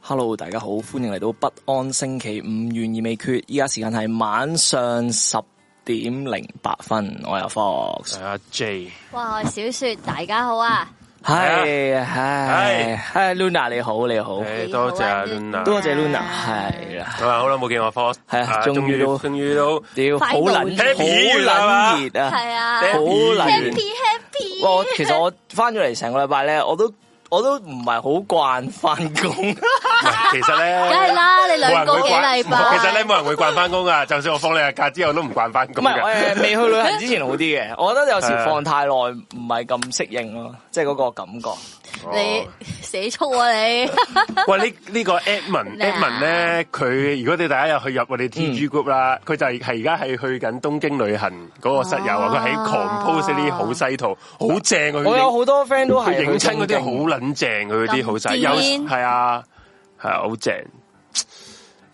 Hello，大家好，歡迎嚟到不安星期五懸疑未決，依家時間係晚上十點零八分，我係阿 Fox，阿 J，哇！小雪，大家好啊！係係係 Luna 你好，你好，哎誒哎多謝啊阿 Luna，多謝 Luna，係嗯啦，好啦好耐冇見我 Fox，係啊啊終終於於都終於都屌好撚好 Happy 撚啦嘛熱啊，係啊好撚熱 happy 啊 happy，哇我其實我翻咗嚟成個禮拜咧，我都我都唔係好慣翻工，其實梗係咧，啦，你冇兩人個會幾慣，禮拜，其實咧冇人會慣翻工噶，就算我放你日假之後都唔慣翻唔工係我嘅。誒未去旅行之前好啲嘅，我覺得有時係啊放太耐唔係咁適應咯，即係嗰個感覺。Ờ. 你死速 啊你，喂，呢呢個 Edmond 咩啊 Edmond 咧，佢如果你大家有去入我哋 TG group 啦，佢就係係而家係去緊東京旅行嗰個室友啊，哦佢喺狂 post 啲好西圖，好正啊！佢我有好多 friend 都係佢影去親嗰東啲京好撚正，佢嗰啲好細，咁有癲係啊，係啊，好正。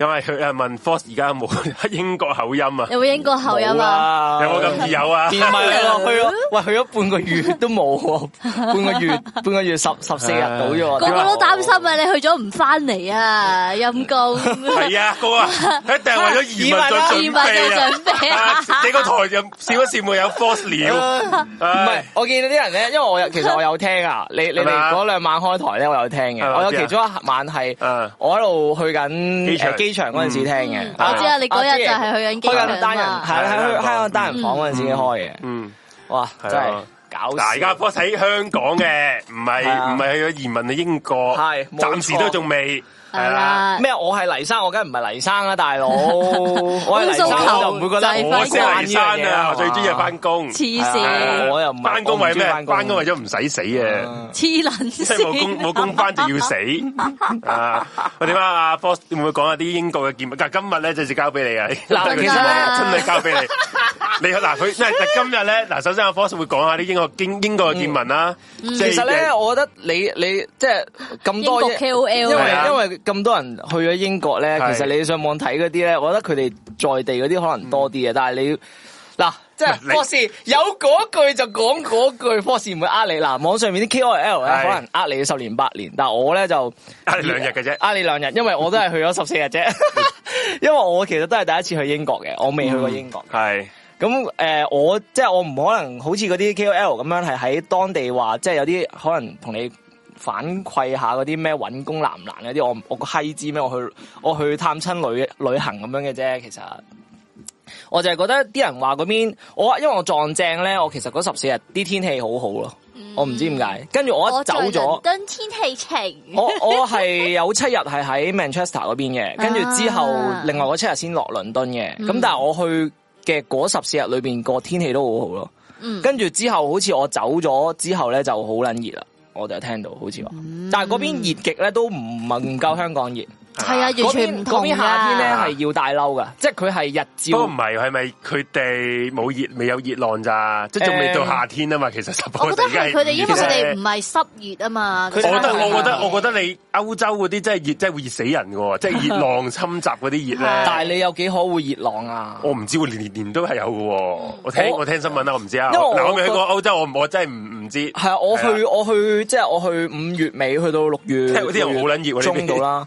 因為佢啊問 Force 而家有冇 英國口音啊？有冇英國口音啊？啦有冇咁易有 啊？變咪落去咯？喂，去咗半個月都冇喎， 半個月半個月十十四日到咗喎。個個都擔心啊！你去咗唔翻嚟 啊，陰公。係啊，哥啊，一定係為咗移民做移準民做備啊！準備啊啊你個台又少一少冇有 Force 了，唔係唉，我見到啲人咧，因為我有其實我有聽啊，你你係哋咪啊嗰兩晚開台咧，我有聽係嘅，咪我有知啊其中一晚係嗯我喺度去機緊場誒機場嗰陣時聽嘅。嗯 我知啊你嗰日就係阿去緊機場開啊緊單人，係啦喺係啊喺個單人房嗰陣時開嘅。嗯，哇，係啊真係搞嗱，而家笑！ Force 喺香港嘅，唔係係啊唔係去咗移民去英國，係冇暫時都錯仲未，係係啦。啦，咩？我係黎生，我梗係唔係黎生啦， 大佬。我係黎生，我就唔會覺得你我返工先係慣黎呢生樣嘢啊，嘛我最中意係翻工。黐係啊線，我又唔係翻工我唔中為咩？意返翻工嗯工為咗唔使死嘅，黐撚即係冇工線。啊冇工翻就要死啊！我點啊？阿 Boss 會唔會講下啲英國嘅見聞？嗱，今日咧就交俾你啊！嗱其實呢真係交俾你。你嗱佢，即係今日咧嗱，首先阿 Boss 會講下啲英國英英國嘅見聞啦。嗯即係其實咧，我覺得你你即係咁多英國 KOL 因係為啊因為咁多人去咗英國咧，係其實你上網睇嗰啲咧，我覺得佢哋在地嗰啲可能多啲嘅，但係你嗱。即嗯唔係你係博士有嗰句就講嗰句，博士唔會呃你。嗱，網上面啲 KOL 係咧，可能呃你十年八年，但係我咧就呃你兩日嘅啫呃你兩日，因為我都係去咗十四日 啫。因為我其實都係第一次去英國嘅，我未去嗯過英國嘅。係咁誒、呃我即係我唔可能好似嗰啲 KOL 咁樣係喺當地話，即係有啲可能同你反饋下嗰啲咩揾工難唔難嗰啲，我唔我個閪知咩？我去我去探親旅旅行咁樣嘅啫，其實。我就係覺得啲人話嗰邊，我因為我撞正咧，我其實嗰十四日啲天氣好好咯，我唔知點解。跟住我一走咗，等天氣晴。 我我係有七日係喺 Manchester 嗰邊嘅，跟住之後啊另外嗰七日先落倫敦嘅。嗯咁、但係我去嘅嗰十四日裏邊個天氣都好好咯。嗯跟住之後好似我走咗之後咧就好撚熱啦，我就聽到好似話。嗯但係嗰邊熱極咧都唔唔夠香港熱。係啊，完嗰全唔邊同嗰㗎邊夏天咧係要大褸噶，即係佢係日不過唔照。係係咪佢哋冇熱未有熱浪咋？即係仲未到誒夏天啊嘛。其實 s u p 我覺得係佢哋，因為佢哋唔唔。係濕熱啊嘛。佢我覺哋得，我覺得，我覺得你歐洲嗰啲真係熱，真係會熱死人嘅喎，即係熱浪侵襲嗰啲熱但咧。係你有幾可會熱浪啊？我唔知喎，年年都係有嘅喎。我聽我我聽新聞啦，我唔知啊。因為我嗱，我未去過歐洲，我我真係唔唔知。係啊，我係去我去即係我去五月尾去到六月，係嗰啲人好撚熱喎呢邊中到啦，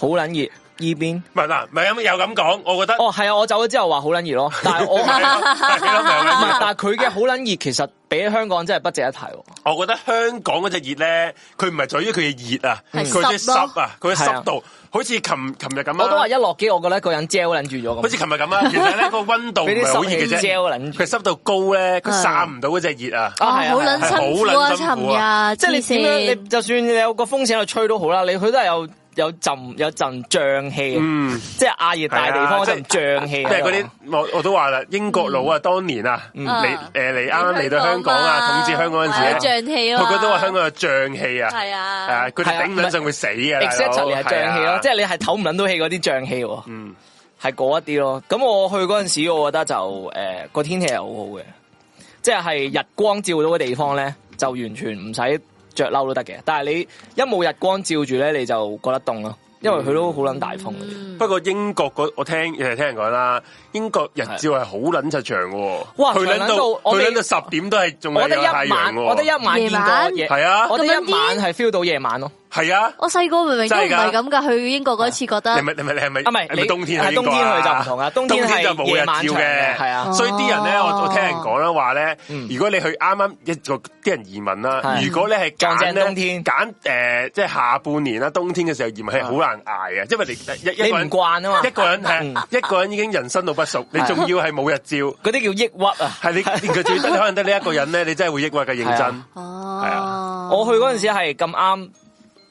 好撚熱依邊。唔係嗱，唔係咁又咁講，我覺得 哦，係啊，我走咗之後話好撚熱 咯，但係我唔係，係咯係咯係但係佢嘅好撚熱其實比起香港真係不值一提喎。咯我覺得香港嗰隻熱咧，佢唔係在於佢嘅熱啊，係佢啲濕咯濕啊，佢嘅係啊濕度，好似琴琴日咁啊。我都話一落機，我覺得個人 gel 撚住咗好咁似。琴日咁啊，其實咧個温度唔俾啲係好熱嘅濕氣啫，膠撚住佢濕度高咧，佢散唔到嗰隻熱啊。哇啊，係啊好係啊撚辛苦啊！係好撚辛苦尋日即係你點樣？黐線你就算你有個風扇喺度吹都好啦，你佢都係有有陣有陣瘴氣，啊嗯，啊即係亞熱帶地方嗰陣啊瘴氣啊即喺係度，嗰啲我我都話啦，英國佬嗯啊，當年啊，嚟啊誒嚟啱啱嚟到香港啊，統治香港嗰陣時係咧啊，瘴氣啊嘛，佢覺得話香港有瘴氣啊，係啊係啊，佢哋頂唔順會死嘅 exactly 係瘴氣咯，即係啊係你係唞唔撚到氣嗰啲瘴氣喎，嗯，係嗰一啲咯。咁我去嗰陣時，我覺得就誒個、天氣係好好嘅，即係日光照到嘅地方咧，就完全唔使着褸都得嘅。但係你一冇日光照住咧，你就覺得凍咯，因為佢都好撚大風嘅。嗯不過英國嗰我聽誒聽人講啦，英國日照係好撚出長嘅喎，哇去撚長撚到到我去未撚到十點都係仲我係得有一太陽晚，喎，我得一晚見過夜，夜係啊我得一咁樣癲晚係 feel 到夜晚咯。係啊，我細個明明都唔真係㗎係咁噶，去英國嗰次覺你得咪你咪你係咪啊唔係係你咪冬天去係冬英國啊天去就唔 同啊冬天冬天就係冇夜日晚照長嘅嘅，係啊所以啲人咧，我我聽人講啦，話咧嗯，如果你去啱啱一個啲人移民啦，係如果你係撞揀正咧冬天揀誒，即係下半年啦，冬天嘅時候移民係好難捱嘅，因為你一一你一個唔人慣啊嘛，一個人嗯啊係一個人已經人生路不熟，你仲要係冇日照，嗰啲叫抑鬱啊。係你連佢 最得可能得你一個人咧，你真係會抑鬱嘅認係真啊。啊哦，我去嗰陣時係咁啱，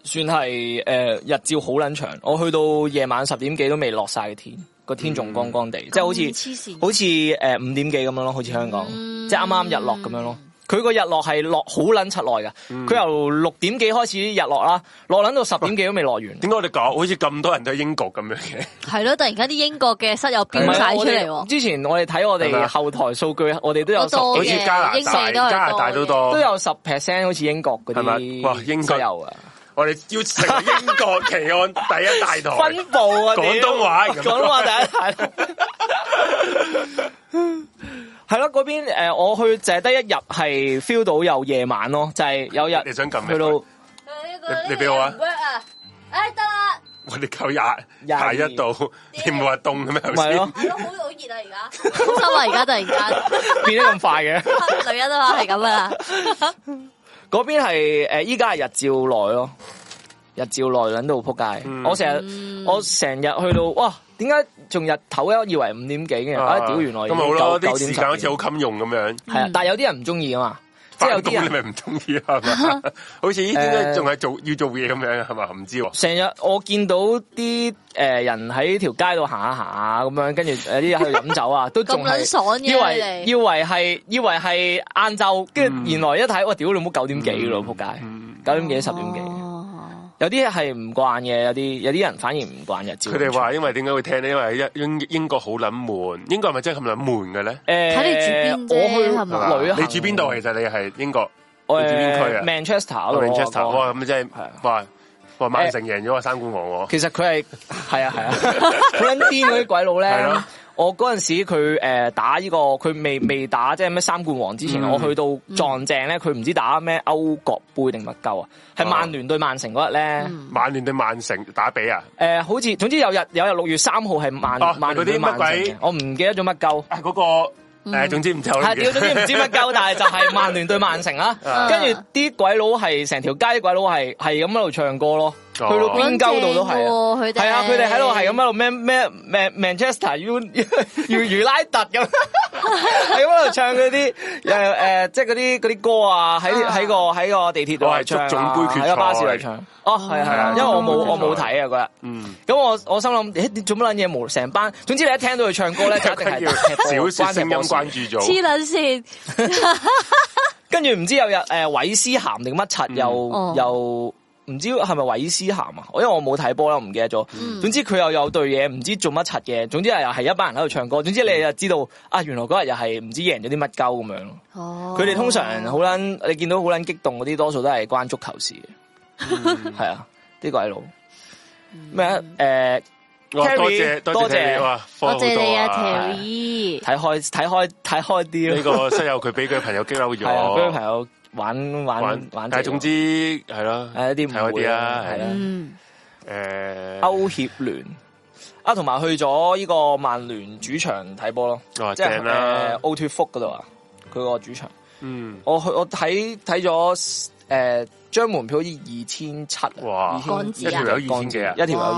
算係诶、呃日照好撚長。我去到夜晚十點幾都未落晒嘅天，個天仲光光地，即係好嗯咁似黐線好似诶五點幾咁樣咯，好似香港，嗯即係啱啱日落咁樣咯。佢個日落係落好撚出耐㗎，嗯佢由六點幾開始日落啦，落撚到十點幾都未落完。點解我哋講好似咁多人都去英國咁樣嘅？係咯，突然間啲英國嘅室友唔變係晒出我嚟哋喎，之前我哋睇我係咪哋啊後台數據，我哋都有我十多好幾似嘅加拿英美大、都係多嘅加拿大都多，都有十 percent，好似英國嗰係咪哇英啲國都有啊。我哋要成為英國奇案第一大台。 分布啊，屌廣東話廣東話第一題。係咯，嗰邊诶，呃我去就係得一日係 feel 到有夜晚咯，就係有日你想撳咩去到你你俾我啊呢個呢個唔 work 啊！哎得啦，我哋夠廿廿二哦廿一度，你冇話凍嘅咩？頭咪先咯，係咯，好好熱啊而家，好心啊而家突然間， 變得咁快嘅。女人啊嘛係咁啊，嗰邊係诶，依家係日照內咯，日照內撚到仆街。嗯我成日我成日去到哇，點解仲日頭啊咧？我以為五點幾嘅，啊屌，原來咁咪好九咯，啲九時點間好十似點好。襟用咁樣。係啊，但係有啲人唔中意啊嘛，即係有啲翻工人你咪唔中意啊？係 嘛好似依啲咧仲係做要做嘢咁樣係嘛？唔知喎。成日我見到啲誒、呃人喺條街度行下行下咁樣，跟住有啲人喺度飲酒 啊，都仲咁撚係爽嘅以為你以為係以為係晏晝，跟住原來一睇，我屌你冇九點幾咯，仆街嗯，九點幾十點幾，哦有啲係唔慣嘅，有啲有啲人反而唔慣日照。佢哋話因為點解會聽呢？因為英英國好撚悶，英國係咪真係咁撚悶嘅咧？誒睇你住邊啫我去係嘛係嘛旅行，你住邊度？其實你係英國，我你住邊區誒啊 Manchester 咯 Manchester，嗯我話哇咁真係係啊哇哇曼城贏咗啊三冠王喎！其實佢係係啊係啊， 好撚癲嗰啲鬼佬係咧咯。我嗰陣時佢誒打呢個佢未未打即係咩三冠王之前，嗯我去到撞正咧，佢唔知打咩歐國杯定乜鳩啊？係哦曼聯對曼城嗰日咧，嗯曼聯對曼城打比啊！誒好似總之有日有日六月三號係曼哦曼聯對曼城嗰啲乜嘅鬼，我唔記得咗乜鳩。啊嗰個誒，總之唔就嗯係屌總之唔知乜鳩，但係就係曼聯對曼城啦。 啊跟住啲鬼佬係成條街啲鬼佬係係咁喺度唱歌咯，去到哦邊鳩度都係啊。好正喎佢哋係啊，佢哋喺度係咁喺度咩咩咩 Manchester U 要如拉特咁， 係咁喺度唱嗰啲誒誒，即係嗰啲嗰啲歌啊，喺啊喺個喺個地鐵度我係係唱啊足總杯決賽喺個巴士度唱。哦，係啊係啊，因為我冇我足總冇杯決賽睇啊嗰日。嗯。咁我我心諗，誒你做乜撚嘢無成班？總之你一聽到佢唱歌咧，就一 定係踢波小說關踢聲音波事關注組，黐撚線，跟住唔知有日誒韋斯咸定乜嗯柒又哦又唔知係咪韋斯咸啊？因為我冇睇波啦，我唔記得咗。嗯總之佢又有對嘢，唔知做乜柒嘅。總之又係一班人喺度唱歌。總之你就知道啊，原來嗰日又係唔知贏咗啲乜鳩咁樣咯。佢佢哋通常好撚，你見到好撚激動嗰啲，多數都係關足球事嘅。嗯 係啊，啲鬼佬咩啊誒哇多 Terry，謝哦多多謝謝你哇，多科學謝你啊好多，Terry。睇開睇開睇開啲呢咯。個室友佢俾佢朋友激嬲係啊，俾個朋咗，友玩玩玩玩。但係總之係咯，係一啲睇開誤會啲啦啦，係啦係啦，嗯，誒歐協聯啊，同埋去咗呢個曼聯主場睇波咯，哇即係啊正啦誒，奧脱福嗰度啊，佢個主場。嗯，我去我睇睇咗誒張門票好似二千七，哇2000一條友2000幾啊一條友二哇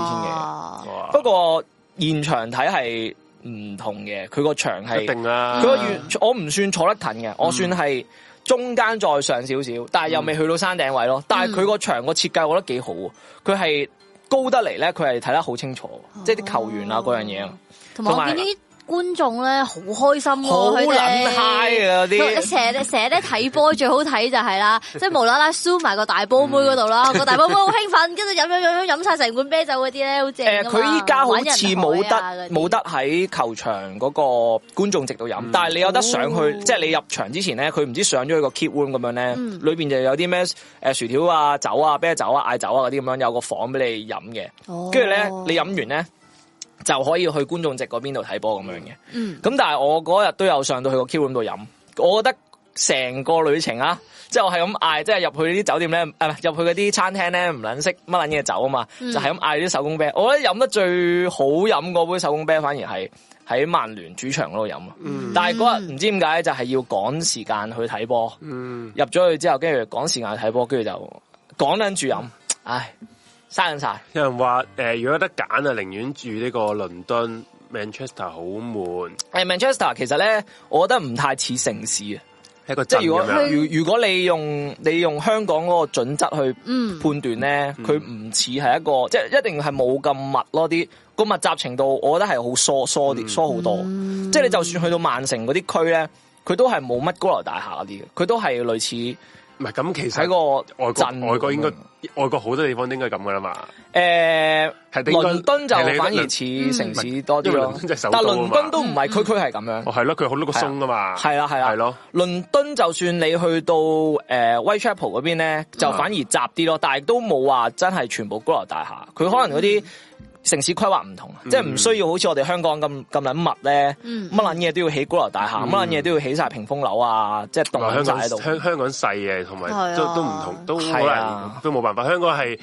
千哇幾。不過現場睇係唔同嘅，佢個場一係定啊啦啊佢，個遠，我唔算坐得近嗯嘅，我算係。中間再嗯上少少，但係又未去到山頂位咯。但係佢個場個設計，我覺得幾好喎。佢係高得嚟咧，佢係睇得好清楚，哦即係啲球員啊嗰樣嘢啊。同埋我見啲觀眾咧好開心喎，好佢哋撚 high 啊嗰啲成日成日咧睇波最好睇就 係啦，即係無啦啦 show 埋個大波妹嗰度嗯啦，個大波妹好興奮，跟住飲飲飲飲飲晒成罐啤酒嗰啲咧，好正誒，㗎嘛佢依家好似冇玩人嗯海啊得嗰啲冇得喺球場嗰個觀眾席度飲，但係你有得上去，哦即係你入場之前咧，佢唔知上咗去個 keep room 咁樣咧，嗯裏邊就有啲咩誒薯條啊、酒啊、啤酒啊、嗌酒啊嗰啲咁樣，有個房俾你飲嘅。哦跟住咧，你飲完咧就可以去觀眾席嗰邊度睇波咁樣嘅。嗯咁但係我嗰日都有上到去個 Q room 度飲，我覺得成個旅程啊，即係我係咁嗌，即係入去啲酒店咧，啊唔係入去嗰啲餐廳咧，唔撚識乜撚嘢酒啊嘛，嗯就係咁嗌啲手工啤。我覺得飲得最好飲嗰杯手工啤，反而係喺曼聯主場嗰度飲啊。嗯但係嗰日唔知點解就係要趕時間去睇波，嗯，入咗去之後，跟住趕時間去睇波，跟住就趕撚住飲，唉，嘥緊晒。有人話诶、誒如果有得揀啊，寧願住呢個倫敦 Manchester 好悶，誒 Manchester 其實咧，我覺得唔太似城市啊。一個即鎮係如果咁樣。如如果你用你用香港嗰個準則去嗯 判斷咧，佢唔似係一個即係一定係冇咁密咯啲個密集程度，我覺得係好疏疏嗯啲疏好多。即係你就算去到曼城嗰啲區咧，佢都係冇乜高樓大廈嗰啲嘅，佢都係類似唔係咁，其實喺個外鎮國外國應該外國好多地方都應該咁噶啦嘛。誒係應該倫敦就係你反而倫似城市多啲因為咯倫敦真係，首都但啊嘛倫敦都唔係區區係咁樣哦，。係咯，佢好多個松啊嘛。係啦係啦，係咯。倫敦就算你去到诶 Whitechapel 嗰邊咧，啊就反而雜啲咯，但係都冇話真係全部高樓大廈。佢可嗯能嗰啲城市規劃唔同，啊即係唔需要好似我哋香港咁咁撚密咧，嗯乜撚嘢都要起高樓大廈，乜撚嘢都要起晒屏風樓啊，即係同埋棟晒嗯香喺港香度。香港細嘅，同係啊埋都都唔同，都好係難啊，都冇辦法。香港係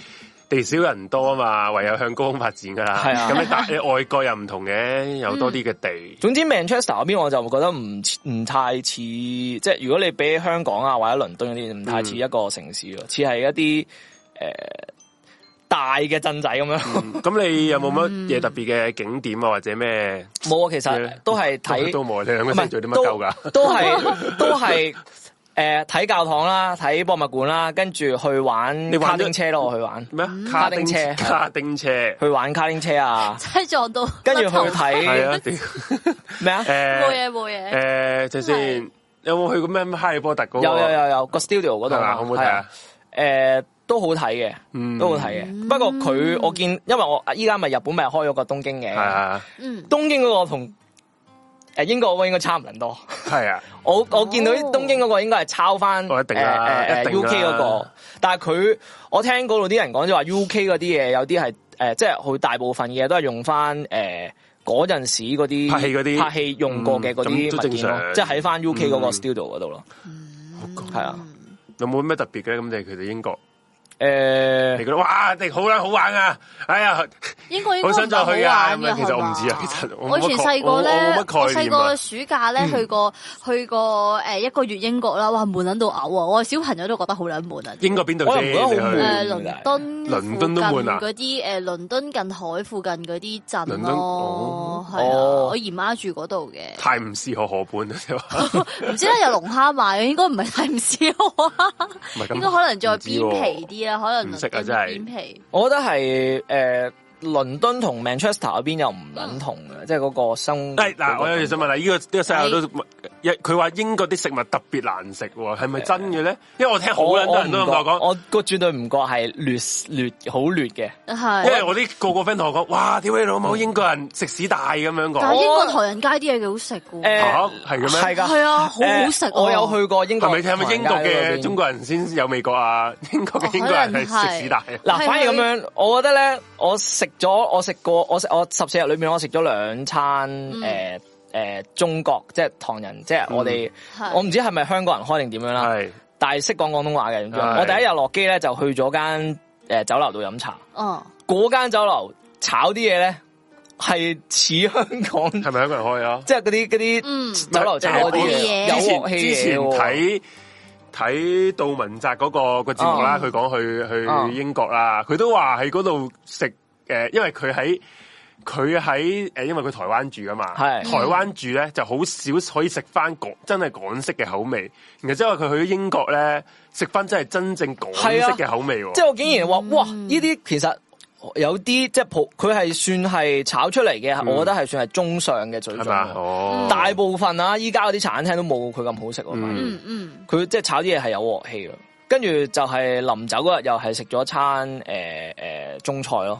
地少人多啊嘛，唯有向高空發展噶啦。係啊咁你大你外國又唔同嘅，有多啲嘅地。總之 Manchester 嗰邊我就覺得唔似唔太似，即係如果你比起香港啊或者倫敦嗰啲，唔太似一個城市咯，嗯似係一啲诶大嘅鎮仔咁樣。咁你有冇嗯乜嘢特別嘅景點啊，或者咩？ 冇啊，其實都係睇都冇，你兩個唔係星做啲乜鳩都㗎？都係 都係诶睇教堂啦，睇博物館啦，跟住去玩你卡玩咗丁車咯，我去玩咩啊？嗯卡卡丁丁車車，卡丁車，去玩卡丁車啊，真係撞到跟住去甩頭係睇 啊，屌咩啊？冇 誒嘢冇呃嘢，誒，就先有冇去過咩咩哈利波特嗰個？有有有有個 studio 嗰度啊係嘛？啊好唔好睇啊？？诶，誒都好睇嘅，嗯都好睇嘅。不過佢我見，因為我依家咪日本咪開咗個東京嘅，係啊，嗯東京嗰個同诶英國嗰個應該差唔撚多。係啊。我我見到啲哦東京嗰個應該係抄翻哦我一定啦一定呃 U 啦 K 嗰個，但係佢我聽嗰度啲人講就話 U K 嗰啲嘢有啲係誒，即係好大部分嘢都係用翻誒嗰陣時嗰啲拍戲嗰啲拍戲用過嘅嗰嗯咁啲都物正件咯，常即係喺翻 U K 嗰個嗯 studio 嗰度咯，係啊有冇咩特別嘅？咁就係佢哋英國，你誒覺得哇，你好啦，好玩啊！哎呀，英國應該好想唔係再好去啊！玩咁樣嘅，其實係我唔嘛知啊，其實我我以冇乜前概細個我咧我，我冇乜概細念啊個暑假咧去過去過誒一個月英國啦，哇悶撚到嘔啊！我小朋友都覺得好撚悶啊！英國邊度我啫？又唔覺得好悶你去誒倫敦倫敦都悶啊附近嗰啲誒呃倫敦近海附近嗰啲鎮倫敦咯哦，係啊哦，我姨媽住嗰度嘅，太唔適合河本啦， 你話唔知咧有龍蝦賣，應該唔係太唔少啊，唔係咁應該可能再唔知喎邊皮啲啦，可能唔識啊倫敦真係邊皮，我覺得係誒倫敦同 Manchester 嗰邊又唔撚同嘅，即係嗰個生活哎嗯嗱，我有嘢想問啦，呢個呢個世界都一佢話英國啲食物特別難食喎，係咪真嘅咧？因為我聽好我撚多我人唔都咁同我覺，講，我個絕對唔覺係劣劣好劣嘅。因為係。我啲個個 friend 同我講，哇！屌你老母，英國人食屎大咁樣但係講，英國唐人街啲嘢幾好食嘅喎，嚇係嘅咩係㗎係啊，好好食誒啊。我有去過英國，係咪係咪英國嘅中國？國人先有美國啊？ 英國嘅英國人係食屎大啊？嗱，係反而咁樣，我覺得咧，我食咗，我食過，我食我十四日裏面，我食咗兩餐誒誒中國，即係唐人，即係我哋，係我唔知係咪香港人開定點樣啦，係但係識講廣東話嘅。總之係我第一日落機咧，就去咗間誒酒樓度飲茶，嗯，嗰間酒樓炒啲嘢咧係似香港，係咪香港人開啊？即係嗰啲嗰嗯啲酒樓炒嗰啲嘢，誒有之前鑊之氣嘢前喎。睇睇杜汶澤嗰個個節目啦，佢講去啊去英國啦，佢都話喺嗰度食誒，因為佢喺佢喺誒，因為佢台灣住噶嘛，係台灣住咧就好少可以食翻港真係港式嘅口味，然後之後佢去咗英啊國咧食翻真係真正港式嘅口味喎，即係我竟然話，哇！呢啲其實有啲即係普，佢係算係炒出嚟嘅，嗯我覺得係算係中上嘅水係嘛？準。哦，大部分啊，依家嗰啲茶餐廳都冇佢咁好食喎。嗯反而嗯嗯，佢即係炒啲嘢係有鑊氣嘅。跟住就係臨走嗰日，又係食咗餐誒誒、呃呃中菜 咯。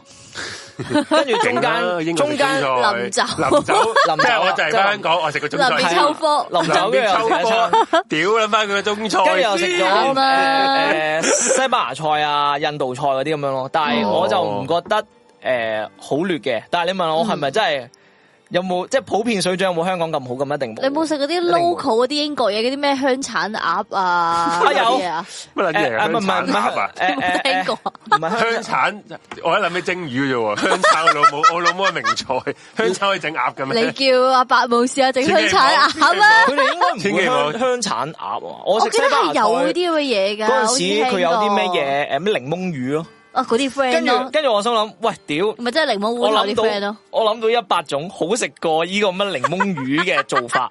跟住中間中間 臨走臨 走，臨走即係我就係翻真係香港，我食個中臨菜 別係先。啊秋波，臨走嘅又食咗一餐。波，屌啦，翻佢個中菜先，跟住又食咗啱啊誒西班牙菜啊、印度菜嗰啲咁樣咯。但係哦我就唔覺得誒好劣嘅。但係你問我係咪真係有冇即係普遍水準有冇香港咁好咁？一定冇。你冇食嗰啲 local 嗰啲英國嘢，嗰啲咩香橙鴨 啊？嗰啲嘢啊，乜誒？撚嘢誒啊？唔係唔係香唔係橙鴨啊誒誒聽誒過唔係香香橙，我一諗起蒸魚嘅啫 喎，香橙我老母，我老母係名菜，香橙可以整鴨嘅你咩？叫阿白冇試下整香橙鴨 啊？佢哋應該唔千祈唔好會香香橙鴨喎。我我食記西得班係牙菜有啲咁嘅嘢㗎。嗰好似陣時，佢有啲咩嘢呃誒咩檸檬魚咯。啊？嗰啲 friend 跟住咯，跟住我心諗，喂屌！咪即係檸檬我烏頭啲諗 friend 到咯。我諗到一百種好食過依個乜檸檬魚嘅做 法。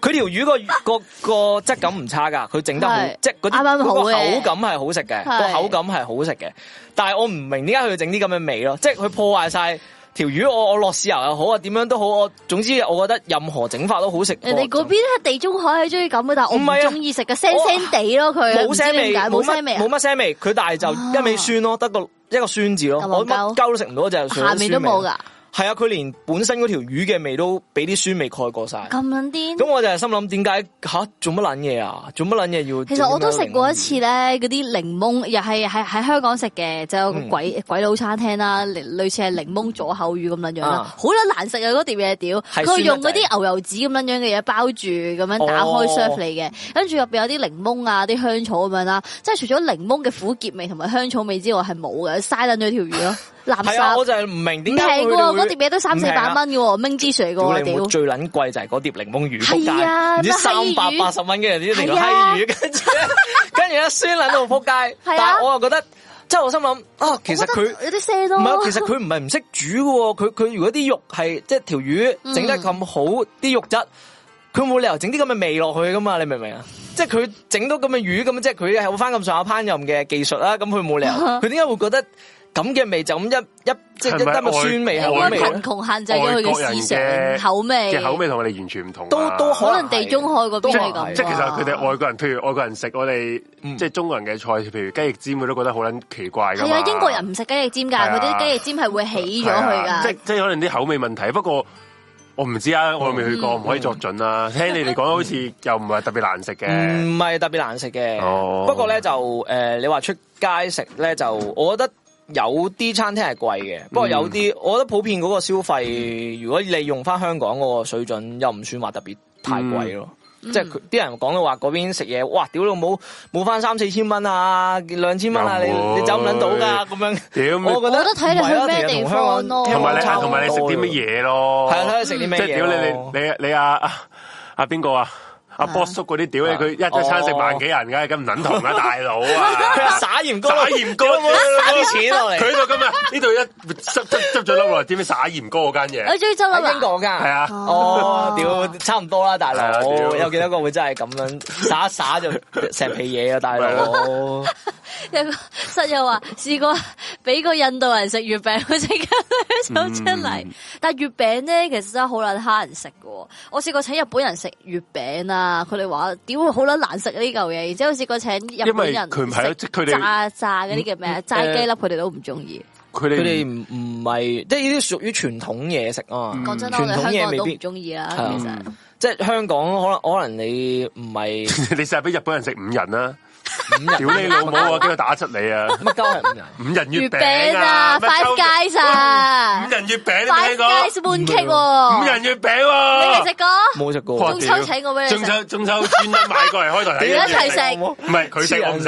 佢條魚個個個質感唔差㗎，佢整得好係，即係嗰啲啱啱好嗰個嘅口感係好食嘅，係個口感係好食嘅。但係我唔明點解佢要整啲咁嘅味咯，即係佢破壞晒條魚。我我落豉油又好啊，點樣都好，我總之我覺得任何整法都好食過。人哋嗰邊係地中海係中意咁嘅，但我唔係唔啊中意食嘅，腥腥地咯佢，冇唔知腥味，點解冇冇腥乜味啊冇，乜腥味。佢但係就啊一味酸咯，得個一個酸字咯，有冇我乜鳩鳩都食唔到，就係下面都冇㗎，係啊，佢連本身嗰條魚嘅味都俾啲酸味蓋過晒。咁撚癲咁。我就係心諗，點解吓做乜撚嘢啊？做乜撚嘢要？其實我都食過一次咧，嗰啲檸檬又係喺喺香港食嘅，就有個嗯鬼、鬼佬餐廳啦，類類似係檸檬左口魚咁樣樣啦啊，好撚難食啊嗰碟嘢屌，係佢用嗰酸得滯啲牛油紙咁樣樣嘅嘢包住咁樣打開哦 serve 你嘅，跟住入邊有啲檸檬啊、啲香草咁樣啦，即係除咗檸檬嘅苦澀味同埋香草味之外係冇嘅，嘥撚咗條魚咯，垃 係啊，我圾。就係唔明唔點平解佢喎，哋會啊嗰碟嘢都三四百蚊嘅喎，明芝嚟嘅屌喎，你冇屌！最撚貴就係嗰碟檸檬魚，仆係啊街唔知三乜百閪魚八十蚊嘅人啲嚟個係啊閪魚，跟住跟住一酸撚到仆街。係啊但係我又覺得，即係我心諗啊，其實我佢覺。得有啲腥咯，唔係， 其實佢唔係唔識煮嘅喎，佢佢如果啲肉係即係條魚嗯整得咁好，啲、肉質，佢冇理由整啲咁嘅味落去噶嘛，你明唔明啊？即係佢整到咁嘅魚咁，即係佢係有翻咁上下烹飪嘅技術啦，咁佢冇理 由，佢點解會覺得咁嘅味就咁一一即係一係咪得個外酸味係啊好外國味因為貧咧？窮限制咗佢嘅思外國人想嘅口味，嘅口味同我哋完全唔同啊。都都可可能地中海嗰邊都係咁啊。即係其實佢哋外國人，譬如外國人食我哋嗯即係中國人嘅菜，譬如雞翼尖，佢都覺得好撚奇怪㗎係嘛啊，英國人唔食雞翼尖㗎，係佢啊啲雞翼尖係會起咗係佢啊即㗎。即係可能啲口味問題。不過我唔知啊，我未去嗯過，唔可以作 準啦。聽你哋講，好似又唔係特別難食嘅。唔係特別難食嘅，嗯哦不過咧就誒、呃你話出街食咧就，我覺得有啲餐廳係貴嘅，不過嗯有啲、我覺得普遍嗰個消費，如果你用翻香港嗰個水準，又唔算話特別太貴咯。嗯即係嗯佢啲人講到話嗰邊食嘢，哇！屌老母，冇翻三四千蚊啊，兩千蚊啊，你又唔會你走唔撚到㗎咁樣。屌咩我覺我得啊都睇你去咩地方咯同埋你差唔多同埋你食啲乜？嘢 咯？係啊，睇你食啲咩即嘢咯。係屌你你你你啊啊啊邊個啊？阿啊 boss 叔嗰啲屌你，啊佢一餐食萬幾人㗎，梗唔撚 同啦，大佬佢啊話！ 撒鹽膏，撒鹽膏屌老母撒啲錢落嚟。佢喺度今日呢度一執執執咗粒落嚟，點解撒鹽哥嗰間嘢我？中意周喺英立國㗎，係啊，哦，屌，差唔多啦，大係啊佬，屌有幾多個會真係咁樣耍一耍就石皮嘢啊，大佬，有個室友話試過 俾個印度人食月餅，佢即刻走出嗯嚟。但月餅咧其實真係好撚蝦人食嘅喎。我試過請日本人食月餅啊，佢哋話屌好撚難食呢嚿嘢。然之後試過請日本人因為佢唔係啊食即係佢哋嗯炸炸嗰啲叫咩啊？炸雞粒佢哋都唔中意。佢佢哋哋唔唔係，即係呢啲屬於傳統嘢食啊嘛，講真啦，我傳統哋香港嘢人都未唔必，中意啦，係啊其實。即係香港可能可能你唔係 你成日俾日本人食五人啦，五人，屌你老母啊！驚佢打出你啊！乜鳩係五人？五人月月餅餅啊啊，Five 街 Guys 啊五人月餅你，Five 聽過？ Guys 半 K 喎，五人月餅你哋喎，食過？冇食哇過，中秋請我俾你中食，秋中秋專登買過嚟開 台睇，你一齊食，唔係佢食我唔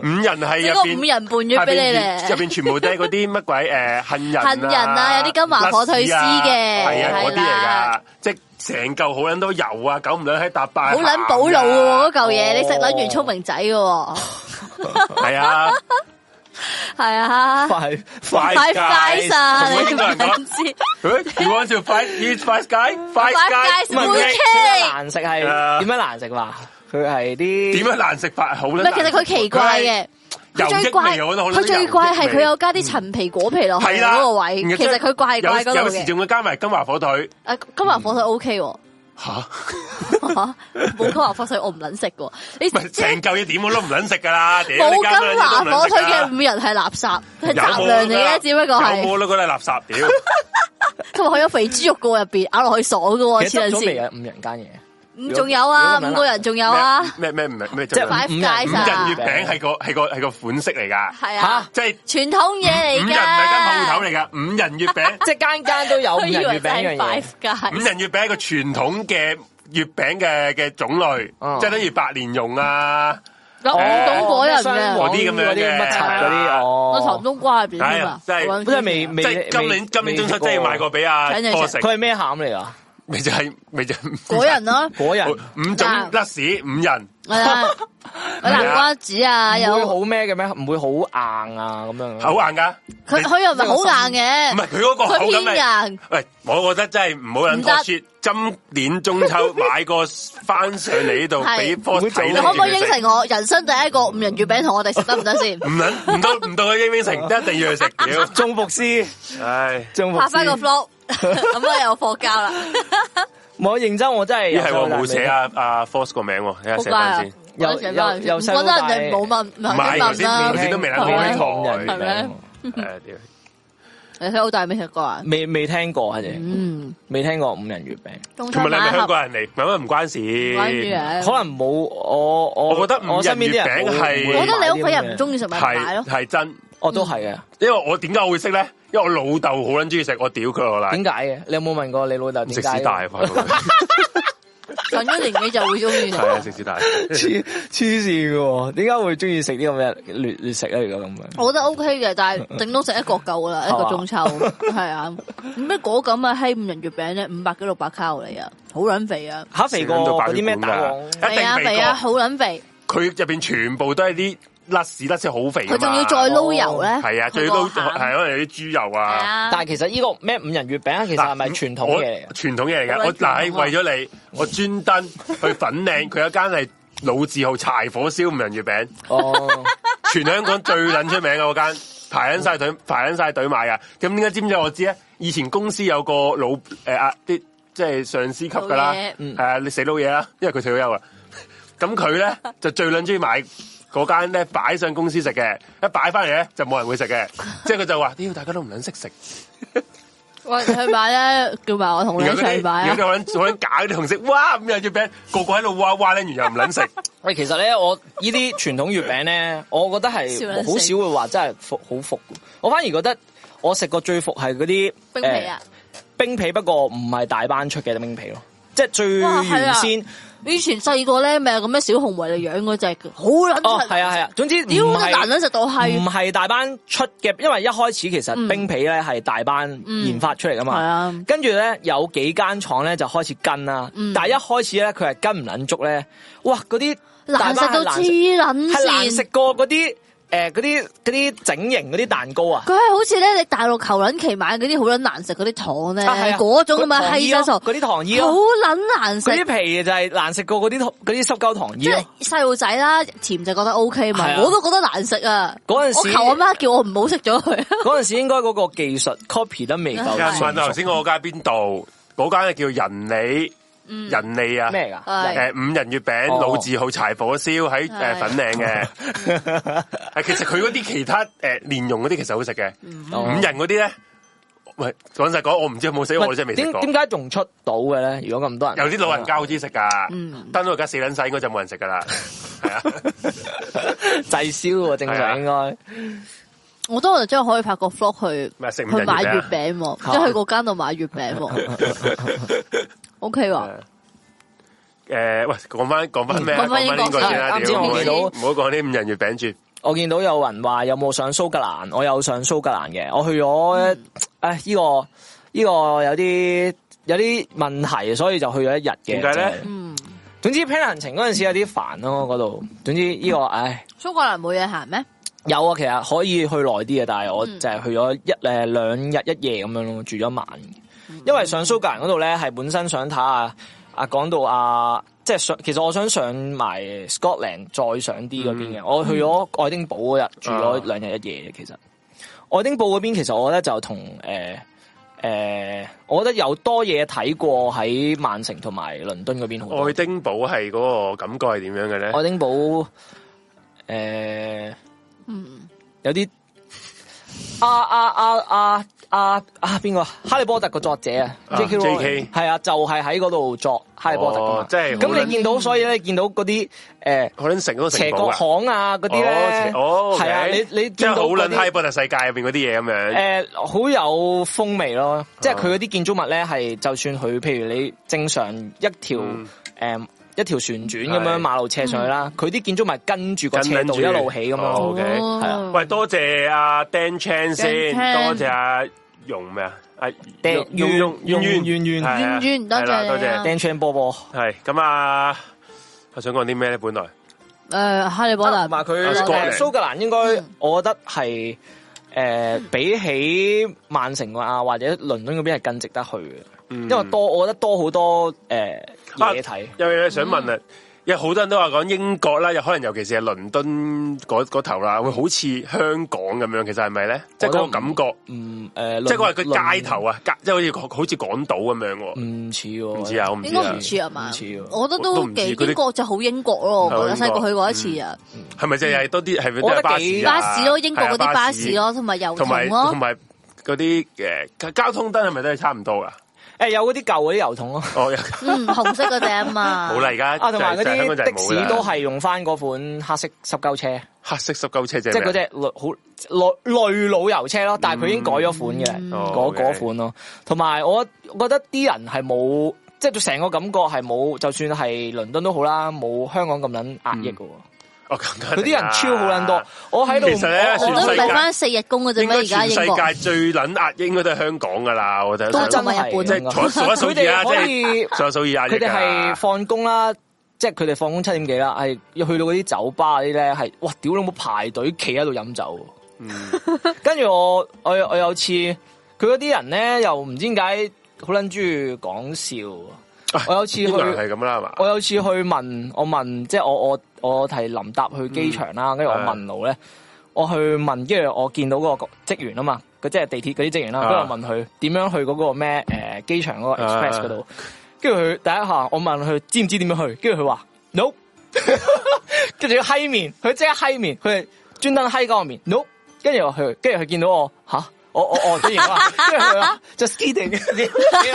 食， 五人係整入個五邊。人伴月俾你咧入。邊全部都係嗰啲乜鬼誒杏仁杏仁啊有啲金華火腿絲嘅係啊嗰啲係嚟啦噶，即係成嚿好撚多油啊，九唔撚喺搭八，好捻補腦喎，嗰嚿嘢你食捻完聰明仔嘅喎，係 啊，係啊快快，Five Five Guys Guys 啊，同你英唔國人講知 You want to fight? Eat five guy? Five Five guy? guys 唔係會佢傾佢難食係點樣難食話？佢係啲點樣難食法？好啦，啊唔係，其實佢奇怪嘅，佢油佢最益怪，味我覺得好多佢最怪油係益佢味有加啲陳皮果皮落去係啦嗰個位，然後其實佢怪係怪有嗰有度時嘅。仲會加埋金華火腿 誒，金華火腿 O K 嗯喎，吓，唔嚇 冇金華火腿我唔撚食喎。你係成嚿嘢點我都唔撚食 㗎啦，屌冇你加乜金華嘢都唔撚火食腿㗎嘅五仁係垃圾，係有雜冇糧嚟㗎嘅，只不過係有冇啊都覺得係垃圾屌，同埋佢有肥豬肉個入邊，咬落去爽嘅喎，其實黐執撚咗未線。啊？五人間嘢，唔仲有如啊，果咁樣啦五個人仲有啊，咩咩咩咩即係五快五人五 Five Guys 啊仁月餅係個係個係個款式嚟㗎，係啊，即係傳統嘢嚟五嘅。仁唔係間鋪頭嚟㗎，五仁月 餅。即係間間都有五佢人以月為餅呢樣係嘢 Five。Guys 五仁月餅係一個傳統嘅月餅嘅嘅種類，嗯即係等於白蓮蓉啊，有誒五種果仁我嘅，啊嗰啲咁樣嘅嗰啲乜柒嗰啲我糖哦，冬瓜入邊哎添呀啊，真係我搵即係未即未係今年今年中秋真係要買個俾阿請你食多食，佢係咩餡嚟㗎？咪就係咪就果仁咯，果仁哦五種甩屎五仁，係啊， 有南瓜子啊，唔會好有咩嘅咩？唔會好硬啊咁樣。口硬噶，佢佢又唔係好硬唔嘅，係佢嗰個口感佢咪？偏硬，喂，我覺得真係唔好唔忍得我雪，今年中秋買個翻上嚟呢度 係俾科睇你你可唔可以食應承我人生第一個五仁月餅同我哋食得唔得先？唔捻唔到唔到佢應承，一定要去食屌，中伏師，唉，中伏拍翻個師。 vlog，咁我又課交啦，我認真，我真係咦係喎冇寫。啊阿 Force 個名喎，睇下好寫乖啊翻 先。！有我寫返有有唔細佬覺得人哋大冇問，唔唔係頭係先啦頭。先都未係咩諗冇開人台係咩誒屌你喺澳大未食過啊？未未聽過係咪？嗯，未聽過五人月餅，中秋同埋你係晚咪香黑港人嚟？咪乜唔關事。關於嘅，可能冇我我我覺得五我身邊啲人人月餅係冇我覺得你屋企人冇買啲唔，咁嘅中意食咪唔買係咯。係真，我都係啊。因為我點解我會識咧？因為我老豆好撚中意食，我屌佢我奶點解嘅？你有冇問過你老豆點食解？啊屎大塊， 上咗年紀就會中意食係。啊食屎大。 黐黐線嘅喎，點解會中意食啲咁嘅劣劣食咧？如果咁樣，我覺得 O K 嘅，但係頂多食一個夠噶啦，一係嘛個 中秋係啊。咩果咁啊？閪五仁月餅咧，五百幾六百卡路里啊，好撚肥啊！嚇肥過嗰啲咩大王，一肥定啊肥肥過啊，好撚肥！佢入邊全部都係啲甩屎甩屎好肥㗎嘛。佢仲要再撈油咧，啊係啊，佢最個撈餡係可能有啲豬油係啊。啊，但係其實呢個咩五人月餅其實係咪嗱傳統我嘢嚟㗎？傳統嘢嚟嘅，好我嗱係撚傳統啊為咗你，我專登去粉嶺，佢有一間係老字號柴火燒五仁月餅。哦，全香港最撚出名嘅嗰間，排緊晒 隊，排緊晒隊買噶。咁點解知唔知我知咧？以前公司有個老誒啊啲即係上司級噶老啦，嘢嗯係啊，你死老嘢啦，因為佢退咗休啦。咁佢咧就最撚中意買嗰間咧擺上公司食嘅，一擺翻嚟咧就冇人會食嘅，即係佢就話：屌，大家都唔撚識食。喂，你去買咧，叫埋我同你一然後嗰 齊啲，買然啊！後啲可能假嗰啲同事，哇咁有月餅，個個喺度哇哇咧，完又唔 撚食。喂，其實咧，我呢啲傳統月餅咧，我覺得係笑撚死好少會話真係服好服嘅。我反而覺得我食過最服係嗰啲冰皮啊，誒冰皮不過唔係大班出嘅冰皮咯，即係最哇係原啊先以前細個咧咪有咁咩小熊維尼養嗰只，好撚哦，柒係啊係啊，總之屌唔都係嗯難撚食到唔閪，係大班出嘅，因為一開始其實冰皮咧係大班研發出嚟噶嗯係嘛。啊，跟住咧有幾間廠咧就開始跟啦，嗯但係一開始咧佢係跟唔撚足咧，哇！嗰啲大難食班係到難黐食撚係難線食。過嗰啲誒嗰啲嗰啲整形嗰啲蛋糕啊，佢係好似咧，你大陸求撚期買嗰啲好撚難食嗰啲糖咧，啊係啊嗰種咁嘅糖衣閪咯質素，嗰啲糖衣好咯，撚難嗰食啲。皮就係難食過嗰啲糖嗰啲濕鳩糖衣即咯係。細路仔啦，甜就覺得 O K 係嘛，啊我都覺得難食啊。嗰陣我時求阿媽叫我唔好食咗佢。嗰陣時應該嗰個技術 copy 得未夠有人問啊頭純熟先我嗰間邊度？嗰間叫仁利，嗯仁利啊。咩㗎？係诶，五仁月餅哦老字號柴火燒喺诶係粉嶺嘅，誒其實佢嗰啲其他诶蓮蓉嗰啲其實好食嘅， 哦五仁嗰啲咧，喂，講實講，我唔知有冇食，因為我真係未食點過。點解仲出到嘅咧？如果咁多人，有啲老人家好中意食噶嗯，但老人家死撚晒，應該就冇人食噶啦。係啊， 滯銷喎，正係常啊應該。我當日真係可以拍個 vlog 去咩食五去仁買月月餅啊餅 喎，即係去嗰間度買月餅喎。O K 喎，诶，喂，講翻講翻咩啊？講講返英翻國英國先啦，啱先屌，我唔好見到唔好講啲五仁月餅住。我見到有人話有冇上蘇格蘭，我有上蘇格蘭嘅，我去咗嗯唉呢個呢個有啲有啲問題，所以就去咗一日嘅。點解呢真係？嗯，總之 plan 行程嗰陣時有啲煩咯，嗰度。總之呢個唉蘇格蘭冇嘢行咩？有啊，其實可以去耐啲嘅，但係我就嗯係去咗一誒兩日一夜咁樣咯，住嗯咗一晚。因為上蘇格蘭嗰度咧係本身想睇下啊講到啊，即即係上，其實我想上埋 Scotland 再上啲嗰邊嘅。我去咗愛丁堡嗰日住咗兩日一夜嘅，其實愛丁堡嗰邊其實我覺得就同誒誒，我覺得有多嘢睇過喺曼城同埋倫敦嗰邊好多。愛丁堡係嗰個感覺係點樣嘅咧？愛丁堡呃誒，嗯，有啲啊啊啊啊啊啊邊個啊？哈利波特個作者啊啊，J.K. J.K. Rowling 係啊，就係喺嗰度作哈利波特㗎嘛哦即係好咁撚你見到，所以咧見到嗰啲誒可能成嗰個斜城角堡啊！巷啊嗰啲咧哦，哦，係啊，你 OK 你即見係到好嗰撚《哈利啲波特》世界入邊嗰啲嘢咁樣。誒好有風味啊咯，即係佢嗰啲建築物咧係就算佢譬如你正常一條誒嗯一條旋轉咁樣係嗯馬路斜上去啦，佢啲建築物跟住個斜跟道住一路起咁樣哦咯。 OK，哦係啊喂，多謝阿 Dan Chan 先， Chan 多謝阿容咩啊？阿 Dan- 雍雍雍雍雍雍雍係啊雍雍多謝係啦你多啊謝。 Dan Chan 波波，係咁啊，我想講啲咩咧？本來诶，哈利波特同埋佢啊誒 Scotland 蘇格蘭應該，我覺得係誒比起曼城啊或者倫敦嗰邊係更值得去嘅，因因為多我覺得多好多誒嗯啊嘢睇。有嘢想問啊！有好多人都話講英國啦，又可能尤其是係倫敦嗰嗰頭啦，會好似香港咁樣，其實係咪咧？即係嗰個感覺，嗯誒，即係嗰係個佢街頭啊，街即係好似好似港島咁樣喎。唔似喎，唔知啊我唔知啊應該唔似啊嘛唔似喎，我覺得都都唔知幾佢啲英國就好英國咯，我覺得係啊英細國個去過一次啊，係咪就係多啲係咪都我覺係得巴幾士啊巴士咯，英國嗰係啊啲巴士咯，同埋油同埋桶同咯，埋嗰啲誒交通燈係咪都係差唔多噶？啊诶，有嗰啲舊嗰啲油桶咯，哦， 嗯，紅色嗰只啊嘛，好啦，而家啊，同埋就嗰係就係香啲港就係的冇士啦都係用翻嗰款黑色濕鳩車，黑色濕鳩車，即即係嗰只好類老油車咯，但係佢已經改咗款嘅嗯哦嗰嗰款咯。同埋我覺得啲人係冇，即係成個感覺係冇，就算係倫敦都好啦，冇香港咁撚壓抑嘅喎。哦，咁佢啲人超好撚多，我喺度啊其實咧我我我都全唔世係界翻四日工嗰啫應咩？該而家全世英國界最撚壓應該都係香港噶啦，我覺得都真真係係日即本係數數佢一數二哋啊，即可係以。數一數二壓佢抑哋係㗎。放工啦，即係佢哋放工七點幾啦，係要去到嗰啲酒吧嗰啲咧，係哇屌老母排隊企喺度飲酒。嗯跟住我我有我有次佢嗰啲人咧，又唔知點解好撚中意講啊笑。我有次英去國人係咁啦，係嘛？ 我有次去問，我問即係我我我係臨搭去機場啦，跟住、我問路咧，我去問，跟住我見到嗰個職員啊嘛，佢即係地鐵嗰啲職員啦，啊跟住、我問佢點樣去嗰個咩誒、呃、機場嗰個 express 嗰度，跟住佢第一下我問佢知唔知點樣去，跟住佢話 no，跟 住佢閪面，佢即刻閪面，佢係專登閪嗰個面 no，跟住我去，跟住佢見到我吓，哦我我我竟然話，啊跟住佢話 just kidding，跟 住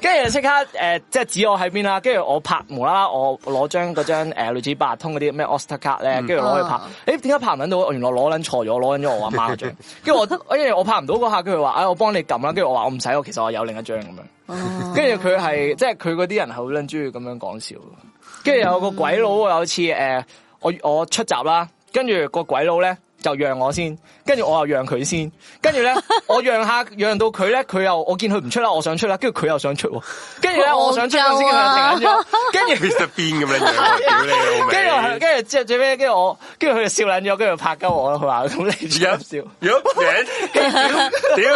跟住即刻誒，即係指我喺邊啦，跟住我拍無啦啦，我攞張嗰張誒類似八達通嗰啲咩 Oster 卡咧，跟住攞去拍哦，誒點解拍唔撚到？哦我原來攞撚錯咗，攞撚咗我阿媽嗰張，跟住我因 哎為我拍唔到嗰下，跟住佢話哎誒我幫你撳啦，跟住我話我唔使，我其實我有另一張咁樣。哦跟住佢係即係佢嗰啲人係好撚中意咁樣講笑，跟住有個鬼佬我有次誒、呃我我出閘啦，跟住個鬼佬咧就讓我先，跟住我又讓佢先，跟住咧我讓下讓到佢咧，佢又我見佢唔出啦，我想出啦，跟住佢又想出喎，跟住咧我想出嗰陣時佢又停緊咗，跟 住。 Mr. Bean 咁樣樣，屌你老跟住我味！跟住之後最尾，跟住我，跟住佢就笑撚咗，跟住拍鳩我咯。佢話：咁你而仲家唔笑？如果人屌你，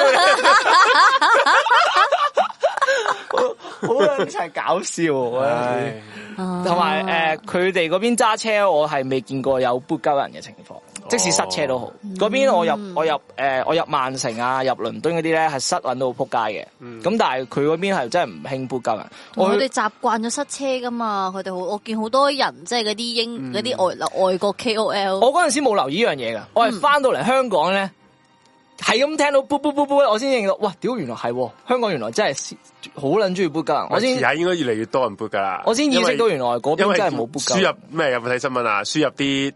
好撚係搞笑喎！唉同啊啊埋誒，佢哋嗰邊揸車，我係未見過有 boot 鳩人嘅情況，哦即使塞車都好。嗯嗰邊我入我入誒、呃我入曼城啊，入倫敦嗰啲咧係塞揾到撲街嘅。咁、嗯但係佢嗰邊係真係唔興 boot 鳩人。我我哋去習慣咗塞車噶嘛，佢哋好，我見好多人即係嗰啲英嗰啲外外國 KOL，嗯我嗰陣時冇留意呢樣嘢㗎，我嗯係翻到嚟香港咧。係咁聽到 boot boot boot boot，我先認到，哇！屌，原來係喎香港原來真係好撚中意 boot 鳩人，我而先家應該越嚟越多人 book 噶啦。我先意識到因為原來嗰因邊為真係冇 boot 鳩輸人入。咩？有冇睇新聞啊？輸入啲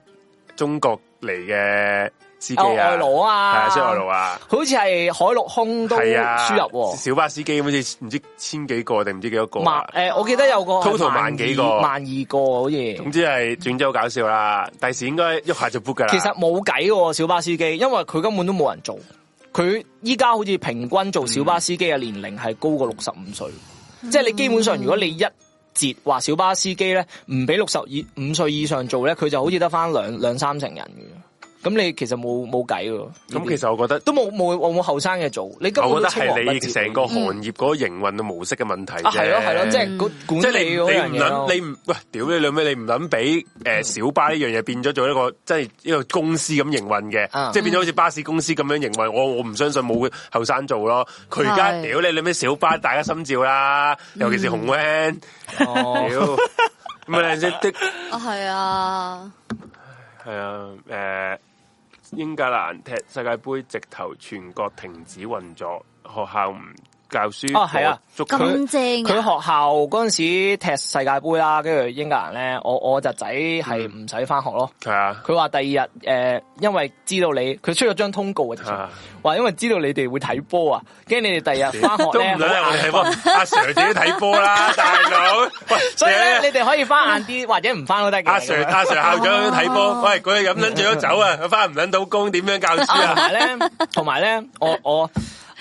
中國嚟嘅司機哦啊，外勞啊係啊，輸入外勞啊。好似係海陸空都係啊，輸入喎。小巴司機好似唔知千幾個定唔知幾多個萬啊。诶、我記得有個 Total 係萬幾個二萬二個好似。總之係轉州搞笑啦，第時應該喐下就 book 噶啦。其實冇計喎，小巴司機，因為佢根本都冇人做。佢依家好似平均做小巴司機嘅年齡係高過六十五歲，即係你基本上如果你一節話小巴司機咧唔俾六十以五歲以上做咧，佢就好似得翻兩兩三成人嘅。咁你其實冇冇計喎。咁其實我覺得，都冇冇冇冇後生嘅做，你根本我覺都得青黃係不你接嗯成個行業嗰個營運嘅模式嘅問題啊啫。係咯係咯，即係嗰管即係理你嗰樣你唔嘢咯諗你唔喂屌你兩尾你唔諗俾誒小巴呢樣嘢變咗做一個即係一個公司咁營運嘅，啊即係變咗好似巴士公司咁樣營運，我我唔相信冇後生做咯。佢而家係屌你兩尾小巴大家心照啦，尤其是紅 van，哦 屌咪即的啊係啊，係啊誒英格蘭踢世界盃直頭全國停止運作，學校唔教書哦係啊足球佢咁正佢啊！學校嗰陣時踢世界盃啦，跟住英格蘭咧，我我侄仔係嗯唔使翻學咯。係啊佢話第二日诶、呃因為知道你，佢出咗張通告啊直情，啊話因為知道你哋會睇波啊，跟住你哋第二日翻學 都唔咧捻，係我哋睇波，阿 Sir 自己睇 波啦，大佬。喂，所以咧屌你哋可以翻晏啲或者唔翻都得嘅。阿 Sir 咁樣阿 Sir 校長睇波，哦喂，佢哋飲捻咗酒啊，佢翻唔捻到工，點樣教同書啊？埋咧，同埋咧，我我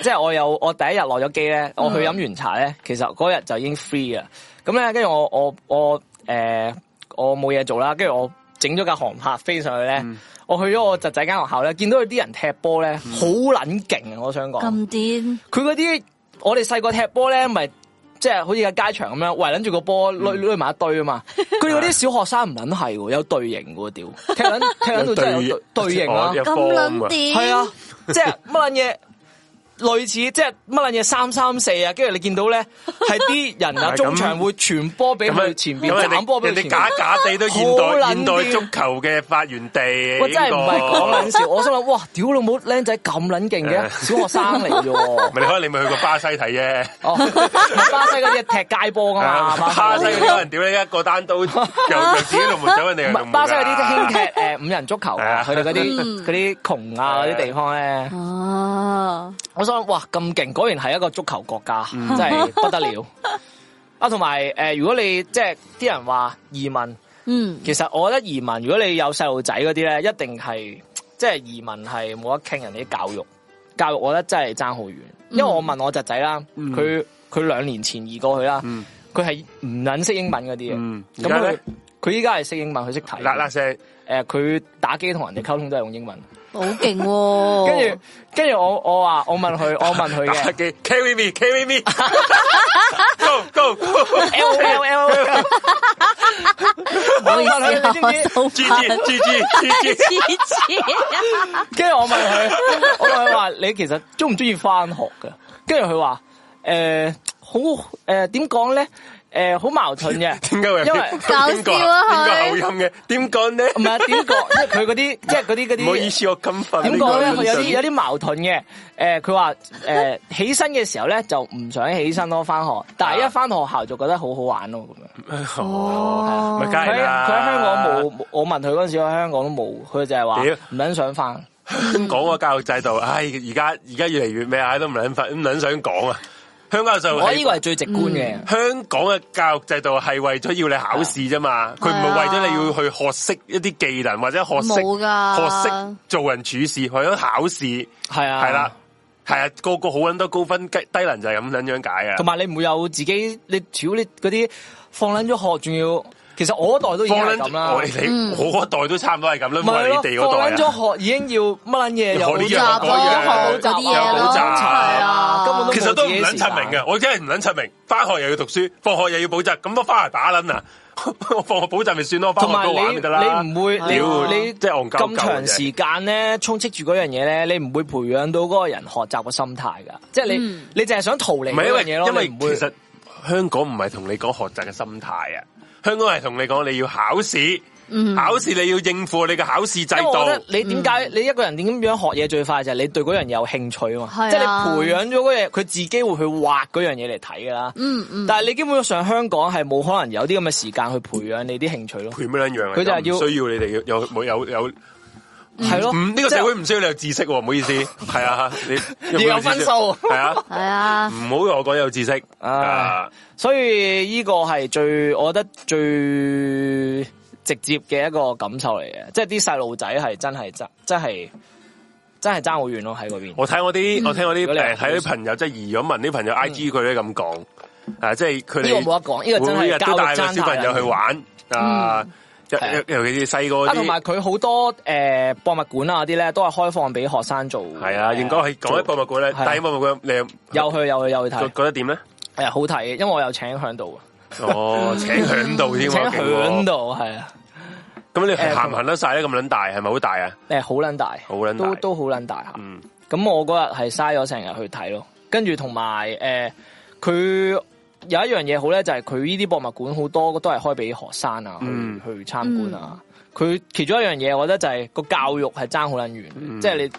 即系我有我第一日落咗機咧，我去飲完茶咧，其實嗰日就已經 free 嘅。咁咧，跟住我我我诶、我冇嘢做啦，跟住我整咗架航拍飛上去咧，我去咗我侄仔間學校咧，見到佢啲人踢波咧，好撚勁啊！我想講，咁癲，佢嗰啲我哋細個踢波咧，咪。即係好似喺街場咁樣，圍撚住個波，攣攣埋一堆啊嘛！佢哋嗰啲小學生唔撚係喎，有隊形喎，屌！踢撚踢撚到真係有隊隊形啦哦。有咁撚 form 啊癲，系啊，即系乜捻嘢，類似即係乜捻嘢三三四啊，跟住你見到咧係啲人啊，係咁中場會傳波俾咁佢啊前边，咁人哋斬波俾佢人前哋面假假地都現好代撚現代癲足球嘅發源地。我真係唔係講撚英笑，我心諗哇，屌老母，僆仔咁撚勁嘅，啊小學生嚟啫喎 國。咪你可能你咪去過巴西睇啫。啊哦，巴西嗰啲係踢街波噶嘛，巴西嗰啲可能屌你一 個單刀，又又自己龍門走人哋唔係嘅龍門㗎。巴西嗰啲即係興踢诶五人足球係啊啊，佢哋嗰啲嗰啲窮啊嗰啲地方咧，哦，我想諗哇咁勁，果然係一個足球國家，嗯真係不得 了。啊，同埋诶，如果你即係啲人話移民，嗯，其實我覺得移民如果你有細路仔嗰啲咧，一定係即係移民係冇得傾人哋啲教育，教育我覺得真係爭好遠。因嗯為我問我侄仔啦，佢佢兩年前移過去啦，佢係唔撚識英文嗰啲嘅嗯，咁而家佢咧佢依家係識英文，佢識睇，嗱嗱聲，誒佢打機同人哋溝通都係用英文，好勁 喎！跟住跟住我我話我問佢我問佢嘅 哦 打。機 carry me，carry me，go go go。 L L L，唔好意思你啊知，我唔知收，G 翻 G。G G G G，黐線跟住我問佢，我問佢話你其實中唔中意翻學噶？跟住佢話誒好誒點講咧？誒好矛盾嘅，點解會有因為邊個搞笑啊佢邊個口音嘅？點講呢唔？係啊點講？即係佢嗰啲，即係嗰啲嗰唔好啲意。思，啊我咁瞓。點講咧？佢有啲有啲啲矛盾嘅。誒、佢話誒起身嘅時候咧就唔想起身咯，翻學。但啊係一翻學校就覺得好好玩咯，咁樣。哦，咪梗佢係喺啦。佢喺香港 冇，冇我問佢嗰陣時，佢喺香港都冇。佢就係話屌唔撚想翻。香港個教育制度，唉，而家而家越嚟越咩啊？都唔撚瞓，唔撚想講啊！香港就我呢個係最直觀嗯嘅。香港嘅教育制度係為咗要你考試啫嘛，佢唔係為咗你要去學識一啲技能或者學識冇㗎學識做人處事，為咗考試係啊，係啦，係啊，個個好撚多高分低低能就係咁撚樣解啊同。埋你唔會有自己，你屌你嗰啲放撚咗學，仲要其實我嗰代都已經放係撚咁啦我，你我嗰代都差唔多係咁啦，唔冇話係你咯哋嗰放代啊撚。咗學已經要乜撚嘢學又呢樣樣嗰樣學嗰啲嘢咯補習係啊根本都其實都唔捻撚出明嘅，我真係唔撚出明。翻學又要讀書，放學又要補習，咁我翻嚟打撚啊！ 我放學補習咪算咯，翻同學埋都玩咪得啦。你你唔會你屌你真係戇鳩鳩咁嘅長時間咧，充斥住嗰樣嘢咧，你唔會培養到嗰個人學習嘅心態㗎，即係你嗯你淨係想逃離唔係嗰樣因嘢為咯，因為你唔會其實香港唔係同你講學習嘅心態啊，香港係同你講你要考試，考試你要應付你嘅考試制嗯因為我覺得度。你點解嗯你一個人點樣學嘢最快就係你對嗰樣嘢有興趣啊係嘛，啊即係你培養咗嗰樣，佢自己會去畫嗰樣嘢嚟睇噶啦。嗯嗯，但係你基本上香港係冇可能有啲咁嘅時間去培養你啲興趣咯，佢咩撚樣啊？佢就係又唔要需要你哋有冇有有嗯係咯，唔嗯呢個社會即唔需要你有知識喎，唔好意思，係啊， 你要有分數係啊，係啊唔，好同我講有知識唉啊。係所以呢個係最我覺得最直接嘅一個感受嚟嘅，即係啲細路仔係真係真真係真係爭好遠咯喺嗰邊。我睇我啲，我聽我啲如果你係誒睇啲朋友，即係移咗民啲朋友 I G 佢咧咁講，啊，即係佢嗯呢個冇哋得講，呢個真每係日教都育帶個爭小朋友去太遠玩啊，係尤啊尤其是細個啊，同啲埋，佢好多诶博物館啊啲咧，都係開放俾學生做。係啊，呃應該係講起做博物館咧，係啊但係博物館你有有去有去有去覺睇，覺得點咧？係哎好睇嘅，因為我有請響度啊，哦， 請響度添請喎，勁響喎度係啊，咁你誒行唔行得晒咧？咁撚大係咪好大啊？诶好撚大，好撚大都都好撚大下。嗯，咁我嗰日係嘥咗成日去睇咯，跟住同埋誒佢有一樣嘢好咧，就係佢呢啲博物館好多都係開俾學生啊去、嗯去參觀啊。佢、其中一樣嘢，我覺得就係個教育係爭好撚遠，嗯即係你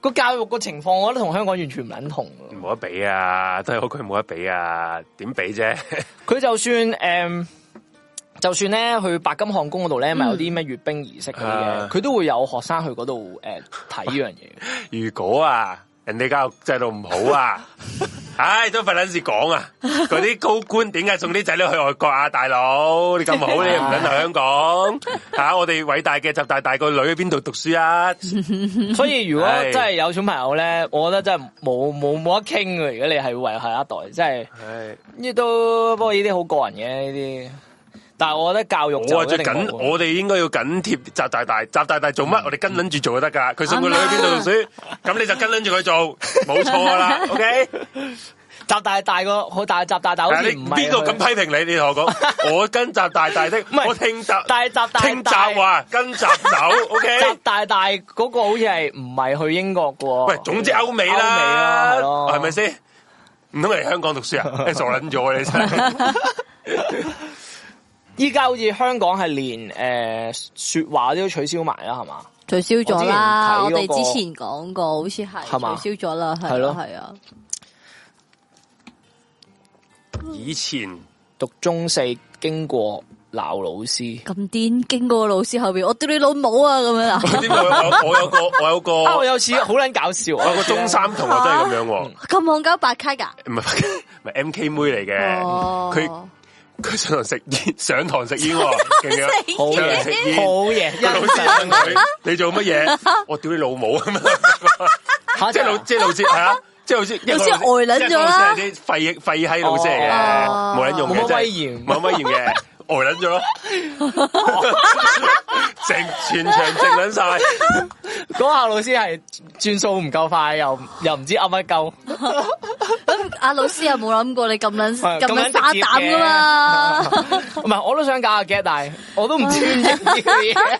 個教育個情況，我覺得同香港完全唔撚同㗎。冇得比啊，都係好佢冇得比啊，點比啫？ 佢就算誒、嗯就算咧去白金漢宮嗰度咧，咪有啲咩閱兵儀式嗰啲嘅，嗯啊佢、都會有學生去嗰度誒睇呢樣嘢。 如果啊，人哋教育制度唔 好啊，唉，都費撚事講啊！嗰啲高官點解送啲仔女去外國啊？大佬，你咁好，你唔撚嚟 香港吓、啊我哋偉大嘅習大大個女喺邊度讀 書啊？所以如果唉真係有小朋友咧，我覺得真係冇冇冇得傾嘅。如果你係為下一代，真係唉，呢都不過呢啲好個人嘅呢啲。但係我覺得教育我就啊一最定緊，冇我哋應該要緊貼習大大。習大大做乜，我哋跟撚住做就得㗎。佢送個女去邊度讀書，咁你就跟撚住 佢做，冇錯㗎啦。OK，習大大個好大習大大好但似係唔你係邊個咁佢？批評你？你 同我講，我跟習大大的，係我聽習。但係習大聽大習話跟習走習 ，OK。大大嗰個好似係唔係去英國嘅喎？喂，總之歐美歐啦，美咯，係咯，係咪？先？唔通嚟香港 讀書啊？你傻撚咗啊你真係！依家好似香港係連誒説話都取消埋啦，係嘛？取消咗啦，我我之前睇哋嗰個之前講過，好似係嘛係取消咗啦，係係咯咯，係啊，以前讀中四經過鬧老師。咁癲，經過個老師後邊，我屌你老母啊，咁樣 啊，點解我有我有個我有個啊！我我有次好撚搞笑，啊有個中三同學真係咁樣喎，咁戇鳩白卡噶，唔係唔係 M K 妹嚟嘅，哦，佢佢上堂食煙， 上堂食煙喎，勁嘅，好上嘢堂食煙，好嘢，個老欣師問賞佢你做乜嘢？我屌你老母啊咁樣。嚇即係老即係老師係啊，即係老師一個老師呆一撚咗啦個老師係啲廢廢閪老師嚟嘅，哦冇撚用嘅，冇乜即係威嚴冇乜威嚴嘅，呆撚咗咯，成全場靜撚晒，嗰下老師係轉數唔夠快，又又唔知噏乜鳩，阿老師又冇諗過你咁撚 係咁咁撚撚直花接膽噶嘛， 唔係我都想搞下 g 但係我都唔知唔知 嘅嘢，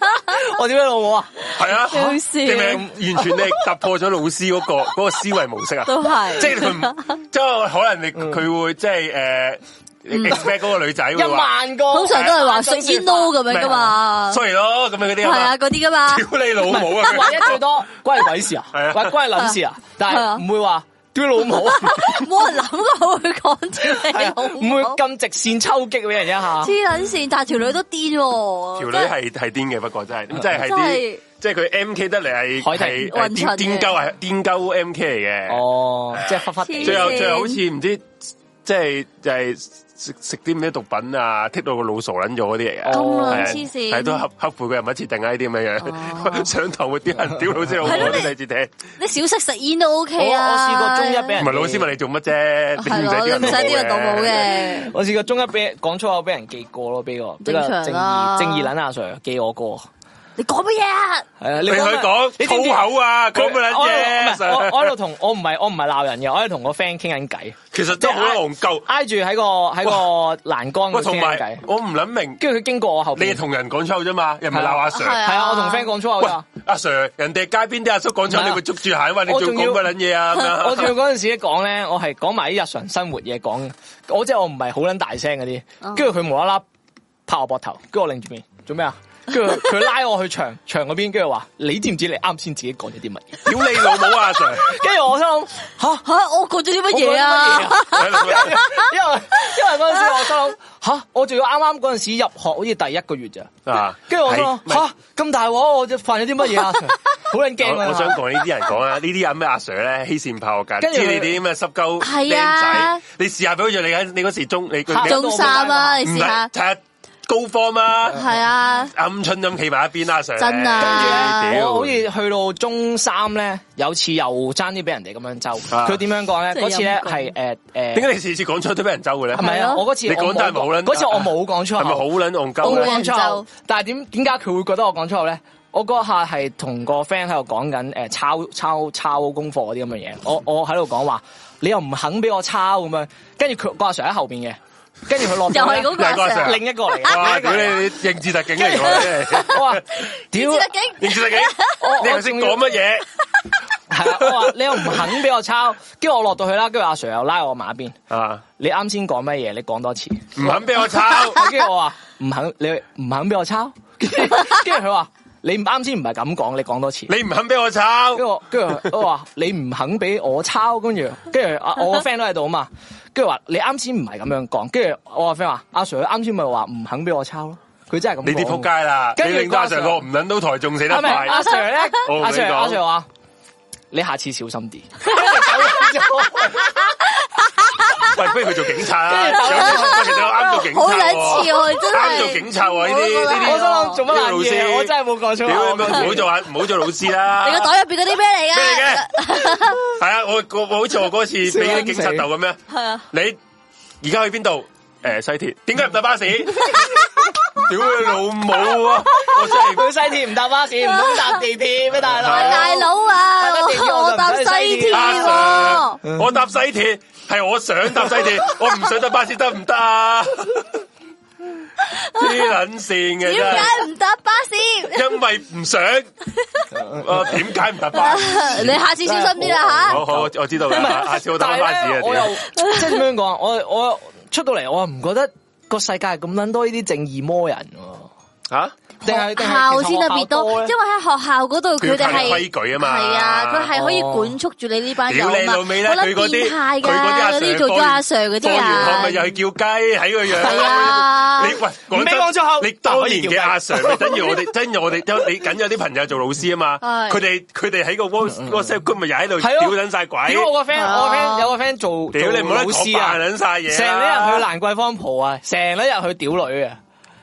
我點樣老母啊？係啊，好笑你咪完全你突破咗老師嗰個嗰個思維模式啊！都係即係佢唔，即係可能你佢會即係誒 expect 嗰個女仔一會話萬個，啊通常都係話食煙咯咁樣噶嘛， sorry 咯咁樣嗰啲係啊啊嘛，嗰啲噶嘛，屌你老母 啊！或者最 多關你鬼事啊， 係啊或者關你撚事啊，但係啊係唔會話屌你老母 啊，冇人諗過會講係啊屌唔你會老母，咁直線抽擊俾人一下黐。撚線，但係條女都癲喎，條女真係係係癲嘅，不過真係咁，真係係真啲係，即係佢 M K 得嚟係海豚係係混癲癲鳩混嘅係癲鳩 M K 嚟嘅。哦，即係忽忽黐地最後線最後好似唔知即係就係食食啲咩毒品啊，剔到個腦傻撚咗嗰啲嚟嘅。哦咁係撚啊黐線，係都合合乎佢人物設定啊！呢啲咁嘅樣， 哦上堂會屌人屌老師老母係咯啲你細節聽，你小息食煙都 OK 我我試啊！過中一俾人唔係老師問你做乜啫，你係唔咯，使你唔使啲啲人人老老母母嘅。嘅，我試過中一俾講粗口俾人記過咯，俾個俾個正常啊正義啦正義撚阿 Sir 記我過，你講乜嘢啊？係啊，你你同佢講你知唔知粗口啊，佢講乜我喺撚度唔係我嘢？我喺度同我唔係我唔係鬧人嘅，我喺度同個 friend 傾緊偈，其實真係好撚戇鳩。挨住喺個喺個欄杆度喂，傾同緊埋偈，我唔撚明，跟住佢經過我後你係邊，係同人講粗啫嘛，又唔係鬧阿 Sir。啊，我同 friend 講粗口喂㗎，，阿 Sir，人哋街邊啲阿叔講唔係啊咗，你會捉住下嘛？你我仲仲要講乜撚嘢啊？咁 樣我仲要嗰陣時講咧，我係講埋啲日常生活嘢講嘅，我即係我唔係好撚大聲嗰哦啲，跟住佢無啦啦拍我膊頭，跟住我擰住面做咩啊？跟住 佢佢拉我去牆牆嗰邊，跟住話你知唔知你啱先自己講咗 啲乜嘢？屌你老母啊阿 Sir！跟住我心諗吓。吓，我講咗啲乜我講緊嘢乜嘢啊？ 因為因為嗰陣時我心諗吓，我仲要啱啱嗰陣時入學，好似第一個月咋，啊，跟住我心諗係唔係吓咁大鑊，我就犯咗啲乜嘢 啊？好撚驚我啊！我想講呢啲人講啊，呢啲有咩阿 Sir 咧欺善怕惡㗎，跟住知佢你啲咩濕鳩僆係啊仔，你試下俾佢做你喺你嗰時中你佢嚇你到中三啊，你唔試係下睇下高 form 啊，系啊，暗春咁企埋一邊啦，Sir。真我好跟住啊屌，似去到中三咧，有次又爭啲俾人哋咁樣周。啊佢點樣講咧？真係嗰次咧陰公係诶诶，點解你次次講出都俾人周嘅咧？係咪係啊？咯我嗰次你我講得係冇撚嗰次我冇講出係口，咪好撚戇我鳩啊冇咧？講粗口就，但係點點解佢會覺得我講粗口咧？我嗰下係同個 friend 喺度講緊誒抄抄抄功課嗰啲咁嘅嘢，我我喺度講話，你又唔肯俾我抄咁樣，跟住佢個阿 Sir 喺後邊嘅，跟住佢落又台係嗰個阿又係嗰個阿 Sir Sir 另一 個啊嚟嘅，另哇！一個屌嚟嘅你，應字特警嚟喎 真係，我 話屌，啊知得景應字特警，我你頭先講乜嘢？係啊，我話你又唔肯俾我抄，跟住我落到去啦，跟住阿 Sir 又拉我埋一邊，啊！你啱先講乜嘢？你講多次。唔肯俾我 抄，跟住我話唔肯，你唔肯俾我抄，跟住跟住佢話你啱先唔係咁講，你講多次。你唔肯俾我抄跟，住我，跟住我話你唔肯俾我抄，跟住跟住啊我個 friend 都喺度啊嘛，跟住話你啱先唔係咁樣講，跟住我個 friend 話阿 Sir 啱先咪話唔肯俾我抄咯，佢真係咁講。你啲仆街啦！你跟住令到阿嗰個 Sir 時候我唔捻到台，仲死啊，得唔係快。阿 Sir 咧，我同阿你 Sir 講阿 Sir 話你下次小心啲。跟住走咗喂，不如佢做警察啊！跟住就有其實我啱做警察好喎，兩次 喎，真啱做係。警察喎！呢啲呢 我啲心諗做乜呢個爛哎老嘢？師我真係冇講錯。屌我你媽唔好做啊！唔好做老師啦！你個袋入边嗰啲咩嚟咩嚟㗎？嘅？係啊，我我我好似我嗰次俾啲警察鬥咁樣。係啊，你而家去邊度？诶，呃西鐵點解唔搭巴士？ 屌你老母啊！我真係去西鐵唔搭巴士，唔通搭地鐵咩大佬？係大佬啊，我搭地鐵我就唔使我我搭西鐵阿喎。 Sir，我搭西鐵係我想搭西鐵，我唔想搭巴士得唔得 啊？黐撚線嘅啊點真係，解唔搭巴士？ 因為唔 想，我點解唔搭巴士？你下次小心啲啦 好好，我我知道啦，下次我搭但係翻巴士咧啊，我屌又即係點樣講啊？我我出到嚟，我唔覺得個世界係咁撚多呢啲正義魔人喎，嚇！定係吓，學定校係其實先學特校別多，多因咧為喺學校嗰度佢佢有哋係規矩啊嘛係啊，佢係可以哦管束住你呢班友屌你啊嘛。老我味啦！佢諗嗰啲變態佢嗰啲㗎，阿嗰 Sir 啲做咗阿 Sir 嗰啲放完學咪人又。係叫雞睇個樣。啊係啊你喂，講唔俾講粗口真，你當年嘅阿 Sir 咪等於我 哋，真係我哋有你緊有啲朋友做老師啊嘛。係佢哋佢哋喺個 Whats- WhatsApp group 咪又喺度嗯係咯屌撚晒鬼。屌我個 friend，啊我個 friend 有個 friend 做哎屌你做冇老得師講啊扮，撚晒嘢啊。成日去蘭桂坊蒲啊，成日去屌女啊，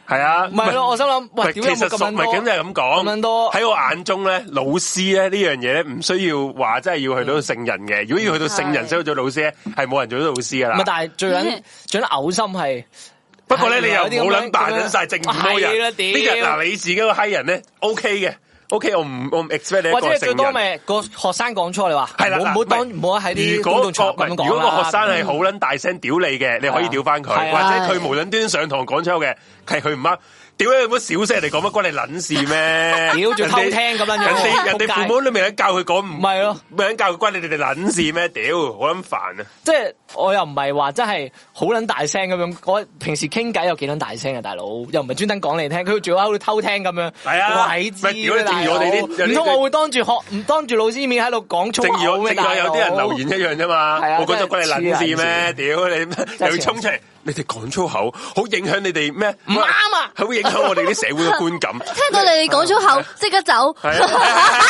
係啊，唔係咯？我心諗，唔係喂，屌有其冇實咁熟撚咪咁就多？係咁講，咁樣多喺我眼中咧，老師咧呢樣嘢咧，唔需要話真係要去到聖人嘅。如果要去到聖人係先去做老師咧，係冇人做到老師噶唔係，啦。但係最撚 咩最撚嘔心係。不過係咧，啊你又有啲咁冇樣啊撚扮緊晒正義魔係啦人。屌呢日嗱，你自己個閪人咧，OK 嘅，OK，我唔我唔 expect 你一或者個你最多聖人。咪個學生講錯你話，係啦，唔好嗱唔好當係唔好喺啲如果公眾場合個咁講啦嗯如果個學生係好撚大聲屌你嘅，你可以屌翻佢，係或啊者佢無撚端上堂講粗口嘅，係佢唔啱。屌你，冇小聲嚟講乜關你撚事咩？ 屌仲偷聽咁撚樣人哋人仆街哋父母都未撚教佢講唔唔係咯，未撚教佢關你哋撚事咩？屌，我諗煩啊！即係我又唔係話真係好撚大聲咁樣，我平時傾偈有幾撚大聲啊，大佬又唔係專登講你聽，佢仲要喺度偷聽咁樣，係啊鬼知咪屌你咩大正如我哋啲佬有啲唔通我會當住學唔當住老師面喺度講粗正如口我咩？正大話有佬啲人留言一樣啫係嘛，啊我覺得關你撚事咩？屌黐撚線你又要衝出嚟，你哋講粗口，好影響你哋咩？唔唔啱啊好影響我哋啲社會嘅觀感。聽到你哋講粗口，即刻走。係啊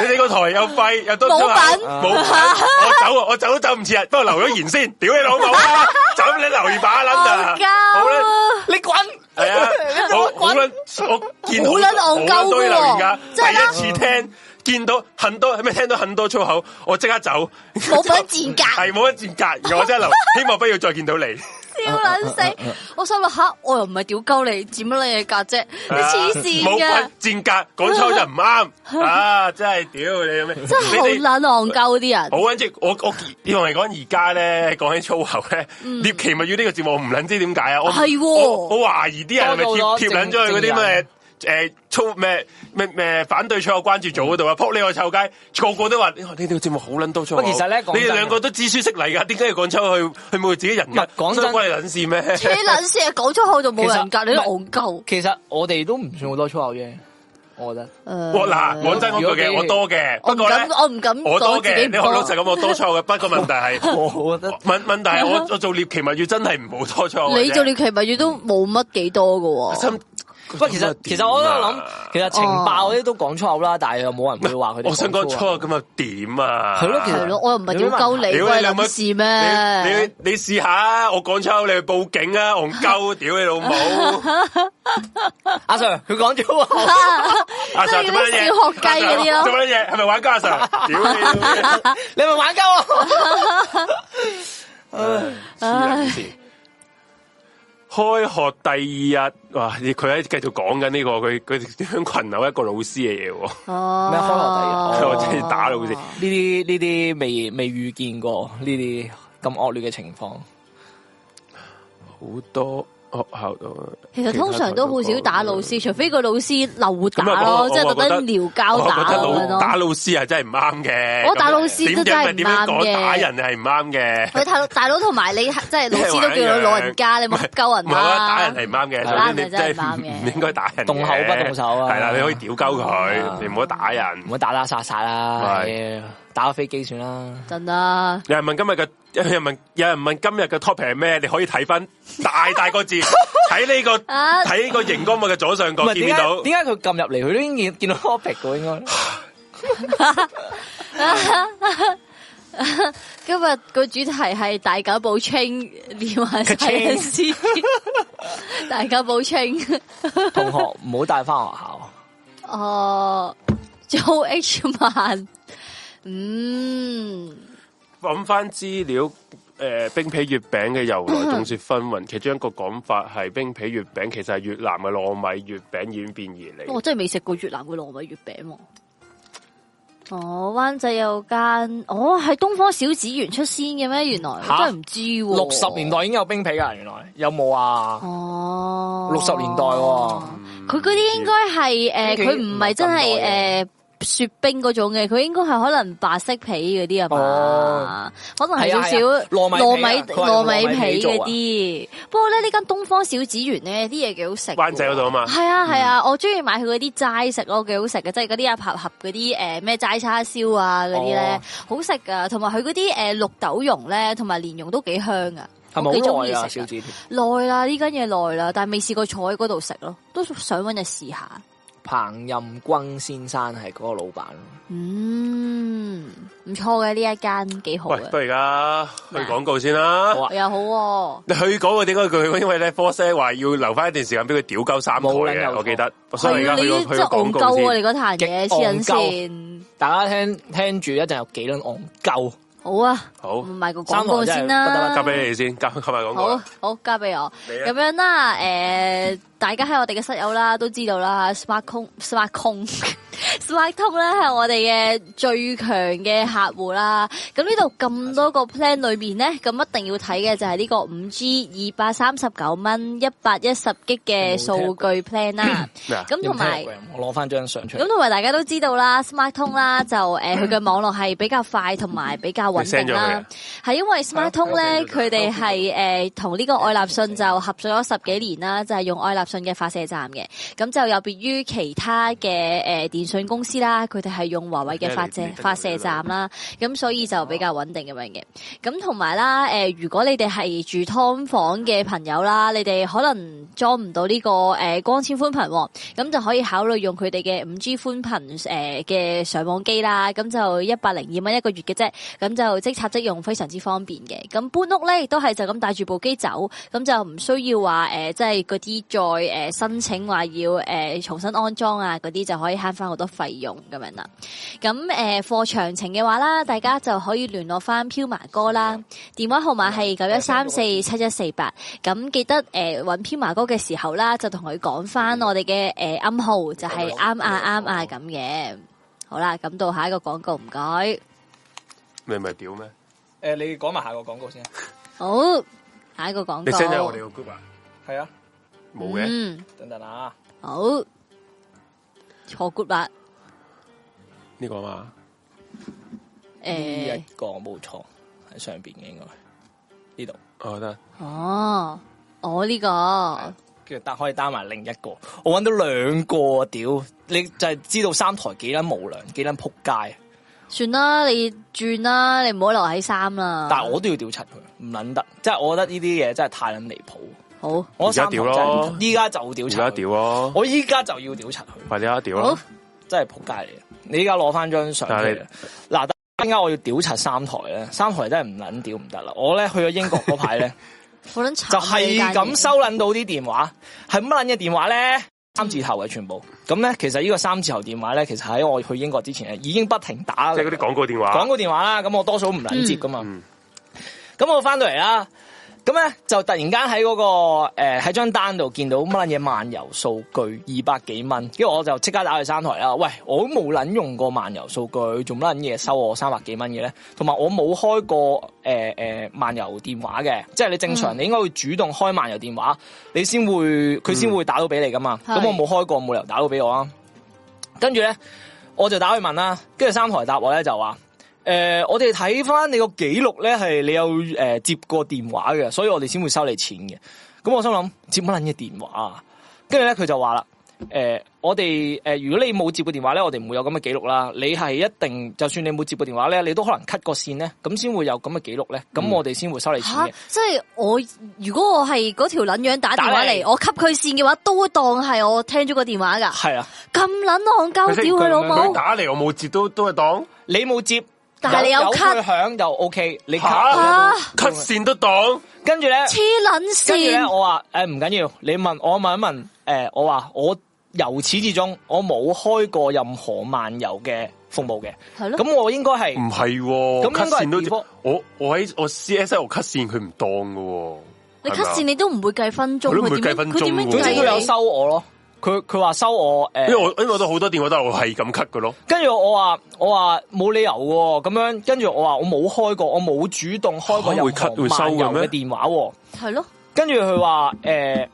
你哋個台又廢又多冇粗口品冇品我走啊，我走都走唔切啊，不過留咗言先，屌你老母啊！ 走你留言把撚啊戇鳩，好啦。 你滾，系啊，我好撚，我見好好撚戇鳩㗎喎好多留言噶，真係啦第一次聽見到很多咩，聽到很多粗口，我即刻走，冇品賤格係冇乜賤格，我真係 留，希望不要再見到你。笑撚啊死！我心諗吓，我又唔係屌鳩你，佔乜你嘅格啫？你黐線冇嘅，品賤格，講粗就唔 啱啊！真係屌你咩？真係好你哋撚戇鳩啲人好。撚即我我以同你講而家咧講起粗口 咧，獵奇物語呢個節目我唔撚知點解啊！我嗯係喎我我懷疑啲人係咪多咗貼貼撚咗去嗰正啲咩誒粗咩咩咩反對粗口關注組嗰度啊！撲你個臭街，個個都話哎你哋個節目好撚多粗口。喂其實呢講你真哋啊兩個都知書識禮㗎，點解要講粗口去去侮辱自己人格？唔係講真所以關你撚事咩？你撚事啊！講粗口就冇人格，其實你都戇鳩。其實我哋都唔算好多粗口啫，我覺得。 我嗱我講真嗰句嘅，如果我多嘅，不我唔過咧敢，我唔敢我講多自己嘅，唔你好老實多。咁，我多粗嘅。不過問題 係。我覺得問問題係我我做獵奇物語真係唔好多粗口嘅啫。嗯你做獵奇物語都冇乜幾多嘅喎。心喂，其實其實我都啊諗，其實情報嗰啲都講粗口啦，但係又冇人會話佢哋。哦我想講粗口咁又點啊？係咯其實係咯，我又唔係屌鳩屌你，你關兩你蚊事你咩？你你試下啊，我講粗口你去報警啊，戇鳩，屌你老 母！ 阿 Sir 佢講粗口，阿 Sir 做乜嘢？小學雞嗰啲咯阿 Sir，做乜嘢？係咪玩家阿 Sir？屌你老母！你咪玩鳩啊我。唉黐人線！開學第二日，哇！佢喺繼續講緊呢個，佢佢點樣群毆一個老師嘅嘢喎？哦咩開學第二啊我真係 打老師。呢啲呢啲未未遇見過呢啲咁惡劣嘅情況，好多學校度，其實通常都好少打老師，除非個老師流活打咁啊我咯，即係我特登覺得撩交我打覺得咁樣老打咯。老師係真係唔啱嘅。我打老師都真係唔啱嘅點樣講打人係唔啱嘅。 佢大佬大佬同埋你，即係老師都叫你老人家，你冇恰 鳩人唔係我覺得啊打啦人。係唔啱嘅，打首人先你係真係真唔係啱唔嘅唔應該打人嘅。動口不動手啊係啦，你可以屌鳩啊佢，你唔好打人唔。好打打殺殺啦，係打個飛機算啦。真啊啦，有人問今日嘅，有人問，有人問今日嘅 topic 係咩？你可以睇翻大大 個字，睇呢、個啊睇呢個熒光幕嘅左上唔角係見唔點見到解？點解佢撳入嚟，佢都已經見 見到 topic 嘅應該。 今日個主題係大久保清連埋晒嘅司機， 大久保清同學唔好帶翻學校， 哦，Jo H 曼，嗯，揾翻資料，诶、冰皮月餅嘅由 來眾說紛紜，其中一個講法係冰皮月餅其實係越南嘅糯米月餅演變而嚟我。真係未食過越南嘅糯米月餅喎。哦，灣仔有間，哦係東方小子園出先嘅咩？原來我嚇真係唔知喎。六十年代已經有冰皮噶，原來有冇啊？哦， 60年代喎嗯佢嗰啲應該係诶，幾佢唔係唔係咁真係耐诶。誒雪冰嗰種嘅，佢應該係可能白色皮嗰啲啊嘛哦，可能係係少啊少係啊糯米皮啊佢糯米話用糯米糯米皮皮做嗰啊啲。不過咧，呢間東方小子園咧啲嘢幾好食喎。灣仔嗰度啊嘛，係啊係嗯啊，我中意買佢嗰啲齋食咯，幾好食嘅，即係嗰啲阿ผั盒嗰啲诶咩齋叉燒啊嗰啲咧哦，好食噶，同埋佢嗰啲诶綠豆蓉咧，同埋蓮蓉都幾香噶，係我幾咪好中耐意食啊？㗎小子，耐啦，呢間嘢耐啦，但係未試過坐喺嗰度食咯，都想搵日試下。彭任君先生係嗰個老闆，嗯，唔錯嘅呢一間幾好喂，不嘅，如而家去廣告先啦好。啊又好喎。你去廣告點解佢？因為咧科 s 話要留翻一段時間俾佢屌鳩三台冇撚有嘅，錯我記得。所以係而啊，家你去個真去個係廣戇告鳩啊！先。你嗰壇嘢極黐緊戇鳩線，大家聽聽住一陣有幾撚戇鳩，好啊，好我，賣個廣告三號先真係不得啦不。交俾你哋先，交交埋廣告好啊啦。好交俾我，啊你啊咁樣啦，诶、大家喺我哋嘅室友啦，都知道啦，smart 通 smart 通 smart 通咧係我哋嘅最強嘅客戶啦。咁呢度咁多個 plan 裏面咧，咁一定要睇嘅就係呢個五 G 二百三十九蚊一百一十 G 嘅數據 plan 啦。嗱咁同埋。用 Telegram，我攞翻張相出嚟咁。同埋大家都知道啦，Smart 通啦 就誒佢嘅網絡係比較快同埋比較穩你 send 咗定啦佢啊，係因為 Smart 通咧係啊佢哋係誒同呢個愛立信就合作咗十幾年啦，就係、用愛立信嘅發射站嘅，咁就有別於其他嘅誒、呃、電信公司啦，佢哋係用華為嘅發射你你得發射站啦，咁所以就比較穩定咁樣嘅。咁同埋啦，誒、如果你哋係住劏房嘅朋友啦，你哋可能裝唔到呢、個誒、呃光纖寬頻喎，咁就可以考慮用佢哋嘅五 G 寬頻誒嘅上網機啦，咁就一百零二蚊一個月嘅啫，咁就即插即用，非常之方便嘅。咁搬屋咧亦都係就咁帶住部機走，咁就唔需要話誒、呃即係嗰啲再誒、呃申請話要誒、呃重新安裝啊嗰啲，就可以慳翻好多費用咁樣啦。咁誒貨詳情嘅話啦，大家就可以聯絡翻飄麻哥啦，電話號碼係啊九一三四七一四八。咁記得誒揾飄麻哥嘅時候啦，就同佢講翻我哋嘅誒暗號，就嗯係啱啊啱啊咁嘅。好啦，咁到下一個廣告，唔該。你咪屌咩？誒，你講埋下個廣告先。好，下一個廣告。你 send 咗我哋個 group 啊？係啊，冇嘅。嗯，等等啊，好，錯 good 啦。呢個嘛，呢一誒，個冇錯喺上邊嘅應該呢度，我覺得哦，我呢個跟住搭可以搭埋另一個。我揾到兩個啊！屌，你就係知道三台幾撚無良，幾撚撲街。啊算啦，你轉啦，你唔好留喺三啦。但係我都要屌柒佢，唔撚得。即係我覺得呢啲嘢真係太撚離譜。好，我而家三屌頭真咯係依家就屌而柒家佢屌咯，我依家就要屌柒佢，快啲啊屌好咯，，真係仆街嚟嘅。你依家攞翻張相出嚟，嗱，點解我要屌柒三台咧？三台真係唔撚屌唔得啦！我咧去咗英國嗰排咧，好撚慘就啊呢係單嘢咁收撚到啲電話，係乜撚嘅電話咧？三字頭嘅全部。咁咧，其實呢個三字頭電話咧，其實喺我去英國之前咧，已經不停打即係嗰啲廣告電廣話，告電話啦。咁我多數唔撚接噶嘛。嗯，咁我翻到嚟啦，咁咧就突然間喺嗰個誒喺張單度見到乜撚嘢漫遊數據二百幾蚊，跟住我就即刻打去三台啦。喂，我都冇撚用過漫遊數據，做乜撚嘢收我三百幾蚊嘅咧？同埋我冇開過誒誒、呃漫遊電話嘅，即係你正常你應該會主動開漫遊電話，你先會佢先會打到俾你噶嘛。咁、係我冇開過，冇理由打到俾我啊。跟住咧，我就打去問啦，跟住三台答我咧就話。诶、我哋睇翻你個記錄咧，係你有诶、呃接過電話嘅，所以我哋先會收你錢嘅。咁我心諗接乜撚嘅電話啊？跟住咧佢就話啦，诶、我哋诶、呃如果你冇接過電話咧，我哋唔會有咁嘅記錄啦。你係一定，就算你冇接過電話咧，你都可能 cut 個線咧，咁先會有咁嘅記錄咧，咁我哋先會收你錢吓嘅。，即係我如果我係嗰條撚樣打電話打嚟嚟，我吸佢線嘅話，都會當係我聽咗個電話㗎。係啊，咁撚戇鳩，屌佢老佢母！打嚟我冇接都都係當你冇接，但係你有有 cut 佢響就 OK，你 cut 嚇佢都，cut 線都當，跟住咧。黐撚跟住咧，線，我話诶唔緊要，你問我問一問，诶、我話我由始至終我冇開過任何漫遊嘅服務嘅，係咯，咁我應該係唔係喎咁，cut 應該係線都接 default 我我喺我 C S L cut 線佢唔當嘅喎，你係 cut 咪啊線你都唔會計分鐘，佢都唔會佢點計分樣鐘佢點樣喎總之計佢有你？收我咯，佢佢話收我诶。因為我因為我都好多電話都係我係咁 cut 嘅咯，跟住我話我話冇理由喎，咁樣跟住我話我冇開過，我冇主動開過嚇會任 cut- 何會收嘅漫咩遊嘅電話喎。係咯，跟住佢話呃诶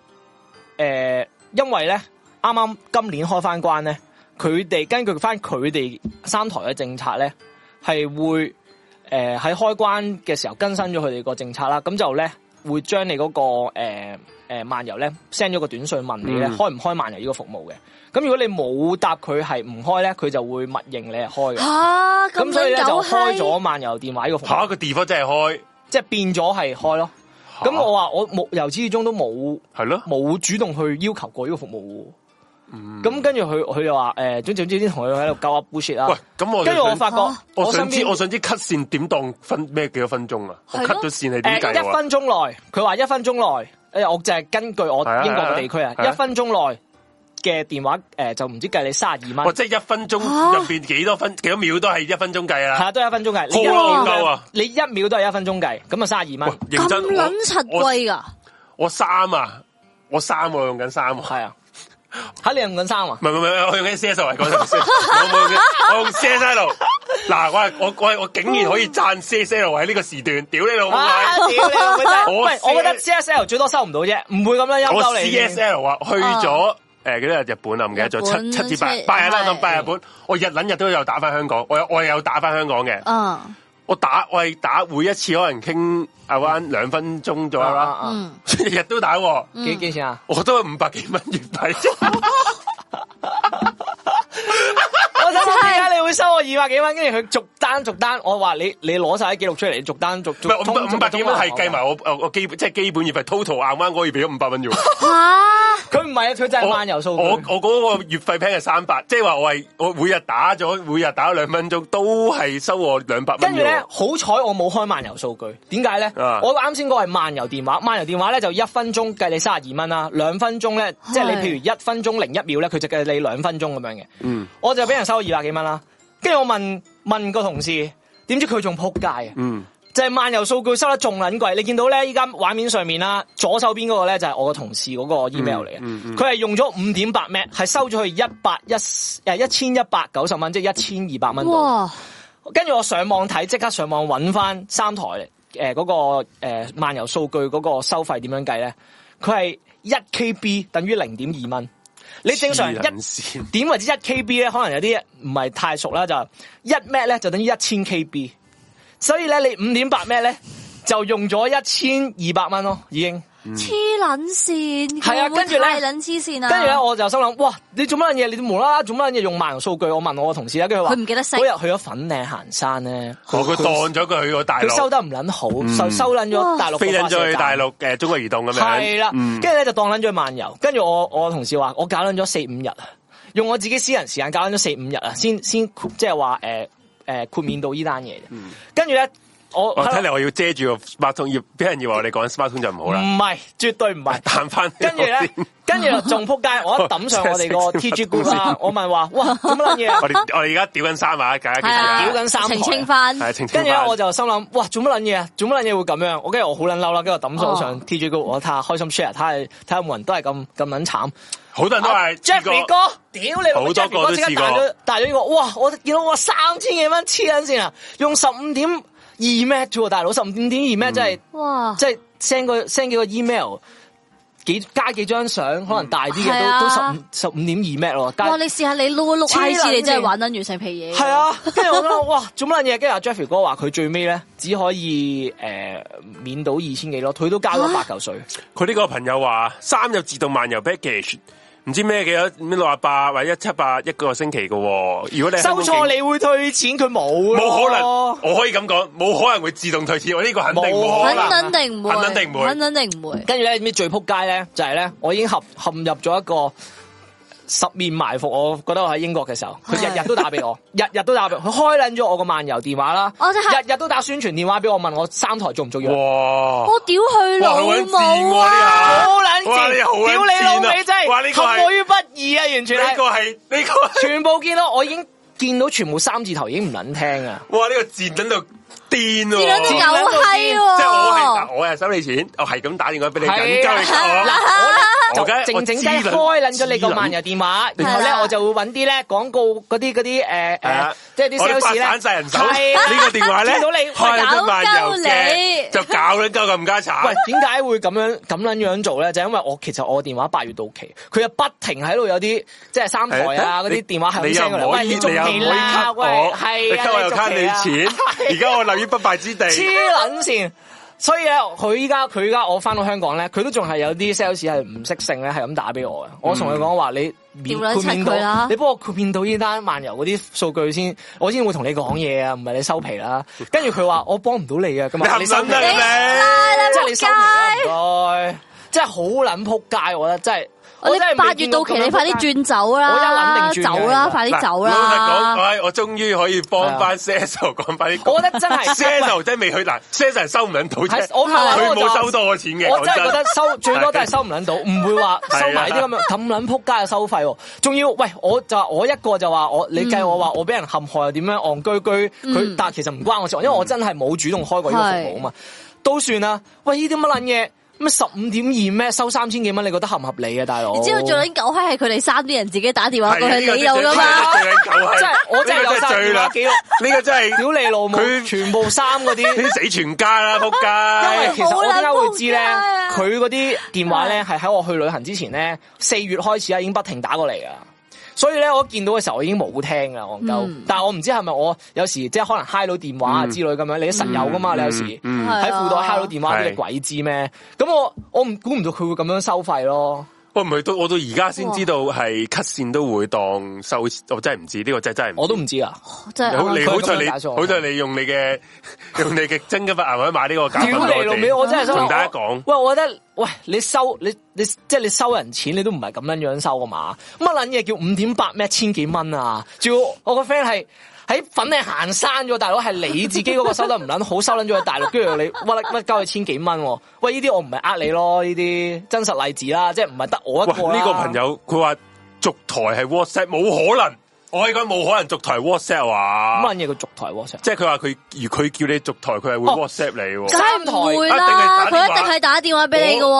诶，因為咧啱啱今年開翻關咧，佢哋根據翻佢哋三台嘅政策咧，係會诶喺、開關嘅時候更新咗佢哋個政策啦，咁就咧會將你嗰、個诶诶、呃漫遊咧 send 咗個短信問你咧、嗯開唔開漫遊呢個服務嘅，咁如果你冇答佢係唔開咧，佢就會默認你係開嘅。吓咁咁所以咧撚就狗開閪，咗漫遊電話呢個服務，嚇個 default 真係開，即係變咗係開咯。嚇咁我話我冇由始至終都冇係咯，冇主動去要求過呢個服務嗯喎。咁跟住佢佢就話誒，總總之先同佢喺度交下 bullshit 喂啦。，咁我就跟住我想發覺啊我身想知，我邊想知 cut 線點當分咩幾多分鐘啊？我係 cut 咯咗線係誒點計一啊？分鐘內，佢話一分鐘內，誒我就係根據我係啊英國嘅地區啊，係啊一分鐘內嘅電話誒就唔知計你三十二哇！蚊，即係一分鐘啊入邊幾多分幾多秒都係一分鐘計係啦。啊都係一分鐘計，你好一秒戇都鳩係啊！你一秒都係一分鐘計，咁啊三十二喂蚊，認咁真我撚柒我貴㗎，我三啊，我三我用緊三啊，係啊，嚇你用緊衫啊唔？係唔係唔係，我用緊 C S 嚟講頭先，我冇用緊我用 C S L。嗱，我係我我我竟然可以讚 C S L 喺呢個時段，屌你老母啊！啊！屌你老母真係我喂， C- 我覺得 CSL 最多收唔到啫，唔會咁樣陰我鳩你 C 嘅。 S L 啊，去咗誒幾多日日本啊？唔記得咗日本七七至八即係八日啦，係咁八日日本，我日撚日都有打翻香港，我有我有打翻香嗯港嘅。啊，我打我係打每一次可能傾阿灣兩分鐘左右啊啦，啊啊嗯，日日都打喎，嗯幾幾錢啊？我都係五百幾蚊月費 啫。 我想問點解你會收我二百幾蚊？跟住佢逐單逐單，我話你你攞晒啲記錄出嚟，你逐單逐唔逐係五通百五百幾蚊係計。逐個鐘埋我我我基本即係基本月費 total 硬彎我要俾咗五百 蚊啫喎。吓，佢唔係啊，佢就係我漫遊數據。我我嗰個月費 plan 係三百，即係話我係我每日打咗每日打咗兩分鐘都係收我兩百蚊跟住啫咧喎。，好彩我冇開漫遊數據。點解咧？啊我啱先嗰個係漫遊電話，漫遊電話咧就一分鐘計你三十二蚊啦，兩分鐘咧即係你係譬如一分鐘零一秒咧，佢就計你兩分鐘咁樣嘅。嗯我就俾人收咗二百幾蚊啦。跟住我問問個同事，點知佢仲撲街啊！嗯，就係漫遊數據收得仲撚貴。你見到咧，依家畫面上面啦，左手邊嗰個咧就係我個同事嗰個 email 嚟嘅，佢係、嗯嗯用咗五點八 m 係收咗佢一百一誒一千一百九十蚊，即係一千二百蚊度。哇，跟住我上網睇，即刻上網揾翻三台誒嗰、個、呃、漫遊數據嗰個收費點樣計咧？佢係一 KB 等於零點二蚊。你正常黐一撚線點或者一 KB 咧，可能有啲唔係太熟啦，就一 m 咧就等於一千 KB，所以咧你五點八 m 咧就用咗一千二百蚊咯，已經黐撚線，嗯係啊會唔會跟住呢太撚黐線啊啦。跟住咧，我就心諗，哇！你做乜嘢？你無啦啦做乜嘢？用萬用數據？我問我個同事啦，跟住話佢唔記得識嗰日去咗粉嶺行山咧，我佢當咗佢去咗大佢收陸，得唔撚好，嗯收收撚咗大陸飛個撚發射咗去站大陸誒中國移動咁樣，係啦，嗯跟住咧就當撚咗去漫遊，跟住我我同事話我搞撚咗四五日啊，用我自己私人時間搞撚咗四五日啊，先先豁即係話誒誒豁免到呢單嘢。跟住咧我嗯我睇哦嚟我要遮住個 smart 通，要俾人以為我哋講 smart 通就唔好啦，唔係絕對唔係。 彈翻嗯跟住咧，跟住就仲撲街， 我一抌上我哋個 T G group 啦，我問話哇做乜撚嘢啊 我？哋我哋而家屌緊三啊，大家記係啊，住屌緊三台澄清翻，啊，係澄清跟住咧返我就心諗，哇，做乜撚嘢啊？做乜撚嘢會咁樣？我跟住我好撚嬲啦，跟住我抌咗上 T G group，我睇下開心 share，睇下睇下有冇人都係咁咁撚慘。好多人都係 Jeffrey 啊哥，屌你老母好多 Jeffrey 個哥都即刻試過彈咗彈咗呢個，哇！我見到我三千幾蚊黐緊線啊，用十五點二 m 啫喎，大佬十五點點二 m 嗯真係哇！即係 send 個 send 幾個 email，幾加幾張相，可能大啲嘅係啊都都十五十五點二 m 咯，加哇！你試下你碌一碌黐 I 撚 G，你真係線玩撚完成皮嘢。係，啊，跟住我覺得哇，做乜撚嘢？跟住阿 Jeffrey 哥話佢最尾咧只可以誒、呃免到二千幾咯，佢都交咗八嚿水，佢呢個朋友話三有自動漫遊 package，唔知咩幾多咩六啊八或者一七八一個星期嘅喎。如果你喺香收港錯境你會退錢，佢冇冇可能，咯我可以咁講，冇可能會自動退錢。我呢個肯定冇可肯冇能。可肯定唔會，肯定唔會肯定唔會。跟住咧，咩最撲街咧？就係、咧，我已經陷陷入咗一個十面埋伏。我覺得我喺英國嘅時候，佢日日都打俾我， 日日都打俾我，佢開撚咗我個漫遊電話啦，我真係日日都打宣傳電話俾我，問我三台做唔做嘢。哇！我屌佢哦哇，老好撚賤母喎呢啊！下，好撚哇你好賤，撚屌你老味真賤啊哇呢係個陷我係於不義啊！完全呢係，個係 呢個全部見到我已經見到全部三字頭已經唔撚聽啊！係，哇呢個賤等到癲你兩隻喎！狗啊閪喎！即係我係嗱，我係收你錢，我係咁打電話俾你，緊係交啊你我嗱，我我梗咧係就靜靜雞我知啦開撚咗你個知啦漫遊電話，然後咧係啦我就會揾啲咧廣告嗰啲嗰啲誒係誒啊，即係啲我哋 sales 發咧，散晒人手，呢 係啊個電話咧，見到你開咗漫遊喂嘅，就搞撚鳩咁家喂產。，點解會咁樣咁撚樣做咧？就因為我其實我電話八月到期，佢又不停喺度有啲即係三台啊係嗰啲電話響你又聲過嚟，唔可喂以，你你又續唔可期以啦，給喂我，係你啊，給我又卡你續期啦錢，而家我立於不敗之地。黐撚線。所以咧，佢依家佢依家我翻到香港咧，佢都仲係有啲 sales 係唔識性咧，係咁打俾我嘅。我同佢講話，你免屌撚豁免嗯柒佢啊啦到，你幫我豁免到呢單漫遊嗰啲數據先，我先會同你講嘢啊，唔係你收皮 啦。跟住佢話我幫唔到你啊，咁你啊，冚你收心皮得啦啦你，即係你收皮啊啦，唔該，真係好撚撲街，我覺得真係。我真係哋未八月見過到咁期，你樣快啲撲街轉走啦！我一撚定轉嘅走啦，其實快啲嗱走老實講，啦！唉我終於可以幫翻 Cecil 講翻啲啊我講。覺得真 係 Cecil 真係未去嗱，Cecil 收唔撚到啫係，我咪話佢咯我就冇收到我錢嘅。我真係講覺得 收最多都係收唔撚到，唔會話收埋啲咁係啊樣咁撚撲街嘅收費喎。仲要喂，我就話我一個就話我你計我嗯話我俾人陷害又點樣戇居居，佢但係其實唔關我事，因為嗯我真係冇主動開過呢個服務啊嘛。都算啦，喂呢啲乜撚嘢？咩十五點二咩收三千幾蚊？你覺得合唔合理啊，大佬？你知道最撚狗閪係佢哋三啲人自己打電話過去係你有噶嘛？呢個啊真係最撚狗閪真係我真係有晒呢個真係最電話啦，記錄，呢個真係屌你老母！佢全部衫嗰啲呢。啲死全家啦，因仆為街！哎其實我點解會知咧哎？好佢嗰啲電話咧係喺我去旅行之前咧，四月開始啊已經不停打過嚟噶。所以咧，我見到嘅時候，我已經冇聽啦，戇鳩。嗯但係我唔知係咪我有時即係可能 hi 到電話啊之類咁樣，你實有噶嘛？你有時嗯係啊喺褲袋 hi 到電話，你係鬼知咩？咁我我唔估唔到佢會咁樣收費咯。我唔係到我到而家先知道係 cut 線都會當收，我真係唔知呢個真係真係唔知我都唔知啊！真係好你啱佢好在咁樣你打錯好在你用你嘅 用你嘅真金白銀去買呢個假屌品俾你老我味，哋我真係想同大家講喂，我覺得喂，你收你你即係你收人錢，你都唔係咁樣樣收噶嘛？乜撚嘢叫五點八咩千幾蚊啊？仲要我個 friend 係喺粉嶺行山咗，大佬係你自己嗰個收得唔撚好，收撚咗去大陸，跟住你屈屈交佢千幾蚊喎？喂，呢啲我唔係呃你咯，呢啲真實例子啦，即係唔係得我一個哇！啦呢個朋友佢話續台係 WhatsApp 冇可能，我可以講冇可能續台 WhatsApp 乜話，撚嘢叫續台 WhatsApp？即係佢話佢如佢叫你續台，佢係會哦 WhatsApp 你喎。梗係唔會啦，一定係打電話佢一定係打電話俾你噶。我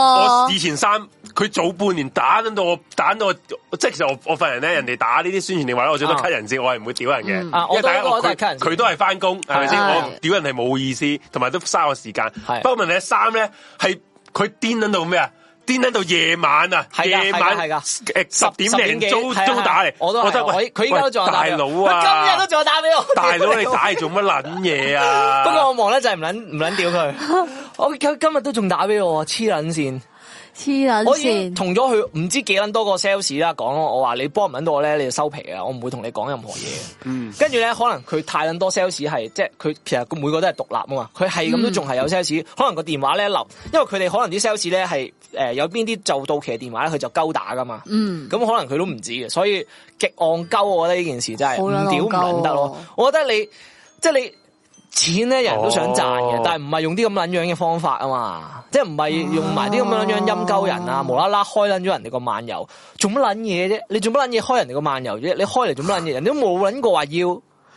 我喎。以前三，佢早半年打到我，打到我，即係其實我我份人咧，人哋打呢啲宣傳電話咧，我最多啊 cut 人先，我係唔會屌人嗯嘅。啊我因為都大家我都係佢 cut 人先佢都係翻工，係咪先？係我屌人係冇意思，同埋都嘥我時間。係不過問題係三咧，係佢癲撚到咩啊？癲撚到夜晚啊！係㗎夜晚係㗎誒十點零幾租係啊租打嚟，我都覺係得我喂佢依家都仲有打大俾我佬佢啊！今日都仲有打俾我，大佬你打嚟做乜撚嘢 啊？不過我忙咧就係唔捻唔捻屌佢，我佢今日都仲打俾我，黐捻線，黐撚我已經線，同咗佢唔知幾撚多個 sales 啦講咯，我話你幫唔撚到我咧，你就收皮啊！我唔會同你講任何嘢。跟住咧，可能佢太撚多 sales 係，即係佢其實每個都係獨立啊嘛，佢係咁都仲係嗯有 sales。可能個電話咧留，因為佢哋可能啲 sales 咧係誒有邊啲就到期嘅電話咧，佢就鳩打噶嘛。嗯，咁可能佢都唔知嘅，所以極戇鳩，我覺得呢件事真係好唔撚屌唔撚得戇鳩咯啊。我覺得你即係你錢咧，人人都想賺嘅，哦但係唔係用啲咁撚樣嘅方法啊嘛，即係唔係啊用埋啲咁撚樣陰鳩人嗯啊，無啦啦開撚咗人哋個漫遊，做乜撚嘢啫？你做乜撚嘢開人哋個漫遊啫？你開嚟做乜撚嘢？人哋都冇撚過話要，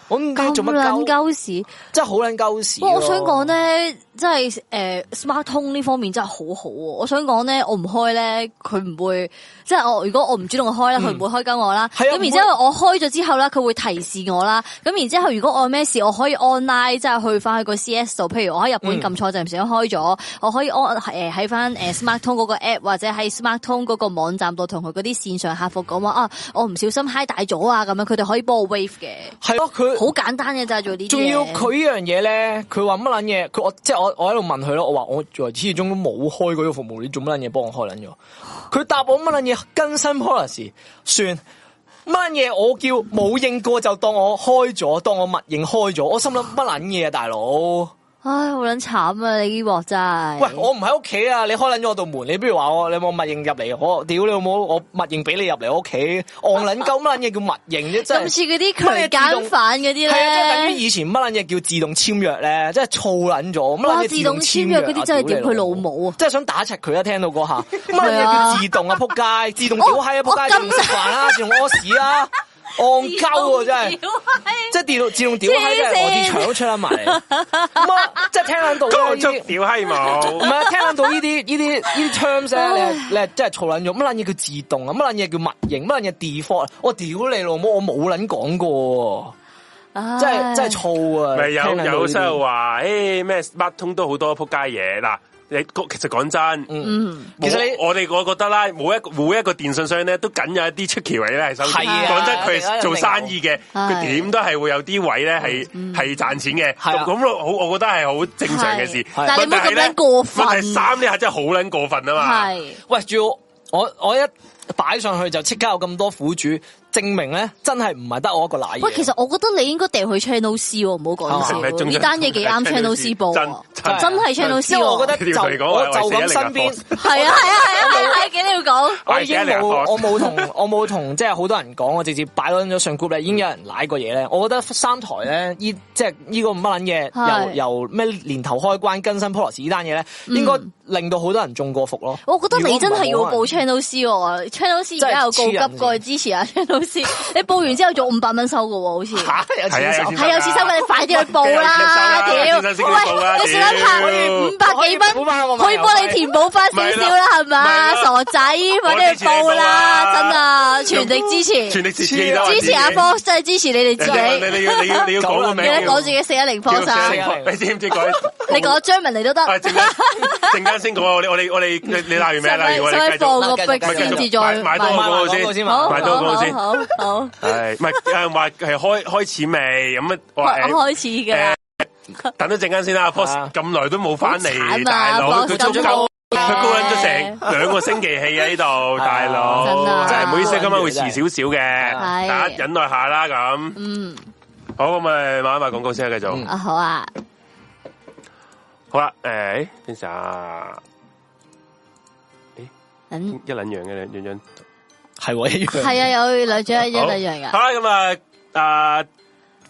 我唔知咁做乜撚鳩，鳩屎。真係好撚鳩屎咯。哇！我想講咧，即係诶、呃 smart 通呢方面真係好好、喎。我想講咧，我唔開咧，佢唔會即係我如果我唔主動去開咧，佢唔會開鳩我啦。嗯係啊咁、唔會然之後我開咗之後咧，佢會提示我啦。咁然之後如果我有咩事，我可以 online 即係去翻去個 CS 度，譬如我喺日嗯本撳錯陣時已經開咗，我可以 on 誒喺翻誒 smart 通嗰個 app 或者喺 smart 通嗰個網站度同佢嗰啲線上客服講話啊，我唔小心嗨大咗啊咁樣，佢哋可以幫我 wave 嘅，係咯，佢好簡單嘅咋做呢啲嘢。仲要佢呢樣嘢咧，佢話乜撚嘢？佢我即係我我喺度問佢咯，我話我由始至終都冇開過呢個服務，你做乜撚嘢幫我開撚咗？佢答我乜撚嘢更新 policy 算。乜撚嘢？我叫冇應過就當我開咗，當我默認開咗。我心諗乜撚嘢啊，大佬！喂，唉，好撚慘啊！你呢鑊真係。我唔喺屋企啊，你開撚咗我道門，你不如話我，你有冇默認入嚟？我屌你有冇？我默認俾你入嚟我屋企，戇撚鳩乜撚嘢叫默認啫？真咁係似嗰啲強姦犯嗰係啲啊，即係等於咧，以前乜撚嘢叫自動簽約咧，即係燥撚咗。乜撚嘢哇自動簽約約啊嗰啲真係屌掂你佢老母啊！真係想打柒佢啊！聽到 嗰下，乜撚嘢係啊叫自動啊？ 撲街，自動屌閪啊！撲我街，自動食飯 啊，自動屙屎啊，戇鳩啊！真係，即係電腦自動屌閪，真係我啲腸都出得埋嚟。乜即係聽撚到 啦高呢速啲屌閪唔冇，係啊聽撚到呢啲呢啲呢啲 terms 咧，你係你係真係燥撚咗。乜撚嘢叫自動啊？乜撚嘢叫默認？乜撚嘢 default？啊我屌你老母！我冇撚講過喎。唉真係真係燥啊！咪有聽到有呢啲細路話，誒咩乜通都好多仆街嘢嗱。你其實講真，嗯，其實你我我哋我覺得啦，每一個每一個電信商咧都梗有一啲出奇位咧係收錢。係啊講真，佢係做生意嘅，係佢點都係會有啲位咧係係賺錢嘅。係啊咁咁好，我覺得係好正常嘅事。係但係你唔好係呢咁撚過分問題三呢下真係好撚過分啊哎嘛。係喂，仲要我我一擺上去就即刻有咁多苦主，證明咧真係唔係得我一個賴嘢。喂，其實我覺得你應該掉去 Channel C 喎，唔好係咪講笑。呢單嘢幾啱 Channel C 報喎，真真係 Channel C 因為我覺喎。得就我你同佢講話就喂咁死身啦你邊 個。係啊係啊係啊係啊，記得要講。我已經係嘅你冇，個 boss 我冇同我冇同即係好多人講，我直接擺咗咗上 group 咧，已經有人奶過嘢咧。我覺得三台咧，依即係呢個乜撚嘢，係嗯由由咩年頭開關更新 policy 呢單嘢咧，應該令到好多人中過伏咯。我覺得你真係如要果唔報係冇可能 Channel C 喎，Channel C 而家有真係黐告人急線過去支持下 Channel C。你報完之後仲五百蚊收嘅喎，好似。 嚇有係啊錢有收錢收係有錢收嘅，你快啲去報啦！梗係有屌，錢喂，收啦有錢收先去報啦你小一拍屌五百幾可以補返我蚊，漫可以遊費幫你填補翻少少啦，係嘛？咪咯傻仔，快啲去報啦！真啊，全力支全持，力支持啦！支持阿波， Fox，真係支持你哋自你己。你要你要你要講個記名得叫，講自己四一零 Fox 啊！寫你知唔知講？你講張文嚟都得， 啊，陣間陣間先講啊！我哋我哋我哋你你鬧完未啊？鬧完我使哋咪繼續放。個 break 繼續先至買買再多個買廣買廣告告先先，好買多個廣告先。好好好，係唔係有人話係開開始未？咁啊，我話開誒開始㗎啦，等咗陣間先啦。Fox 啊咁耐都冇翻好嚟，慘啊大佬 Fox 佢足咁夠耐佢高撚咗成兩個星期氣啊！呢度大佬真啊真係唔好意思，今晚會遲少少嘅，係大家忍耐下啦咁。嗯，好，咁咪買一買廣告先啊，繼續。啊好啊，好啦，誒邊時啊？咁一撚樣嘅兩樣樣。係喎一樣。嗯係啊，有兩張一好兩樣好㗎，啦，咁啊，啊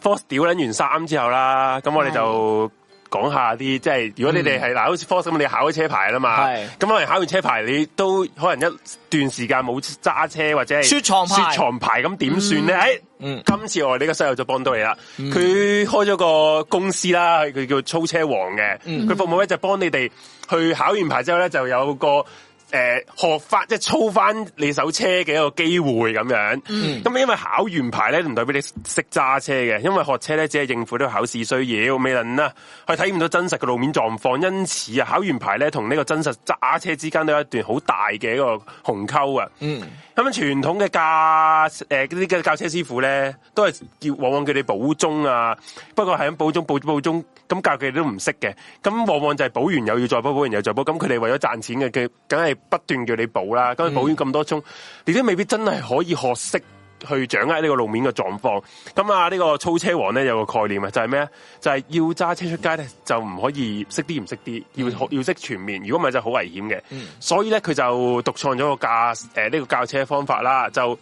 Force 屌撚完衫之後啦，咁我哋係嗯就講下啲即係，如果你哋係嗱，好似 Force 咁，你考咗車牌啦嘛，係咁可能考完車牌，你都可能一段時間冇揸車或者係雪藏牌雪藏牌咁點算咧？誒嗯今次我哋呢個室友就幫到你啦，佢開咗個公司啦，佢叫操車王嘅，嗯佢服務咧就幫你哋去考完牌之後咧就有個。誒、學翻即係操翻你手車嘅一個機會咁樣，咁、嗯因為考完牌咧唔代表你識揸車嘅，因為學車咧只係應付到考試需要，未能啊啦去體驗到真實嘅路面狀況，因此啊考完牌咧同呢個真實揸車之間都有一段好大嘅一個鴻溝啊。嗯，咁樣傳統嘅駕誒呢啲嘅教車師傅咧，都係叫往往叫你補鐘啊。不過係咁補鐘補補鐘，咁教佢哋都唔識嘅。咁往往就係補完又要再補，補完又再補。咁佢哋為咗賺錢嘅，佢梗係不斷叫你補啦，咁你補完咁多鐘，你都未必真係可以學識去掌握呢個路面嘅狀況。咁啊，呢個操車王咧有個概念啊，就係咩啊？就係要揸車出街咧，就唔可以識啲唔識啲，要學要識全面，如果唔係就好危險嘅。所以咧，佢就獨創咗個駕誒呢個教車方法啦，就。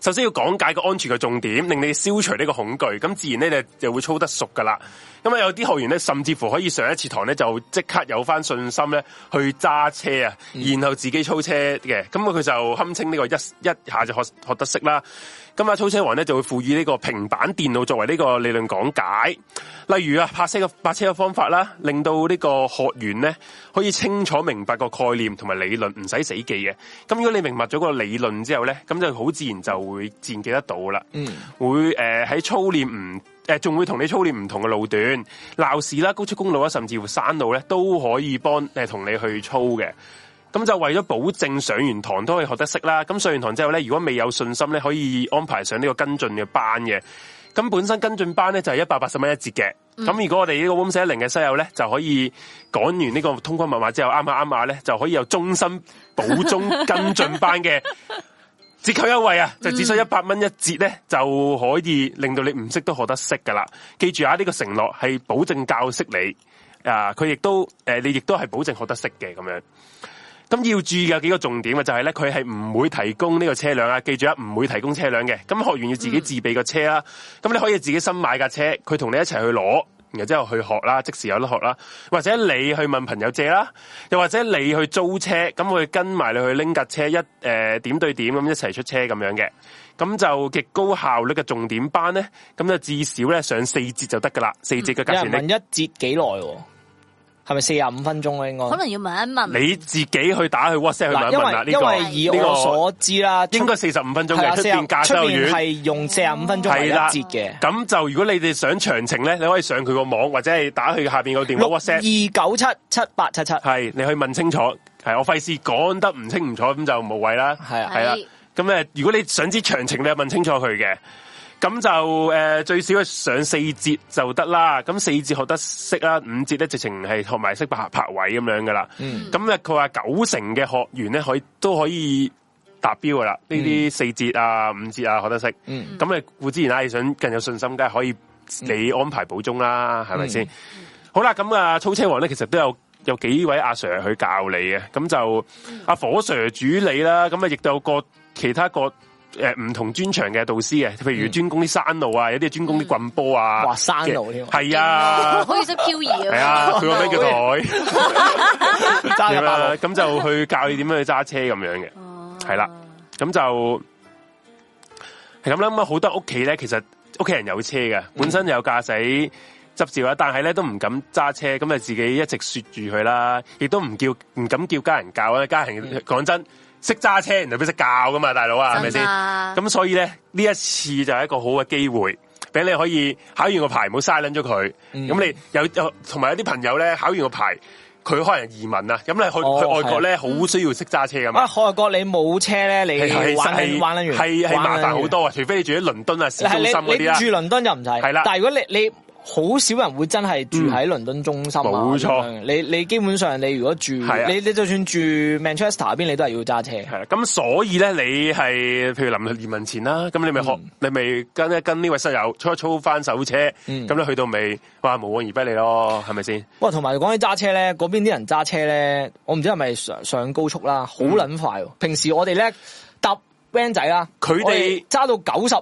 首先要講解個安全嘅重點，令你消除呢個恐懼，咁自然咧你就會操得熟噶啦。咁啊，有啲學員咧，甚至乎可以上一次堂咧就即刻有翻信心咧去揸車啊，然後自己操車嘅。咁佢就堪稱呢個一一下就學學得識啦。咁啊，操車王咧就會賦予呢個平板電腦作為呢個理論講解，例如啊泊車嘅泊車嘅方法啦，令到呢個學員咧可以清楚明白個概念同埋理論，唔使死記嘅。咁如果你明白咗個理論之後咧，咁就好自然就會自然記得到啦。嗯，會呃誒喺、操練唔誒，仲、會同你操練唔同嘅路段、鬧市啦、高速公路啦，啊甚至乎山路咧，都可以幫誒同你去操嘅。咁就為咗保證上完堂都可以學得識啦。咁上完堂之後咧，如果未有信心咧，可以安排上呢個跟進嘅班嘅。咁本身跟進班咧就係一百八十蚊一節嘅。咁、如果我哋呢個 Room 四一零嘅西友咧，就可以講完呢個通關密碼之後，啱下啱下咧，就可以有終身補中跟進班嘅 折扣優惠啊！就只需一百蚊一折咧，就可以令到你唔識都學得識噶啦。記住啊，呢、個承諾係保證教識你啊，佢亦都誒、你亦都係保證學得識嘅咁樣。咁要注意嘅幾個重點啊，就係咧，佢係唔會提供呢個車輛啊，記住啊，唔會提供車輛嘅。咁學員要自己自備個車啦，嗯咁、你可以自己新買架車，佢同你一齊去攞，然後之後去學啦，即時有得學啦，或者你去問朋友借啦，又或者你去租車，咁佢跟埋你去拎架車一誒、呃、點對點咁一齊出車咁樣嘅。咁就極高效率嘅重點班咧，咁就至少咧上四節就得噶啦，四節嘅價嗯有錢人你問一節幾耐喎？係咪四十五分鐘咧？應該可能要問一問，你自己去打去 WhatsApp 去問一問啦。嗱，呢、因為因個為以呢個我所知啦，應該四十五分鐘係啦嘅，出邊駕出啊修面院。係用四十五分鐘為一係啦節嘅。咁就如果你哋想詳情咧，你可以上佢個網或者係打去下邊個電六話二 WhatsApp，九七七八七七，係你去問清楚。係我費事講得唔清唔楚，咁就無謂啦。係啊係啦係。咁咧，如果你想知詳情，你係問清楚佢嘅。咁就誒、呃最少係上四節就得啦。咁四節學得識啦，五節咧直情係學埋識拍拍位咁樣噶啦。嗯咁咧佢話九成嘅學員咧可以都可以達標噶啦。呢啲四節啊、五節啊學得識。嗯，咁你固之然啊啦，你想更有信心，梗係可以你安排補鐘啦，嗯係咪先？好啦，咁啊，操車王咧，其實都有有幾位阿 Sir 去教你嘅，咁就阿火 Sir 主理啦，咁啊，亦都有個其他個誒唔同專長嘅導師嘅，譬如專攻啲山路啊，有啲係專攻啲棍波啊，嗯哇山路 添，係啊，可以識漂移係啊，佢個名叫台。揸入馬咁啊啦，路，咁就去教你點樣去揸車咁樣嘅，哦係啦，咁就係咁啦。咁啊好多屋企咧，其實屋企人有車嘅，本身有駕駛執照啦，但係咧都唔敢揸車，咁啊自己一直説住佢啦，亦都唔叫唔敢叫家人教啦。啊家人講真，識揸車人哋邊識教噶嘛，大佬啊，係咪先？咁咁所以咧，呢一次就係一個好嘅機會，俾你可以考完個牌，唔好嘥撚咗佢。咁、你有有同埋有啲朋友咧，考完個牌，佢可能移民啊，咁你去、哦去外國咧，好需要識揸車噶嘛啊，。外國你冇車咧，係你係玩緊係玩緊完，係係玩緊麻完煩好。多啊！除非你住喺倫敦啊、市中係心嗰你啲你啦，住倫敦就唔使，係啦但係如果你你好少人會真係住喺倫敦中心啊冇錯咁樣你你基本上你如果住，係啊你你就算住 Manchester 邊，你都係要揸車。係啦。咁所以咧，你係譬如臨移民前啦，咁你咪學，嗯你咪跟一跟呢位室友操一操翻手車，咁、嗯你去到未？哇，無往而不利咯，係咪先？哇，同埋講起揸車咧，嗰邊啲人揸車咧，我唔知係咪上上高速啦，好撚快喎。平時我哋咧搭 van 仔啦，嗯佢哋我揸到九十，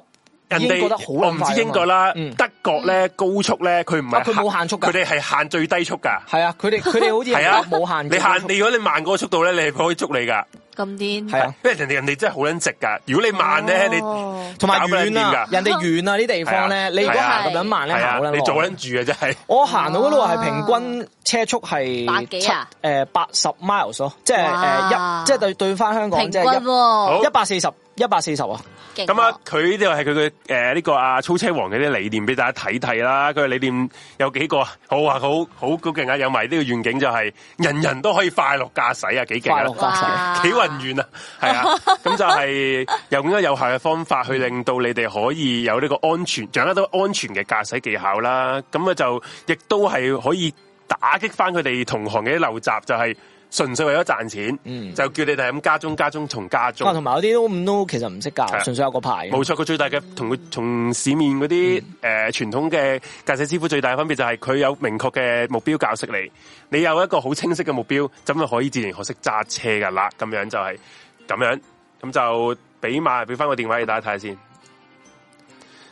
人已經哋覺得好我撚唔快啊知嘛英國啦，嗯德國咧高速咧，佢唔啊佢係冇限速㗎佢哋係限最低速噶，係啊，佢哋佢哋好似 係啊，冇限你制限你如果你慢過個速度咧，你係可以捉你噶，咁癲，係啊，因為人哋人哋真係好撚直噶。如果你慢咧，你哦同埋搞撚遠掂啊㗎，人哋遠啊啲地方係咧，啊你如果係啊行咁樣慢咧，係行啊好撚，耐你做撚住啊，真係我行到嗰度係平均車速係百幾啊七，誒八十 miles 咯，即係誒哇一，即係對對翻香港平即均係喎，好一一百四十一百四十啊，勁咁啊喎，，佢呢個係佢嘅誒呢個啊操車王嘅啲理念俾大家睇睇啦。佢嘅理念有幾個啊？好啊，好好高勁啊！有埋呢個願景就係人人都可以快樂駕駛啊，幾勁快啊樂！駕駛。幾哇混亂啊，係啊，咁就係用一個有效嘅方法去令到你哋可以有呢個安全，掌握到安全嘅駕駛技巧啦。咁啊就亦都係可以打擊翻佢哋同行嘅啲陋習，就係、純粹為咗賺錢，嗯就叫你哋係咁加鐘加鐘從加啊，鐘。同埋有啲都唔都其實唔識教，係純粹有個牌。冇錯，佢最大嘅同佢從市面嗰啲誒傳統嘅駕駛師傅最大嘅分別就係佢有明確嘅目標教識你，你有一個好清晰嘅目標，咁就可以自然學識揸車噶啦。咁樣就係、咁樣，咁就俾埋俾翻個電話你大家睇下先。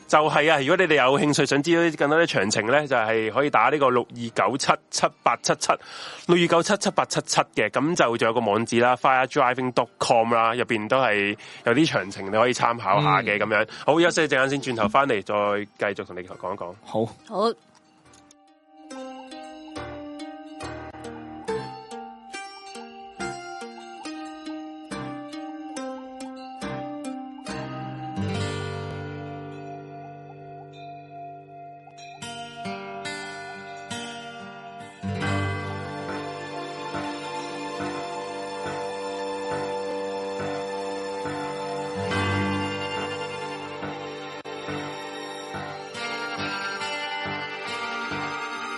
就係啊！如果你哋有興趣想知道啲更多啲詳情咧，就係、可以打呢個六二九七七八七七六二九七七八七七嘅，咁就仲有個網址啦，firedriving.com 啦，入邊都係有啲詳情你可以參考下嘅咁、樣。好，休息一陣間先，轉頭翻嚟再繼續同你講一講。好，好。 Hãy subscribe cho kênh Ghiền Mì Gõ Để không bỏ lỡ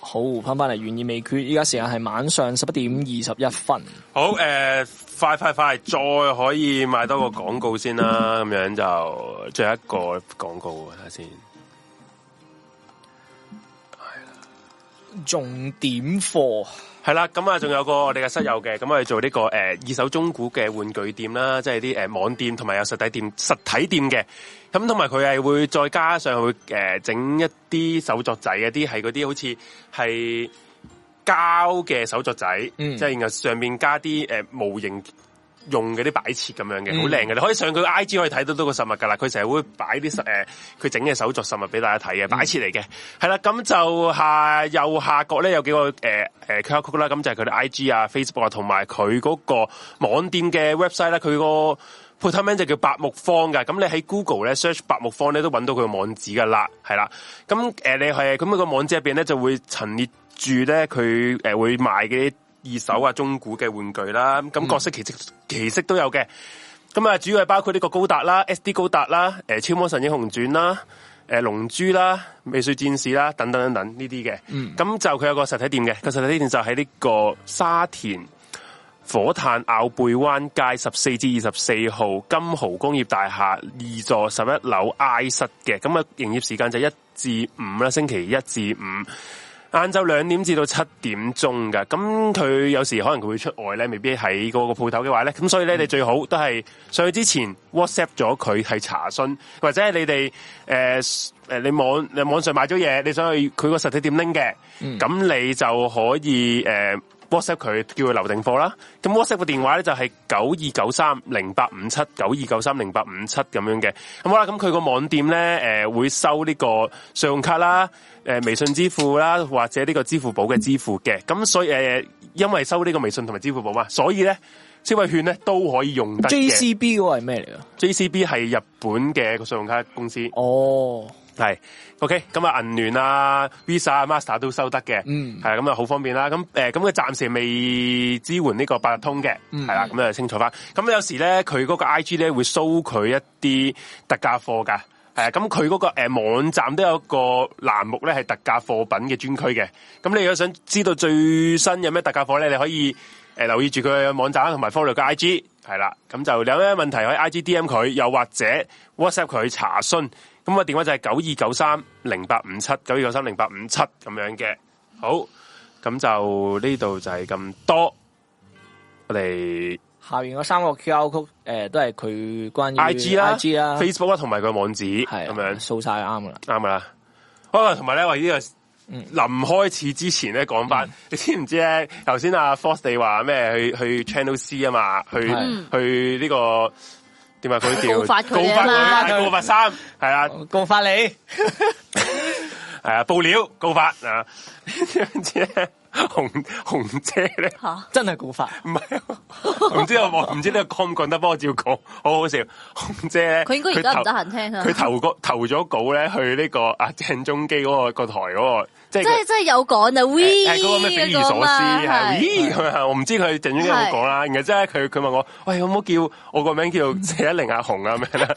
好，翻翻嚟懸意未決，依家時間係晚上十一點二十一分。好诶、呃快快快，再可以賣多個廣告先啦，咁樣就最後一個廣告睇下先。重點課係啦，咁啊，仲有個我哋嘅室友嘅，咁我哋做呢、個个呃二手中古嘅玩具店啦，即係啲诶網店同埋有實體店、實體店嘅，咁同埋佢係會再加上會诶整、一啲手作仔嘅，啲係嗰啲好似係膠嘅手作仔，嗯即係然後上面加啲诶、呃模型用嘅啲擺設咁樣嘅，嗯好靚嘅，你可以上佢 I G 可以睇到到個實物噶啦，佢成日會擺啲诶佢整嘅手作實物俾大家睇嘅擺設嚟嘅，係啦，咁就下右下角咧有幾個诶诶呃 QR code 啦，咁就係佢哋 I G 啊、Facebook 啊，同埋佢嗰個網店嘅 website 啦，佢個。配套名就叫白木方嘅，咁你喺 Google 咧 search 白木方咧都揾到佢個網址噶啦，係啦。咁誒、呃你係咁佢個網址入邊咧就會陳列住咧佢呃誒會賣嘅啲二手啊、中古嘅玩具啦，咁各式其式其式都有嘅。咁啊，主要係包括呢個高達啦、SD 高達啦、誒、超魔神英雄傳啦、誒、龍珠啦、美術戰士啦等等等等呢啲嘅。咁、就佢有個實體店嘅，個實體店就喺呢個沙田火炭坳背灣街十四至二十四號金豪工業大廈二座十一樓 I 室嘅，咁啊營業時間就一至五啦，星期一至五晏晝兩點至到七點鐘嘅。咁佢有時可能佢會出外咧，未必喺嗰個鋪頭嘅話咧，咁所以咧你最好都係上去之前 WhatsApp 咗佢係查詢，或者係你哋誒誒你網你網上買咗嘢，你想去佢個實體店拎嘅，咁、你就可以誒。呃 WhatsApp 佢叫佢留定貨啦。咁 WhatsApp 個電話咧就係九二九三零八五七九二九三零八五七咁樣嘅。咁好啦，咁佢個網店咧诶、呃、會收呢個信用卡啦、诶、微信支付啦或者呢個支付寶嘅支付嘅。咁所以诶、呃因為收呢個微信同埋支付寶嘛，所以咧消費券咧都可以用得嘅。 JCB 嗰個係咩嚟噶？ JCB 係日本嘅個信用卡公司。哦，系，OK，咁啊銀聯啊、Visa 啊、Master 都收得嘅，嗯係啊，咁啊好方便啦。咁诶，誒咁佢暫時未支援呢個八達通嘅，係啦，咁啊清楚翻。咁有時咧，佢嗰個 IG 咧會 show 佢一啲特價貨噶，係啊，咁佢嗰個诶網站都有一個欄目咧係特價貨品嘅專區嘅。咁你如果想知道最新有咩特價貨咧，你可以诶留意住佢嘅網站同埋 follow 佢 IG。系啦，咁就有咩問題可以 I G D M 佢，又或者 WhatsApp 佢查詢。咁個電話就係九二九三零八五七，九二九三零八五七咁樣嘅。好，咁就呢度就係咁多。我哋下面嗰三個 QR code 诶、都係佢關於 I G 啦 I G 啦， Facebook 啦，同埋佢網址係啊咁樣。掃晒啱噶啦。啱啦。啊，同埋咧，我呢個嗯臨開始之前咧講翻，你知唔知咧？頭先阿 Force 你話咩？去去 Channel C 啊嘛，去嗯去呢、個點啊？佢叫告發佢告啊嘛發佢告發三，係啊，告發你，係啊，報料告發啊， 跟住咧。紅紅姐咧，吓，真係告發。 唔係我唔知我 我唔知呢個講唔講得，幫我照講，好好笑。紅姐咧，佢應該而家唔投得閒聽啊佢。投個投咗稿咧去呢個阿鄭中基嗰個個台嗰個，即係真佢係真係有講啊誒，we 哎嗰個咩匪夷所思係係咦咁啊樣我唔知佢陣間有冇講啊啦。然後之後咧，佢佢問我：喂，有冇叫我個名 叫四一零阿紅啊？咁樣啦。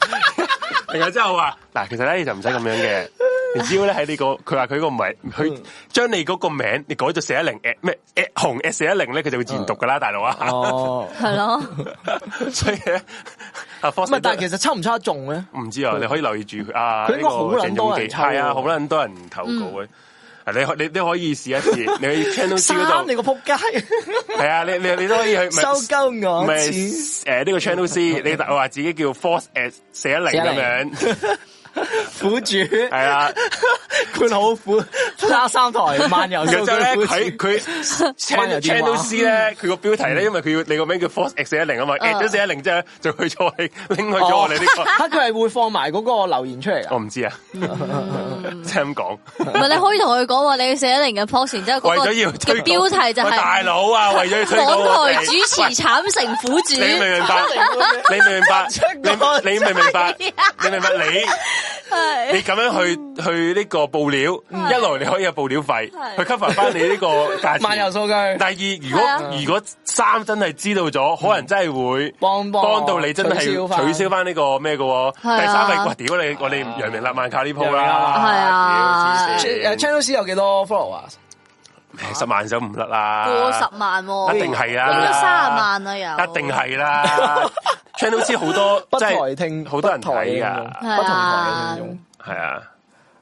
然後之後我話：嗱，其實咧你就唔使咁樣 嘅。你只要咧喺你個，佢話佢個唔係，嗯佢將你嗰個名你改咗四一零咩 at 紅 at 四一零咧，佢就會自然讀噶啦，大佬啊。哦，係咯， 所以咧，阿 f o 唔啊係，但係其實抽唔抽得中咧？唔知啊，你可以留意住啊。佢應該好撚多人抽喎嗯系啊，好撚多人投稿嘅。啊你可你都可以試一 試，你去 channel C 三嗰度你。個仆街，系啊，你 你你都可以去收鳩我咪錢。诶呢個 channel C，你話自己叫 Force at 四一零咁樣，苦主 係啊，冠好苦，拉三台漫遊然數後之後咧據苦佢主，佢關 channel 有電 channel 話 C 咧，佢個標題咧，因為佢要你個名叫 Force at 四一零啊嘛嗯，at 咗四一零之後就去咗我哋拎去咗我哋呢個，嚇佢係會放埋嗰個留言出 嚟我㗎。唔知啊，即係咁講，唔係你可以同佢講話，你四一零嘅 post，然之後嗰為個咗要推嘅標題就喂大係佬啊，為咗要推廣港我哋台主持喂慘成苦主你，明唔明白？ 你明唔明白？你你明唔明白？你明唔明白？你。係你咁樣嗯去去呢個報料，一來你可以有報料費，係去 cover 翻你呢個 價漫遊錢。數據第。二，如係啊果如果三真係知道咗，可能真係會幫幫幫到你，真係嗯取消返取消翻呢個咩嘅喎。係啊第三係，哇！屌你，我哋揚名立萬靠呢鋪揚名啦，立萬係誒屌啊黐線呃啊 Channel C 有幾多 follower？唉十萬手唔甩啦，過十萬喎，一定係啦應該卅萬啊又，一定係 啦。Channel C 好多不即台係聽，好多人不台嘅聽睇眾噶，不同台嘅啊聽眾，係啊，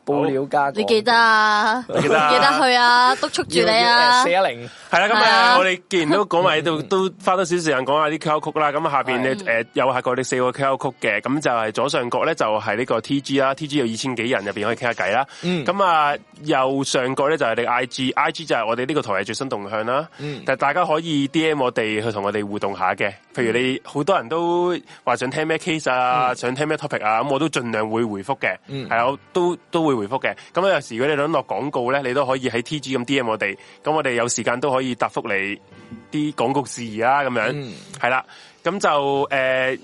報料加你記得啊，你記得啊記得去 啊，督促住你啊四一，零係啦。咁係啊，啊我哋既然都講埋 喺度，都花多少時間講下啲 QR code 啦。咁啊下邊咧呃誒有下個你四個 QR code 嘅，咁就係左上角咧就係呢個 TG 啦，TG 有二千幾人入邊可以傾下偈啦。嗯咁啊右上角咧就係你 IG，IG 就係我哋呢個台嘅最新動向啦。嗯但係大家可以 D M 我哋去同我哋互動下嘅，譬如你好多人都話想聽咩 case 啊，想聽咩 topic 啊，咁我都盡量會回覆嘅，係、嗯啊，我都都會回覆嘅。咁有時如果你想落廣告咧，你都可以喺 T G 咁 D M 我哋，咁我哋有時間都可以答覆你啲廣告事宜啊啦，咁樣嗯係啦。咁就诶、呃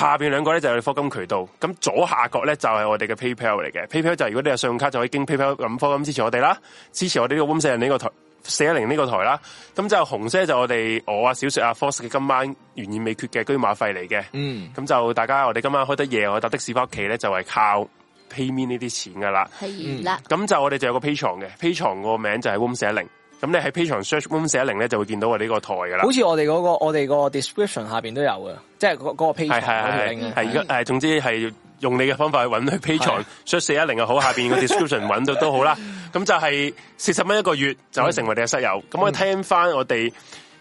下邊兩個咧就係科金渠道，咁左下角咧就係我哋嘅 PayPal 嚟嘅，PayPal 就係如果你有信用卡就可以經 PayPal 咁科金支持我哋啦，支持我哋呢個 w o m 四人呢個台四一零呢個台啦。咁就紅色就我哋我啊小雪啊 Force 嘅今晚懸而未決嘅居馬費嚟嘅。嗯咁就大家我哋今晚開得夜，我搭的士翻屋企咧就係靠 PayMe 呢啲錢噶啦。係啦，咁就我哋就有個 P 床嘅，P 床個名就係 Room 四一零。咁你喺 P 床 search Room 四一零咧就會見到我哋呢個台噶啦好。似我哋嗰個我哋個 description 下邊都有嘅，即係嗰嗰個 page 嗰係條係 link 啊嘅係係，而家誒，總之係用你嘅方法 去揾去 P 床 search 四一零又好，下邊個 description 揾到都好啦。咁就係四十蚊一個月就可以成為你嘅室友。嗯咁我聽翻我哋。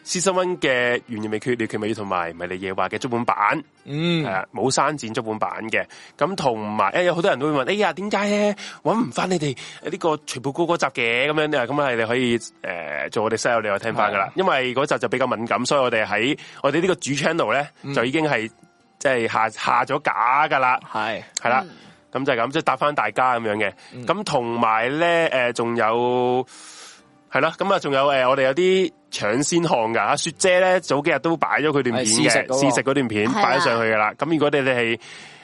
私心温嘅懸而未決、廖其美同埋迷你夜話嘅足本版，係嗯啊，冇刪剪足本版嘅。咁同埋，誒有好多人都會問，哎呀，點解咧揾唔翻你哋呃呢個全部歌嗰集嘅咁樣咧？咁係你可以誒、呃做我哋室友，你又聽翻噶啦。因為嗰集就比較敏感，所以我哋喺我哋呢個主 channel 咧、就已經係即係下下咗架噶啦，係係嗯啦。咁就係咁，即係答翻大家咁樣嘅。咁同埋咧，誒、仲有係啦，咁啊，仲有誒、呃我哋有啲搶先看噶，阿雪姐咧早幾日都擺咗佢段片係試食嗰嘅，個試食嗰段片係啦擺咗上去噶啦。咁如果你哋係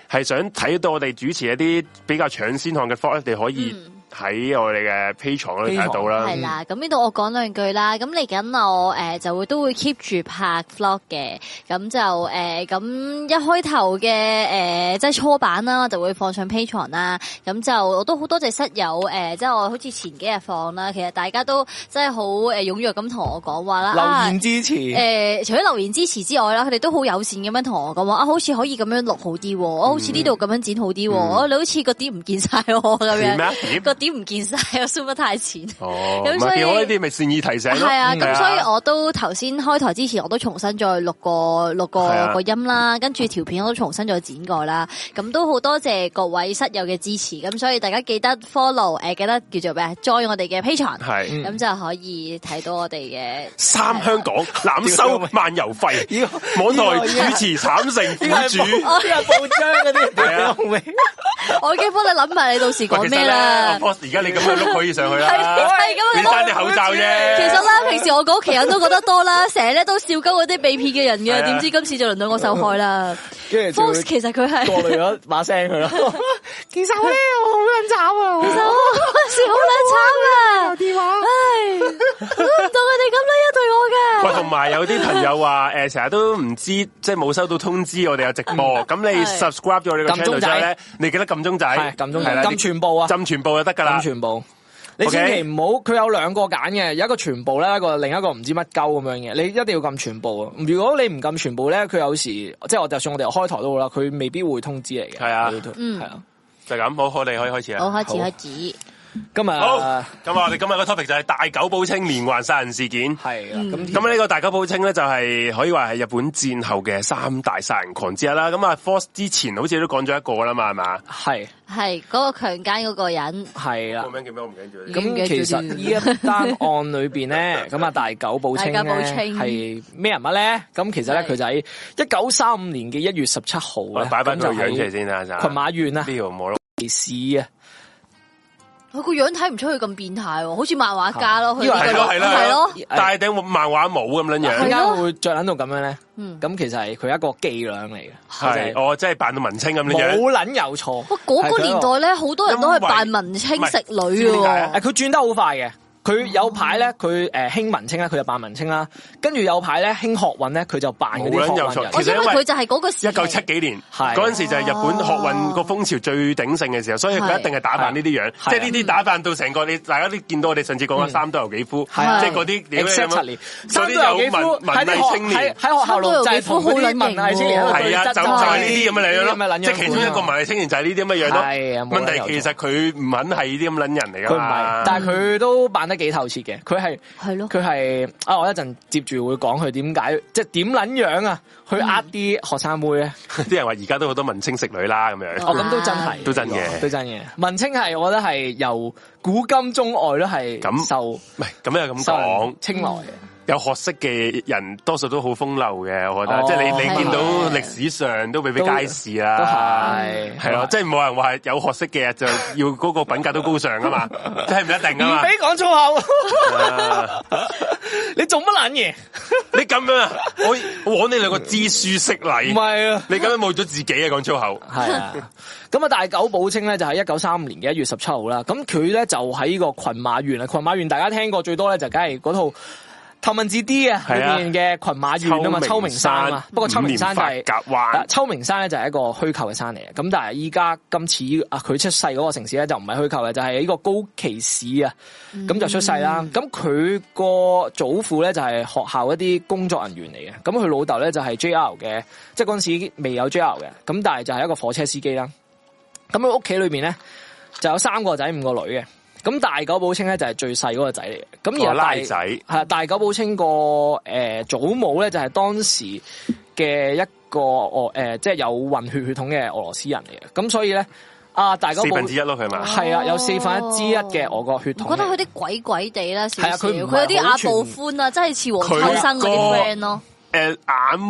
係想睇到我哋主持一啲比較搶先看嘅 f o 你可以嗯喺我哋嘅 P 床嗰度睇得到啦。係啦，咁呢度我講兩句啦。咁嚟緊我誒、呃就會都會 keep 住拍 vlog 嘅。咁就誒咁、一開頭嘅誒、呃即係初版啦，我就會放上 Patreon 啦。咁就我都好多謝室友誒、呃即係我好似前幾日放啦。其實大家都真係好誒踴躍咁同我講話啦。啊留言支持，誒、呃除咗留言支持之外啦，佢哋都好友善咁樣同我講話啊，好似可以咁樣錄好啲喎，啊，好嗯似呢度咁樣剪好啲喎，啊你好似個點唔見晒我咁點樣，啊？點個點唔見晒，我 s u 得太淺。哦，咁唔所係以見我呢啲咪善意提醒咯。嗯係啊，係咁所以我都頭先開台之前，我都重新再錄過錄過係啊個音啦，跟住條片我都重新再剪過啦。咁都好多謝各位室友嘅支持，咁所以大家記得 follow 誒、記得叫做咩啊 join 我哋嘅 Patreon，係咁就可以睇到我哋嘅三香港濫收漫遊費，網台主持慘成呢個係苦主。報呢個係報章嗰啲，係啊屌你我已經幫你諗埋你到時講咩啦。喂其實咧阿 Fox，而家你咁樣碌可以上去 係係啦，咁你你都戴隻口罩啫。其實啦，平時我嗰屋企人都覺得多啦， 成日咧都笑鳩嗰啲被騙嘅人係嘅，啊點知今次就輪到我受 害啦。跟住 f 仲 o x 要其實佢係 過濾咗把聲佢咯。 其實咧，我好撚慘啊！就好撚慘啊！電話唉，估唔到佢哋咁樣喂，對我同埋有啲朋友話誒，成日都唔知，即係冇收到通知我哋有直播。咁你係 subscribe 咗我哋個撳鐘 channel 之後咧，你記得撳鐘係仔，撳鐘係啦撳全部啊！撳全部就得㗎啦咁。全部。你 OK 千祈唔好，佢有兩個揀嘅，有一個全部咧，一個另一個唔知乜鳩咁樣嘅，你一定要撳全部啊！如果你唔撳全部咧，佢有時即係我就算我哋開台都好啦，佢未必會通知嚟嘅。係啊你要通嗯係啊。就咁，好，我哋可以開始噶。啦。我開始開始，今日好，咁係啊，我哋今日個 topic 就係大久保清連環殺人事件。啦，咁咁呢個大久保清咧，就係、可以話係日本戰後嘅三大殺人狂之一啦。咁啊，Force 之前好似都講咗一個啦嘛，係嘛？係啊係嗰個強姦嗰個人，係啦個。名叫咩？我唔記得咗。唔記咁得其咗實添呢一單案裏 邊咧，咁啊大久保清咧大久保清係咩人物咧？咁其實咧係佢就喺一九三五年嘅一月十七號我咧，擺翻咁就佢樣出嚟喺先啦，就群馬縣啊呢條冇咯。市啊。佢個樣睇唔出佢咁變態喎，好似漫畫家咯，佢以為係呢咯個係係咯咯，係咯啊戴頂漫畫帽咁樣點樣，解係咯會着撚到咁樣咧？嗯咁其實係佢一個伎倆嚟嘅，係就係我真係扮到文青咁樣樣。冇撚有錯。哇！嗰個年代咧，好多人都係扮文青食女因為知唔知點解啊誒，嘅佢轉得好快嘅，佢有排咧，佢诶興文青啦，佢就扮文青啦。跟住有排咧興學運咧，佢就扮嗰冇啲撚學有運錯人。我其實想因為問佢就係嗰個時期一九七幾年，係嗰陣時就係日本學運個風潮最鼎盛嘅時候，所以佢一定係打扮呢啲係樣，啊即係呢啲打扮到成個你大家都見到我哋上次講嘅三刀由幾夫，即係啊係嗰啲屌你諗下 exactly 嗰三都啲有有幾文夫文喺啲藝學青喺年。喺學校度就係同嗰啲文藝青年喺度對係啊，質就就啊係呢啲咁嘅樣呢啲咁嘅咯，撚樣即係其中一個款啊文藝青年就係呢啲咁嘅樣係啊咯。冇問撚有題其實佢唔肯係呢啲咁撚人嚟佢噶唔係嘛，，但係佢都扮得幾透徹嘅。佢係係咯佢係啊！我一陣接住會講佢點解，即係點撚樣啊？去呃啲學生妹咧？啲人話而家都好多文青食女啦咁樣。哦，咁都真係，都真嘅都真嘅。文青係我覺得係由古今中外都係咁受唔係咁又咁受人講，青睞嘅。有學識嘅人多數都好風流嘅，我覺得，哦即係你係你見到嘅歷史上都比比皆是都啦，係係咯，即係冇人話有學識嘅就要嗰個品格都高尚噶嘛， 即係唔一定噶唔嘛俾。講粗 口，啊你做乜撚嘢？你咁樣啊，我我你兩個知書識唔禮，係啊，你咁樣冇咗自己啊！講粗口，係啊。咁啊，大久保清咧就喺一九三五年嘅一月十七號啦。咁佢咧就喺呢個群馬縣啊，群馬縣大家聽過最多咧就梗係嗰套《頭文字 D》啊係啊裏面嘅群馬縣啊嘛，秋名山啊嘛。不過秋名山就啊五係年。髮夾彎，秋名山咧就係一個虛構嘅山嚟嘅，咁但係依家今次啊佢出世嗰個城市咧就唔係虛構嘅，就係、呢個高崎市啊，嗯咁就出世啦。咁佢個祖父咧就係學校一啲工作人員嚟嘅，咁佢老豆咧就係 JR 嘅，即係嗰陣時未有 JR 嘅，咁但係就係一個火車司機啦。咁佢屋企裏面咧就有三個仔五個女嘅，咁大久保清咧就係最細嗰個仔嚟嘅，咁我而哦拉大仔係啦，大久保清個誒祖母咧就係當時嘅一個俄誒、即係有混血血統嘅俄羅斯人嚟嘅，咁所以咧啊大久四保分之一咯，佢係嘛？係啊有四分之一嘅俄國血統嚟嘅，哦我覺得佢啲鬼鬼地啦，少係少啊佢唔係佢有啲好阿全布寬啊，真係似黃秋生嗰啲 friend 咯。誒眼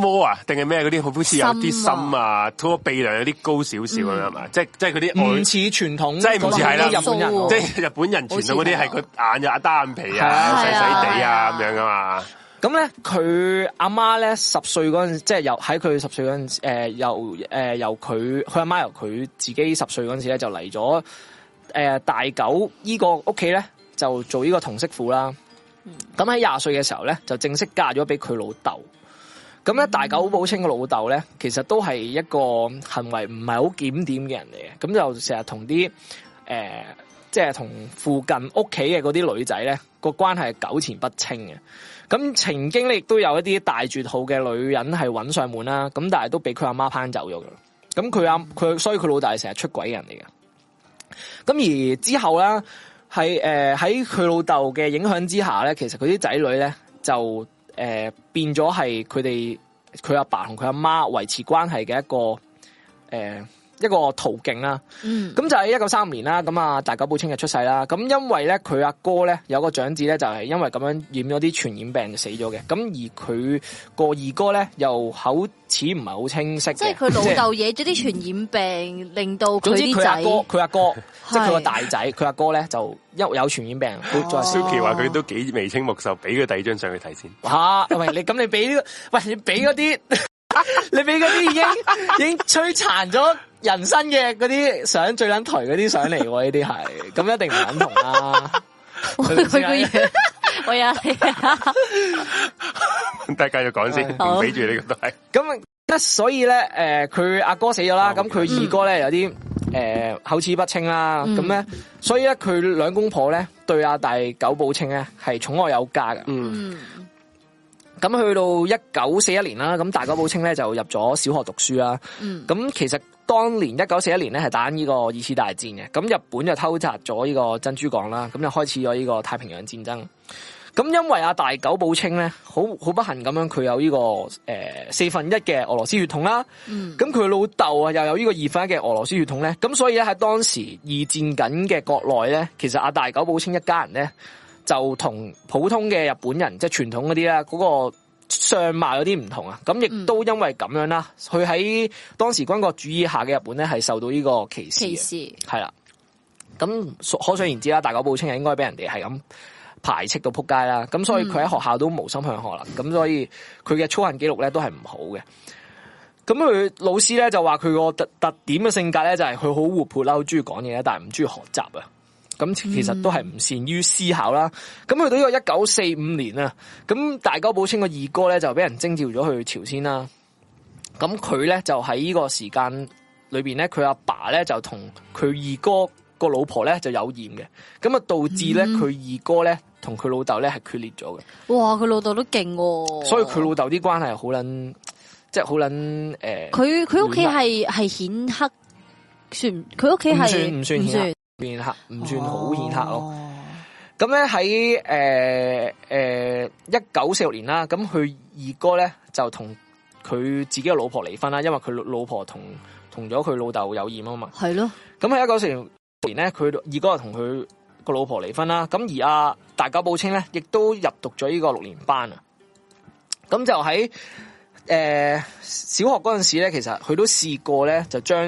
窩啊，定係咩嗰啲好似有啲心啊心啊，嗰個鼻梁有啲高少少咁係嘛？即係即係佢唔啲外似傳統，真係唔似係啦日本人數咯，即即係日本人傳統嗰啲係好似佢眼又單眼皮係啊、啊細細地啊係啊咁樣噶嘛，咁咧，佢阿媽咧十歲嗰陣，即係由喺佢十歲嗰陣時，誒由誒由佢佢阿媽由佢自己十歲嗰陣時咧，就嚟咗誒大九依個屋企咧，就做呢個童媳婦啦。咁喺廿歲嘅時候咧，就正式嫁咗俾佢老豆。咁咧，大久保清嘅老豆咧，其實都係一個行為唔係好檢點嘅人嚟嘅，咁就成日同啲誒，即係同附近屋企嘅嗰啲女仔咧，個關係係糾纏不清嘅。咁曾經咧，亦都有一啲大絕號嘅女人係揾上門啦，咁但係都俾佢阿媽拏走咗嘅。咁佢阿佢，所以佢老豆係成日出軌嘅人嚟嘅。咁而之後啦，係誒呃喺佢老豆嘅影響之下咧，其實佢啲仔女咧就誒、呃、變咗係佢哋佢阿爸同佢阿媽維持關係嘅一個誒、呃一個途徑啦。嗯，咁就喺一九三五年啦，咁啊大久保清就出世啦。咁因為咧佢阿哥咧有個長子咧就係因為咁樣染咗啲傳染病就死咗嘅。咁而佢個二哥咧又口齒唔係好清晰嘅，即係佢即係老豆惹咗啲傳染病，令到佢總之啲佢阿仔哥，佢阿哥即係佢個係大仔，佢阿哥咧就因為有傳染病，佢哦再死。 Suki 話佢都幾眉清目秀，俾佢第二張相佢睇先。 吓，喂你咁你俾呢個，喂你俾嗰啲， 你俾嗰啲 已經已經摧殘咗人生嘅嗰啲相最撚頹嗰啲相嚟喎，呢啲係，咁一定唔撚同啦。 佢佢個樣， 我有你啊，大家繼續講先，好唔俾住你咁都係。咁咧，所以咧，誒、佢阿哥死咗啦，哦咁佢二哥咧有啲誒、口齒不清啦，咁咧、所以咧佢兩公婆咧對阿大久保清咧係寵愛有加嘅。嗯，嗯，咁去到一九四一年啦，咁大久保清咧就入咗小學讀書啦。嗯咁其實當年一九四一年咧係打呢個二次大戰嘅，咁日本就偷襲咗呢個珍珠港啦，咁就開始咗呢個太平洋戰爭。咁因為阿大久保清咧，好好不幸咁樣，佢有呢、個誒、呃四分一嘅俄羅斯血統啦。嗯咁佢老豆啊又有呢個二分一嘅俄羅斯血統咧，咁所以咧喺當時二戰緊嘅國內咧，其實阿大久保清一家人咧就同普通嘅日本人即係傳統嗰啲啦，嗰、個相貌有啲唔同啊，咁亦都因為咁樣啦，佢喺當時軍國主義下嘅日本咧係受到呢個歧視歧嘅，視，係啦。咁所可想而知啦，大久保清係應該俾人哋係咁排斥到撲街啦。咁所以佢喺學校都無心向學啦。咁、所以佢嘅操行記錄咧都係唔好嘅。咁佢老師咧就話佢個特特點嘅性格咧就係佢好活潑啦，好中意講嘢啦，但係唔中意學習啊。咁其實都係唔善於思考啦。咁去到呢個一九四五年啊，咁大久保清個二哥咧就俾人徵召咗去朝鮮啦。咁佢咧就喺呢個時間裏邊咧，佢阿爸咧就同佢二哥個老婆咧就有染嘅，咁啊導致咧佢二哥咧同佢老豆咧係決裂咗嘅。哇！佢老豆都勁喎，所以佢老豆啲關係好撚，即係好撚诶，呃佢佢屋企係係顯赫，算唔佢屋企唔係算唔算顯赫，顯赫唔算好顯赫咯。哦。咁咧喺诶诶一九四六年啦，咁佢二哥咧就同佢自己嘅老婆離婚啦，因為佢老婆同同咗佢老豆有染啊嘛。係咯，咁喺一九四六年咧，佢二哥就同佢個老婆離婚啦。咁而阿大久保清咧，亦都入讀咗呢個六年班啊。咁就喺诶、呃小學嗰陣時咧，其實佢都試過咧，就將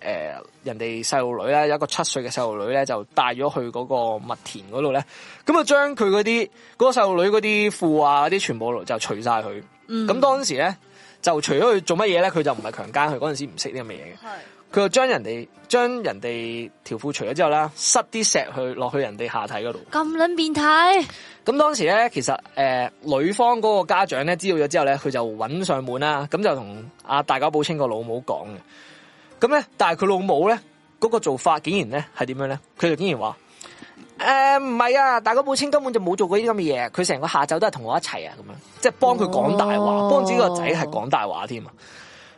诶、呃人哋細路女咧，有一個七歲嘅細路女咧，就帶咗去嗰個麥田嗰度咧，咁啊將佢嗰啲嗰個細路女嗰啲褲啊嗰啲全部就除晒佢。嗯，咁當時咧就除咗佢做乜嘢咧，佢就唔係強姦佢嗰陣時唔識呢咁嘅嘢嘅。係佢就將人哋將人哋條褲除咗之後啦，塞啲石去落去人哋下體嗰度。咁撚變態，咁當時咧，其實誒、呃女方嗰個家長咧知道咗之後咧，佢就揾上門啦，咁就同阿大久保清個老母講嘅。咁咧，但係佢老母咧嗰、個做法竟然咧係點樣咧？佢就竟然話：誒唔係啊，大久保清根本就冇做過呢啲咁嘅嘢，佢成個下晝都係同我一齊啊，咁樣即係幫佢講大話，哦幫自己個仔係講大話添啊。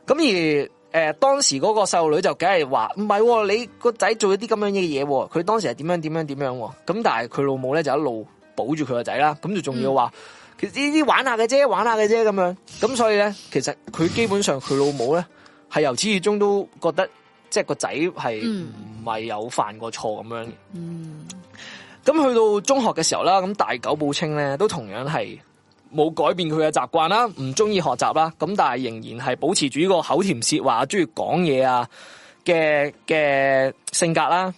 咁而诶、呃、當時嗰個細路女就梗係話唔係喎，你個仔做咗啲咁樣嘅嘢喎，佢當時係點樣點樣點樣喎，咁但係佢老母咧就一路保住佢個仔啦，咁就仲要話其實呢啲玩下嘅啫，玩下嘅啫咁樣，咁所以咧其實佢基本上佢老母咧係由始至終都覺得即係個仔係嗯唔係有犯過錯咁樣嘅。嗯，咁去到中學嘅時候啦，咁大久保清咧都同樣係冇改變佢嘅習慣啦，唔中意學習啦，咁但係仍然係保持住呢個口甜舌滑、中意講嘢啊嘅嘅性格啦。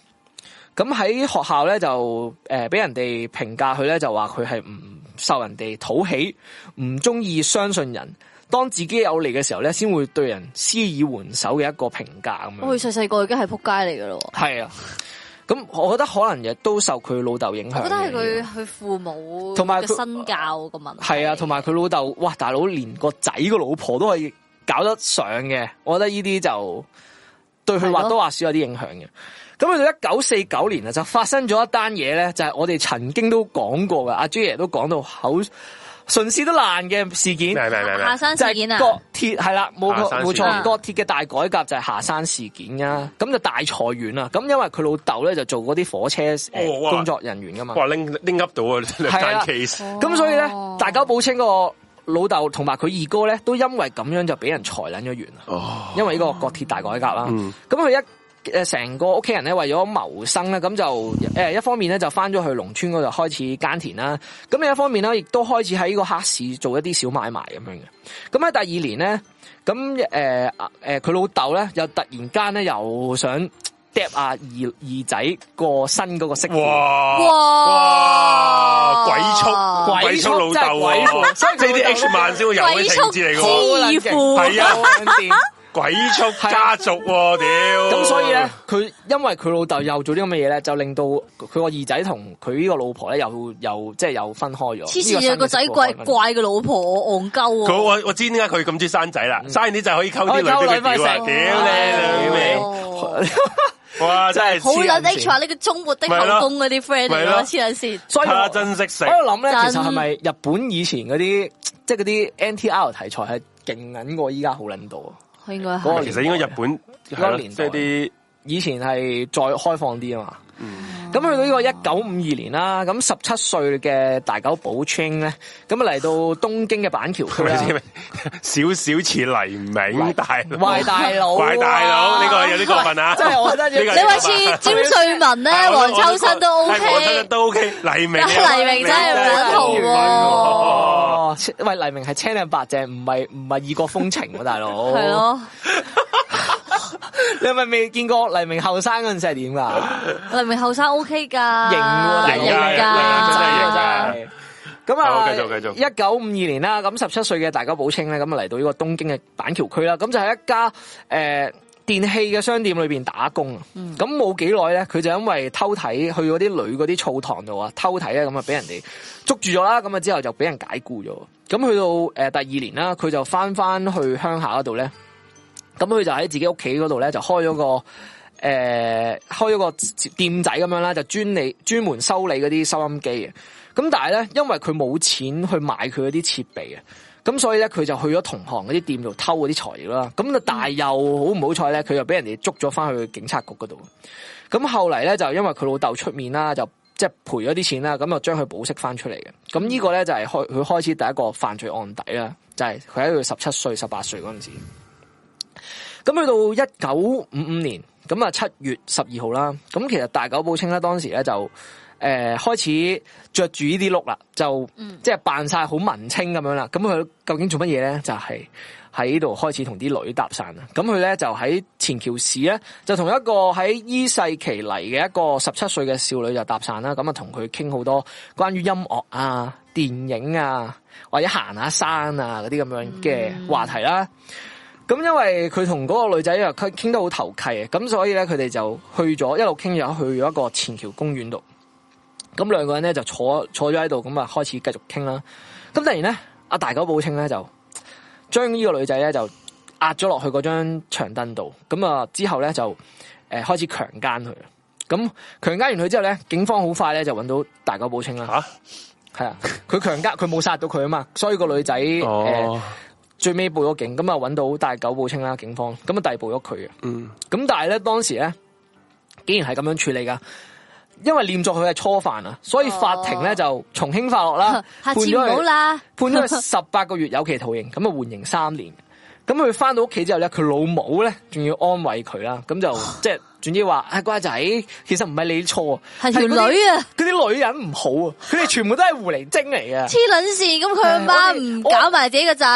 咁喺學校咧就誒俾、人哋評價佢咧就話佢係唔受人哋討喜，唔中意相信人。當自己有利嘅時候咧，先會對人施以援手嘅一個評價咁樣。我佢細細個已經係撲街嚟㗎咯。係啊，咁我覺得可能亦都受佢老豆影響嘅。我覺得係佢佢父母啊同埋佢嘅身教個問題。係啊，同埋佢老豆，哇！大佬連個仔個老婆都可以搞得上嘅，我覺得呢啲就對佢或多或少有啲影響嘅。咁去到一九四九年啊，就發生咗一單嘢咧，就係、我哋曾經都講過嘅，阿 J 爺都講到口唇舌都爛嘅事件咩，咩咩咩下，山就事係件啊，國鐵係啦，冇下錯山冇事件錯，國鐵嘅大改革就係下山事件啦，咁就大裁員啦。咁因為佢老豆咧就做嗰啲火車呃哦哇工作人員噶嘛。哇拎拎噏到啊 兩係單啊 case，咁所以咧哦，大久保清個老豆同埋佢二哥咧，都因為咁樣就俾人裁撚咗員啦。哦，因為呢個國鐵大改革啦嗯，咁佢、一誒成個屋企人咧為咗謀生咧，咁就誒、一方面咧就翻咗去農村嗰度開始耕田啦，咁另一方面咧亦都開始喺呢個黑市做一啲小買賣咁樣嘅。咁喺第二年咧，咁誒誒佢老豆咧又突然間咧又想揼阿二二仔個新嗰個媳婦。哇哇哇鬼鬼畜畜鬼畜老真係豆鬼畜喎，所以佢老豆呢啲咧 H 漫先會有嘅情節嚟嘅鬼畜喎，之父係啊啊！鬼畜家 族喎屌，咁所以咧，佢因為佢老豆又做啲咁嘅嘢咧，就令到佢個二仔同佢呢個老婆咧，又又即係又分開咗。黐呢線啊！個個仔新嘅怪媳婦怪個老婆戇鳩佢啊！我我知點解佢咁中意生仔嗯啦，生完啲仔可以溝啲女哦俾佢屌啊！屌可你以哦老味，哦哇真係好撚黐撚線 H 話呢個中活的後宮嗰啲咪 friend 嚟咯咯，黐撚線。所以哦我他啊真識食我，喺度諗咧，其實真係咪日本以前嗰啲即係嗰啲 NTR 題材係勁撚過依家好撚多啊？佢應該係嗰個其實應該日本係咯，年即代係啲以前係再開放啲啊嘛。嗯咁去到呢個一九五二年啦，咁十七歲嘅大久保清咧，咁啊嚟到東京嘅板橋區 係咪啦先。少少似黎明大佬喂大佬啊， 喂大佬，呢 個有啲過分啊！真係我覺得呢個你話似詹瑞文咧，啊我黃都秋生都我係黃秋生 OK，都 OK，黎明但 黎明真係唔撚好喎。哦，喂，黎明係青靚白淨，唔係唔係異國風情喎，大佬。係，咯， 你係咪未見過黎明後生嗰陣時係點㗎？黎明後生 OK 㗎，型喎，啊型㗎㗎型㗎真係型㗎真係。咁啊，好繼續繼續一九五二年啦，咁十七歲嘅大久保清咧，咁啊嚟到呢個東京嘅板橋區啦，咁就係一家誒、呃電器嘅商店裏邊打工啊。咁冇幾耐咧，佢就因為偷睇去嗰啲女嗰啲澡堂度啊，偷睇咧咁啊，俾人哋捉住咗啦。咁啊之後就俾人解雇咗。咁去到誒、呃第二年啦，佢就翻翻去鄉下嗰度咧。咁佢就喺自己屋企嗰度咧，就開咗個誒、呃、開咗個店仔咁樣啦，就專理專門修理嗰啲收音機啊嘅。咁但係咧，因為佢冇錢去買佢嗰啲設備啊，咁所以咧佢就去咗同行嗰啲店度偷嗰啲材料啦。咁但係又好唔好彩咧，佢就俾人哋捉咗翻去警察局嗰度。咁後嚟咧就因為佢老豆出面啦，就即係賠咗啲錢啦，咁就將佢保釋翻出嚟嘅。咁呢個咧就係開佢開始第一個犯罪案底啦，就係佢喺佢十七歲、十八歲嗰陣時。咁去到一九五五年，咁啊七月十二號啦，咁其實大久保清咧當時咧就誒、呃、開始着住呢啲碌啦，就、即係扮晒好文青咁樣啦。咁佢究竟做乜嘢咧？就係喺度開始同啲女搭訕啦。咁佢咧就喺前橋市咧，就同一個喺伊勢崎嚟嘅一個十七歲嘅少女就搭訕啦。咁啊同佢傾好多關於音樂啊、電影啊，或者行下山啊嗰啲咁樣嘅話題啦。咁因為佢同嗰個女仔又傾傾得好投契嘅，咁所以咧佢哋就去咗一路傾咗去咗一個前橋公園度。咁兩個人咧就坐坐咗喺度，咁啊開始繼續傾啦。咁突然咧，阿大久保清咧就將呢個女仔咧就壓咗落去嗰張長凳度。咁啊之後咧就誒、呃、開始強姦佢。咁強姦完佢之後咧，警方好快咧就揾到大久保清啦。吓係啊，佢強姦佢冇殺到佢啊嘛，所以個女仔誒。呃哦，最尾報咗警，咁啊揾到大久保清啦，警方咁啊逮捕咗佢嘅。嗯，咁但係咧當時咧，竟然係咁樣處理噶，因為念作佢係初犯啊，所以法庭咧哦，就從輕發落啦 下次唔好啦，判 咗佢十八個月有期徒刑，咁啊緩刑三年。咁佢翻到屋企之後咧，佢老母咧仲要安慰佢啦，咁 就即係總之話：，啊、乖仔，其實唔係你錯，係條嗰啲女啊，嗰啲女人唔好啊，佢哋全部都係狐狸精嚟嘅。 黐撚線，咁佢阿媽唔我哋我搞埋自己個仔，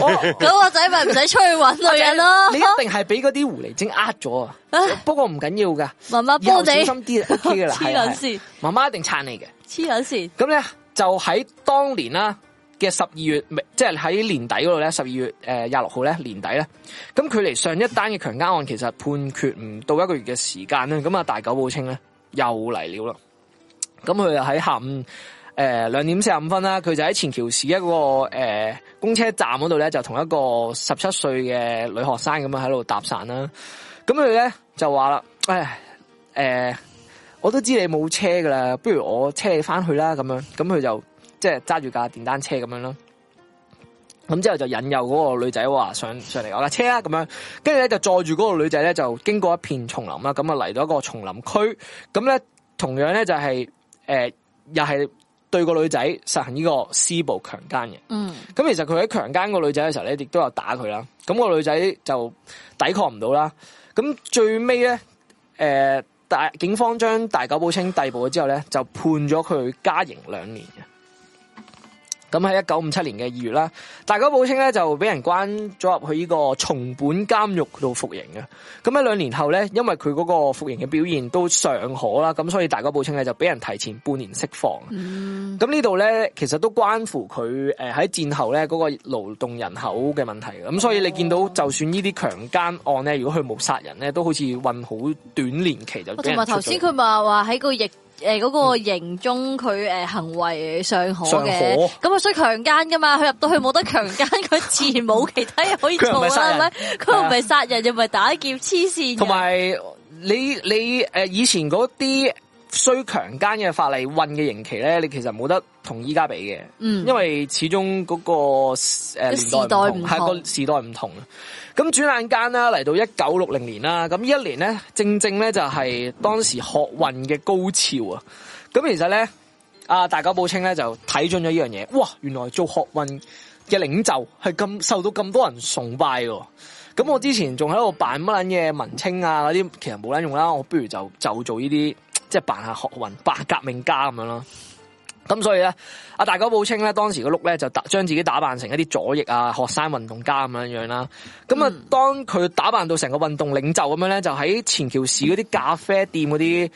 我啊咁個仔咪唔使出去揾女人咯你。一定係俾嗰啲狐狸精呃咗啊！不過唔緊要噶，媽媽以後幫啊你小心啲就 OK 噶啦。 黐係啊撚係線啊，媽媽一定撐你嘅。黐撚線，咁咧就喺當年啦嘅十二月尾，即係喺年底嗰度咧，十二月呃誒廿六號咧年底咧，咁距離上一單嘅強姦案其實判決唔到一個月嘅時間咧，咁啊大久保清咧又嚟了啦。咁佢就喺下午誒兩點四十五分啦，佢就喺前橋市一個誒、呃公車站嗰度咧，就同一個十七歲嘅女學生咁啊樣喺度搭訕啦。咁佢咧就話啦，唉誒。呃我都知你冇車噶啦，不如我車你翻去啦咁樣，咁佢就即係揸住架電單車咁樣啦。咁之後就引誘嗰個女仔話上上嚟我架車啦咁樣，跟住咧就載住嗰個女仔咧就經過一片叢林啦，咁啊嚟到一個叢林區，咁咧同樣咧就係、呃又係對個女仔實行呢個施暴強姦嘅。嗯，咁其實佢喺強姦個女仔嘅時候咧，亦都有打佢啦。咁、個女仔就抵抗唔到啦。咁最尾咧，誒、大警方將大久保清逮捕咗之後咧，就判咗佢加刑兩年嘅。咁喺一九五七年嘅二月啦，大久保清咧就俾人關咗入去呢個松本監獄度服刑嘅。咁喺兩年後咧，因為佢嗰個服刑嘅表現都尚可啦，咁所以大久保清咧就俾人提前半年釋放。嗯咁呢度咧，其實都關乎佢誒喺戰後咧嗰個勞動人口嘅問題嘅，咁所以你見哦到就算呢啲強姦案咧，如果佢冇殺人咧，都好似運好短年期就俾哦同人埋出頭咗先佢咪話喺個疫誒嗰個營中佢誒行為尚可尚嘅，可咁啊所以強姦噶嘛，佢入到去冇得強姦，佢自然冇其他嘢可以佢又唔做係殺人啦，係咪？佢又唔係殺人，又唔係打劫，黐線嘅。同埋你你誒、呃以前嗰啲衰強姦嘅法例運嘅刑期咧，你其實冇得同依家比嘅，嗯因為始終嗰、個誒、呃、個年代唔同，時代唔同係個時代唔同啊。咁轉眼間啦，嚟到一九六零年啦，咁呢一年咧，正正咧就係當時學運嘅高潮啊。咁其實咧，啊大久保清咧就睇準咗呢啊樣嘢，哇！原來做學運嘅領袖係咁受到咁多人崇拜嘅喎。咁我之前仲喺度扮乜撚嘢文青啊嗰啲，其實冇撚用啦。我不如就就做呢啲，即係扮下學運、扮革命家咁樣啦。咁所以咧，阿啊大久保清咧，當時個碌咧就打將自己打扮成一啲左翼啊、學生運動家咁樣樣啦。咁啊，當佢打扮到成個運動領袖咁樣咧，就喺前橋市嗰啲呃咖啡店嗰啲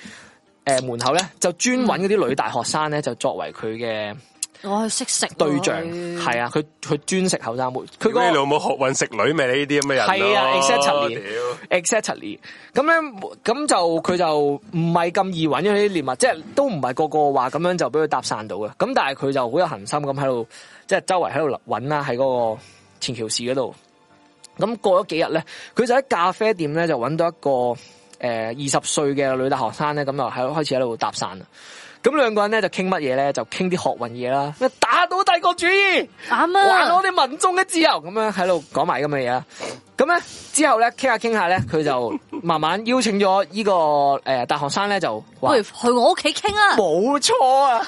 誒門口咧，就專揾嗰啲女大學生咧，就作為佢嘅我去識食對喎象，佢係啊，佢佢專食後生妹，佢屌你個老母學運食女咪你呢啲咁嘅人係啊咯，exactly 屌 exactly，咁咧咁就佢就唔係咁易揾咗呢啲獵物，即係都唔係個個話咁樣就俾佢搭散到嘅，咁但係佢就好有恒心咁喺度，即係周圍喺度揾啦，喺嗰個前橋市嗰度。咁過咗幾日咧，佢就喺咖啡店咧就揾到一個誒二十歲嘅女大學生咧，咁就喺度開始喺度搭訕啦。咁兩個人咧就傾乜嘢咧？就傾啲學運嘢啦，咩打倒帝國主義，啱還啊我，哋民眾嘅自由，咁樣喺度講埋咁嘅嘢啦。咁咧之後咧傾下傾下咧，佢就慢慢邀請咗呢、個誒、呃大學生咧就話不如去我屋企傾啊！冇錯啊，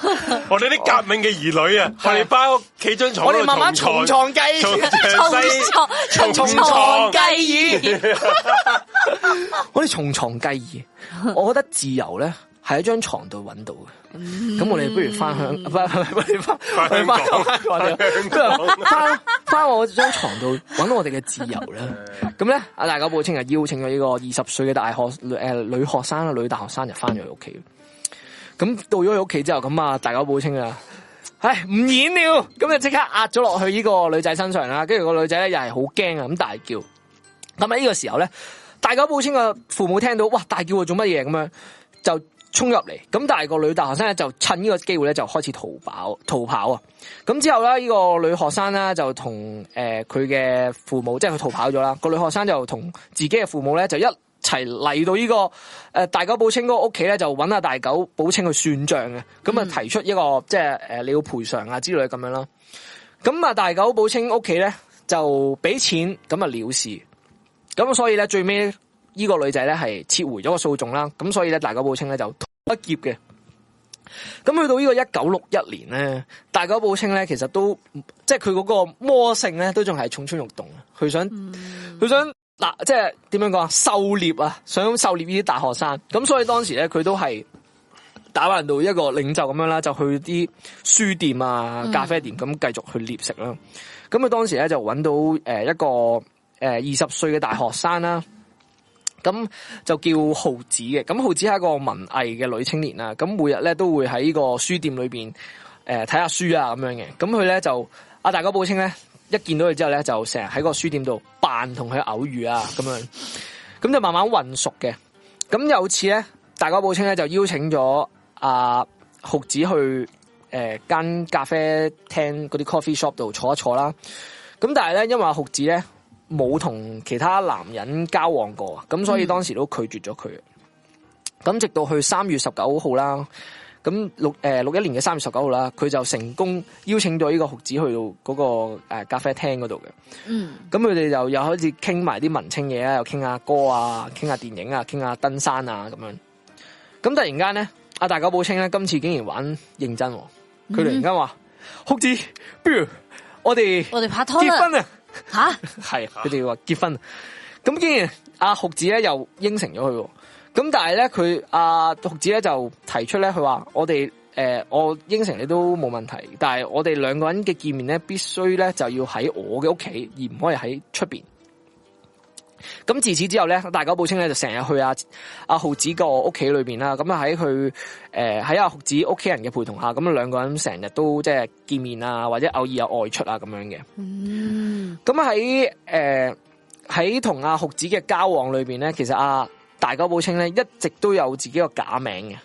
我哋哦啲革命嘅兒女啊，我哋包屋企張床，我哋慢慢重創雞，重 重重重重創創繼繼我哋從床計議，我覺得自由咧係喺張床度揾到嘅。咁我哋不如翻香，不不不，翻翻香港翻我哋，不如翻翻我張床度揾我哋嘅自由啦。咁咧，阿大久保清就邀請咗呢個二十歲嘅大學誒、呃女學生啦，女大學生就翻咗佢屋企。咁到咗佢屋企之後，咁啊大久保清啊。唉，唔演了，咁就即刻壓咗落去呢個女仔身上啦。跟住個女仔咧又係好驚啊，咁大叫。咁啊喺呢個時候咧，大久保清嘅父母聽到，哇！大叫佢做乜嘢咁樣，就衝入嚟。咁但係個女大學生咧就趁呢個機會咧就開始逃跑，逃跑啊！咁之後咧，呢、個女學生咧就同誒佢嘅父母，即係佢逃跑咗啦。個女學生就同自己嘅父母咧就一齊嚟到呢、個誒、呃大久保清嗰個屋企咧，就揾阿大久保清去算帳嘅。咁啊提出一個、即係誒、呃你要賠償啊之類咁樣啦。咁啊大久保清屋企咧就俾錢咁啊了事。咁所以咧最尾呢個女仔咧係撤回咗個訴訟啦，咁所以咧大久保清咧就逃一劫嘅。咁去到呢個一九六一年咧，大久保清咧其實都即係佢嗰個魔性咧都仲係蠢蠢欲動啊！佢想佢、想嗱，即係點樣講啊？狩獵啊，想狩獵呢啲大學生。咁所以當時咧佢都係打扮到一個領袖咁樣啦，就去啲書店啊、咖啡店咁繼續去獵食啦。咁佢當時咧就揾到誒一個。誒二十歲嘅大學生啦，咁就叫浩子嘅。咁浩子係一個文藝嘅女青年啦，咁每日咧都會喺呢個書店裏邊誒睇下書啊咁樣嘅。咁佢咧就阿大久保清咧一見到佢之後咧，就成日喺個書店度扮同佢偶遇啊咁樣，咁就慢慢混熟嘅。咁有次咧，大久保清咧就邀請咗阿浩子去誒間、咖啡廳嗰啲 coffee shop 度坐一坐啦。咁但係咧，因為阿浩子咧。冇同其他男人交往過啊，咁所以當時都拒絕咗佢。咁、直到去三月十九號啦，咁六誒六一年嘅三月十九號啦，佢就成功邀請咗呢個學子去到嗰、個、呃、咖啡廳嗰度嘅。嗯，咁佢哋就又開始傾埋啲文青嘢啦，又傾下歌啊，傾下電影啊，傾下登山啊咁樣。咁突然間咧，阿大久保清咧今次竟然玩認真喎，佢突然間話：學子，不如我哋我哋拍拖結啦婚啊！吓，系啊佢哋話結婚，咁竟然阿酷子咧又應承咗佢喎，咁但係咧佢阿酷子咧就提出咧，佢話我哋诶、呃我應承你都冇問題，但係我哋兩個人嘅見面咧必須咧就要喺我嘅屋企，而唔可以喺出边。咁自此之後咧，大久保清咧就成日去阿阿浩子個屋企裏边啦，咁啊喺佢诶喺阿浩子屋企人嘅陪同下，咁啊兩個人成日都即係見面啊，或者偶爾有外出啊咁樣嘅。嗯，咁喺誒喺同阿酷子嘅交往裏邊咧，其實阿、大久保清咧一直都有自己個假名嘅，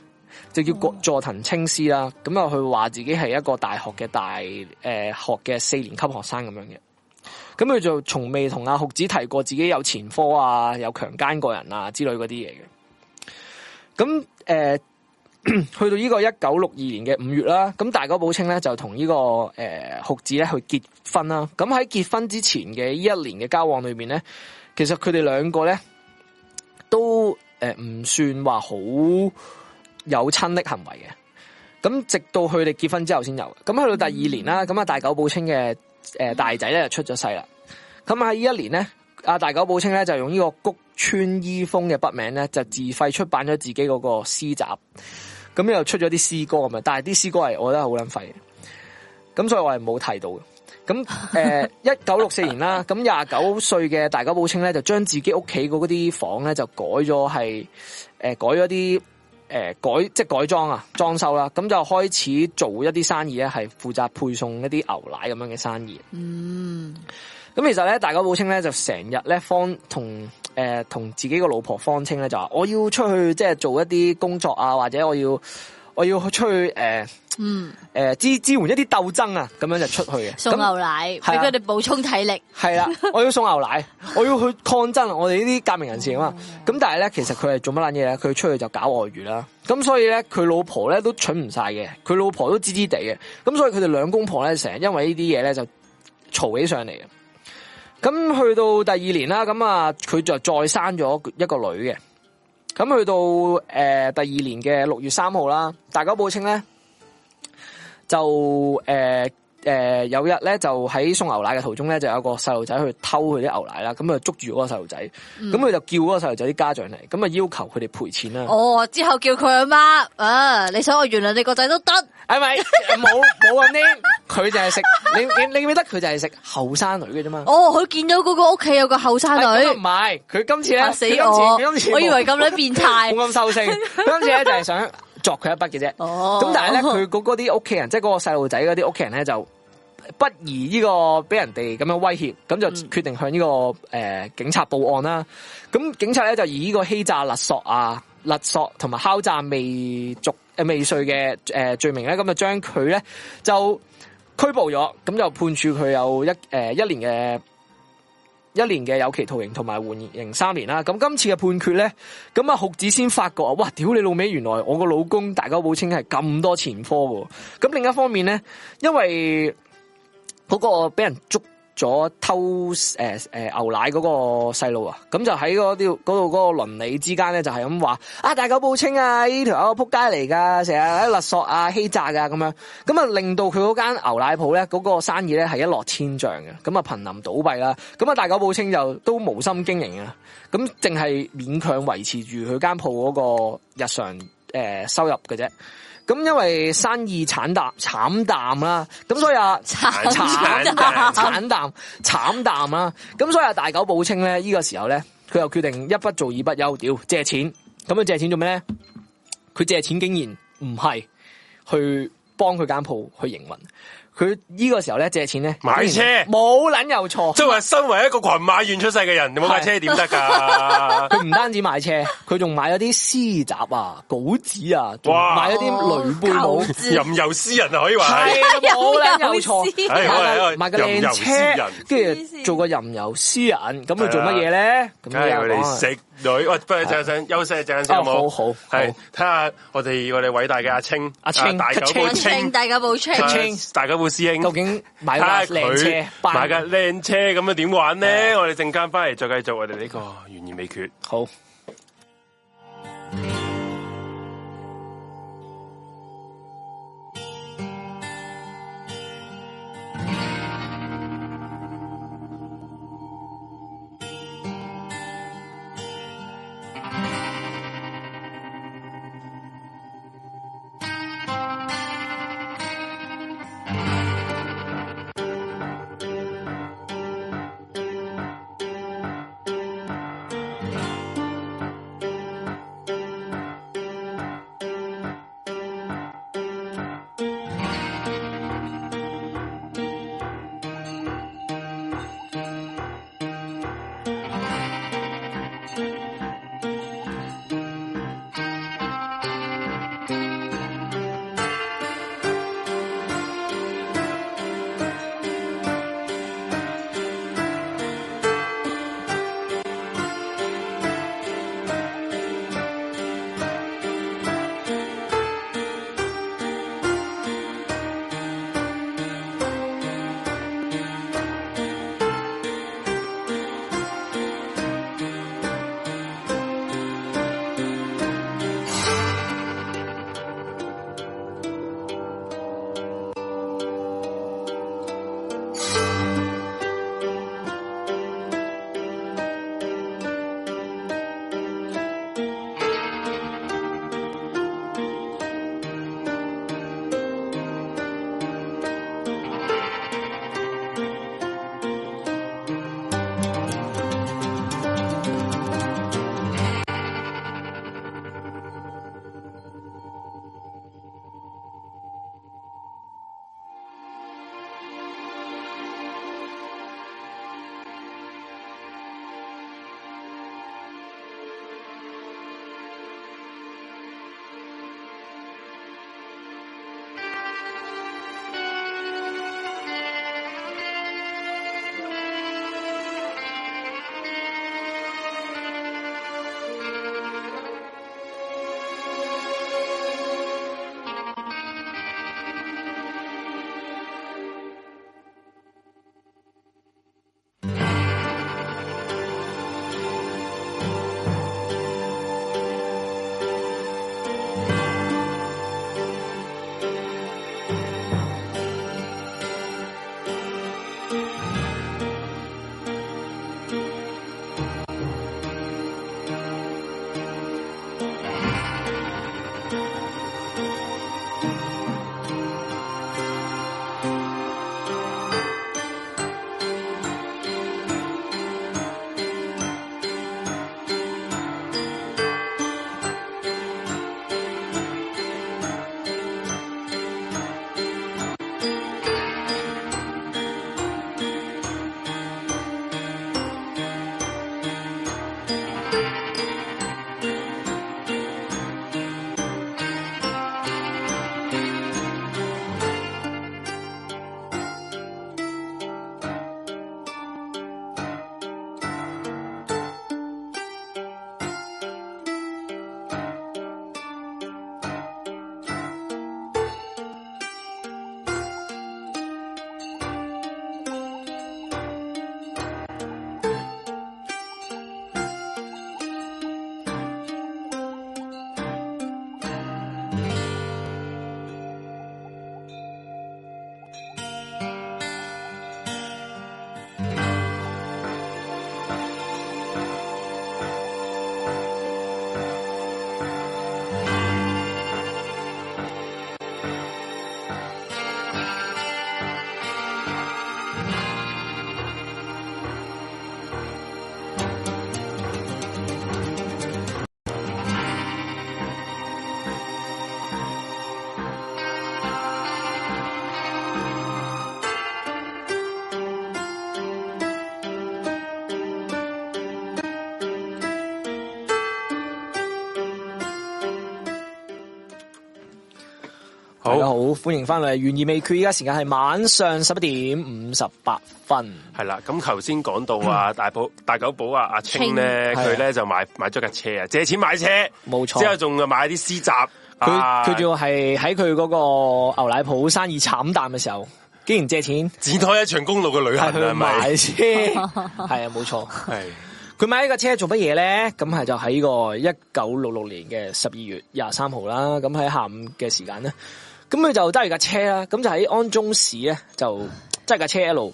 就叫郭佐藤清司啦。咁啊，佢話自己係一個大學嘅大誒、呃、學嘅四年級學生咁樣嘅。咁佢就從未同阿酷子提過自己有前科啊，有強姦過人啊之類嗰啲嘢嘅。咁誒、呃去到呢個一九六二年嘅五月啦，咁大久保清咧就同呢、個誒酷子咧去結婚啦。咁喺結婚之前嘅呢一年嘅交往裏面咧，其實佢哋兩個咧都誒唔、算話好有親昵行為嘅。咁直到佢哋結婚之後先有嘅。咁去到第二年啦，咁啊大久保清嘅誒、呃大仔咧就出咗世啦。咁啊喺呢一年咧，阿大久保清咧就用呢個谷村伊風嘅筆名咧，就自費出版咗自己嗰個詩集。咁又出咗啲詩歌咁樣，但係啲詩歌係我覺得好撚廢嘅，咁所以我係冇提到嘅。咁誒，一九六四年啦，咁廿九歲嘅大久呃保清咧，就將自己屋企嗰啲房咧就改咗係誒改咗啲诶、改即系改裝啊，裝修啦，咁就開始做一啲生意咧，係負責配送一啲牛奶咁樣嘅生意。嗯，咁其實咧，大家寶清咧就成日咧方同诶同自己個老婆方清咧就話：我要出去即係做一啲工作啊，或者我要我要出去诶嗯，诶、呃支支援一啲鬥爭啊，咁樣就出去嘅。送咁牛奶俾係啊佢哋補充體力，系 啦，我要送牛奶，我要去抗爭，我哋呢啲革命人士哦啊嘛。咁但系咧，其實佢係做乜撚嘢咧？佢出去就搞外遇啦。咁所以咧，佢老婆咧都蠢唔晒嘅，佢老婆都知知地嘅。咁所以佢哋兩公婆咧，成日因為呢啲嘢咧就嘈起上嚟嘅。咁去到第二年啦，咁啊，佢就再生咗一個女嘅。咁去啊到诶、呃第二年嘅六月三號啦，大家報稱咧就诶。誒、有日咧就喺送牛奶嘅途中咧，就有個細路仔去偷佢啲牛奶啦，咁啊捉住嗰個細路仔，咁佢、就叫嗰個細路仔啲家長嚟，咁啊要求佢哋賠錢啦。哦，之後叫佢阿媽啊，你想我原諒你個仔都得，係哎咪冇冇咁啲？佢就係食你你你記得佢就係食後生女嘅啫嘛。哦，佢見到嗰個屋企有個後生哎咁女唔，係佢今次咧，嚇佢死今次我佢今次，我以冇為咁樣變態，冇咁收聲，佢今次咧就係想作佢一筆嘅啫。哦，咁但係咧，佢嗰嗰啲屋企人，即係嗰個細路仔嗰啲屋企人咧，就不宜呢個俾人哋咁樣威脅，咁就嗯決定向呢、個誒、呃警察報案啦。咁警察咧就以呢個欺詐勒索啊、勒索同埋敲詐未族誒未遂嘅誒、呃罪名咧，咁就將佢咧就拘捕咗，咁就判處佢有一誒、呃一年嘅。一年嘅有期徒刑同埋緩刑三年啦，咁今次嘅判決咧，咁啊，酷子先發覺啊，哇！屌你老味，原來我個老公大家寶清係咁多前科喎。咁另一方面咧，因為嗰個俾人捉咗偷诶诶、牛奶嗰個細路啊，咁就喺嗰啲嗰度嗰個鄰里之間咧，就係咁話啊，大家寶清啊，呢條友仆街嚟㗎，成日喺勒索啊、欺詐㗎咁樣，咁啊令到佢嗰間牛奶鋪咧嗰個生意咧係一落千丈嘅，咁啊濒臨倒閉啦，咁啊大家寶清就都無心經營啊。咁淨係勉強維持住佢間鋪嗰個日常诶、呃收入嘅啫。咁因為生意慘淡慘淡啦，咁所以啊慘 慘淡淡 慘淡慘淡啦，咁所以啊大久保清咧呢、個時候咧，佢又決定一不做二不休，屌借錢。咁佢借錢做咩咧？佢借錢竟然唔係去幫佢間鋪去營運，佢呢個時候咧借錢咧買車冇撚有錯。即系话身为一个群马县出世嘅人，你冇架车点得噶？ 佢唔單止買車，佢仲買咗啲詩集啊、稿紙啊，仲哇買咗啲雷杯 帽，舊字吟游诗人啊，可以话係係啊冇啦，有錯， 哎哎哎買個吟遊靚詩車人，跟住做個吟遊詩人，咁佢做乜嘢咧？咁梗係有佢講哋啊食女，喂，不如陣陣休息一陣先哦好冇？好好係睇下我哋我哋偉大嘅阿青，啊阿青大狗阿寶青我清青，大家冇清，阿啊青大狗寶師兄，究竟買睇架下哎靚佢車，啊買班架靚車咁樣點玩咧？我哋陣間翻嚟再繼續我哋呢個懸而未決。好。 Hãy subscribe cho kênh Ghiền Mì Gõ Để không bỏ lỡ 大家好好，歡迎翻嚟《懸而未決》，依家時間係晚上十一點五十八分。系啦，咁頭先講到啊，嗯大宝大九寶啊，阿青咧，清佢咧就買買咗架車啊，借錢買車，啊冇錯之後仲買啲私集，佢啊佢仲要係喺佢嗰個牛奶鋪生意慘淡嘅時候，竟然借 錢展開一場公路嘅旅係行啊去係咪？買車，係啊，冇錯。係佢買呢架車做乜嘢咧？咁係就喺呢個一九六六年嘅十二月廿三號啦。咁喺下午嘅時間咧，咁佢就揸住架車啦。咁就喺安中市咧，就揸架車一路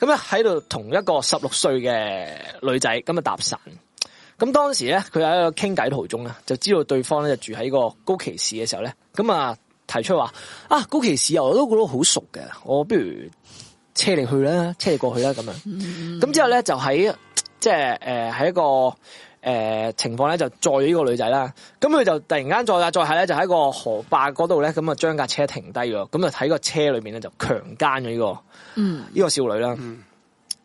咁咧喺度同一個十六歲嘅女仔咁啊搭訕。咁當時咧，佢喺度傾偈途中啊，就知道對方咧就住喺個高崎市嘅時候咧，咁啊提出話啊高崎市啊，我都覺得好熟嘅，我不如車你去啦，車你過去啦咁樣。咁之後咧就喺即系诶喺一個诶、呃情況咧就載咗呢個女仔啦。咁佢就突然間載下載下咧就喺個河壩嗰度咧，咁啊將架車停低咗，咁就喺個車裏面咧就強姦咗呢個嗯，呢個少女啦。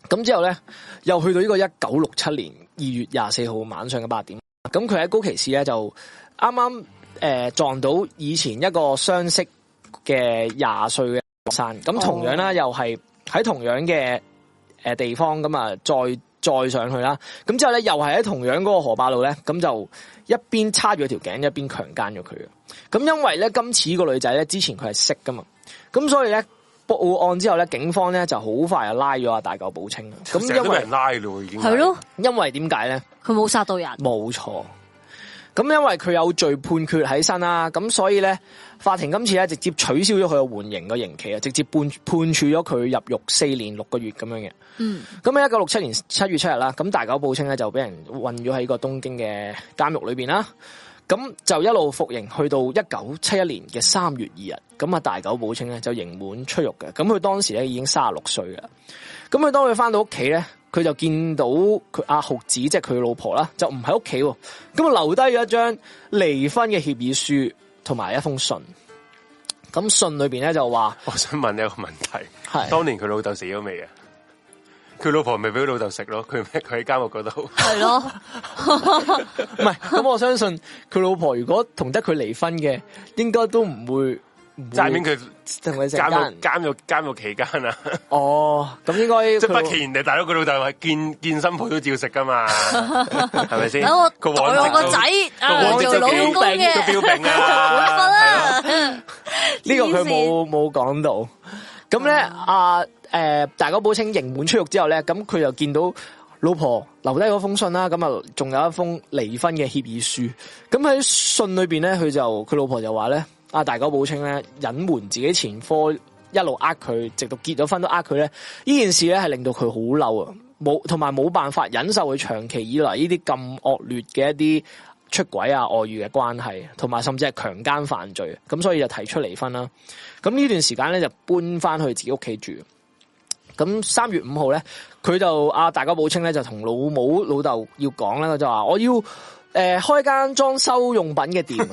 咁之後咧，又去到呢個一九六七年二月廿四號晚上嘅八點，咁佢喺高崎市咧就啱啱誒撞到以前一個相識嘅廿歲嘅學生，咁同樣啦，又係喺同樣嘅誒地方咁啊，再再上去啦。咁之後咧，又係喺同樣嗰個河壩路咧，咁就一邊叉住佢條頸，一邊強姦咗佢嘅。咁因為咧，今次呢個女仔咧，之前佢係識噶嘛，咁所以咧。報案之後咧，警方咧就好快就拉咗阿大久保清啦。咁成因日都俾為人拉咯，已經系咯，，因為點解咧？佢冇殺到人，冇錯。咁因為佢有罪判決喺身啦，咁所以咧，法庭今次咧直接取消咗佢嘅緩刑個刑期啊，直接判判處咗佢入獄四年六個月咁樣嘅。嗯，咁喺一九六七年七月七日啦，咁大久保清咧就俾人困咗喺個東京嘅監獄裏邊啦。咁就一路服刑，去到一九七一年嘅三月二日，咁啊大久保清咧就刑滿出獄嘅。咁佢當時咧已經三十六歲嘅啦。咁佢當佢翻到屋企咧，佢就見到佢阿浩子即係佢老婆啦，就唔喺屋企喎。咁啊留低咗一張離婚嘅協議書同埋一封信。咁信裏邊咧就話我想問你一個問題，係當年佢老豆死咗未啊？佢老婆咪俾佢老豆食咯，佢佢喺監獄嗰度， 係咯，唔係，咁我相信佢老婆如果同得佢離婚嘅，應該都唔會齋面佢佢同佢成監家人獄。監獄監獄期間啊，哦，咁應該即係佢不其然地，大佬佢老豆係見見新抱都照食噶 嘛，係咪先？等我佢代往我個直仔到啊往直做都老幾公都嘅，標炳冇法啊！啦，呢個佢冇冇講到。咁咧，阿誒大久保清刑滿出獄之後咧，咁啊佢就見到老婆留低嗰封信啦，咁啊仲有一封離婚嘅協議書。咁喺信裏邊咧，佢就佢老婆就話咧，阿大久保清咧隱瞞自己前科，一路呃佢，直到結咗婚都呃佢咧，呢件事咧係令到佢好嬲啊！冇同埋冇辦法忍受佢長期以嚟呢啲咁惡劣嘅一啲出軌啊、外遇嘅關係，同埋甚至係強姦犯罪，咁所以就提出離婚啦。咁呢段時間咧就搬翻去自己屋企住。咁三月五號咧，佢就阿大家寶清咧就同老母老豆要講啦，就話我要诶、呃、开間裝修用品嘅店啊。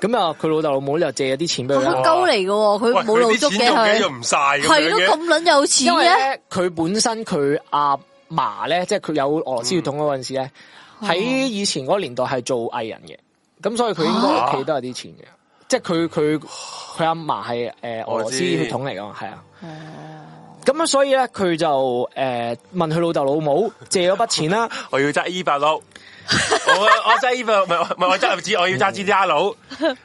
咁啊，佢老豆老母就借咗啲錢俾佢佢啦。鳩嚟嘅喎，佢喂冇露佢足啲嘅錢用佢又，唔晒咁係樣咯嘅咁撚有錢因為嘅，咧，佢本身佢阿嫲咧，即係佢有俄羅斯血統嗰陣時咧，喺、以前嗰個年代係做藝人嘅，咁所以佢應該屋企都有啲錢嘅，即係佢佢佢阿嫲係誒俄羅斯血統嚟噶嘛，係啊。咁啊，所以咧，佢就誒、呃、問佢老豆老母借咗筆錢啦，我要揸 E 八六，我我揸 E 八六，唔係我唔係我揸入紙，我要揸 G D R 佬，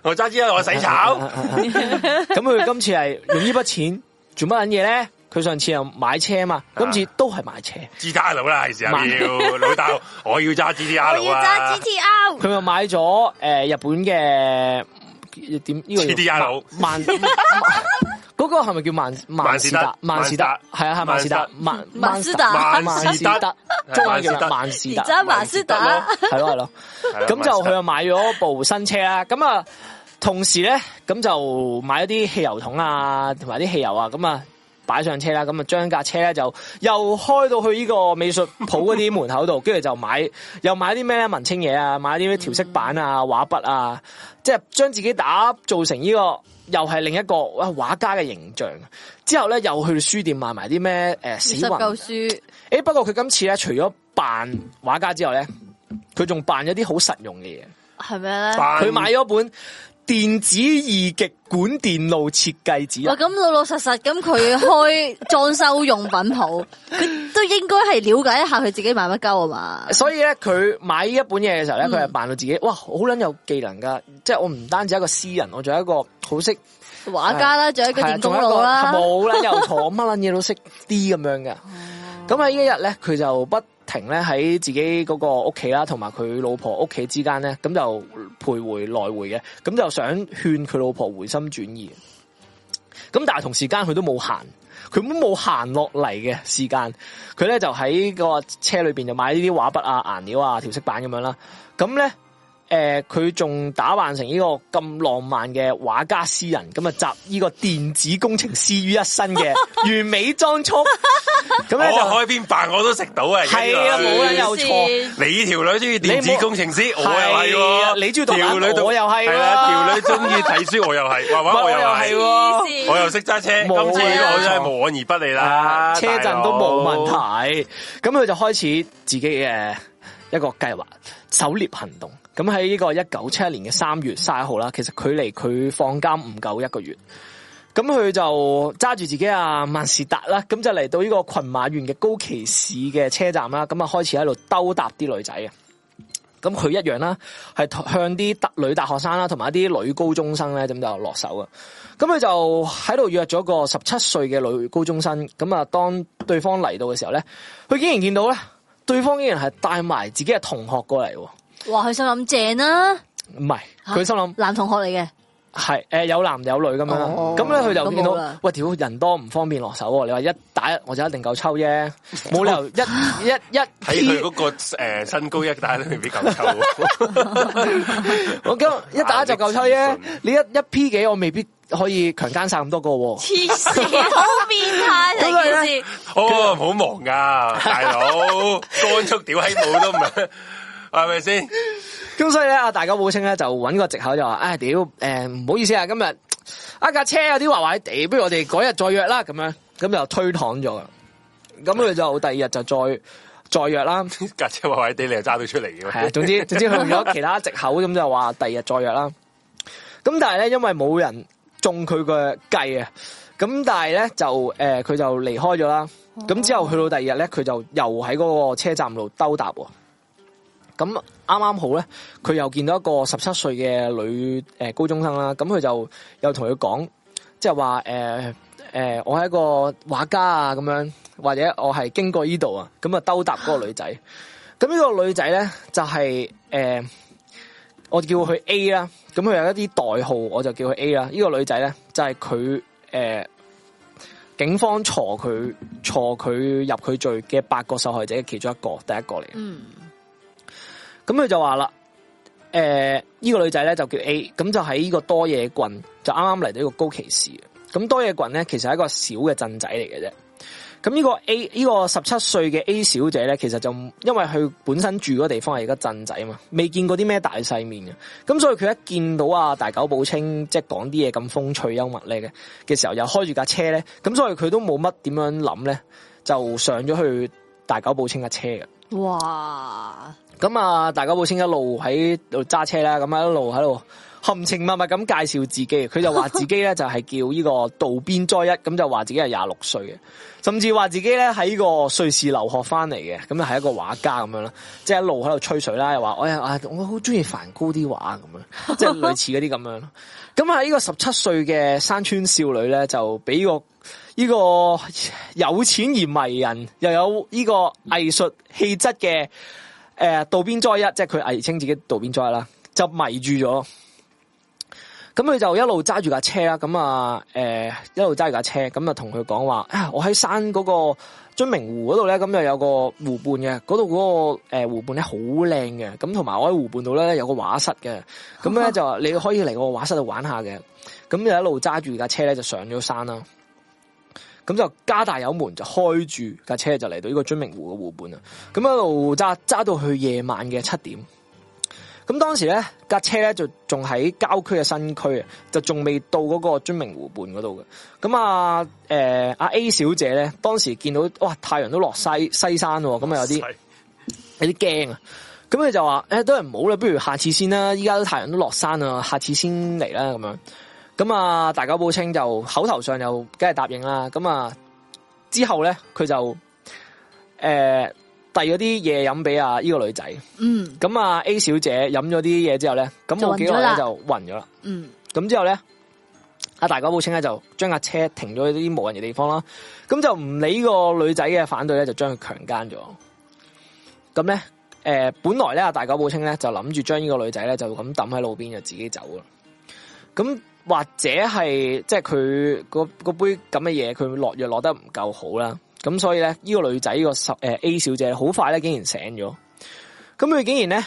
我揸 G D R 我洗炒， 咁佢今次係用呢筆錢做乜撚嘢咧？佢上次又買車嘛，今次都係買車。 G D R 佬啦，係時候慢要老豆，我要揸 G D R 我佬要揸啊 G，T R，佢又買咗诶、呃日本嘅點呢個叫 TDR 萬嗰個係咪叫萬萬事達？萬萬事事達達係啊係萬事達萬萬事達萬事達，中文叫咩萬事而達，家馬斯達係咯係咯。咁就佢 又買咗部新車啦。咁啊，同時咧，咁就買咗啲汽油桶啊，同埋啲汽油啊，咁啊擺上車啦。咁啊，將架車咧就又開到去呢個美術鋪嗰啲門口度，跟住就買又買啲咩咧文青嘢啊，買啲調色板啊、畫筆啊，即係將自己打造成呢、個。又係另一個哇畫家嘅形象，之後咧又去書店買埋啲咩誒死十魂嚿書，诶，不過佢今次咧，除咗扮畫家之後咧，佢仲扮咗啲好實用嘅嘢。係咩咧？佢佢買咗本電子二極管電路設計指喂，引。咁老老實實咁佢開 裝修用品鋪，佢都應該係了解一下佢自己買乜鳩啊嘛。所以咧，佢買呢一本嘢嘅時候咧，佢係扮到自己，哇，好撚有技能噶！即係我唔單止係一個詩人，我仲係一個好識畫家啦，仲有一個係啊電仲工有一個佬啦，冇啦，又坐乜撚嘢都識啲咁樣嘅。哦咁喺呢一日咧，佢就不停咧喺自己嗰個屋企啦，同埋佢老婆屋企之間咧，咁就徘徊來回嘅，咁就想勸佢老婆回心轉意。咁但係同時間佢都冇行，佢都冇行落嚟嘅時間，佢咧就喺個車裏邊就買呢啲畫筆啊、顏料啊、調色板咁樣啦。咁咧。誒佢仲打扮成呢個咁浪漫嘅畫家詩人，咁啊集呢個電子工程師於一身嘅完美裝束，咁我咧就開邊飯我都食到啊！而家呢係啊個女冇啦又錯你條女中意電子工程師，我又係啊係喎。你中意讀條女文讀我又係喎係啦，條女中意睇書，我又 係，畫畫我又係，喎黐線我又識揸車。今次冇啊我真係無往而不利啦，車震都冇問題。咁佢就開始自己嘅一個計劃，狩獵行動。咁喺呢個一九七一年嘅三月卅一號啦，其實距離佢放監唔夠一個月。咁佢就揸住自己啊萬事達啦，咁就嚟到呢個群馬縣嘅高崎市嘅車站啦，咁啊開始喺度兜搭啲女仔啊。咁佢一樣啦，係向啲大女大學生啦，同埋一啲女高中生咧，咁就落手啊。咁佢就喺度約咗個十七歲嘅女高中生，咁啊，當對方嚟到嘅時候咧，佢竟然見到咧，對方竟然係帶埋自己嘅同學過嚟喎，黐線哇，佢心諗正啦，唔係佢心諗男同學嚟嘅，係誒有男有女咁樣啦，哦咁咧佢就見咁冇到啦喂屌人多唔方便落手喎，你話一打一我就一定夠抽啫，冇理由一一一睇佢嗰個诶身高一打都未必夠抽， 我今一打就夠抽啫眼力，你一一 P 幾我未必可以強姦晒咁多個喎。黐線， 好變態咁佢成咧件事。哦，好忙噶，大佬，乾速屌閪冇都唔係，係咪先？咁所以咧，阿大家寶清咧就揾個藉口就話：，唉、屌，誒、唔好意思啊，今日啊架車有啲壞壞地，不如我哋啊改日呃再約啦，咁樣，咁就呃推搪咗啦。咁佢就第二日就再再約啦，係架車壞壞地，你又揸到出嚟嘅啊，咩？總之總之佢用咗其他藉口，咁就話第二日再約啦。咁但係咧，因為冇人中佢嘅計啊，咁但係咧就誒佢、就離開咗啦。咁之後去到第二日咧，佢就又喺嗰個車站度兜搭喎。咁啱啱好咧，佢又見到一個十七歲嘅女誒、呃高中生啦，咁佢就又同佢講，即係話誒誒，我係一個畫家啊咁樣，或者我係經過呢度啊，咁啊兜搭嗰個女仔。咁呢個女仔咧就係、呃我叫佢 A 啦，咁佢有一啲代號，我就叫佢 A 啦。呢、個女仔咧就係佢誒警方鋤佢鋤佢入佢罪嘅八個受害者嘅其中一個，第一個嚟嘅。嗯，咁佢就話啦，誒、呢、個女仔咧就叫 A，咁就喺呢個多野郡，就啱啱嚟到呢個高崎市。咁多野郡咧，其實係一個小嘅鎮仔嚟嘅啫。咁呢個 A 呢個十七歲嘅 A 小姐咧，其實就因為佢本身住嗰個地方係一個鎮仔嘛，未見過啲咩大世面嘅，咁所以佢一見到啊大久保清即係講啲嘢咁風趣幽默咧嘅嘅時候，又開住架車咧，咁所以佢都冇乜點樣諗咧，就上咗去大久保清架車嘅。哇，咁啊，大家寶清一路喺度揸車啦，咁啊一路喺度含情脈脈咁介紹自己，佢就話自己咧就係叫呢個渡邊災一，咁就話自己係廿六歲嘅，甚至話自己咧喺呢個瑞士留學翻嚟嘅，咁就啊係一個畫家咁樣啦，即係一路喺度吹水啦，又話我啊我好中意梵高啲畫咁樣，即係類似嗰啲咁樣咯。咁喺呢個十七歲嘅山村少女咧，就俾個呢個有錢而迷人，又有呢個藝術氣質嘅。誒渡呃邊災一，即係佢偽稱自己渡邊災一啦，就迷住咗。咁佢就一路揸住架車啦，咁啊誒一路揸住架車，咁啊同佢講話啊，我喺山嗰個津明湖嗰度咧，咁就有個湖畔嘅，嗰度嗰個呃誒湖畔咧好靚嘅，咁同埋我喺湖畔度咧有個畫室嘅，咁咧就話你可以嚟我畫室度玩下嘅，咁就一路揸住架車咧就上咗山啦。咁就加大油門就開住架車就嚟到呢個津明湖嘅湖畔啦。咁一路揸揸到去夜晚嘅七點。咁當時咧架車咧就仲喺郊區嘅新區啊，就仲未到嗰個津明湖畔嗰度嘅。咁啊，誒、阿 A 小姐咧， 當時見到哇太陽都落西西山喎，咁啊有啲有啲驚啊。咁佢就話：诶、都係唔好啦，不如下次先啦。依家都太陽都落山啦，下次先嚟啦咁樣。咁啊，大久保清就口頭上又梗係答應啦。咁啊，之後咧佢就诶遞咗啲嘢飲俾啊呢個女仔。嗯咁啊 A 小姐飲咗啲嘢之後咧，咁冇幾耐咧就暈咗啦。嗯咁之後咧，阿大久保清咧就將架車停咗喺啲無人嘅地方啦。咁就唔理個女仔嘅反對咧，就將佢強姦咗。咁咧，诶、本來咧阿大久保清咧就諗住將呢個女仔咧就咁抌喺路邊就自己走啦。咁或者係即係佢嗰嗰杯咁嘅嘢，佢落藥落得唔夠好啦。咁所以咧，呢、個女仔呢、個十诶 A 小姐好快咧，竟然醒咗。咁佢竟然咧，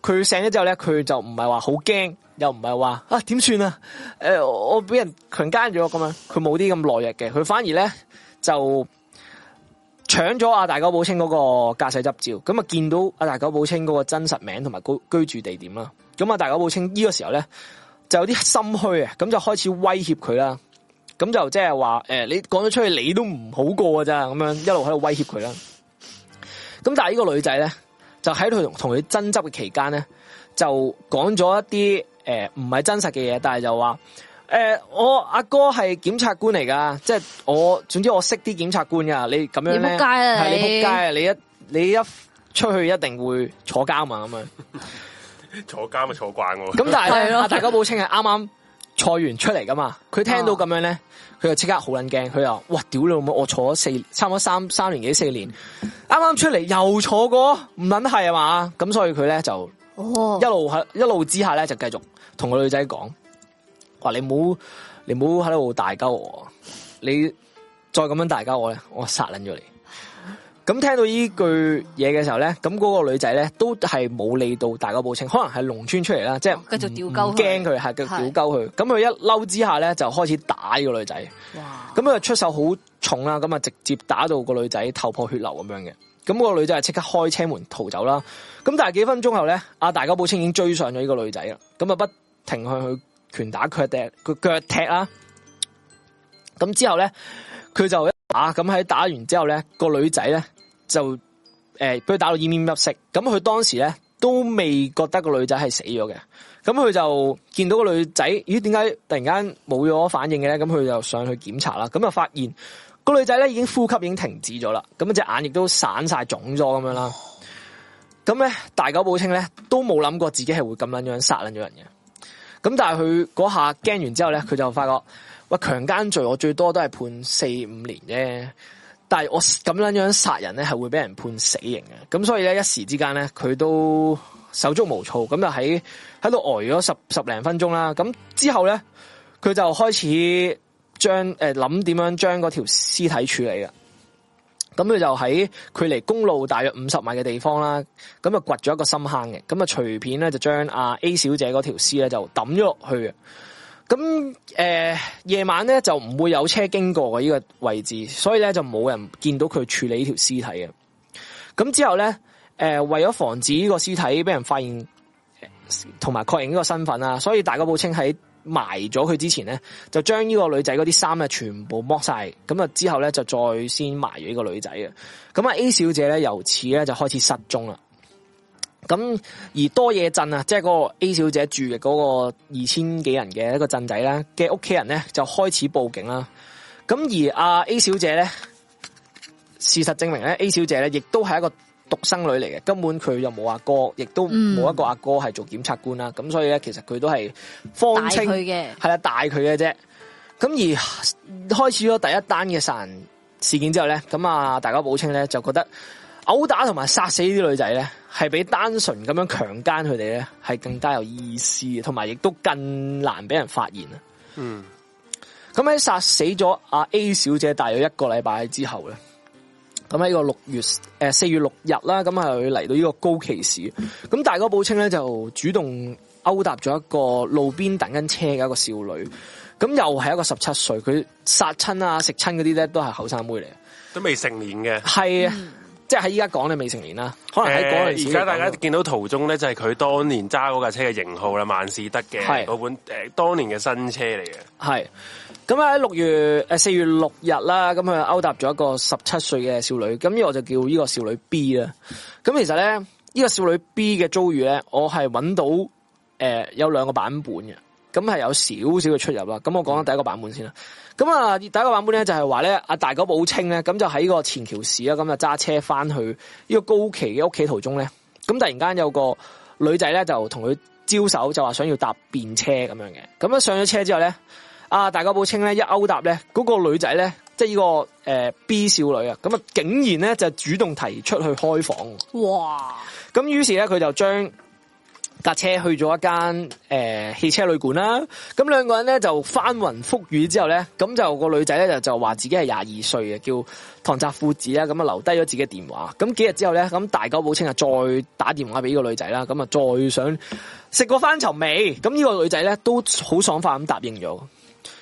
佢醒咗之後咧，佢就唔係話好驚，又唔係話啊點算啊？诶、我我俾人強姦咗咁樣，佢冇啲咁懦弱嘅，佢反而咧就搶咗阿大久保清嗰個駕駛執照，咁啊見到阿大久保清嗰個真實名同埋居居住地點啦，咁啊大久保清呢個時候咧就有啲心虛啊，咁就開始威脅佢啦。咁就即係話诶，誒你講咗出去，你都唔好過㗎咋，咁樣一路喺度威脅佢啦。咁但係呢個女仔咧，就喺佢同同佢爭執嘅期間咧，就講咗一啲诶唔係真實嘅嘢，但係就話诶、誒我阿哥係檢察官嚟㗎，即係我總之我識啲檢察官㗎，你咁樣你咧仆街啊係你你仆街啊，你一你一出去一定會坐監啊咁樣。坐監咪啊坐慣喎。咁但係 係咧，咯阿大家寶清係啱啱坐完出嚟噶嘛，佢聽到咁樣咧，佢就即刻好撚驚，佢又哇屌你老母，我坐咗四差唔多三三年幾四年，啱啱出嚟又坐過，唔撚係啊嘛，咁所以佢咧就哦一路喺一路之下咧就繼續同個女仔講，話你唔好你唔好喺度大鳩我，你再咁樣大鳩我咧，我殺撚咗你。咁聽到呢句嘢嘅時候咧，咁嗰個女仔咧都係冇理到大久保清，可能係農村出嚟啦，即係繼續屌唔鳩佢唔驚佢係繼續係屌鳩佢。咁佢一嬲之下咧，就開始打呢個女仔。哇咁啊出手好重啦，咁啊直接打到個女仔頭破血流咁樣嘅。咁、個女仔係啊即刻開車門逃走啦。咁但係幾分鐘後咧，阿大久保清已經追上咗呢個女仔啦。咁啊不停向佢拳打腳踢，佢腳踢啦。咁之後咧，佢就一打，咁喺打完之後咧，個女仔咧就诶俾佢打到奄奄一息。咁佢當時咧都未覺得個女仔係死咗嘅。咁佢就見到個女仔，咦？點解突然間冇咗反應嘅咧？咁佢就上去檢查啦，咁就發現個女仔咧已經呼吸已經停止咗啦，咁啊隻眼亦都散晒腫咗咁樣啦。咁咧，大久保清咧都冇諗過自己係會咁撚樣殺撚咗人嘅。咁但係佢嗰下驚完之後咧，佢就發覺，喂，強姦罪我最多都係判四五年啫。但係我咁樣樣殺人咧，係會俾人判死刑嘅。咁所以咧，一時之間咧，佢都手足無措，咁就喺喺度呆咗十十零分鐘啦。咁之後咧，佢就開始將誒諗點樣將嗰條屍體處理嘅。咁佢就喺距離公路大約五十米嘅地方啦，咁啊掘咗一個深坑嘅，咁啊隨便咧就將阿 A 小姐嗰條屍咧就抌咗落去嘅。咁诶、呃夜晚咧就唔會有車經過嘅呢、個位置，所以咧就冇人見到佢處理呢條屍體嘅。咁之後咧，诶、為咗防止呢個屍體俾人發現，呃同埋確認呢個身份啊啦，所以大久保清喺埋咗佢之前咧，就將呢個女仔嗰啲衫咧全部剝晒，咁啊之後咧就再先埋咗呢個女仔嘅。咁啊 A 小姐咧由此咧就開始失蹤啦。咁而多嘢鎮啊，即係嗰個 A 小姐住嘅嗰個二千幾人嘅一個鎮仔啦嘅屋企人咧就開始報警啦。咁而阿 A 小姐咧，事實證明咧，A 小姐咧亦都係一個獨生女嚟嘅，根本佢又冇阿哥，亦都冇一個阿哥係做檢察官啦。咁、所以咧，其實佢都係大方佢清嘅系啦，大佢嘅啫。咁而開始咗第一單嘅殺人事件之後咧，咁啊，大家保清咧就覺得殴打同埋殺死呢啲女仔咧，係比單純咁樣強姦佢哋咧，係更加有意思嘅，同埋亦都更難俾人發現啊。嗯，咁喺殺死咗阿 A 小姐大約一個禮拜之後咧，咁喺個六月诶四、月六日啦，咁啊佢嚟到呢個高旗市，咁大哥寶清咧就主動勾搭咗一個路邊等緊車嘅一個少女，咁又係一個十七歲，佢殺親啊食親嗰啲咧都係後生妹嚟嘅，都未成年嘅。係、啊即係喺依家講你未成年啦，可能喺嗰陣時嗯呃誒而家大家嚟講見到圖中咧，就係佢當年揸嗰架車嘅型號啦，萬事得嘅係嗰本诶、誒當年嘅新車嚟嘅。係咁啊喺六月诶四月六日啦，咁佢勾搭咗一個十七歲嘅少女，咁呢個我就叫呢個少女 B 啦。咁其實咧，呢個少女 B 嘅遭遇咧，我係揾到诶、呃有兩個版本嘅，咁係有少少嘅出入啦。咁我講緊第一個版本先啦。咁啊，第一個版本咧就係話咧，阿大久保清咧，咁就喺個前橋市啦，啊咁就揸車翻去呢個高崎嘅屋企途中咧，咁突然間有個女仔咧就同佢招手，就話想要搭便車咁樣嘅。咁啊上咗車之後咧，阿啊大久保清咧一勾搭咧，嗰、個女仔咧，即係呢、個诶、呃 B 少女啊，咁啊竟然咧就主動提出去開房喎。哇！咁於是咧，佢就將架車去咗一間诶、呃汽車旅館啦。咁兩個人咧就翻雲覆雨之後咧，咁就個女仔咧就就話自己係廿二歲嘅，啊叫唐澤富子啦。咁啊留低咗自己嘅電話。咁幾日之後咧，咁大久保清啊再打電話俾個女仔啦，咁啊再想食過翻尋味。咁呢個女仔咧都好爽快咁答應咗。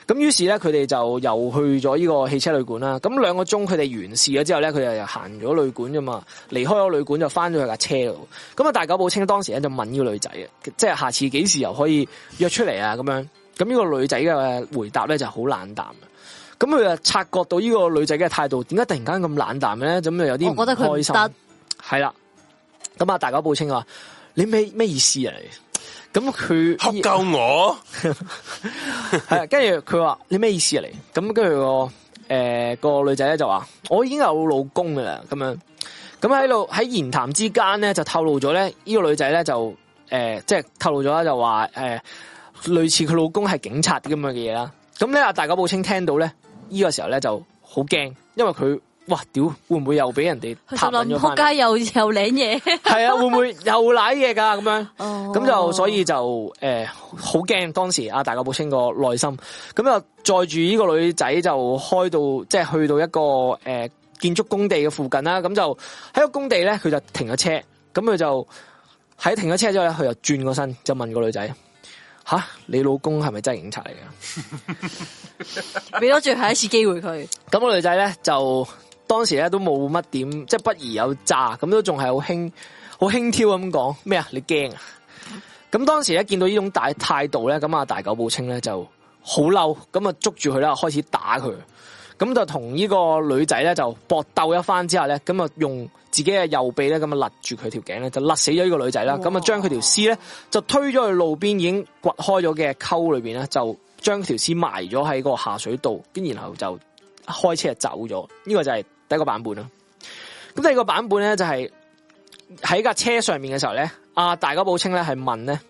咁於是咧，佢哋就又去咗呢個汽車旅館啦。咁兩個鐘佢哋完事咗之後咧，佢哋又行咗旅館啫嘛，離開咗旅館就翻咗去架車度。咁啊，大久保清當時咧就問呢個女仔嘅，即係下次幾時又可以約出嚟啊？咁樣。咁呢個女仔嘅回答咧就好冷淡嘅。咁佢就察覺到呢個女仔嘅態度，點解突然間咁冷淡嘅咧？咁就有啲我覺得佢唔開心得。係啦。咁啊，大久保清話：你咩咩意思啊？你咁 佢恰鳩我，系，啊跟住佢話：你咩意思啊你？咁跟住個诶个女仔咧就話：我已經有老公噶啦，咁樣。咁喺度喺言談之間咧就透露咗咧，呢、個女仔咧就诶、呃即係透露咗啦，就話诶、呃、类似佢老公係警察啲咁樣嘅嘢啦。咁咧阿大久保清聽到咧呢、個時候咧就好驚，因為佢哇屌會唔會又俾人哋佢踏心撚谂咗翻仆嚟？街又又领嘢，係啊，會唔會又濑嘢㗎咁樣？咁咁就所以就诶好驚當時阿大久保清個內心，咁就載住呢個女仔就開到即係去到一個诶、呃建築工地嘅附近啦，咁就喺個工地咧佢就停咗車，咁佢就喺停咗車之後咧，佢就轉個身就問個女仔：吓你老公係咪真係警察嚟嘅？俾咗最後一次機會佢，咁、個女仔咧就當時咧都冇乜點即係不疑有詐，咁都仲係好輕好輕佻咁講咩啊？你驚啊？咁當時咧見到呢種大態度咧，咁啊大久保清咧就好嬲，咁啊捉住佢啦，開始打佢。咁就同呢個女仔咧就搏鬥一番之下咧，咁啊用自己嘅右臂咧咁啊勒住佢條頸咧，就勒死咗呢個女仔啦。咁啊哇將佢條屍咧就推咗去路邊已經掘開咗嘅溝裏邊咧，就將條屍埋咗喺個下水道，跟然後就開車就走咗。呢、個就係第一個版本啦。咁第二個版本咧就係、喺架車上面嘅時候咧，阿大家寶清咧係問咧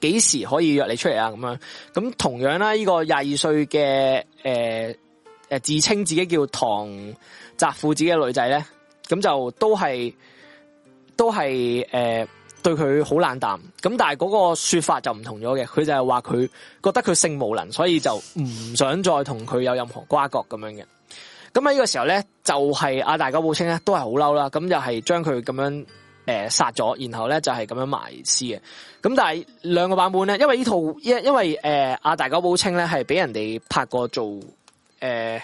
幾時可以約你出嚟啊？咁樣咁同樣啦，呢、個廿二歲嘅誒誒自稱自己叫唐澤富子嘅女仔咧，咁就都係都係誒、呃對佢好冷淡。咁但係嗰個説法就唔同咗嘅，佢就係話佢覺得佢性無能，所以就唔想再同佢有任何瓜葛咁樣嘅。咁喺呢個時候咧，就係、阿大久保清啊咧，都係好嬲啦，咁就係將佢咁樣誒殺咗，然後咧就係、咁樣埋屍嘅。咁但係兩個版本咧，因為呢套嗯因因為誒阿、大久保清咧係俾人哋拍過做誒電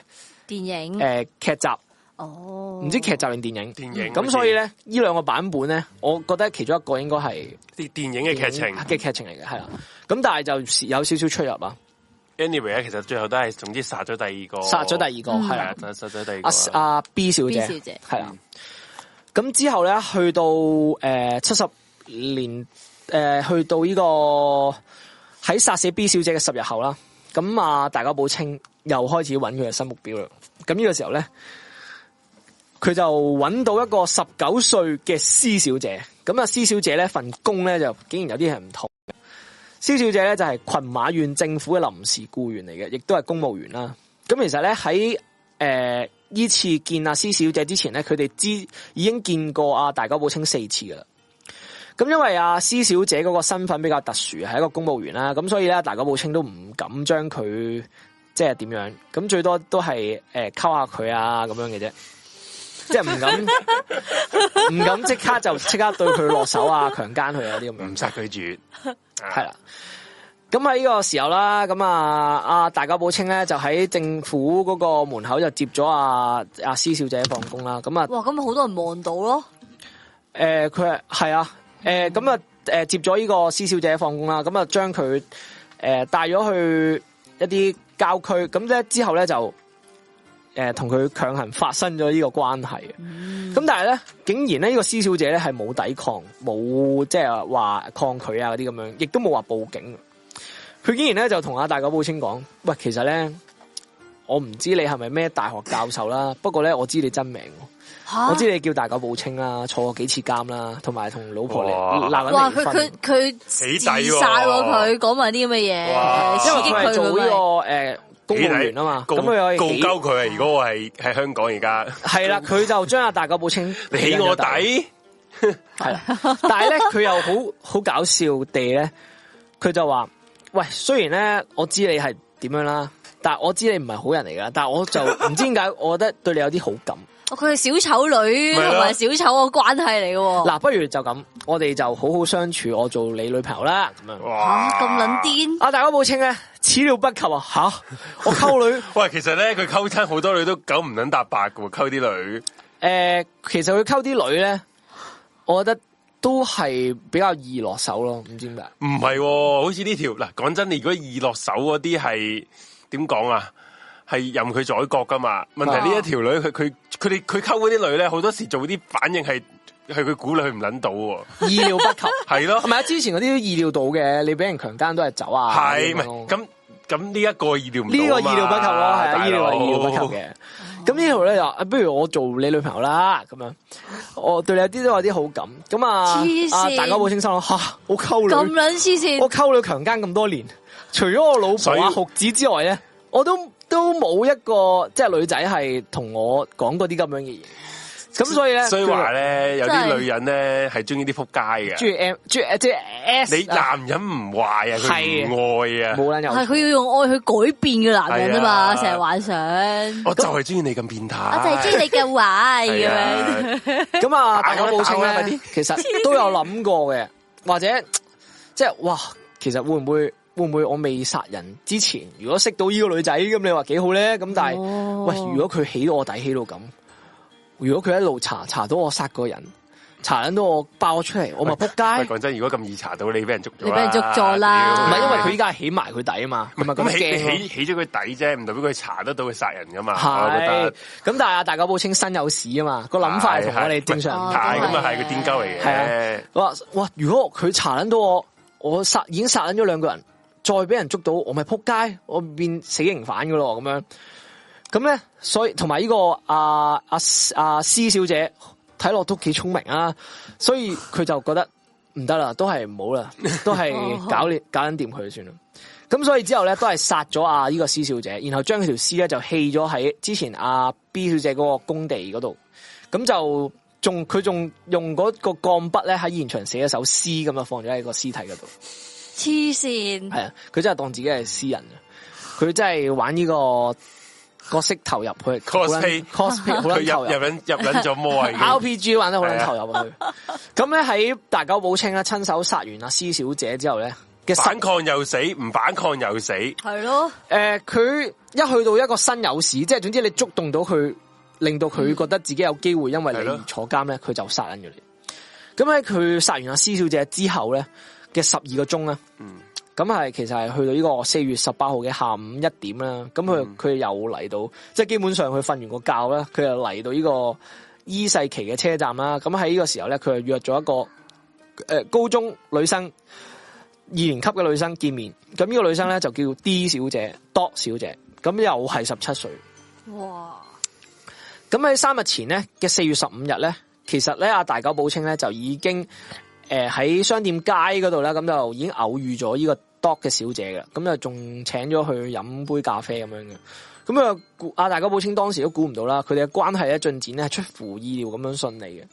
影誒劇集，哦，唔知劇集定電影。電影嗯咁所以咧，呢兩個版本咧，我覺得其中一個應該係啲電影嘅劇情嘅劇情嚟嘅，係啦。咁但係就有少少出入啊， ，anyway 咧，其實最後都係總之殺咗第二個，殺咗第二個嗯係係啦啊，。殺殺咗第二個阿啊。阿 B 小姐 B 小姐系啦。啊咁之後咧，去到诶七十年诶、呃去到呢、個喺殺死 B 小姐嘅十日後啦。咁啊，大家保清又開始揾佢嘅新目標啦。咁呢個時候咧，佢就揾到一個十九歲嘅施小姐。咁啊，施小姐咧份工咧就竟然有啲係唔同嘅。施小姐咧就係群馬縣政府嘅臨時僱員嚟嘅，亦都係公務員啦。咁其實咧喺誒呢次見阿施小姐之前咧，佢哋知已經見過阿大久保清四次噶啦。咁因為阿施小姐嗰個身份比較特殊，係一個公務員啦，咁所以咧大久保清都唔敢將佢即係點樣，咁最多都係誒溝下佢啊咁樣嘅啫，即係唔敢唔敢即刻就即刻對佢落手啊，強姦佢啊啲咁樣。唔殺佢住，系啦。咁喺呢個時候啦，咁啊啊大家保清咧就喺政府嗰個門口就接咗阿阿施小姐放工啦。咁啊，哇，咁好多人望到咯，诶佢係啊，诶咁啊诶接咗呢個施小姐放工啦，咁啊將佢呃诶帶咗去一啲郊區，咁咧之後咧就诶同佢強行發生咗呢個關係嘅。咁、但係咧，竟然咧呢、個施小姐咧係冇抵抗，冇即係話抗拒啊嗰啲咁樣，亦都冇話報警。佢竟然咧就同阿大狗寶清講：，喂，其實咧我唔知你係咪咩大學教授啦，不過咧我知你真名喎。吓我知你叫大狗報清啦，坐過幾次監啦，同埋同老婆哇嚟鬧哇！緊離佢佢婚。佢起自底晒喎喎，佢講埋啲咁嘅哇嘢，因刺為激佢係做呢、個佢誒、呃公務員啊嘛，告咁佢可以告起鳩佢啊！如果我係喺香港而家，係啦，佢就將阿大狗報清你起我底，係啦，但係咧佢又好好搞笑地咧，佢就話：喂，雖然咧我知你係點樣啦，但我知你唔係好人嚟噶，但我就 唔知點解，我覺得對你有啲好感。咪，佢係小丑女咪咯同埋小丑個關係嚟嘅喎。嗱，不如就咁，我哋就好好相處，我做你女朋友啦，咁樣。哇吓咁撚！癲，啊阿大狗報清咧，始料不及啊！吓，我溝女。 喂，其實咧佢溝親好多女都九唔撚搭八嘅喎，溝啲女。诶、其實佢溝啲女咧，我覺得都係比較易落手咯，唔知點 解。唔係喎，好似呢條嗱，講真，你如果易落手嗰啲係點講啊？係任佢宰割噶嘛？問題啊呢一條女佢佢佢哋佢溝嗰啲女咧，好多時做啲反應係係佢估你佢唔撚到 喎，意料不及。係咯係，咪啊？之前嗰啲都意料到嘅，你俾人強姦都係走啊。係咁樣咯咪？咁咁呢一個意料唔呢個到啊意嘛料不及咯，係啊，大意料佬係意料不及嘅。咁呢度咧就啊，不如我做你女朋友啦，咁樣我對你有啲都有啲好感。咁黐啊，線啊大家好清心咯，吓、我溝咁女，撚黐我線，溝女強姦咁多年， 除咗我老所以婆啊、酷子之外咧，我都都冇一個即係女仔係同我講過啲咁樣嘅嘢。咁所以咧， 所以話咧，有真係啲女人咧係中意啲仆街中嘅。意 M，中意即係 S，你啊男人唔壞啊，佢唔愛啊，冇撚有係佢要用愛去改變嘅男人啊嘛，係啊成日幻想。我我就係中意你咁變態。就係中意你嘅壞咁樣。係啊咁啊，打大我家冇清打我啦快咧啲，其實都有諗過嘅，或者即係哇，其實會唔會會唔會我未殺人之前，如果識到呢個女仔，咁你話幾好咧？咁但係、哦喂，如果佢起到我底起到咁，如果佢一路查查到我殺個人，查撚到我爆咗出嚟，我咪扑街。喂，講真，如果咁易查到，你俾人捉咗啦，哎你俾人捉咗啦唔屌係因為佢依家係起埋佢底啊嘛，咁咪咁咁起驚咯起起咗佢底啫，唔代表佢查得到佢殺人噶嘛。我覺係得咁，但係啊，大家報清身有屎啊嘛，個諗法係同我哋正常唔同係哦咁啊，係佢癲鳩嚟係嘅啊。哇哇！如果佢查捻到我，我殺已經殺捻咗兩個人，再俾人捉到，我咪扑街，我變死刑犯噶咯咁樣。咁咧，所以同埋呢個阿阿阿施小姐睇落都幾聰明啊，所以佢就覺得唔得啦，都係唔好啦，都係搞掂搞捻掂佢算啦。咁所以之後咧，都係殺咗阿呢個施小姐，然後將佢條屍咧就棄咗喺之前阿 B 小姐嗰個工地嗰度。咁就仲佢仲用嗰個鋼筆咧喺現場寫一首詩咁啊，放咗喺個屍體嗰度。黐線，係啊，佢真係當自己係詩人啊！佢真係玩呢個角色投入，佢 Cosplay cosplay 好佢撚投入。入啊入撚入撚咗魔 啊，已經 RPG 玩得好係撚啊投入啊！佢咁咧喺大久保清啦，親手殺完阿施小姐之後咧嘅反抗又死，唔反抗又死。係咯，诶，呃佢、一去到一個新有事，即係總之你觸動到佢，令到佢覺得自己有機會因為係你而咯坐監咧，佢就殺人咗你。咁喺佢殺完阿施小姐之後咧嘅十二個鐘咧，嗯咁係其實係去到呢個四月十八號嘅下午一點啦。咁佢嗯佢又嚟到，即係基本上佢瞓完個覺啦，佢又嚟到呢個伊世奇嘅車站啦。咁喺呢個時候咧，佢就約咗一個诶、呃高中女生二年級嘅女生見面。咁呢個女生咧就叫 D 小姐，Dot 小姐，咁又係十七歲。哇！咁喺三日前咧嘅四月十五日咧，其實咧阿大久保清咧就已經诶喺、商店街嗰度啦，咁就已經偶遇咗呢個 Dot 嘅小姐嘅啦，咁就仲請咗去飲杯咖啡咁樣嘅。咁啊，估阿大久保清當時都估唔到啦，佢哋嘅關係咧進展咧係出乎意料咁樣順 利嘅。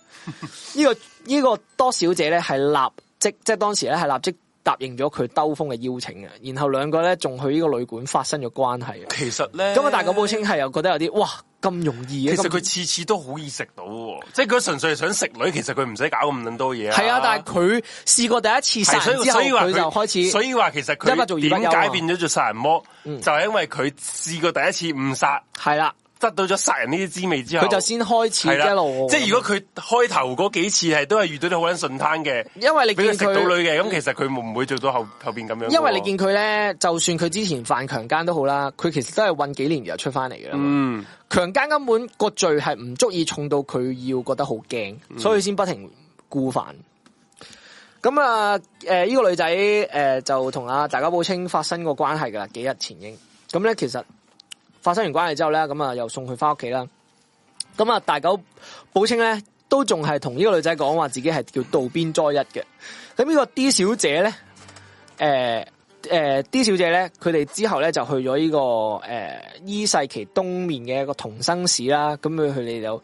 呢、個呢、個多小姐咧係立即，即係當時咧係立即答應咗佢兜風嘅邀請嘅，然後兩個咧仲去呢個旅館發生咗關係嘅。其實咧，咁啊，大久保清係又覺得有啲哇咁容易嘅，其實咁佢次次都好易食到喎，即係佢純粹係想食女，其實佢唔使搞咁撚多嘢。係啊，但係佢試過第一次殺係所人以之後，所以話佢就開始所以話其實一不做二佢不休點啊解變咗做殺人魔，就係因為佢試過第一次誤殺，係啦，得到咗殺人呢啲滋味之後，佢就先開始係啦一路，即係如果佢開頭嗰幾次係都係遇到啲好撚順攤嘅，因為你俾佢見食到佢。嗯女哦嘅，咁其實佢唔會做到後後邊咁樣嘅喎。因為你見佢咧，就算佢之前犯強姦都好啦，佢其實都係韞幾年然後出翻嚟嘅啦。嗯，強姦根本個罪係唔足以重到佢要覺得好驚，所以先不停故犯。咁啊，誒、呢、個女仔誒、呃就同阿大家寶清發生過關係噶啦，幾日前已經。咁咧其實發生完關係之後咧，咁啊又送佢翻屋企啦。咁啊，大久寶清咧都仲係同呢個女仔講話自己係叫渡邊災一嘅。咁呢個呃 D 小姐咧，誒、誒、D 小姐咧，佢哋之後咧就去咗呢、個誒、伊勢崎東面嘅一個同生市啦，咁佢佢哋就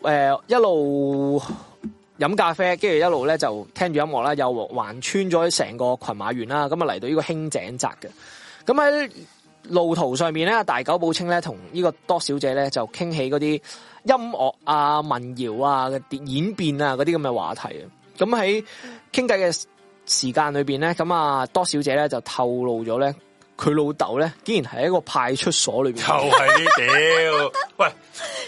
誒、一路飲咖啡，跟住一路咧就聽住音樂啦，又橫穿咗成個群馬縣啦，咁啊嚟到呢個輕井澤嘅，咁喺路途上面咧，大久保清咧同呢個多小姐咧就傾起嗰啲音樂啊、民謠啊嘅演變啊嗰啲咁嘅話題啊，咁喺傾偈嘅時間裏邊咧，咁啊多小姐咧就透露咗咧，佢老豆咧竟然係喺一個派出所裏邊又。係 呢屌，喂，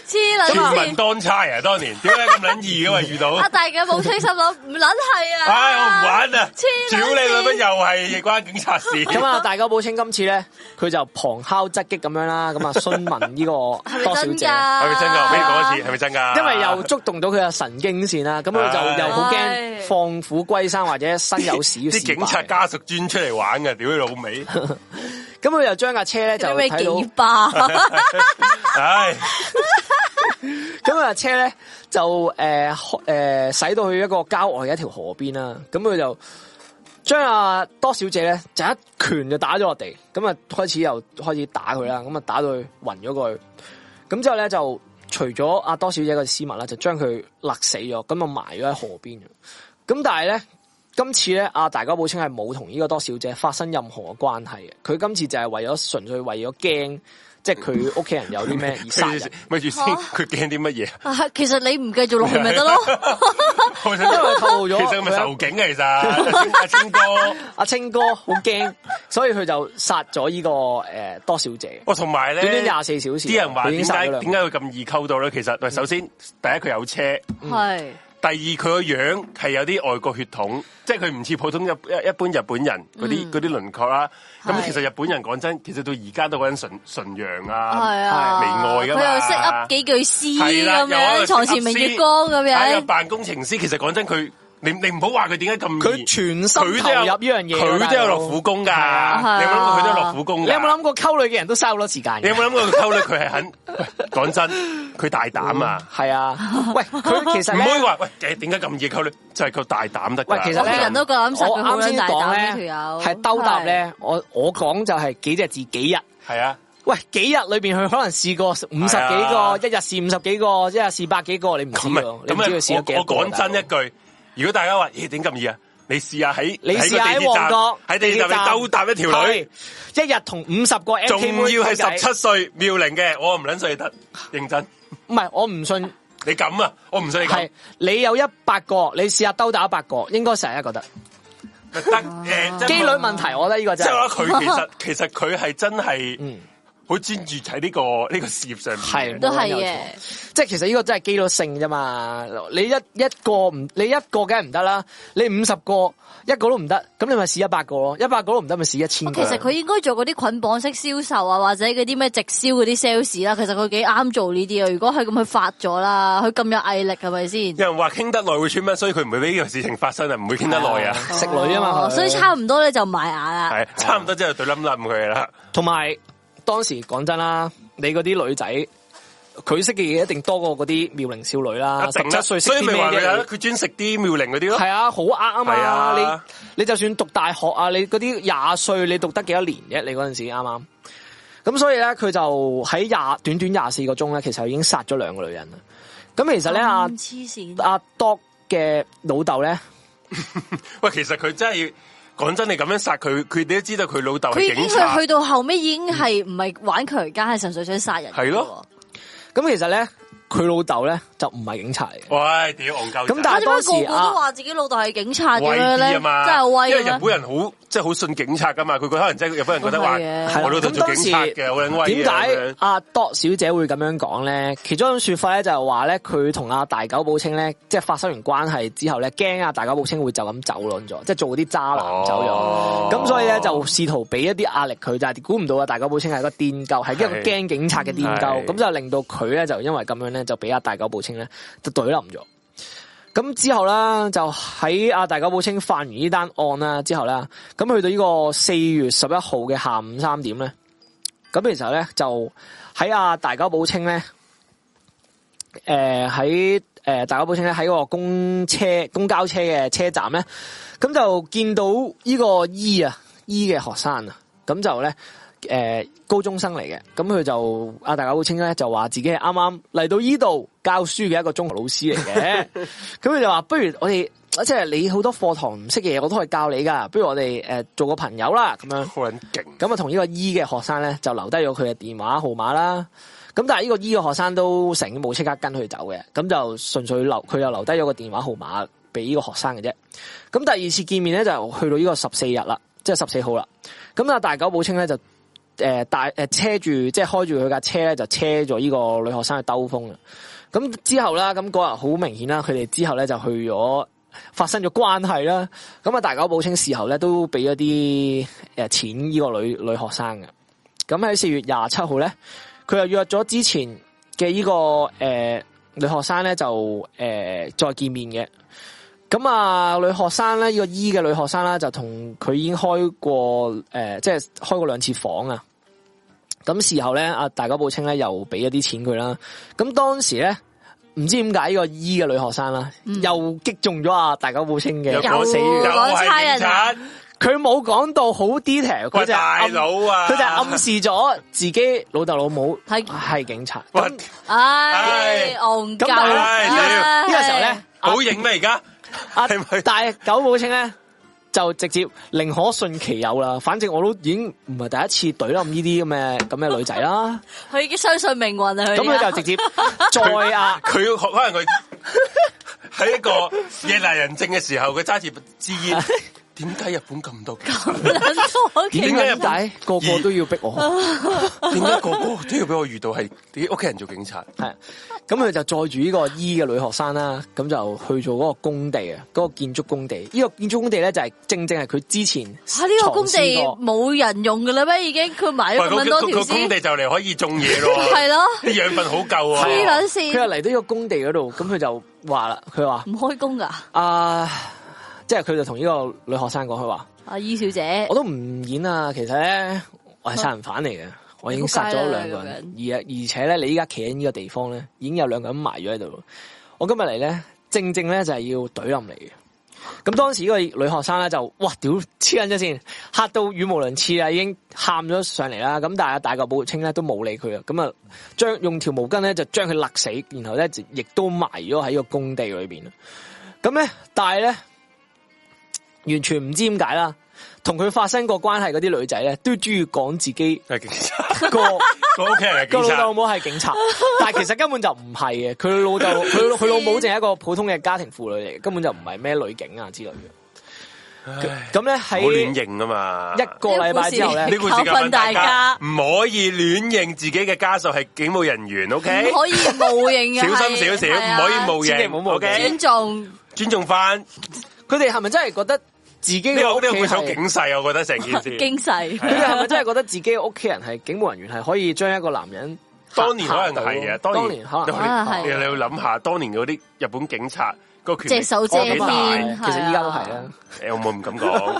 黐撚全線民。當差啊！當年點解咁撚易嘅喂 遇到？啊阿大嘅冇清心諗，唔撚係 啊！唉，我唔玩啊！黐屌你老母，撚線又係關警察事。咁啊，大久保清今次咧，佢就旁敲側擊咁樣啦，咁啊詢問呢係個咪多小真姐，㗎？係咪真噶？俾你講一次，係咪真噶？因為又觸動到佢嘅神經線啦，咁佢唉就又好唉驚放虎歸山或者身有屎啲警察家，家屬專出嚟玩嘅，屌你老味！咁佢就將架車咧就你咪睇幾到，巴？ 唉，咁架車咧就呃诶诶駛到去一個郊外嘅一條河邊啦，咁佢就將阿多小姐咧就一拳就打咗落地，咁啊開始又開始打佢啦，咁啊打到佢暈咗過去，咁之後咧就除咗阿多小姐個絲襪啦，就將佢勒死咗，咁啊埋咗喺河邊。咁但係咧，今次咧阿大家寶清係冇同呢個多小姐發生任何嘅關係嘅，佢今次就係為咗純粹為咗驚，即係佢屋企人有啲咩而殺人。 咪住先，佢驚啲乜嘢？啊其實你唔繼續落去咪 得咯？我想因為透露咗其實佢咪仇警啊！其實 阿清哥，阿清哥好驚，所以佢就殺咗呢個诶多小姐。我同埋咧，短短廿四小時啊啲人話佢已點經殺解咗兩個點解佢咁易溝到咧？其實喂，首先第一佢有車。係第二佢個樣係有啲外國血統，即係佢唔似普通日一一般日本人嗰啲嗰啲輪廓啦。咁係其實日本人講真，其實到而家都嗰陣純純陽係啊，啊，眉外㗎嘛佢又識噏幾句詩係啦啊咁又喺樣，度床前明月光咁係啊樣。扮工程師。其實講真，佢你你唔好話佢點解咁佢易全心投入佢都有呢樣嘢，佢都大有落佬苦。功㗎。啊你有冇諗過佢都有落苦功你㗎？有冇諗過溝女嘅人都嘥好多時間你有嘅？冇諗過佢溝女？佢係肯喂講真，佢大膽啊！係啊， 喂，佢其實唔呢可以話喂，誒點解咁易溝女？就係佢大膽得㗎。喂其實我呢個人都咁實我佢好啱撚先大講膽咧呢條友，係兜搭咧，我我講就係幾隻字幾日。係啊。喂，幾日裏邊佢可能試過五十幾個，係啊一日試五十幾個，一日試百幾個，你唔知咁喎咪你唔知佢試咗幾咁多我個我講真大一佬句，如果大家話咦點咁易啊？你試下喺你試下喺喺個地鐵站旺角喺地鐵站你兜搭一條女，係，一日同五十個 M 仲 K 妹要傾偈係十七歲妙齡嘅，我唔撚信你得，認真唔係我唔信，你咁啊，我唔信你咁係你有一百個，你試下兜打一百個，應該成日覺得咪得誒，啊機真率問題，我覺得呢個即真係話係，佢其 實其實佢係真係嗯，好專注喺呢個呢個事業上面嘅，係都係冇人有嘅錯。即係其實呢個真係機率性啫嘛。你一一個唔，你一個梗係唔得啦，你五十個一個都唔得，咁你咪試一百個咯，一百個都唔得咪試一千其個。實佢應該做嗰啲捆綁式銷售啊，或者嗰啲咩直銷嗰啲 sales 啊啦。其實佢幾啱做呢啲啊。如果佢咁去發咗啦，佢咁有毅力係咪先？有人話傾得耐會穿乜，所以佢唔會俾呢個事情發生啊，唔會傾得耐啊，食女啊嘛，哦佢所以差唔多咧就埋牙啊啦。係差唔多之後對冧冧佢啦，同埋當時講真啦，你嗰啲女仔，佢識嘅嘢一定多過嗰啲妙齡少女啦，啊十一定七啊啦歲識所以啲咪咩話佢有啫？佢專食啲妙齡嗰啲咯係。啊，好呃啊係嘛！你啊你就算讀大學啊，你嗰啲廿歲，你讀得幾多年啫？你嗰陣時啱啱咁，所以咧佢就喺廿短短廿四個鐘咧，其實已經殺咗兩個女人啦。咁其實咧，阿咁嗯黐線，阿 Dog 嘅老豆咧，喂，其實佢真係要講真，你咁樣殺佢，佢哋都知道佢老豆佢已係經警去察，去到後尾已經係唔係玩強姦，係純粹想殺人。係咯，咁其實咧，佢老豆咧就唔係警察嚟嘅，喂，屌戇鳩仔！咁但係點解個當時個都啊話自己老豆係警察咁威樣啲咧？啊嘛，真係因為威日啊嘛！本人好即係好信警察噶嘛，佢可能真係日本人覺得話都係嘅係啦我老豆咁做當警察時嘅，好撚威點啊咁解樣阿 Dot 小姐會咁樣講咧？其中一種說法咧就係話咧，佢同阿大久保清咧，即係發生完關係之後咧，驚阿大久保清會就咁走撚咗，即係做啲渣男走咗。哦咁、所以咧就試圖俾一啲壓力佢，但係估唔到啊！大久保清係一個癲鳩，係一個係驚警察嘅癲係鳩，咁就令到佢咧就因為咁樣咧就俾阿大久保清咧就懟冧咗。咁之後啦，就喺阿大久保清犯完呢單案啦之後啦，咁去到呢個四月十一號嘅下午三點咧，咁其實咧就喺阿大久保清咧，誒呃喺誒大久保清咧喺個公車公交車嘅車站咧，咁就見到呢個 E 啊 E 嘅學生啊，咁就咧。誒、高中生嚟嘅，咁佢就阿大家好清咧，就話自己係啱啱嚟到依度教書嘅一個中學老師嚟嘅，咁佢就話不如我哋即係你好多課堂唔識嘅嘢，我都可以教你噶，不如我哋誒、做個朋友啦咁樣。好撚勁，咁啊，同呢個 E 嘅學生咧就留低咗佢嘅電話號碼啦。咁但係呢個 E 嘅學生都成冇即刻跟佢走嘅，咁就純粹留佢又留低咗個電話號碼俾呢個學生嘅啫。咁第二次見面咧就去到呢個十四日啦，即係十四號啦。咁啊，大久保清咧就呃誒大誒車住即係開住佢架車咧就車咗呢個女學生去兜風啦。咁之後啦，咁嗰日好明顯啦，佢哋之後咧就去咗發生咗關係啦。咁啊，大久保清事後咧都俾咗啲誒錢呢個女女學生嘅。咁喺四月廿七號咧，佢又約咗之前嘅呢、個誒、呃女學生咧就誒、呃再見面嘅。咁啊，女學生咧，呢、個 E 嘅女學生啦，就同佢已經開過誒、呃即係開過兩次房啊。咁事後咧，阿啊大久保清咧又俾咗啲錢佢啦。咁當時咧，唔知點解呢個 E 嘅女學生啦，又擊中咗阿大久保清嘅有有死穴又攞差係人警察啊，佢冇講到好 detail，佢喂就係大暗佬啊，佢就係暗示咗自己老豆老母係係警察。喂咁呢唉，唉戇鳩咁但係唉啊！個時候咧，好型咩而家？阿係咪大久保清咧就直接寧可信其有啦。反正我都已經唔係第一次懟冧呢啲咁嘅咁嘅女仔 啦。佢已經相信命運啦，佢咁而家佢就直 接再啊，佢可能佢喺一個夜難人靜嘅時候，佢揸住支煙。點解日本咁多警察？ 我解點日解個個都要逼我？ 點解個個都要俾我遇到係啲屋企人做警察？係，咁佢就載住呢個醫嘅女學生啦，咁就去做嗰個工地啊，嗰、個建築工地。呢、個建築工地咧就係、正正係佢之前吓啊呢個工地藏屍過冇人用噶啦咩？已經佢埋喂，咗嗰咁多條嗰工屍，地就嚟可以種嘢咯，係咯，啲養分好夠啊！黐撚佢又線，嚟到呢個工地嗰度，咁佢就話啦，佢話唔開工噶，啊，即係佢就同呢個女學生講，佢話阿姨啊小姐我，都唔演啊，其實咧我係殺人犯嚟嘅，我已經殺咗兩個人，而而且咧你依家企喺呢個地方咧，已經有兩個人埋咗喺度。我今日嚟咧，正正咧就係要懟冧你嘅。咁當時呢個女學生咧就哇屌黐緊咗先，嚇到語無倫次啦，啊已經喊咗上嚟啦。咁但係大個寶清咧都冇理佢啊，咁啊將用條毛巾咧就將佢勒死，然後咧就亦都埋咗喺個工地裏邊啦。咁咧，但係咧完全唔知點解啦。同佢發生過關係嗰啲女仔咧，都中意講自己係警 察，個 個屋企人係個警老豆察老。母係警 察，但係其實根本就唔係嘅。佢老豆佢佢老母淨係一個普通嘅家庭婦女嚟，嘅，根本就唔係咩女警啊之類嘅。咁咧唔好亂喺認啊嘛！一個禮拜之後咧呢，個時間教訓問大大家家唔可以亂認自己嘅家屬係警務人員唔，OK？可以冒認嘅，小心少少，係唔啊可以冒千祈認唔好冒認 o 尊 k 重。尊重翻呢佢哋係咪真係覺得自己個呢嘅屋個企會走係？警世，我覺得成 件事。經濟哎佢哋係咪真係覺得自己嘅屋企人係警務人員，係可以將一個男人嚇當年可能係嚇啊，到當當年年可能係啊係啊你你要諗下，當年嗰啲日本警察個權力隻手遮有幾大天其實依家都係啦，誒我冇唔敢講，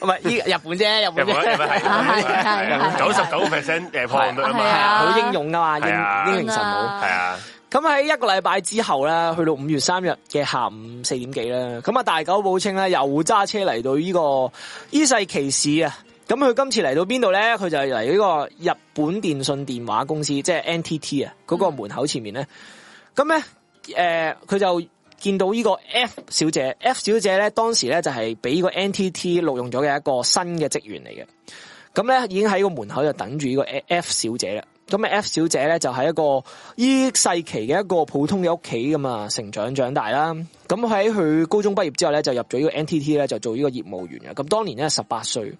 唔係依日本啫，日日本本日本啫， 係係係係九十九 percent 誒破案率啊係啊嘛，好英勇噶嘛，係啊英英 明神武。係啊，咁喺一個禮拜之後咧，去到五月三日嘅下午四點幾咧，咁啊大久保清咧又揸車嚟到呢、個伊勢崎市啊。咁佢今次嚟到邊度咧？佢就嚟呢個日本電信電話公司，即係 NTT 啊，嗰個門口前面咧。咁咧，诶、佢就見到呢個 F 小姐，F 小姐咧當時咧就係俾呢個 NTT 錄用咗嘅一個新嘅職員嚟嘅。咁咧已經喺個門口就等住呢個 F 小姐啦。咁啊 F 小姐咧就係一個依世期嘅一個普通嘅屋企咁啊成長長大啦。咁喺佢高中畢業之後咧就入咗呢個 NTT 咧就做呢個業務員嘅。啊咁當年咧十八歲。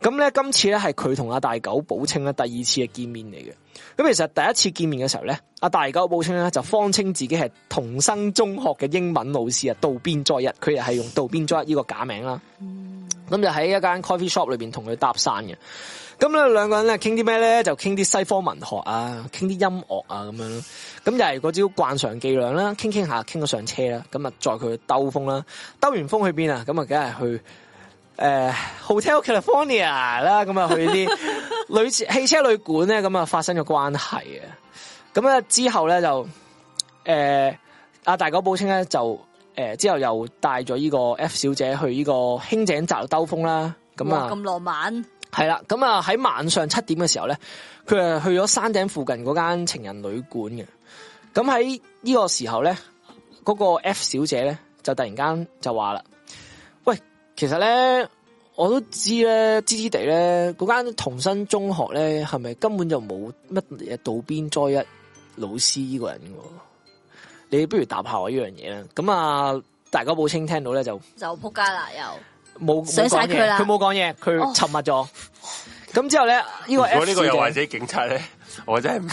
咁咧，今次咧係佢同阿大狗寶清咧第二次嘅見面嚟嘅。咁其實第一次見面嘅時候咧，阿大狗寶清咧就謊稱自己係同生中學嘅英文老師啊，渡邊災一，佢又係用渡邊災一呢個假名啦。咁就喺一間 coffee shop 裏邊同佢搭訕嘅。咁咧兩個人咧傾啲咩咧？就傾啲西方文學啊，傾啲音樂啊咁樣咯。咁又係嗰招慣常伎倆啦，傾傾下傾咗上車啦，咁啊載佢去兜風啦，兜完風去邊啊？咁啊，梗係去。誒、Hotel California 啦，咁啊去啲旅汽車旅館咧，咁啊發生咗關係嘅。咁咧之後咧就誒阿、大狗寶清咧就誒、之後又帶咗呢個 F 小姐去呢個輕井澤兜風啦。咁哇啊咁浪漫，係啦，咁啊喺晚上七點嘅時候咧，佢係去咗山頂附近嗰間情人旅館嘅。咁喺呢個時候咧，嗰、個 F 小姐咧就突然間就話啦：，喂，其實咧我都知咧，知知地咧，嗰間同生中學咧係咪根本就冇乜嘢渡邊災一老師呢個人嘅喎？你不如答下我呢樣嘢啦。咁啊，大家寶清聽到咧就就扑街啦又，冇冇上晒講佢嘢，啦佢冇講嘢，佢哦沉默咗。咁之後咧，呢個如果呢 F 個又或小姐者警察咧， 我真係唔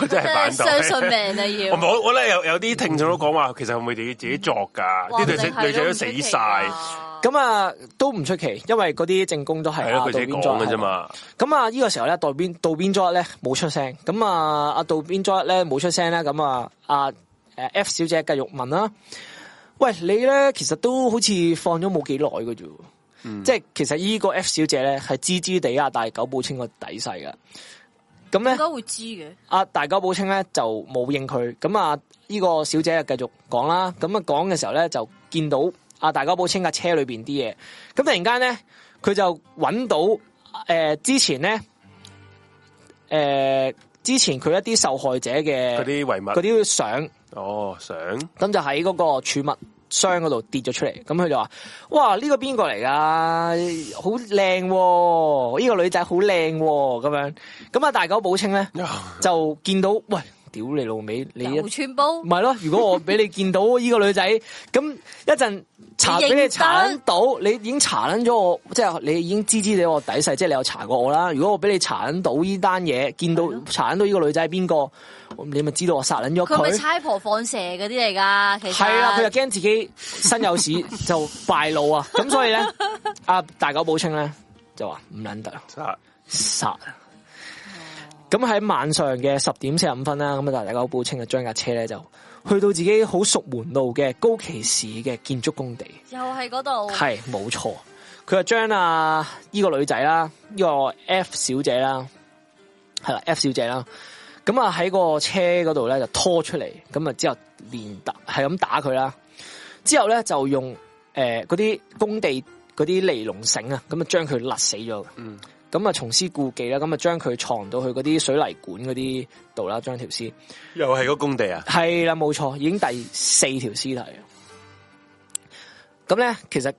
我真 係真係反相信對。命啊 要我。冇，我咧有有啲聽眾都講話，其實會唔會自己自己作㗎？哇啲女仔哦定係女仔都唔出死奇晒，啊咁啊都唔出奇，因為嗰啲正工都係係啊咯，佢渡自己邊講咗嘅啫。嘛。咁啊呢個時候咧，渡邊渡邊咗咧冇出聲，咁啊阿渡邊咗咧冇出聲啦，咁啊阿誒 F 小姐繼續問啦，喂你咧其實都好似放咗冇幾耐嘅啫喎。嗯即係其實呢個 F 小姐咧係知知地啊，大久保清個底細噶，咁咧應該會知嘅，阿啊大久保清咧就冇應佢，咁啊呢個小姐就繼續講啦，咁啊講嘅時候咧就見到阿大久保清架車裏邊啲嘢，咁突然間咧佢就揾到诶、呃之前咧诶、呃之前佢一啲受害者嘅嗰啲遺嗰物，啲相，哦，相咁就喺嗰個儲物箱嗰度跌咗出嚟，咁佢就話：哇，呢、個邊個嚟㗎？好靚喎，呢、個女仔好靚喎，咁樣。咁啊大久保清咧。哦就見到喂，屌你老味，你一又穿煲唔，係咯？如果我俾你見到呢個女仔，咁一陣查你認俾你查得撚到，你已經查撚咗我，即係你已經知知你我底細，即係你有查過我啦。如果我俾你查撚到呢單嘢，見到係咯查撚到呢個女仔係邊個，你咪知道我殺撚咗佢咪佢。差婆放蛇嗰啲嚟㗎，其實係啦，佢就驚自己身有屎就敗露啊，咁所以 咧，阿大久保清咧就話唔撚得啦。殺殺。咁喺晚上嘅十點四十五分啦，咁啊大家報清就將架車咧就去到自己好熟門路嘅高崎市嘅建築工地，又係嗰度，係冇錯。佢就將啊呢個女仔啦，呢、個 F 小姐啦，係啦 F 小姐啦，咁啊喺個車嗰度咧就拖出嚟，咁啊之後連打係咁打佢啦，之後咧就用誒嗰啲工地嗰啲尼龍繩啊，咁啊將佢勒死咗嘅。嗯咁啊，重施故技啦，咁啊，將佢藏到去嗰啲水泥管嗰啲度啦，將條屍又係個工地啊！係啦，冇錯，已經第四條屍體啦。咁咧，其實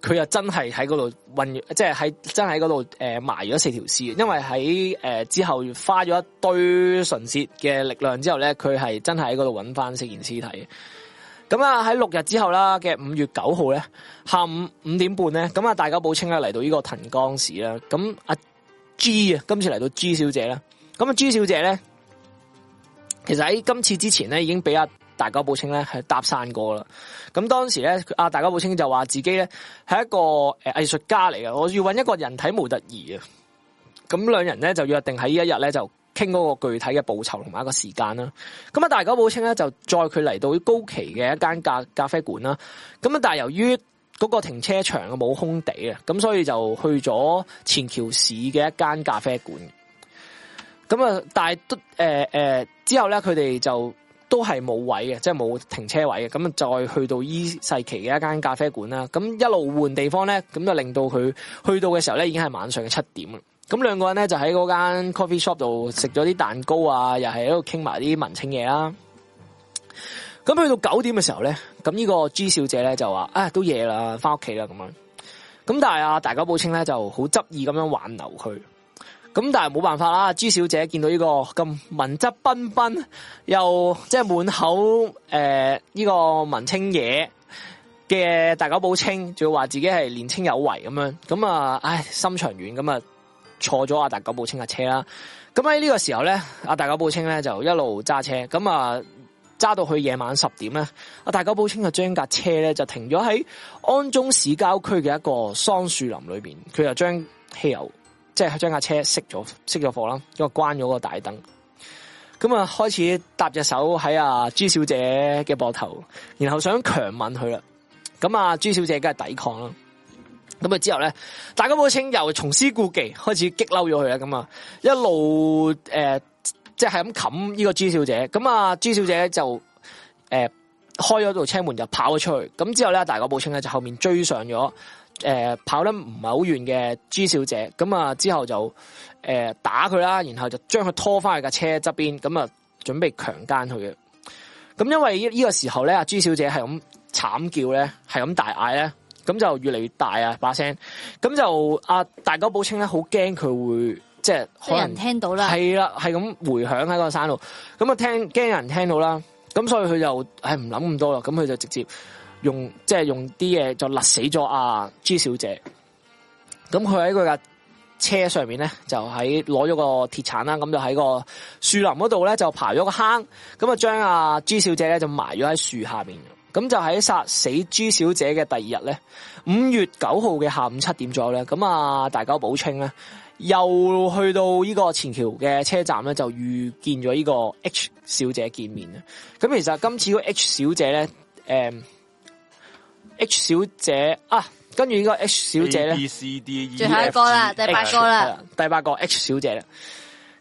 佢又真係喺嗰度運，即係喺真係喺嗰度誒埋咗四條屍，因為喺誒、呃之後花咗一堆唇舌嘅力量之後咧，佢係真係喺嗰度揾翻四件屍體。咁啊喺六日之後啦嘅五月九號咧，下午五點半咧，咁啊大家寶清咧嚟到呢個藤江市啦，咁阿 G 啊，今次嚟到 G 小姐啦，咁啊 G 小姐咧，其實喺今次之前咧已經俾阿大家寶清咧係搭訕過啦，咁當時咧阿大家寶清就話自己咧係一個誒藝術家嚟嘅，我要揾一個人體模特兒啊，咁兩人咧就約定喺呢一日咧就。傾嗰個具體嘅報酬同埋一個時間啦，咁啊大久保清咧就載佢嚟到高崎嘅一間咖咖啡館啦，咁啊但係由於嗰個停車場啊冇空地啊，咁所以就去咗前橋市嘅一間咖啡館。咁啊，但係都誒誒之後咧，佢哋就都係冇位嘅，即係冇停車位嘅。咁啊，再去到伊世奇嘅一間咖啡館啦。咁一路換地方咧，咁就令到佢去到嘅時候咧，已經係晚上嘅七點啦。咁兩個人咧就喺嗰間 coffee shop 度食咗啲蛋糕啊，又係喺度傾埋啲文青嘢啦。咁去到九點嘅時候咧，咁呢個 G 小姐咧就話：啊，都夜啦，翻屋企啦咁樣。咁但係啊，大久保清咧就好執意咁樣挽留佢。咁但係冇辦法啦，朱小姐見到呢個咁文質彬彬，又即係滿口诶呢、個文青嘢嘅大久保清，仲要話自己係年青有為咁樣，咁啊，唉，心長遠咁啊，坐咗阿大久保清嘅車啦。咁喺呢個時候咧，阿大久保清咧就一路揸車，咁啊揸到去夜晚十點咧，阿大久保清就將架車咧就停咗喺安中市郊區嘅一個桑樹林裏边，佢就將汽油即係將架車熄咗熄咗火啦，因為關咗個大燈。咁啊，開始搭隻手喺阿朱小姐嘅膊頭，然後想強吻佢啦。咁啊，朱小姐梗係抵抗啦。咁啊之後咧，大久保清又重施故技，開始激嬲咗佢啦。咁啊，一路诶、呃即係咁冚呢個朱小姐。咁啊，朱小姐就诶、呃、開咗道車門就跑咗出去。咁之後咧，大久保清咧就後面追上咗。诶、跑得唔係好遠嘅朱小姐，咁啊之後就诶、呃打佢啦，然後就將佢拖翻去架車側邊，咁啊準備強姦佢嘅。咁因為呢呢個時候咧，阿朱小姐係咁慘叫咧，係咁大嗌咧，啊咁就越嚟越大啊把聲，咁就阿大久保清咧好驚佢會即係俾可能人聽到啦，系啦，系咁回響喺個山度，咁啊聽驚有人聽到啦，咁所以佢就唉唔諗咁多啦，咁佢就直接用即係用啲嘢就勒死咗阿朱小姐，咁佢喺佢架車上面咧就喺攞咗個鐵鏟啦，咁就喺個樹林嗰度咧就刨咗個坑，咁啊將阿朱小姐咧就埋咗喺樹下面。咁就喺殺死朱小姐嘅第二日咧，五月九號嘅下午七點左右咧，咁啊大久保清咧又去到呢個前橋嘅車站咧，就遇見咗呢個 H 小姐見面啦。咁其實今次嗰個 H 小姐咧，诶、h 小姐啊，跟住呢個 H 小姐咧 A。B C D E，最後一個啦，第 F G 八個啦，係，第八哎個 H 小姐啦。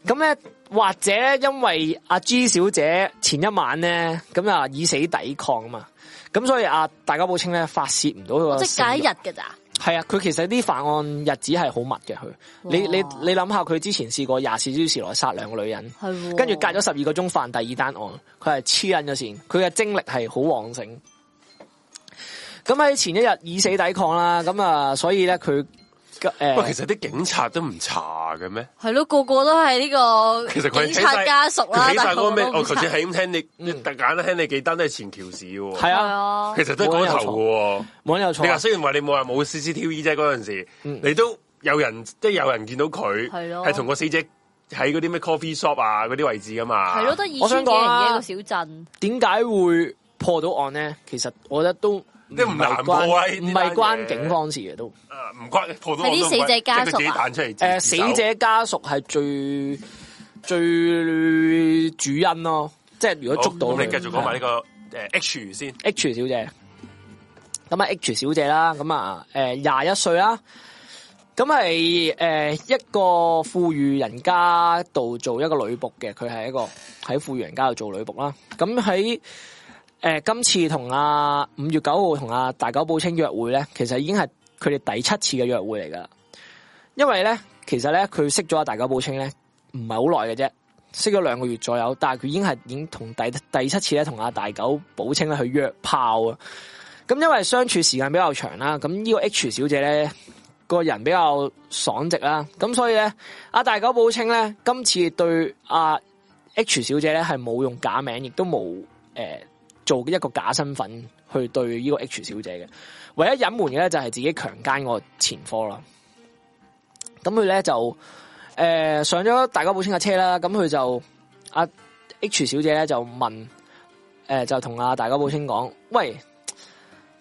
咁咧，或者咧，因為阿 G 小姐前一晚咧，咁啊以死抵抗啊嘛，咁所以阿大家保清咧發泄唔到佢啊個哦即係性隔慾一日嘅咋，係啊，佢其實啲犯案日子係好密嘅。佢，你你你諗下，佢之前試過廿四小時內殺兩個女人，係喎跟住隔咗十二個鐘犯第二單案，佢係黐撚咗線，佢嘅精力係好旺盛。咁喺前一日以死抵抗啦，咁啊，所以咧佢诶，喂，其實啲警察都唔查嘅咩？係咯，個個都係呢其實個佢係警察家屬啦，起晒但嗰個咩？我我頭先 係咁聽你，特簡單聽你幾單都係前橋市嘅嗯係喎，啊。啊其，實都係嗰頭嘅喎。冇人有錯你啊。話雖然話你冇話冇 CCTV 啫，嗰陣時你都有人即係有人見到佢，嗯係咯係同個死者喺嗰啲咩 coffee shop 啊嗰啲位置噶嘛，係咯，得二千我幾想人講啊嘅一個小鎮，點解會破到案咧？其實我覺得都都唔難破啊唔呢單係嘢關警方事嘅都。啊唔關破到係我都啲唔關死者家屬啊即係佢自己彈出嚟自誒，自死首者家屬係最最主因咯，即係如果好捉到咁佢，你繼續講埋呢個誒 H 先， H 小姐，咁啊 H 小姐啦，咁啊诶廿一歲啦，咁係诶一個富裕人家度做一個女仆嘅，佢係一個喺富裕人家度做女仆啦。咁喺诶今次同阿五月九號同阿大久保清約會咧，其實已經係佢哋第七次嘅約會嚟噶啦。因為咧，其實咧佢識咗阿大久保清咧，唔係好耐嘅啫。識咗兩個月左右，但係佢已經係已經同第第七次咧，同阿大久保清咧去約炮啊！咁因為相處時間比較長啦，咁呢個 H 小姐咧個人比較爽直啦，咁所以咧阿大久保清咧今次對阿 H 小姐咧係冇用假名，亦都冇诶、呃做一個假身份去對呢個 H 小姐嘅，唯一隱瞞嘅咧就係自己強姦個前科啦。咁佢咧就诶、呃上咗大家保清架車啦，咁佢就阿、H 小姐咧就問诶、呃就同阿大家保清講：，喂，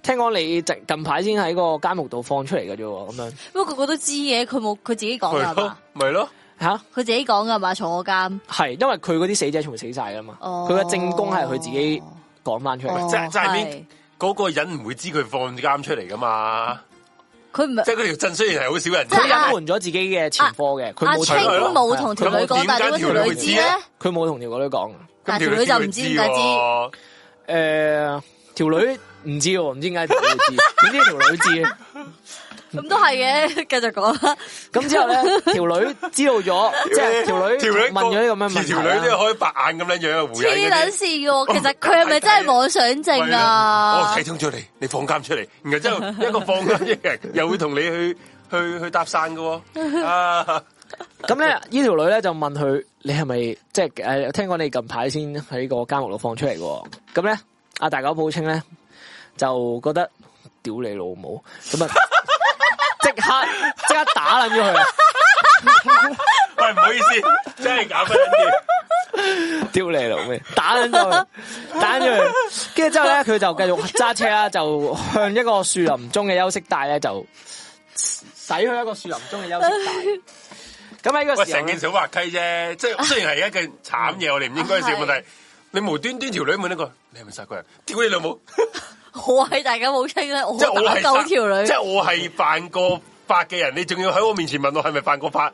聽講你近近排先喺個監獄度放出嚟嘅啫喎，咁樣不過個個都知嘅，佢冇佢自己講咪㗎咯嘛，咪咯，吓佢自己講㗎嘛，坐我監，係因為佢嗰啲死者全部死晒噶嘛，哦佢嘅證供係佢自己講翻出嚟。哦即係即係邊係嗰個人唔會知佢放監出嚟噶嘛，佢唔係即係嗰條鎮雖然係好少人知即佢係啊隱瞞咗自己嘅前科嘅，佢阿冇清佢咯啊冇同條女講，佢冇但係點解點解條條女女知知咧咧？佢冇同條女講。但係條咁女就唔知點解知喎誒，條女唔知喎，唔知點解條女 知，點知條女知？咁都係嘅， 繼續講啦。咁之後 咧，條女知道咗，即係條女條女問咗呢咁嘅問題啊條女都啦。可以白眼咁樣樣啊，胡黐人嗰撚啲線嘅，其實佢係咪真係妄想症我啊睇？哦通咗你，你放監出嚟，然後之後一個放監嘅人又會同你去去去搭訕嘅喎，啊，咁咧，呢條女咧就問佢：你係咪即係诶？听讲你近排先喺個監獄度放出嚟喎。咁咧，阿大狗報稱咧就覺得屌你老母，咁啊即刻即刻打撚咗佢啊，喂，唔好意思，真系搞不掂。屌你老味，打撚咗 佢，打撚咗佢。跟住之後咧，佢就繼續揸車啦，就向一個樹林中嘅休息帶咧就駛去一個樹林中嘅休息帶。咁喺呢個喂，時候成呢件小滑稽啫，即係雖然係一件慘嘢，我哋唔應該笑，係問題你無端端條女問一個，你係咪殺過人？屌你老母！我係大家冇清咧，我即係我打係鳩殺條女即，係我係犯過法嘅人，你仲要喺我面前問我係咪犯過法？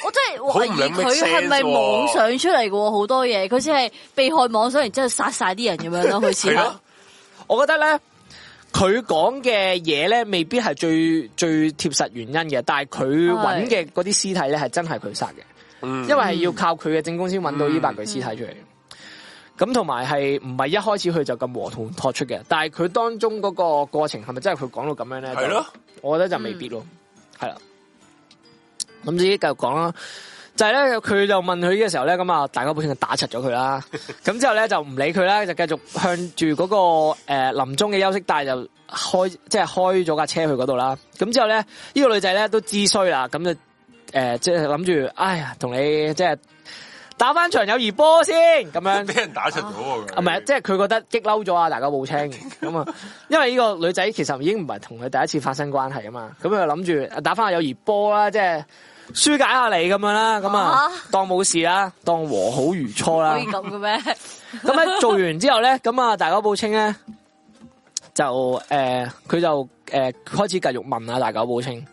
我真係懷好唔疑兩 make 佢係咪 sense 喎妄想出嚟嘅喎，好多嘢，佢先係被害妄想，然之後殺晒啲人咁樣咯，佢似係係咯，我覺得咧，佢講嘅嘢咧，未必係最最贴实原因嘅，但係佢揾嘅嗰啲屍體咧，係真係佢殺嘅，嗯因為係要靠佢嘅證供先揾到呢百具屍體出嚟。咁同埋係唔係一開始佢就咁和同托出嘅？但係佢當中嗰個過程係咪真係佢講到咁樣咧？係咯，我覺得就未必咯，係啦、咁自己繼續講啦，就係咧佢就問佢嘅時候咧，咁啊大家本身就打柒咗佢啦，咁之後咧就唔理佢啦，就繼續向住嗰、個誒臨終嘅休息帶就開，即係開咗架車去嗰度啦。咁之後咧，呢、個女仔咧都知衰啦，咁就誒即係諗住，哎呀，同你即係打翻場友誼波先咁樣。俾人打出咗喎佢啊，唔係，即係佢覺得激嬲咗啊，大家冇清 咁啊，因為呢個女仔其實已經唔係同佢第一次發生關係啊嘛，咁佢就諗嗯住打翻友誼波啦，即係疏解下你咁樣啦，咁啊啊當冇事啦，當和好如初啦 可以。咁嘅咩？咁咧做完之後咧，咁啊大家報清咧就誒，呃佢、就誒、呃、開始繼續問啊大家報清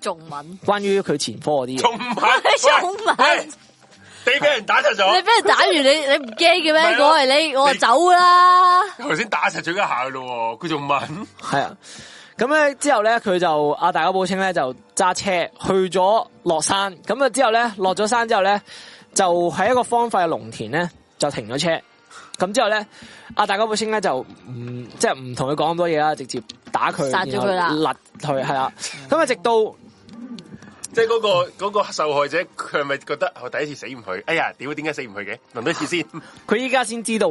仲文，關於佢前科嗰啲嘢。仲唔係？仲喂文，你俾人打出你咗，俾人打完你，你唔驚嘅哦係咩？咯我係你，我你係走啦。頭先打出咗一下咯喎，佢仲問，系啊，咁咧之後咧，佢就阿大家寶清咧就揸車去咗落山，咁啊之後咧落咗山之後咧，就喺一個荒廢嘅農田咧就停咗車，咁之後咧阿大家寶清咧就唔即係唔同佢講咁多嘢啦，直接打佢，殺咗佢啦然後勒佢係啦，咁啊直到 即係嗰個嗰個受害者，佢係咪覺得我第一次死唔去？哎呀，屌，點解死唔去嘅？問多一次先。佢依家先知道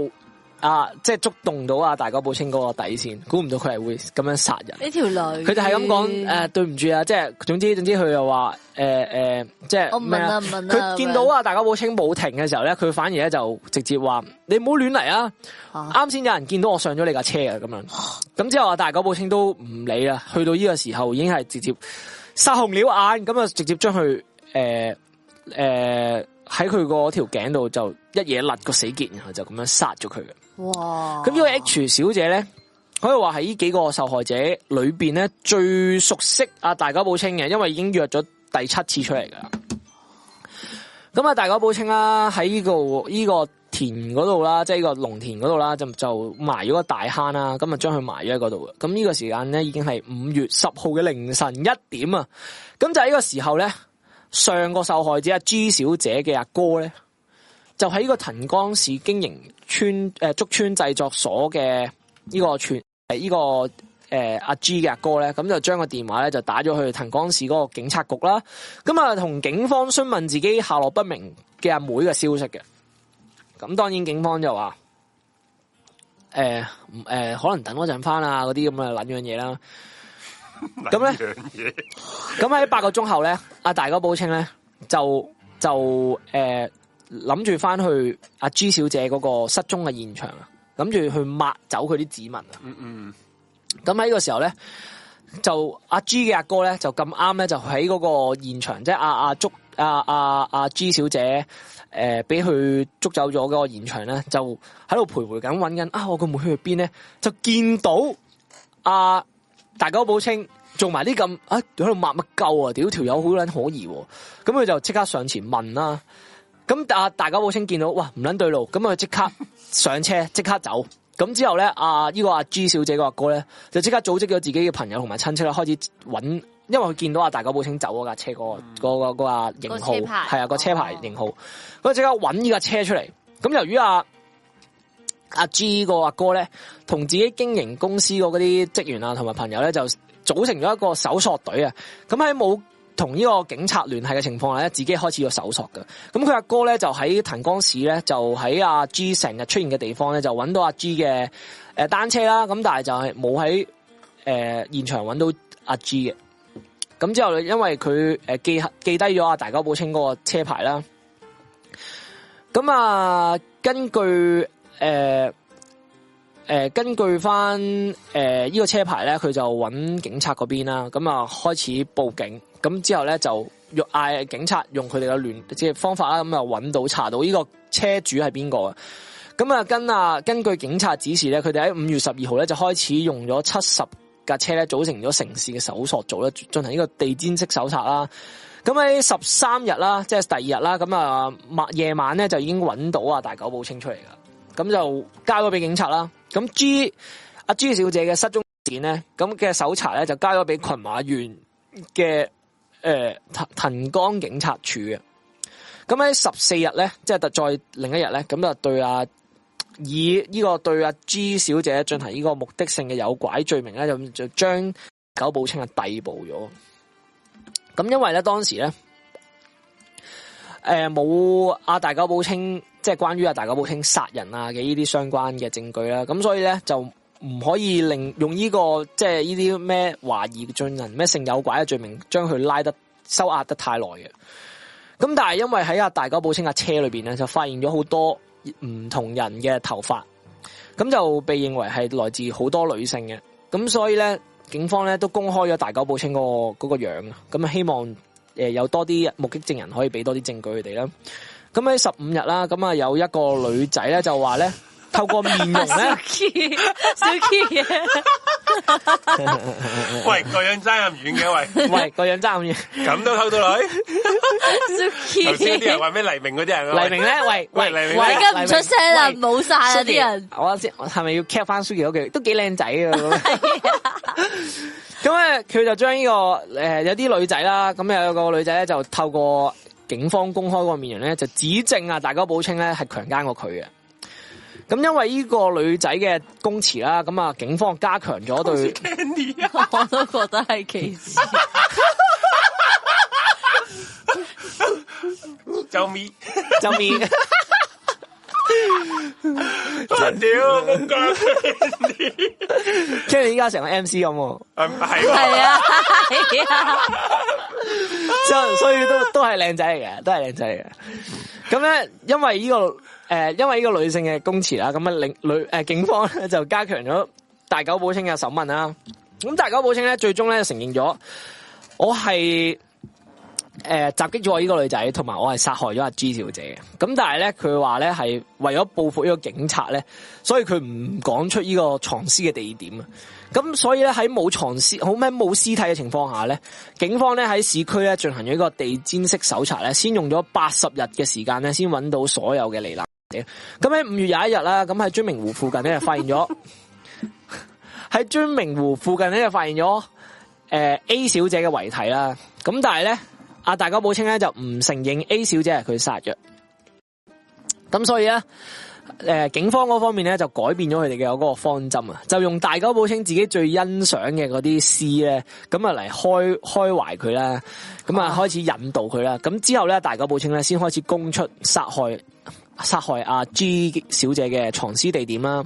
啊，即係觸動到阿大家寶清嗰個底線，估唔到佢係會咁樣殺人。呢條女，佢就係咁講誒，對唔住啊，即係總之總之佢又話誒誒，即係我唔咩問啊啦，唔問啦。佢見到啊，大家冇清冇停嘅時候咧，佢反而咧就直接話：你唔好亂嚟啊！啊，啱先有人見到我上咗你架車啊，咁樣。咁之後啊，大家冇清都唔理啦，去到呢個時候已經係直接殺紅了眼，咁啊直接將佢誒誒喺佢個條頸度就一嘢勒個死結，然後就咁樣殺咗佢嘅。哇！咁呢個 H 小姐咧，可以話係呢幾個受害者裏边咧最熟悉阿大家寶清嘅，因為已經約咗第七次出嚟噶啦。咁啊，大家寶清啦，喺呢、個呢、個田嗰度啦，即係呢個農田嗰度啦，就就埋咗個大坑啦，咁啊將佢埋咗喺嗰度嘅。咁呢個時間咧已經係五月十號嘅凌晨一點啊。咁就喺呢個時候咧，上個受害者阿 G 小姐嘅阿哥咧，就喺呢個藤江市經營村诶竹村製作所嘅呢個村诶呢個诶阿 G 嘅阿哥咧，咁就將個電話咧就打咗去藤江市嗰個警察局啦，咁啊同警方詢問自己下落不明嘅阿妹嘅消息嘅，咁當然警方就話。诶诶、呃可能等嗰陣翻啊，嗰啲咁嘅撚樣嘢啦。 咁呢樣嘢。咁喺八個鐘後咧，阿大哥寶清咧就就诶諗住翻去阿 G 小姐嗰個失蹤嘅現場啊，諗住去抹走佢啲指紋啊。嗯嗯，咁喺呢個時候咧，就阿 G 嘅阿哥咧就咁啱咧就喺嗰個現場，即係阿阿捉阿阿阿 G 小姐诶俾佢捉走咗嗰個現場咧，就喺度徘徊緊揾緊啊我個妹去邊咧，就見到阿、大久保清做埋啲咁啊喺度抹乜鳩啊，屌條友好撚可疑喎，咁佢就即刻上前問啦。咁啊，大家寶清見到，哇，唔撚對路，咁啊即 刻上車，即刻走。咁之後咧，啊呢、個阿 G 小姐個阿哥咧，就即刻組織咗自己嘅朋友同埋親戚啦，開始揾，因為佢見到啊大家寶清走嗰架車嗰、個嗰、個嗰、啊型號，嗯個車牌係啊個車牌哦，型號，咁即刻揾呢架車出嚟。咁由於啊阿 G 個阿哥咧，同自己經營公司嗰啲職員啊同埋朋友咧，就組成咗一個搜索隊啊。咁喺冇同呢個警察聯繫嘅情況下咧，自己開始要搜索嘅。咁佢阿哥咧就喺藤江市咧，就喺阿 G 成日出現嘅地方咧，就揾到阿 G 嘅誒單車啦。咁但係就係冇喺呃誒現場揾到阿 G 嘅。咁之後咧，因為佢誒記記低咗阿啊大久保清嗰個車牌啦。咁啊，根據誒。呃誒、呃根據翻誒呢個車牌咧，佢就揾警察嗰邊啦，咁啊開始報警，咁之後咧就用嗌警察用佢哋嘅聯即係方法啦，咁啊揾到查到呢個車主係邊個啊。咁啊，跟啊根據警察指示咧，佢哋喺五月十二號咧就開始用咗七十架車咧組成咗城市嘅搜索組咧，進行呢個地氈式搜查啦。咁喺十三日啦，即係第二日啦，咁啊晚夜晚咧就已經揾到啊大久保清出嚟噶。咁就交咗俾警察啦。咁 G 阿 G 小姐嘅失蹤事件咧，咁嘅搜查咧就交咗俾群馬縣嘅誒藤藤江警察署嘅。咁喺十四日咧，即係再另一日咧，咁就對阿、以呢個對阿 G 小姐進行呢個目的性嘅誘拐罪名咧，就就將久保清啊逮捕咗。咁因為咧當時咧。誒呃冇阿大久保清，即係關於阿啊大久保清殺人啊嘅呢啲相關嘅證據啦，咁所以咧就唔可以令用呢、個即係呢啲咩懷疑進行咩性誘拐嘅罪名，將佢拉得收押得太耐嘅。咁但係因為喺阿大久保清架車裏邊咧，就發現咗好多唔同人嘅頭髮，咁就被認為係來自好多女性嘅，咁所以咧警方咧都公開咗大久保清嗰、個嗰、個樣啊，咁啊希望。誒有多啲目擊證人可以俾多啲證據佢哋啦。咁喺十五日啦，咁啊有一個女仔咧就話咧，透過面容咧 Key，小 Key 嘢，喂，個樣爭咁 遠嘅， 喂，喂個樣爭咁遠。咁都 偷到女？頭小 Key 先啲人嘢，話咩黎明嗰啲人啊，黎明咧，喂喂黎明呢而家唔出聲啦，喂冇晒啦啲人。我先我係咪要 cap 翻 Suki 嗰句都幾靚仔啊？ 咁咧，佢就將呢、個誒、呃有啲女仔啦，咁有個女仔咧就透過警方公開個面容咧，就指證啊大久保清咧係強姦過佢嘅。咁因為呢個女仔嘅供詞啦，咁啊警方加強咗對。 Candy 啊，我都覺得係歧視，周咪，就面， 屌冇講，跟住依家成個 MC 咁喎，係喎係啊，係啊，之後所以 都都係靚仔嚟嘅，都係靚仔嚟嘅。咁咧，因為呢、個誒、呃因為呢個女性嘅供詞啦，咁啊令女誒、呃警方咧就加強咗大久保清嘅審問啦。咁大久保清咧最終咧承認咗，我係誒襲擊咗我呢個女仔，同埋我係殺害咗阿 G 小姐嘅。咁但係咧，佢話咧係為咗報復呢個警察咧，所以佢唔講出呢個藏屍嘅地點啊。咁所以咧喺冇藏屍好咩冇屍體嘅情況下咧，警方咧喺市區咧進行咗一個地氈式搜查咧，先用咗八十日嘅時間咧，先揾到所有嘅罹難者。咁喺五月廿一日啦，咁喺尊明湖附近咧就發現咗 喺尊明湖附近咧就發現咗诶、呃 A 小姐嘅遺體啦。咁但係咧，阿大久保清咧就唔承認 A 小姐係佢殺嘅。咁所以咧。诶、呃警方嗰方面咧就改變咗佢哋嘅嗰個方針啊，就用大久保清自己最欣賞嘅嗰啲詩咧，咁啊嚟開開懷佢啦，咁啊開始引導佢啦，咁之後咧大久保清咧先開始供出殺害殺害阿 G 小姐嘅藏屍地點啦。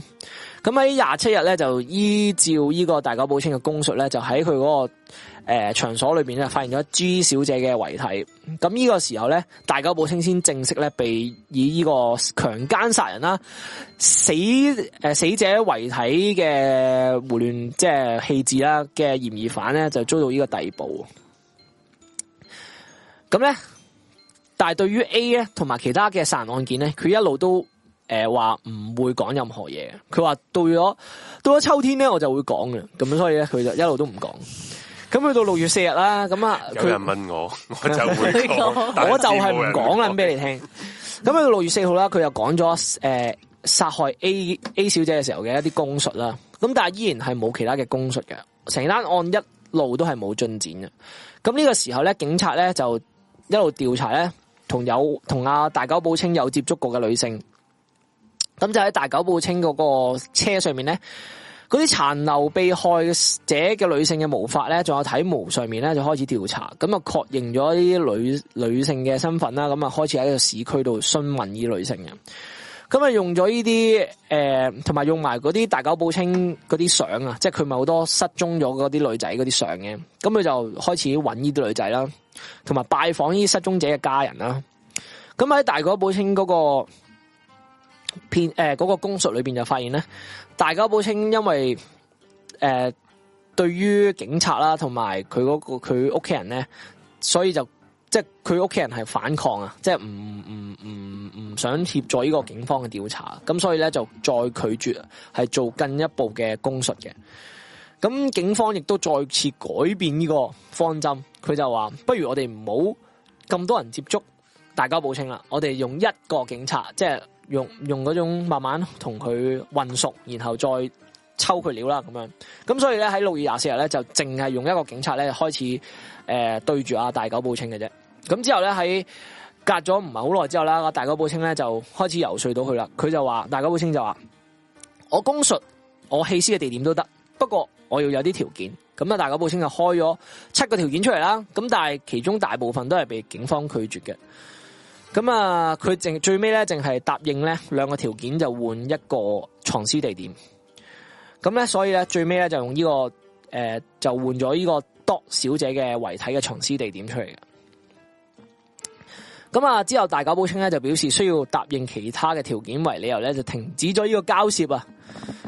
咁喺廿七日咧就依照呢個大久保清嘅供述咧，就喺佢嗰個诶、呃、場所裏边咧發現咗 G 小姐嘅遺體。咁呢個時候咧，大久保清先正式咧被以呢個強姦殺人啦、死诶、呃死者遺體嘅胡亂即係棄置啦嘅嫌疑犯咧，就遭到呢個逮捕。咁咧，但係對於 A 咧同埋其他嘅殺人案件咧，佢一路都誒話唔會講任何嘢。佢話到咗到咗秋天咧，我就會講嘅。咁所以咧，佢就一路都唔講。咁去到六月四日啦，咁啊，有人佢問我，我就會講，但我就係唔冇人講啦，俾你聽。咁去到六月四號啦，佢又講咗誒殺害 A A 小姐嘅時候嘅一啲供述啦。咁但係依然係冇其他嘅供述嘅，成單案一路都係冇進展嘅。咁呢個時候咧，警察咧就一路調查咧，同有同阿大久保清有接觸過嘅女性，咁就喺大久保清嗰個車上面咧，嗰啲殘留被害者嘅女性嘅毛髮咧，仲有體毛上面咧就開始調查，咁啊確認咗呢啲女女性嘅身份啦，咁啊開始喺個市區度詢問呢女性嘅。咁啊用咗呢啲誒，同、埋用埋嗰啲大久保清嗰啲相啊，即係佢咪好多失蹤咗嗰啲女仔嗰啲相嘅，咁佢就開始揾呢啲女仔啦，同埋拜訪呢啲失蹤者嘅家人啦。咁喺大久保清嗰、個片誒嗰、個公述裏邊就發現咧，大久保清因為誒、呃、對於警察啦，同埋佢嗰個佢屋企人咧，所以就即係佢屋企人係反抗啊，即係唔唔唔唔想協助呢個警方嘅調查，啊咁所以咧就再拒絕係做進一步嘅公述嘅。咁警方亦都再次改變呢個方針，佢就話：不如我哋唔好咁多人接觸大家保清啦，我哋用一個警察，即係用用嗰種慢慢同佢混熟，然後再抽佢料啦咁樣。咁所以咧喺六月廿四日咧就淨係用一個警察咧開始誒、呃、對住阿大久保清嘅啫。咁之後咧喺隔咗唔係好耐之後啦，阿大久保清咧就開始游說到佢啦。佢就話：大久保清就話：我供述我棄屍嘅地點都得，不過我要有啲條件。咁啊，大久保清就開咗七個條件出嚟啦。咁但係其中大部分都係被警方拒絕嘅。咁啊，佢淨最尾咧，淨係答應咧兩個條件就換一個藏屍地點。咁咧，所以咧最尾咧就用呢、個誒、呃就換咗呢個 Dot 小姐嘅遺體嘅藏屍地點出嚟嘅。咁啊，之後大久保清咧就表示需要答應其他嘅條件為理由咧，就停止咗呢個交涉啊。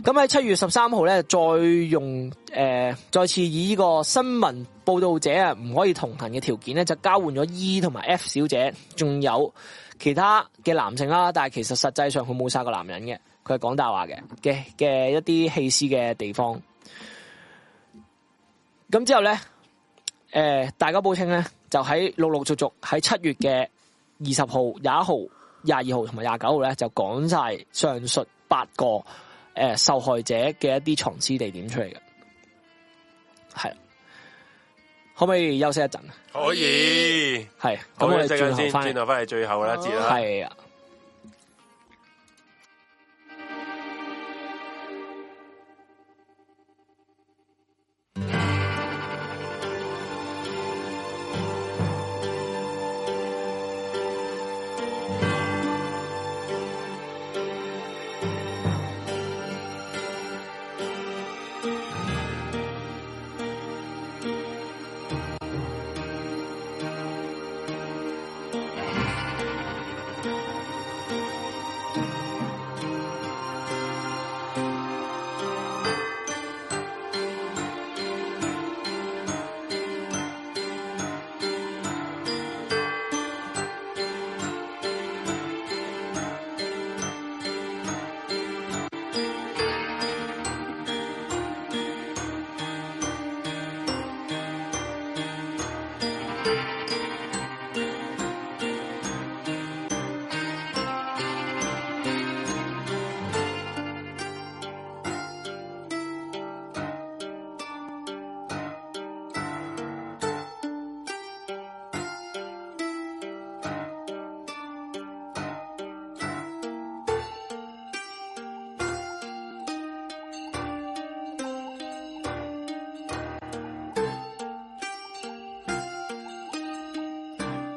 咁喺七月十三號咧，再用誒、呃再次以呢個新聞報導者啊唔可以同行嘅條件咧，就交換咗 E 同埋 F 小姐，仲有其他嘅男性啦。但係其實實際上佢冇殺過男人嘅，佢係講大話嘅嘅嘅一啲棄屍嘅地方。咁之後咧，誒、大家報稱咧，就喺陸陸續續喺七月嘅二十號、廿一號、廿二號同埋廿九號咧，就講晒上述八個誒、呃受害者嘅一啲藏屍地點出嚟嘅，係啦可唔可以休息一陣啊？可以。係，咁好，我哋休息轉陣頭先，翻轉嚟，頭翻嚟最後啦，節啦。係啊。 Hãy subscribe cho kênh Ghiền Mì Gõ Để không bỏ lỡ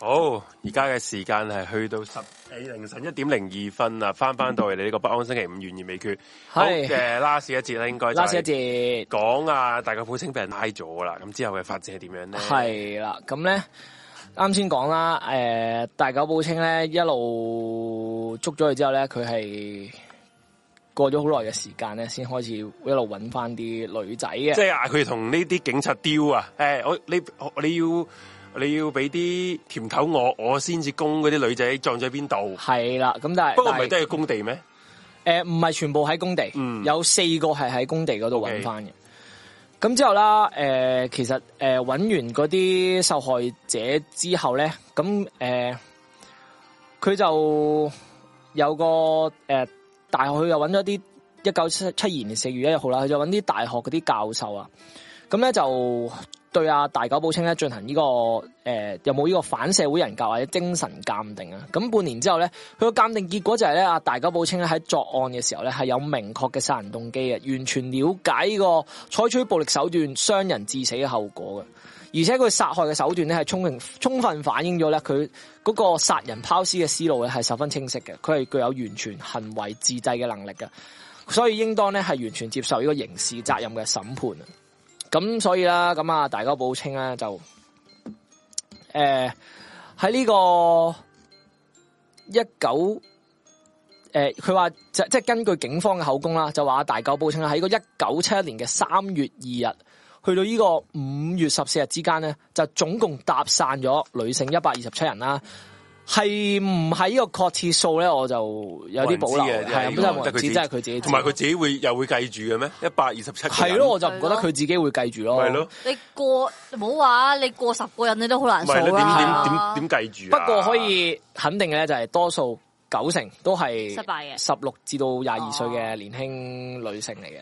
好，而家嘅時間係去到十诶凌晨一點零二分啦，翻翻到嚟你呢個北安星期五懸而未決。好係嘅，last 一節啦，應該拉一節。講啊，大舅父星俾人拉咗啦，咁之後嘅發展係點樣咧？系啦，咁咧啱先講啦，诶、大久保清咧一路捉咗佢之後咧，佢係過咗好耐嘅時間咧，先開始一路揾翻啲女仔嘅即。係啊，佢同呢啲警察丟啊，诶、我你我你要你要俾啲甜頭我，我先至供嗰啲女仔撞咗喺邊度。係啦，咁但係不過唔但係係都係工地咩？诶，呃唔係全部喺工地，嗯有四個係喺工地嗰度 OK 揾翻嘅。咁之後啦，诶、其實诶揾、完嗰啲受害者之後咧，咁诶，佢、就有個诶、呃大學，佢又揾咗啲一九七七二年四月一日號啦，佢就揾啲大學嗰啲教授啊，咁咧就對阿啊大久保清咧進行呢、個个呃有冇呢個反社會人格或者精神鑑定啊？咁半年之後咧，佢個鑑定結果就係咧，阿大久保清咧喺作案嘅時候咧係有明確嘅殺人動機嘅，完全了解呢個採取暴力手段傷人致死嘅後果嘅。而且佢殺害嘅手段咧係充分充分反映咗咧佢嗰個殺人拋屍嘅思路咧係十分清晰嘅，佢係具有完全行為自制嘅能力嘅，所以應當咧係完全接受呢個刑事責任嘅審判啊。咁所以啦，咁啊，大家保清咧就诶喺呢個一九。诶，佢話即即係根據警方嘅口供啦，就話大久保清咧喺個一九七一年嘅三月二日，去到呢個五月十四日之間咧，就總共搭散咗女性一百二十七人啦。係唔係呢個確切數咧？我就有啲保留冇人嘅，知嘅係啊，真係本身冇人得佢知，自己真係佢自己知。同埋佢自己會又會計住嘅咩？一百二十七係咯，我就唔覺得佢自己會記住咯。咪咯，你過唔好話，你過十個人你都好難唔數係咯，啦。點點點點計住不啊？過可以肯定嘅咧，就係多數九成都係失敗嘅十六至到廿二歲嘅年輕女性嚟嘅。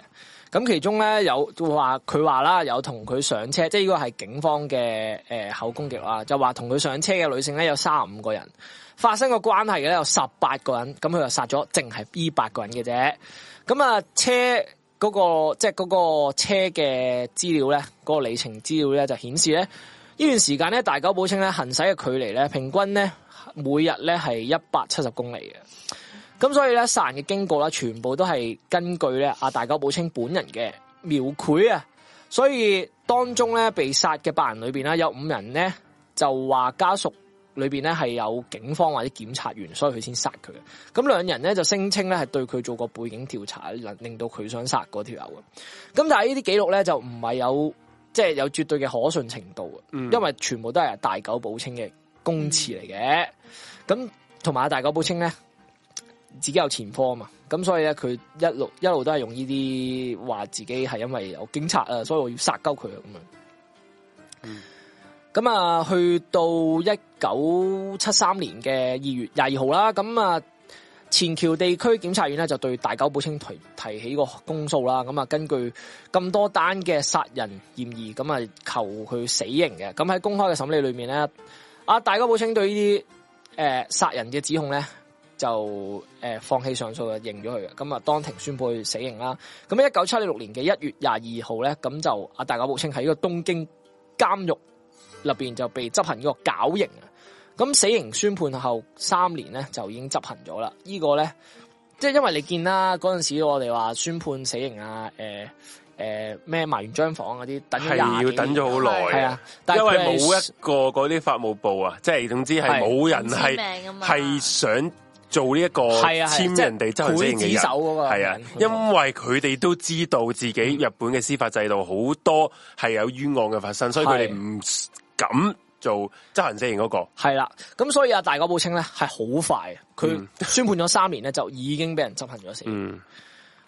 咁其中咧有話佢話啦，有同佢上車，即係呢個係警方嘅誒、呃口供記錄啦，就話同佢上車嘅女性咧有三十五個人，發生過關係嘅咧有十八個人，咁佢就殺咗淨係呢八個人嘅啫。咁啊，車嗰、個即係嗰個車嘅資料咧，嗰、個里程資料咧就顯示咧。呢段時間咧，大久保清咧行駛嘅距離咧，平均咧每日咧係一百七十公里嘅。咁所以咧，殺人嘅經過啦，全部都係根據咧阿大久保清本人嘅描繪啊。所以當中咧被殺嘅八人裏邊啦，有五人咧就話家屬裏邊咧係有警方或者檢察員，所以佢先殺佢嘅。咁兩人咧就聲稱咧係對佢做過背景調查，令令到佢想殺嗰條友啊嘅。咁但係呢啲記錄咧就唔係有即係有絕對嘅可信程度啊，因為全部都係大久保清嘅供詞嚟嘅。咁同埋大久保清咧自己有前科啊嘛，咁所以咧佢一路一路都係用呢啲話自己係因為有警察啊，所以我要殺鳩佢啊咁樣。咁啊，去到一九七三年嘅二月廿二號啦，咁啊，前橋地區檢察院咧就對大久保清提提起個公訴啦，咁啊，根據咁多單嘅殺人嫌疑，咁啊求佢死刑嘅，咁喺公開嘅審理裏面咧，啊大久保清對呢啲誒殺人嘅指控咧。就誒、呃放棄上訴嘅，認咗佢嘅。咁啊，當庭宣布佢死刑啦。咁一九七六年嘅一月廿二號咧，咁就阿大久保清喺呢個東京監獄入邊就被執行呢個絞刑啊。咁死刑宣判後三年咧就已經執行咗啦。呢個咧，即係因為你見啦，嗰陣時我哋話宣判死刑啊，誒誒咩埋完張房嗰啲，等咗係廿幾要等咗好係耐啊啊，，但因係為佢係冇一個嗰啲法務部啊，即係總之係係冇人唔知係命啊嘛係想做呢一個係啊係簽人哋執行死刑嘅即係劊子手嗰個人，係啊人，因為佢哋都知道自己嗯日本嘅司法制度好多係有冤案嘅發生，所以佢哋唔敢做執行死刑嗰個。系啦，咁所以啊，大久保清咧係好快，啊佢宣判咗三年咧就已經俾人執行咗死刑，嗯，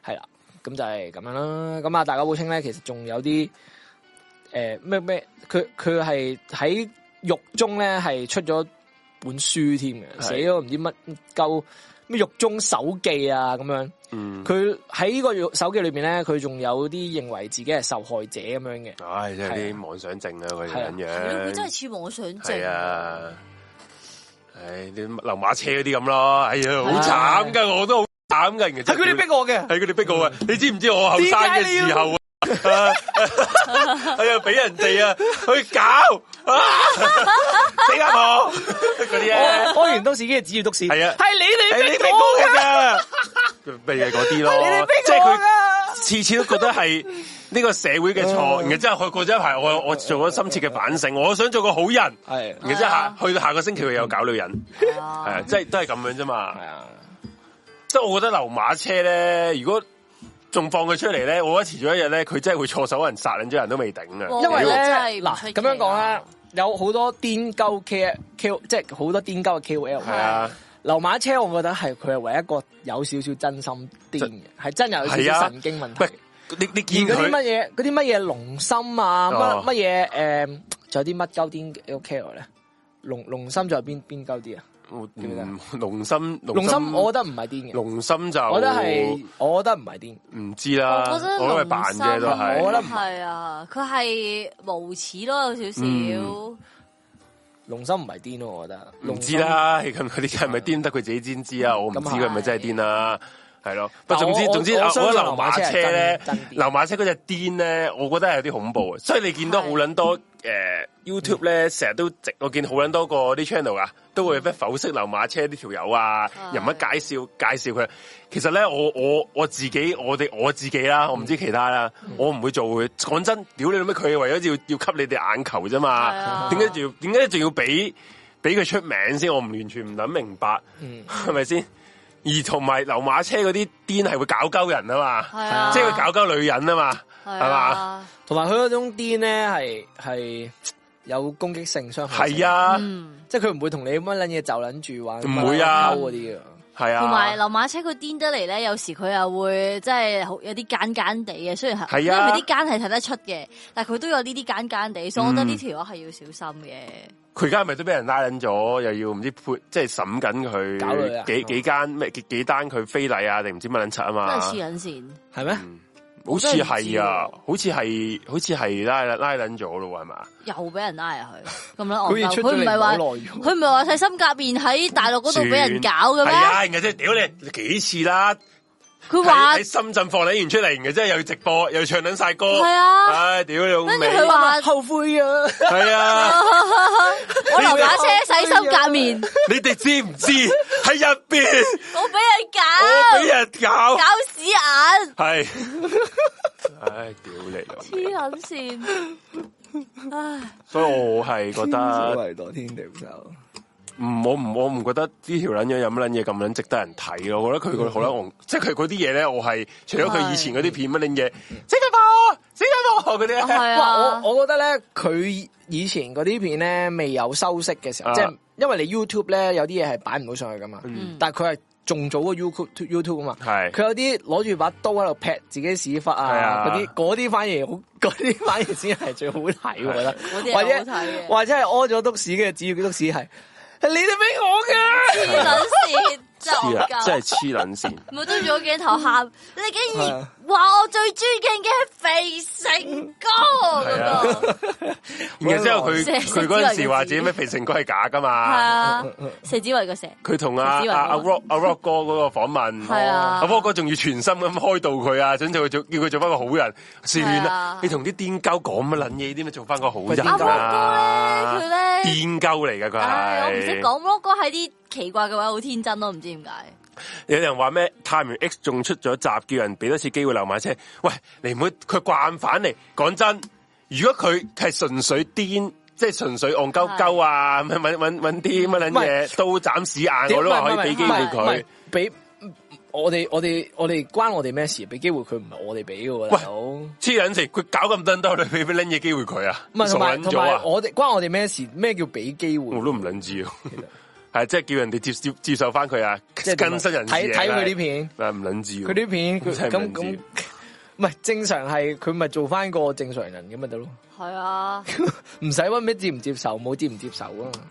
係啦、咁就係咁樣啦。咁啊，大久保清咧其實仲有啲诶咩咩，佢佢係喺獄中咧係出咗本書添嘅，係寫咗唔知乜鳩咩獄中手記啊咁樣。嗯，佢喺呢個獄手記裏面咧，佢仲有啲認為自己係受害者咁樣嘅。唉，真係啲妄想症啊，佢係哋啊咁佢真樣係。似妄想症係。啊，唉，啲流馬車嗰啲咁咯，哎呀，好慘噶，我都好慘噶，係係佢哋逼我嘅，嗯係佢哋逼我啊！你知唔知我後生嘅時候 哎呀，俾人哋啊去搞啊，死阿婆嗰啲咧，我完都市嘅指住督屎，係啊系你係哋你逼逼我我㗎，噶，咪係嗰啲你哋咯逼，即係我佢㗎次次都覺得係呢個社會嘅嗯錯，然後之後佢過咗一排，我我做咗深切嘅反省，我想做個好人，然係後之啊後下去到下個星期佢又搞女人，係啊啊即係都係咁樣啫嘛係。啊，即係我覺得流馬車咧，如果仲放佢出嚟咧，我覺得遲早一日咧，佢真係會錯手人殺撚咗人都未啊頂哇嘅。因為咧我真係唔嗱出奇啊咁樣講啦，有好多癲鳩 K K 即係好多癲鳩嘅 K O L 係啊，流馬車，我覺得係佢係唯一一個有少少真心癲嘅，係真有少係少啊神經問題喂。，你你而見嗰啲乜佢嘢，嗰啲乜嘢龍心啊，哦乜乜嘢誒，仲有啲乜鳩癲嘅 K O L 咧？龍龍心仲有邊邊鳩啲啊？嗯龍心龍龍心我覺覺得唔係癲得嘅，龍心就我覺得係，我覺得唔係癲。唔知啦，我覺得啊我都係扮啫都龍心我係覺得唔係啊，佢係無恥咯，有少少。嗯龍心唔係癲咯，我覺得。唔知，啦，係咁嗰啲係咪癲得佢自己先知啊？我唔知啊咁啊佢係咪真係癲啦，係咯。不過但總之我總之，啊我我相我信覺得流馬車咧流馬車係真真，癲流馬車嗰只癲咧，我覺得係有啲恐怖啊。所以你見到好撚多誒 YouTube 嗯咧，成日都直我見好撚多個啲 channel 啊，都會咩剖析流馬車呢條友啊，人物介紹介紹佢。其實咧，我我我自己，我哋我自己啦，我唔嗯知其他啦，我唔會做嘅。講真，屌你老咩，佢係為咗要要吸你哋眼球啫係嘛啊？點解仲要點解仲要俾？俾佢出名先，我唔完全唔諗明白，嗯係咪先？而同埋流馬車嗰啲癲係會搞鳩人啊嘛，係啊，即係會搞鳩女人啊嘛，係係嘛？嘛？同埋佢嗰種癲咧係係有攻擊性傷害性。係，啊，嗯，即係佢唔會同你乜撚嘢就撚住玩，唔會啊乜撚嘢勾嗰啲啊。係同埋啊，流馬車佢癲得嚟咧，有時佢又會即係好有啲奸奸地嘅，雖然係，因係為啊啲奸係睇得出嘅，但係佢都有呢啲奸奸地，所以我覺得嗯呢條友係要小心嘅。佢而家係咪都俾人拉撚咗，又要唔知判，即係審緊搞佢啊佢幾幾間咩幾幾單佢非禮啊，定唔知乜撚柒啊真嘛係，黐撚線，係咩？嗯好似係啊我，好似係好似係拉拉撚咗咯，係嘛？又俾人呃拉入 去，咁好似樣戇鳩出佢咗唔嚟係話好耐喎佢唔係話睇心革面喺大陸嗰度俾人搞嘅係咩？啊，然後即係屌你你幾次啦。佢喺話喺深圳放你完出嚟，然後之後又要直播，又要唱撚晒歌，係啊唉，屌你老味，跟住佢話後悔啊！係啊，我流馬車洗心革面，你啊哋知唔知喺入邊我俾人我俾搞，人搞 搞，屎眼。係，唉，屌你老味，黐撚線，唉，所以我係覺得，為多天地久，唔，我唔，我唔覺得呢條撚樣有乜撚嘢咁撚值得人睇咯。我覺得佢個好撚戇，即係佢嗰啲嘢咧，我係除咗佢以前嗰啲片乜撚嘢，新加坡，新加坡嗰啲呢，係哇！啊，我我覺得咧，佢以前嗰啲片咧未有修飾嘅時候，啊即係因為你 YouTube 咧有啲嘢係擺唔到上去噶嘛，但係佢係仲早過 YouTube YouTube 啊嘛。嗯係佢有啲攞住把刀喺度劈自己屎忽係啊，啊嗰啲嗰啲反而好， 嗰啲反而先係最好睇，我覺啊得。嗰啲係或好睇者嘅或者係屙咗督屎嘅，只要督屎係你哋俾我黐撚線，真黐係啊，真係戇鳩。黐撚線。冇對住我鏡頭喊，你竟係然啊話我最尊敬嘅係肥成哥係嗰啊度，然後之後佢蛇蛇佢嗰陣時話自己咩肥成哥係假噶 係嘛，啊，蛇子為個蛇，佢同阿以為阿阿我 Rock 阿 Rock 哥嗰個訪問，哦係啊阿 Rock 哥仲要全心咁開導佢啊，想做佢做叫佢做翻個好人，算係啦啊，你同啲癲鳩講乜撚嘢，點解做翻個好人啊阿 Rock 哥咧佢咧癲鳩嚟噶唉，我唔佢識係，講咯，哥喺啲奇怪嘅位好天真咯，唔知點解。有人話咩探員 X 仲出咗集，叫人俾多次機會流馬車，喂，你唔好佢慣犯嚟，講真，如果佢係純粹癲。即係純粹戇鳩鳩啊！揾揾揾揾啲乜撚唔係嘢刀斬屎眼，嘅，我都話唔係可以俾機唔會係唔佢係。俾我哋我哋我哋關我哋咩事？俾機會佢唔係我哋俾嘅喎，大佬。黐撚線，佢搞咁多人都你俾俾撚嘢機會佢啊？唔係傻同埋撚同咗啊埋！我哋關我哋咩事？咩叫俾機會？我都唔撚知啊， 係即係叫人哋接接接受翻佢啊，即係更新人士啊睇睇佢啲片，啊唔撚知喎佢啲片佢真係咁唔撚咁知，唔係正常係佢咪做翻個正常人咁咪得咯，係啊，唔使話咩接唔接受，冇接唔接受啊嘛，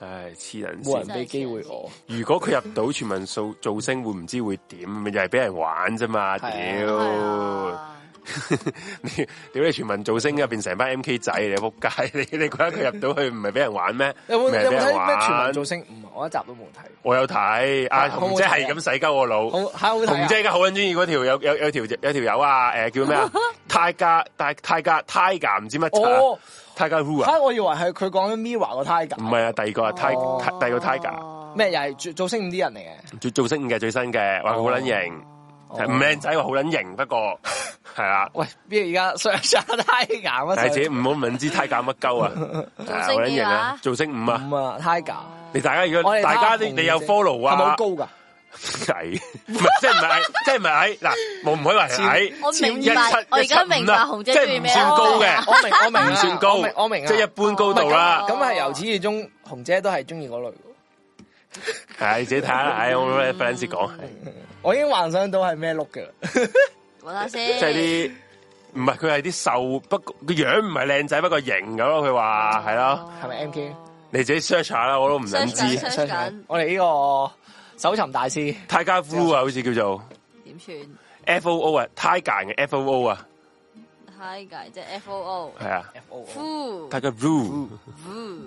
唉黐撚冇人線。俾機會我，如果佢入到全民數造星，會唔知會點？咪又係俾人玩啫嘛！係屌啊，係啊你 屌你全民造星入邊成班 M K 仔，你仆街！你你覺得佢入到去唔係俾人玩咩？有冇咪係有俾冇睇人咩全民玩造星？唔係，我一集都冇睇，我有睇，阿啊好唔紅好姐睇啊係咁洗鳩我腦。好係好好睇紅啊！姐而家好撚中意嗰條有有有條有條友啊，誒叫咩 啊？泰加泰泰加泰加唔知乜柒哦啊，泰加 Who 啊？嚇我以為係佢講緊 Mira 個 Tiger，唔係啊，第二個啊，泰哦泰第二個 Tiger 咩又係做做星五啲人嚟嘅。做做星嘅最新嘅，話佢好撚型，係唔靚仔話好撚型，不過係啊。喂，邊而家上上 Tiger 啊？但係自己唔好問知泰加乜 鳩啊，係啊好撚型啊，做星五啊！五啊 Tiger，你大家如我果哋大家你你有 follow 係咪啊好？高噶？矮，唔係 即係唔係矮，即係唔係矮嗱，我唔可以話係矮，我明白175我而家明白紅姐即中意係唔咩算高啊嘅，我明我明啊唔算高我明，我明啊即係一般高度啦。咁係由始至終，紅姐都係中意嗰類。係自己睇下啦，唉，我咩 f r i e n d 講，我已經幻想到係咩碌嘅啦。我睇下即先，係啲唔係佢係啲瘦，不過個樣唔係靚仔，不過型咁咯。佢話係咯，係咪 M K？你自己 search 下啦，我都唔想 search 緊知。 search 緊我哋呢個搜尋大師，泰加夫啊，好似叫做點算 F O O 啊，泰加嘅 F O O 啊， ？Hi 界即係 F O O 係啊， F.O.O. Foo 泰加 Blue。 Foo，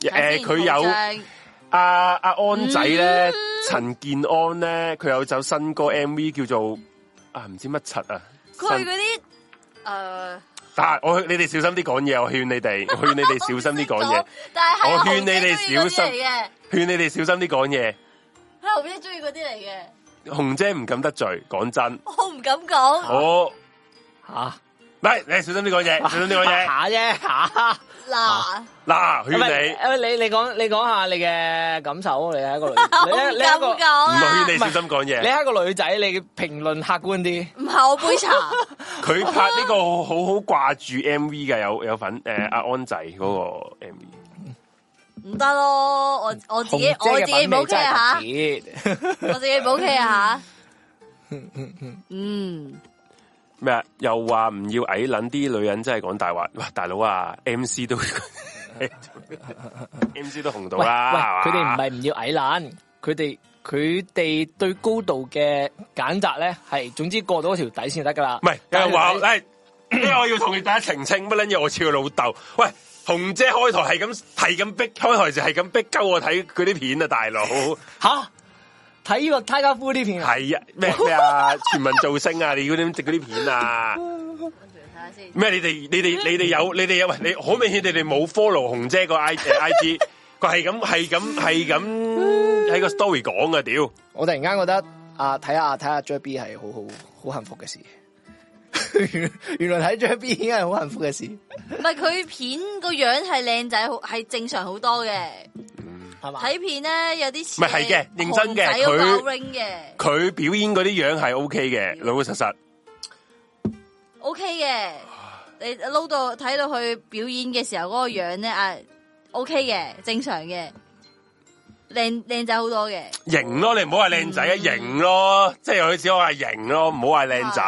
誒，佢有。阿阿安仔咧，陳健安咧，佢有首新歌 M V 叫做啊唔知乜柒啊，佢新嗰啲誒，啊我你哋小心啲講嘢，我勸你哋，我勸你哋小心啲講嘢，，但係我勸係紅姐你哋鍾意嗰啲小心嚟嘅，勸你哋小心啲講嘢。係紅姐中意嗰啲嚟嘅，紅姐唔敢得罪，講真，我唔敢講我唔嚇，係你小心啲講嘢，小心啲 講嘢。下啫下。嗱，嗱，勸唔你係誒你你講你講下你嘅感受，啊你係一個 女， 我你係唔你係敢一個講唔係啊勸，你小心講你嘢。係一個女仔，你評論客觀啲。唔係我杯茶，佢拍呢個好好掛住 M V 嘅，有有份誒阿安仔嗰個 M V。唔得咯，我我紅自己姐我嘅自己品唔味 OK 真啊吓。係特別。我自己補劇啊吓。嗯，咩啊？又話唔要矮撚啲女人真係講大話。 哇，大佬啊，M C 都 M C 都紅到喂喂，啦，佢哋唔係嘛係唔要矮懶，佢哋佢哋對高度嘅揀擇咧，係總之過到嗰條底線就得噶啦。唔係有人話但係誒，因哎為我要同大家澄清乜撚嘢，我似佢老豆。喂，紅姐開台係咁係咁逼，開台就係咁逼鳩我睇佢啲片啊，大 佬吓睇呢個泰加夫呢片啊，係啊咩咩啊，全民造星啊，你嗰啲嗰啲片啊。睇下先。咩？你哋你哋你哋有你哋有喂？你好明顯你哋冇 follow 紅姐個 I I G，佢係咁係咁係咁喺個 story 講啊！屌，我突然間覺得啊，睇下睇下 J B 係好好好幸福嘅事。 原來睇 J B 已經係好幸福嘅事，唔係佢片個樣係靚仔，好係正常好多嘅。係嘛？睇片咧有啲似唔係係嘅認真嘅紅仔嗰個佢 ring 嘅佢表演嗰啲樣係 O K 嘅，老老實實。 ，OK 嘅。你撈到睇到佢表演嘅時候嗰個樣咧啊，OK 嘅，正常嘅，靚靚仔好多嘅。型咯，你唔好話靚仔啊，型咯，即係佢只可以話型咯，唔好話靚仔。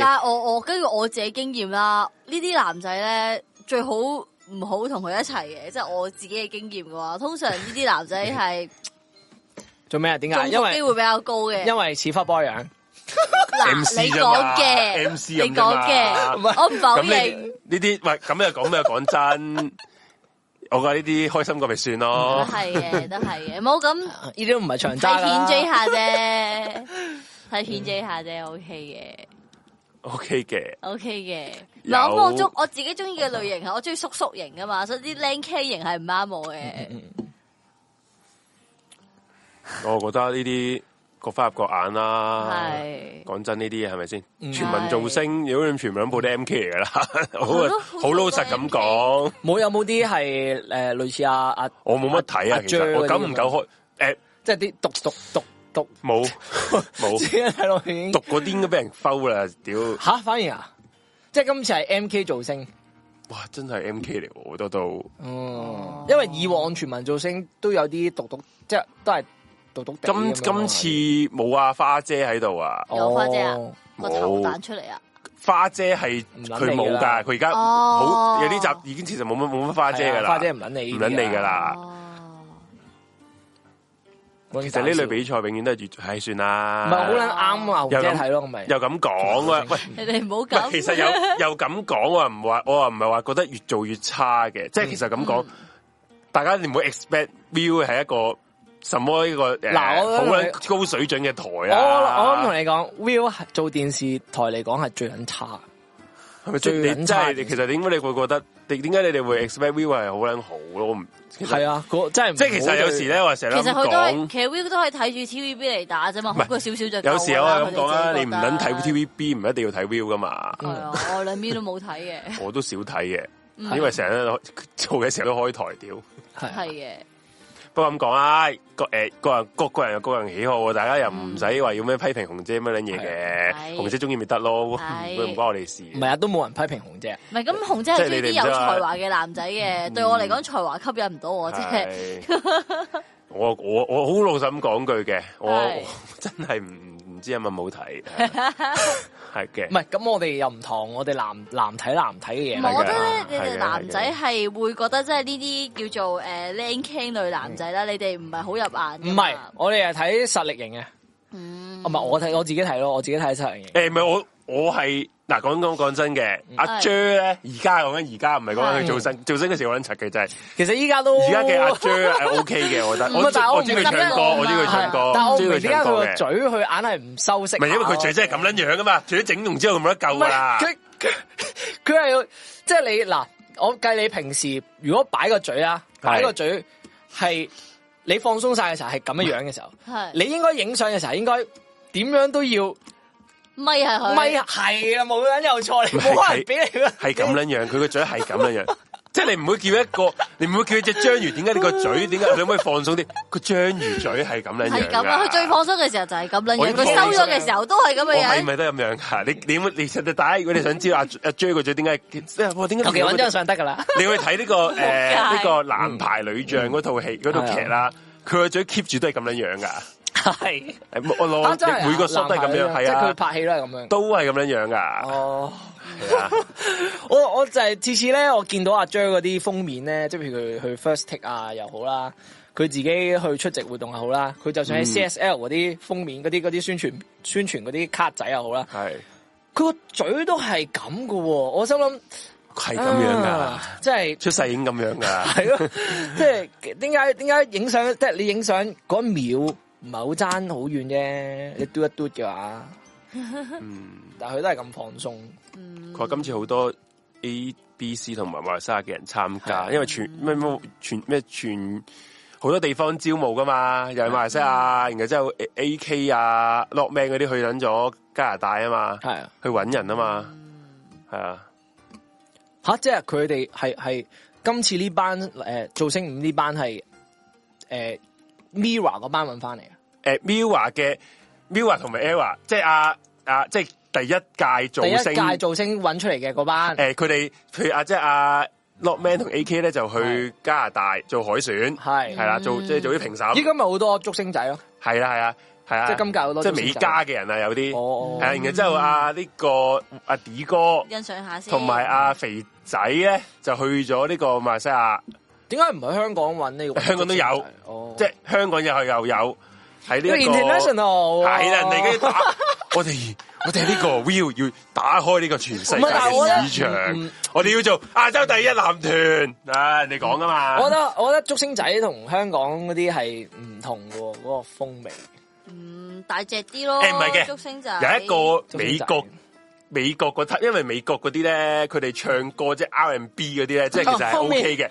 但係我我根據我自己經驗啦，呢啲男仔咧最好唔好同佢一齊嘅，即係我自己嘅經驗嘅話，通常呢啲男 仔係做咩啊？點解？因中伏機為會比較高嘅。因為似花波樣。嗱 MC 你啫嘛講嘅 MC 你咁啫講嘛嘅，我唔否咁認。你呢啲喂咁又講咩？啊講真， 我覺得呢啲開心過咪算都 咯。係嘅，都係嘅，冇咁呢啲都唔係長揸㗎啦睇片 J 下啫，睇片 J 下啫，OK O K 嘅，嘅，OK 嘅。有嗱，咁我中我自己中意嘅類型係我中意叔叔型噶嘛，所以啲靚 K 型係唔啱我嘅。我覺得呢啲各花入各眼啦。係講真呢啲嘢係咪先？嗯全民造星，如果你全民部都 M K 嚟噶啦，好啊嗯係咯好老實咁講，冇有冇啲係誒類似啊啊，我冇乜睇阿啊，其實阿 Jer 我久唔久開诶即係啲讀讀讀讀， 冇自冇己睇落去已經讀嗰啲應該俾人 foul 啦，屌！吓，反而啊，即係今次係 M K 造星，哇，真係 M K 嚟喎，好多都哦嗯，因為以往全民造星都有啲讀讀，即係都係讀讀地咁今樣今次冇啊花姐喺度啊，哦有花姐啊，個冇頭彈出嚟啊！花姐係唔撚佢冇你㗎㗎，啦佢而家哦好有啲集已經其實冇乜冇乜花姐㗎係啊啦，花姐唔撚你唔呢啲撚啊你㗎啦。Ờ. 哦，其其實呢類比賽永遠都係越唉算啦，唔係好撚啱啊，紅又姐咁睇咯，咁咪又咁 講啊，喂。你哋唔好唔係咁。其實 有 有咁講，我又唔話，我又唔係話覺得越嗯做越差嘅，即係其實咁講，大家你唔好 expect Will 係一個什麼呢個誒嗱我好撚高水準嘅台我我啊？咁同你講，Will 係做電視台嚟講係最撚差。係咪最即係你撚真差係你其實點解你會覺得？你點解你哋會 expect view 係好撚好咯？我唔其實係啊，嗰真係唔即係其好實有時咧，我成日其都實咁佢都係，講。其實 Will 都係睇住 TVB 嚟打啫嘛，好過少少就夠啦。有時我係咁講啦，佢哋自己覺得你唔撚睇 TVB 唔一定要睇 view 噶嘛，嗯係啊，我兩邊都冇睇 嘅，我都少睇嘅，嗯因為成日都 做嘅時候都開台屌。啊係啊係嘅。不過咁講啦，各诶個人各個人有各人喜好喎，大家又唔使嗯話要咩批評紅姐乜撚嘢嘅，係紅姐中意咪得咯，唔係唔關我哋事。唔係啊，都冇人批評紅姐。唔係咁，紅姐係中意即係你哋唔啲知啊嗯有才華嘅男仔嘅，對我嚟講，才華吸引唔到我，即係係我我我好老實咁講句嘅，我係我 真係唔唔知有冇 冇睇，係係嘅唔。係咁，我哋又唔同，我哋男男睇男睇嘅嘢唔嚟係㗎我覺得係嘅咧，你係嘅哋男仔係會覺得即係呢啲叫做誒靚 k 女男仔啦，你哋唔係好入眼唔㗎嘛。係，我哋係睇實力型嘅。哦嗯唔係我睇我自己睇咯，我自己睇實力型。诶，唔係我我係嗱講講講真嘅，嗯阿係 J 咧而家講緊而家唔係講緊佢做新做新嘅時候嗰陣柒嘅真係，其實依家都而家嘅阿 J 係 OK 嘅，我覺得。哦唔係但係我我唔知佢唱明歌，我知佢唱歌係，但我唔知明佢點解佢唱歌個嘅。嘴佢硬係唔收息。唔係因為佢嘴真係咁撚樣噶嘛，除咗整容之後冇得救唔噶係啦。佢佢佢係要即係你嗱，我計你平時如果擺個嘴啊，係擺個嘴係你放鬆晒嘅時候係咁樣樣嘅時候，係你應該影相嘅時候應該點樣都要咪係啊佢，咪係啊，冇人有錯，你冇可能俾你㗎係咁撚樣，佢個嘴係咁撚樣， 即係你唔會叫一個，你唔會叫只章魚。點解你個嘴？點解你可唔可以放鬆啲？個章魚嘴係咁撚樣㗎。係咁啊！佢最放鬆嘅時候就係咁撚我樣，已佢經收咗嘅時候都係咁我嘅係樣。哦咪都咁樣㗎？你你有冇你實實大家如果你想知道阿阿 J 個嘴點解，即係哇點解求其揾張相得㗎啦。 你去睇呢個诶仆街呢個男排女將嗰套戲嗰套劇啦，嗯佢個嘴 keep 住都係咁樣樣噶。係誒我我啊真係啊每個 shot 都係咁樣，男排係即係佢啊，拍戲都係咁樣。都係咁樣樣噶。哦，係啊我我就係次次咧，我見到阿 J 嗰啲封面咧，即係譬如佢去 First Take 啊又好啦，佢自己去出席活動又好啦，佢就算喺 CSL 嗰啲封面嗰啲嗰啲宣傳宣傳嗰啲卡仔又好啦，係佢個嘴都係咁噶喎，我心諗係咁樣噶啊，即係出世已經咁 樣噶。係咯，即係點解點解影相即係你影相嗰一秒唔係好爭好遠啫，你嘟一嘟嘅話，但係佢都係咁放鬆，佢話今次好多 A、B、C 同埋馬來西亞嘅人參加，係因為全咩咩全咩全好多地方招募噶嘛，又係馬來西嗯亞，然後之後 A- A K 啊、Lockman 嗰啲去撚咗加拿大啊嘛，係啊。去揾人啊嘛，係啊。吓，即系佢哋系系今次呢班诶造星五呢班系诶 Mira 嗰班揾翻嚟嘅，诶 Mira 嘅 Mira 同埋 Era，即系阿阿即系第一届造第一星，届造星揾出嚟嘅嗰班，诶佢哋譬如阿即系阿 Lockman 同 AK 咧就去加拿大做海選，係系啦，做即系做啲評審，嗯依家咪好多竹星仔咯，係啦係啊係啊，即係今屆好多即做係美選手加嘅人啊有啲，哦係啊，然後之後阿呢個阿 D 哥欣賞下先，同埋阿肥仔咧就去咗呢個馬來西亞，点解唔喺香港揾呢個？香港都有哦，即係香港又又有喺因呢為一個。 international 喎系啦，人哋跟住打我哋，我哋呢個 will 要打開呢個全世界唔係但係我覺得嘅市場嗯嗯，我哋要做亞洲第一男團啊！人哋講噶嘛，我覺得我覺得竹星仔同香港嗰啲係唔同嘅喎，嗰、個風味。嗯大隻啲咯。誒唔係嘅竹星仔有一個美中國間美國嗰 t 因為美國嗰啲咧，佢哋唱歌即係 R&B 嗰啲咧，即 係其實係哦 OK 嘅，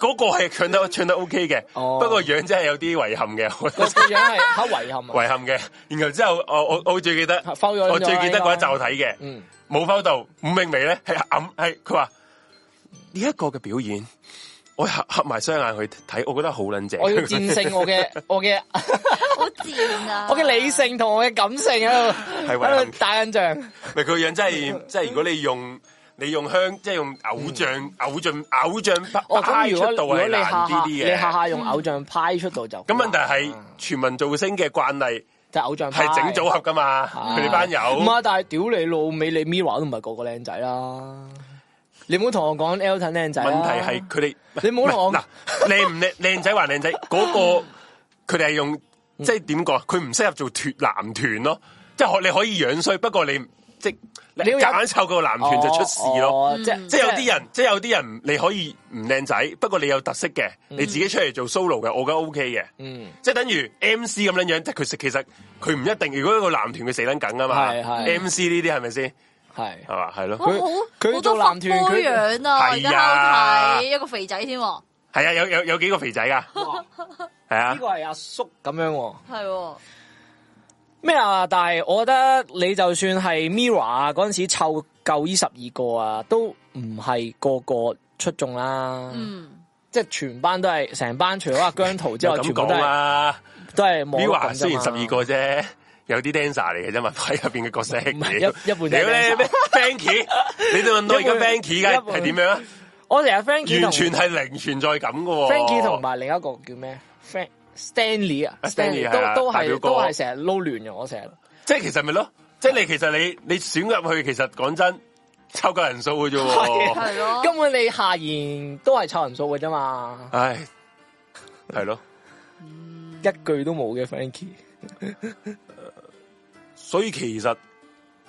嗰個係唱得唱得 OK 嘅，哦不過樣真係有啲遺憾嘅，我個樣係好遺憾啊！遺憾嘅。然後之後，我我我最記 得，摟咗 我最記得嗰一集應我睇嘅，嗯，冇翻到伍明眉咧，係暗係佢話呢一個嘅表演，我合合埋雙眼去睇，我覺得好撚正。我要 戰勝我嘅我嘅。好賤啊！ 我嘅理性同我嘅感性喺度係喺遺憾度打緊仗，咪佢個樣 真係，即係如果你用你用香，即係用偶像、偶像、偶像派嗯哦，派咁出如果道如果係你難下啲下啲你嘅。下下用偶像派出道就咁問題係全民造星嘅慣例就偶像派係整組合噶嘛，係啊佢哋班友唔係，但係屌你老味，你 Mira 都唔係個個靚仔啦，你唔好同我講 Elton 靚仔啦問題係佢哋你唔好同我嗱靚唔靚靚仔還靚仔嗰 個，佢哋係嗯啊用即係點講？佢唔適合做脱男團咯，即係可你可以樣衰，不過你即你要有夾硬湊個男團就出事咯。哦，嗯即係即係有啲人，即係有啲人你可以唔靚仔，不過你有特色嘅，你自己出嚟做 solo 嘅，我覺得 OK 嘅。嗯，即係等於 MC 咁樣樣，即係佢食其實佢唔一定。如果一個男團佢死撚緊噶嘛係係，MC 呢啲係咪先係係嘛係哇咯？佢好佢做好多男男團波佢樣啊！我而家係啊喺度睇一個肥仔添喎，係啊，有有有幾個肥仔噶，係啊哦呢個，係阿叔咁樣喎。係喎咩啊？但係我覺得你就算係 Mirror 啊嗰阵时凑够呢十二個啊，都唔係個個出眾啦。嗯，即係全班都係成班，除咗阿姜濤之又外，咁全部都講係啦。都係冇 Viva 咁雖然十啫二嘛個啫，有啲 dancer 嚟嘅啫嘛，喺入邊嘅角色。唔係屌一一半就係屌咧 dancer 咩 Banky，你哋問到而家一半 Banky 嘅係點樣啊？我成日 Frankie 完同全係零存在感嘅喎。 Frankie 同埋另一個叫咩？Frank Stanley 啊啊，Stanley，係啊都都大係表哥都係成日撈亂嘅，我成日。即係其實咪咯，即係你其實你你選入去，其實講真，抽夠人數嘅啫係啊喎。係咯。根本你下言都係湊人數嘅啫嘛，唉，係咯，一句都冇嘅 Frankie。所以其實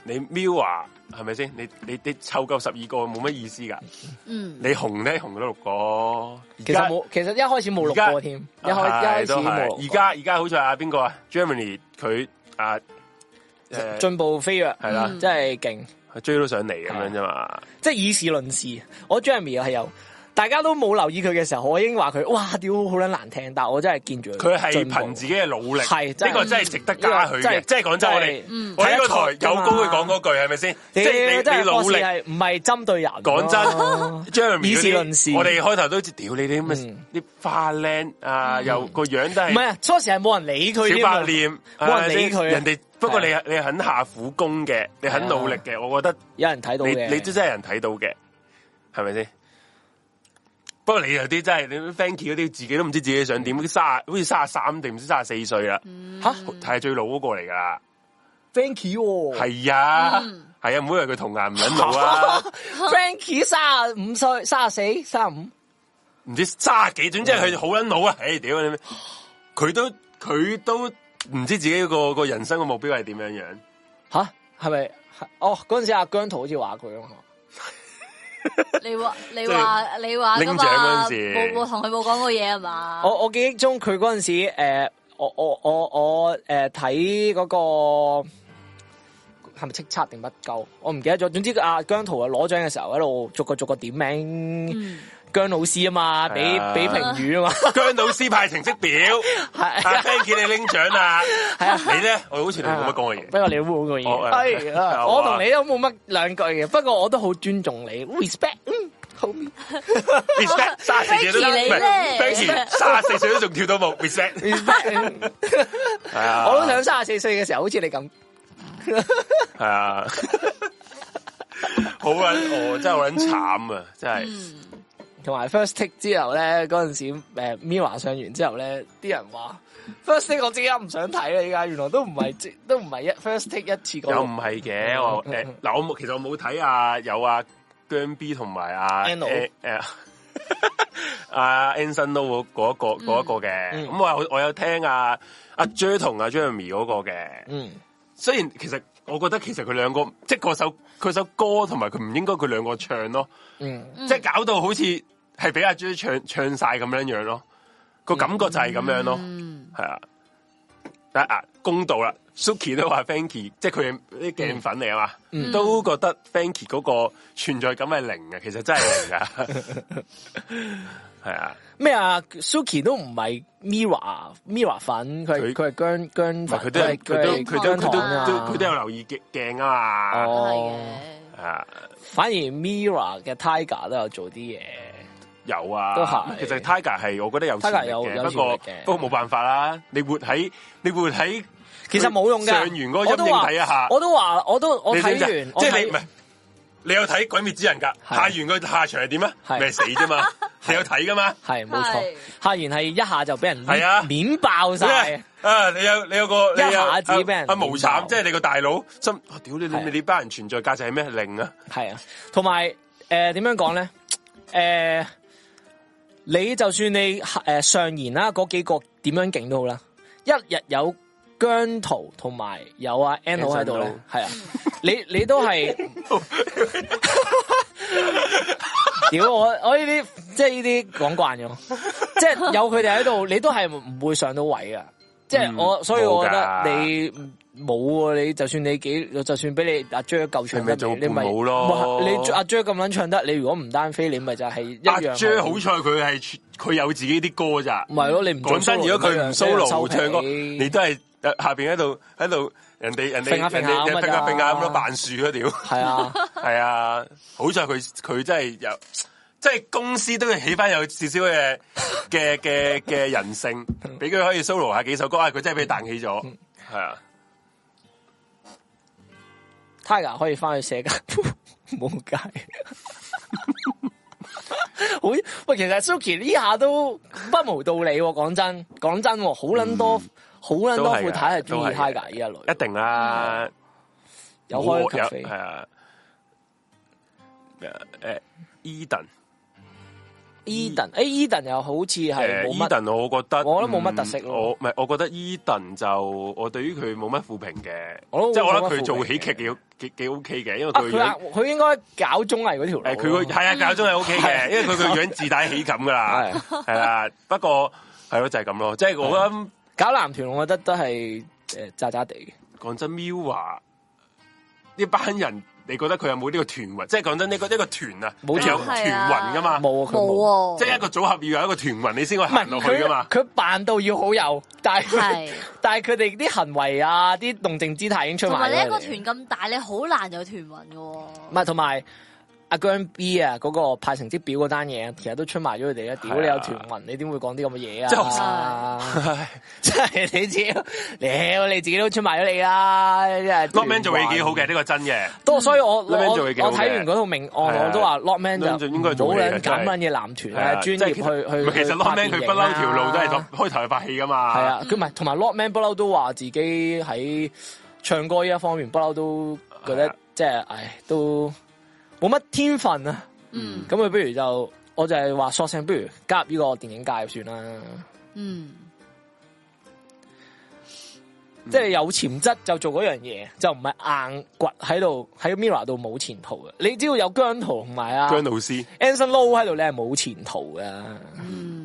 你 Viva 係咪先？你你你湊夠十二個冇乜意思㗎。嗯，你紅咧紅咗六個，而其實家冇，其實一開始冇而家錄過添，一啊開一開係始都係冇錄過。而家而家好似啊邊個啊？Germany 佢啊誒進步飛躍，係啦嗯真係勁，佢追到上嚟咁樣啫嘛。即係以事論事。我 Jeremy 係有，大家都冇留意佢嘅時候，我已經話佢哇屌好撚難聽，但我真係見住佢係進步憑自己嘅努力，係真係呢個真係值得加呢佢個真嘅。係即係講真，我哋嗯真係我呢個台睇得出㗎有嘛高佢講嗰句係咪先？即係你屌你真係努博士力，係唔係針對人咯？講真，Jeremy 以事嗰啲論事我哋開頭都知屌你啲咩嗯啲花靚啊，又個樣都唔係係啊，初時係冇人理佢添小啊白臉，冇人啊理佢啊人哋不過你係你肯下苦功嘅，你肯努力嘅，我覺得。有人睇到你嘅。你都真係人睇到嘅，係咪先？不過你有啲真係你 Fanky 嗰啲自己都唔知自己想嗯點，卅好似卅三定唔知卅四歲啦，吓係最老嗰個嚟噶啦， Frankie 喎， 係啊嗯，係啊，唔好以為佢童顏唔撚老 啊， Frankie 三十五歲，三十四、三十五，唔知卅幾，總之係嗯佢好撚老啊，唉屌你咩，佢都佢都唔知自己個個人生嘅目標係點樣樣，吓係咪？哦，嗰陣時阿姜濤好似話佢啊嘛，你話你話你話拎噶獎嘛？嗰陣時冇冇同佢冇講過嘢啊嘛？我我記憶中佢嗰陣時，誒、我我我我誒睇嗰個係咪叱咤定乜鳩？我唔記得咗。總之阿姜濤啊攞獎嘅時候，喺度逐個逐個點名嗯，姜老師啊嘛，俾係啊俾評語啊 嘛，姜老師派成績表， 係阿 Fanky 你拎獎啦，係啊。你咧我好似同你冇乜講嘅嘢。不過你都冇講嘢。哦係係啊係我嘛同你都冇乜兩句嘅，不過我都好尊重你，respect，嗯，好。啊 respect 卅四歲都唔 Frankie 你係咧 Frankie 卅四歲都仲跳到舞 respect， respect 係啊我都想三十四歲嘅時候好似你咁，係啊， 好撚我真係好撚慘啊，真係嗯，同埋 first take 之後咧，嗰陣時誒 Mira 上完之後咧，啲人話 first take 我自己唔想睇啦，依家原來都唔係 即都唔係一 first take 一次過。又唔係嘅我誒嗱我冇其實我冇睇啊有啊姜 B 同埋啊 Anno 誒誒 啊 Anson Lo 嗰一個嗰一個嘅，嗯咁我有我有聽啊阿 J 同阿 Jeremy 嗰個嘅，嗯，雖然其實我覺得其實佢兩個即係嗰首佢首歌同埋佢唔應該佢兩個唱咯。嗯嗯即係搞到好似係俾阿 J 唱唱晒咁樣樣咯，個感覺就係咁樣咯，嗯係啊。但啊，公道啦，Suki 都話 Fanky，即係佢啲鏡粉嚟啊嘛，嗯都覺得 Fanky 嗰個存在感係零嘅，其實真係零 噶，係啊，咩啊？Suki 都唔係 Mira Mira 粉，佢係佢佢係姜姜唔係粉，佢都有佢都係佢係都姜佢都糖啊都佢都有留意鏡鏡啊嘛，哦係嘅。啊反而 Mira 嘅 Tiger 都有做啲嘢，有啊，都係其實 Tiger 係我覺得有 Tiger 潛力有有嘅，潛不力過嘅不過冇辦法啦，你活喺你活喺其實冇用㗎。上完嗰個我都陰影話睇一下我都話我都我你睇知唔知啊完，即係係你唔係你有睇《鬼滅之刃》噶？係下完個下場係點啊？係咪死 啫嘛？你有睇噶嘛？系冇錯，係客源係一下就俾人係啊碾爆 晒，啊！你有你有個你有一下子俾人啊啊無秒慘，爆即係你個大佬心，啊屌你你係啊你呢班人存在價值係咩零啊？係啊，同埋呃诶點樣講咧？诶、你就算你诶、呃上言啦，嗰幾個點樣勁都好啦，一日有姜濤同埋有啊 N 佬喺度咧 Anson，係啊，你你都係， 屌我我呢啲即係呢啲講慣咗，即係有佢哋喺度，你都係唔會上到位噶。即係我，所以我覺得嗯冇㗎你冇啊！你就算你幾，就算俾你阿 J 夠唱得你咪做你咪伴舞咯哇你阿 J 咁撚唱得，你如果唔單飛，你咪就係一阿樣。 J 好彩佢系佢有自己啲歌咋唔。係咯，你唔做講真， solo，如果佢唔收 solo 皮唱歌，你都係呃下边喺度喺度人哋人哋揈下揈人下哋咁啊揈下揈下咁咋樣扮樹 嗰屌。係啊，係啊，好在佢佢真係有，即係公司都要起翻有少少嘅嘅嘅嘅人性，嗯俾佢可以 solo 下幾首歌啊！佢真係俾佢彈起咗，係啊， Tiger 可以翻去社交， 冇計。好喂，其實 Suki 呢下都不無道理喎，講真，講真喎，好撚多好撚多闊太係中意嗯都係㗎 Tiger 呢一類，一定啦，有開冇 cafe 有係啊，诶，Eden， Eden，誒 Eden 又好似係诶冇乜， ，Eden，我呃覺得我覺得冇乜嗯特色咯我唔係，我覺得 Eden 就我對於佢冇乜負評嘅，我都即係我覺冇乜得負評佢做喜嘅劇幾幾幾 OK 嘅，因啊為佢佢啊哦佢應該搞綜藝嗰條路咯，诶，佢個係啊，教宗係 O K 嘅，因為佢個樣自帶喜感噶啦，係啦。不過係咯，就係咁咯。即係我諗搞男團，我覺得都係誒渣渣地嘅。講真，Miu 呢班人，你覺得佢有冇呢個團魂？即係講真，呢個呢個團啊，冇你有團團魂噶嘛？冇啊，佢冇。冇喎，即係一個組合要有一個團魂，你先可以唔係行落去噶佢嘛？佢扮到要好友，但係佢係 但係佢哋啲行為啊，啲動靜姿態已經出同埋埋你一咗個嚟。團咁大，你好難有團魂嘅喎。唔係同埋阿姜 B 啊，嗰個派成績表嗰單嘢，其實都出埋咗佢哋啦。啊屌你有團魂，你點會講啲咁嘅嘢啊真係啊？ 即係你自己，屌你自己都出埋咗你啦！真係 Lockman 做團嘢魂幾好嘅，呢個真嘅。都所以我我，Lockman 我做嘢幾好嘅睇完嗰套命案，係啊我都話 Lockman 就，Lockman 就應該做冇嘢嘅撚真係咁撚嘢男團係啊啊，專即業係去其去實唔係去其實 Lockman 佢不嬲條路都係拍電影啊開頭係拍戲噶嘛。系啊，佢唔系，同埋 Lockman 不嬲都話自己喺唱歌呢一方面不嬲都覺得係啊即係，唉，都冇乜天分啊。嗯咁佢不如就，我就係話索性不如加入呢個電影界算啦。嗯，即係有潛質就做嗰樣嘢，就唔係硬掘喺度喺 Mirror 度冇前途嘅。你只要有姜濤同埋啊姜老師 Anson Low 喺度，你係冇前途噶。嗯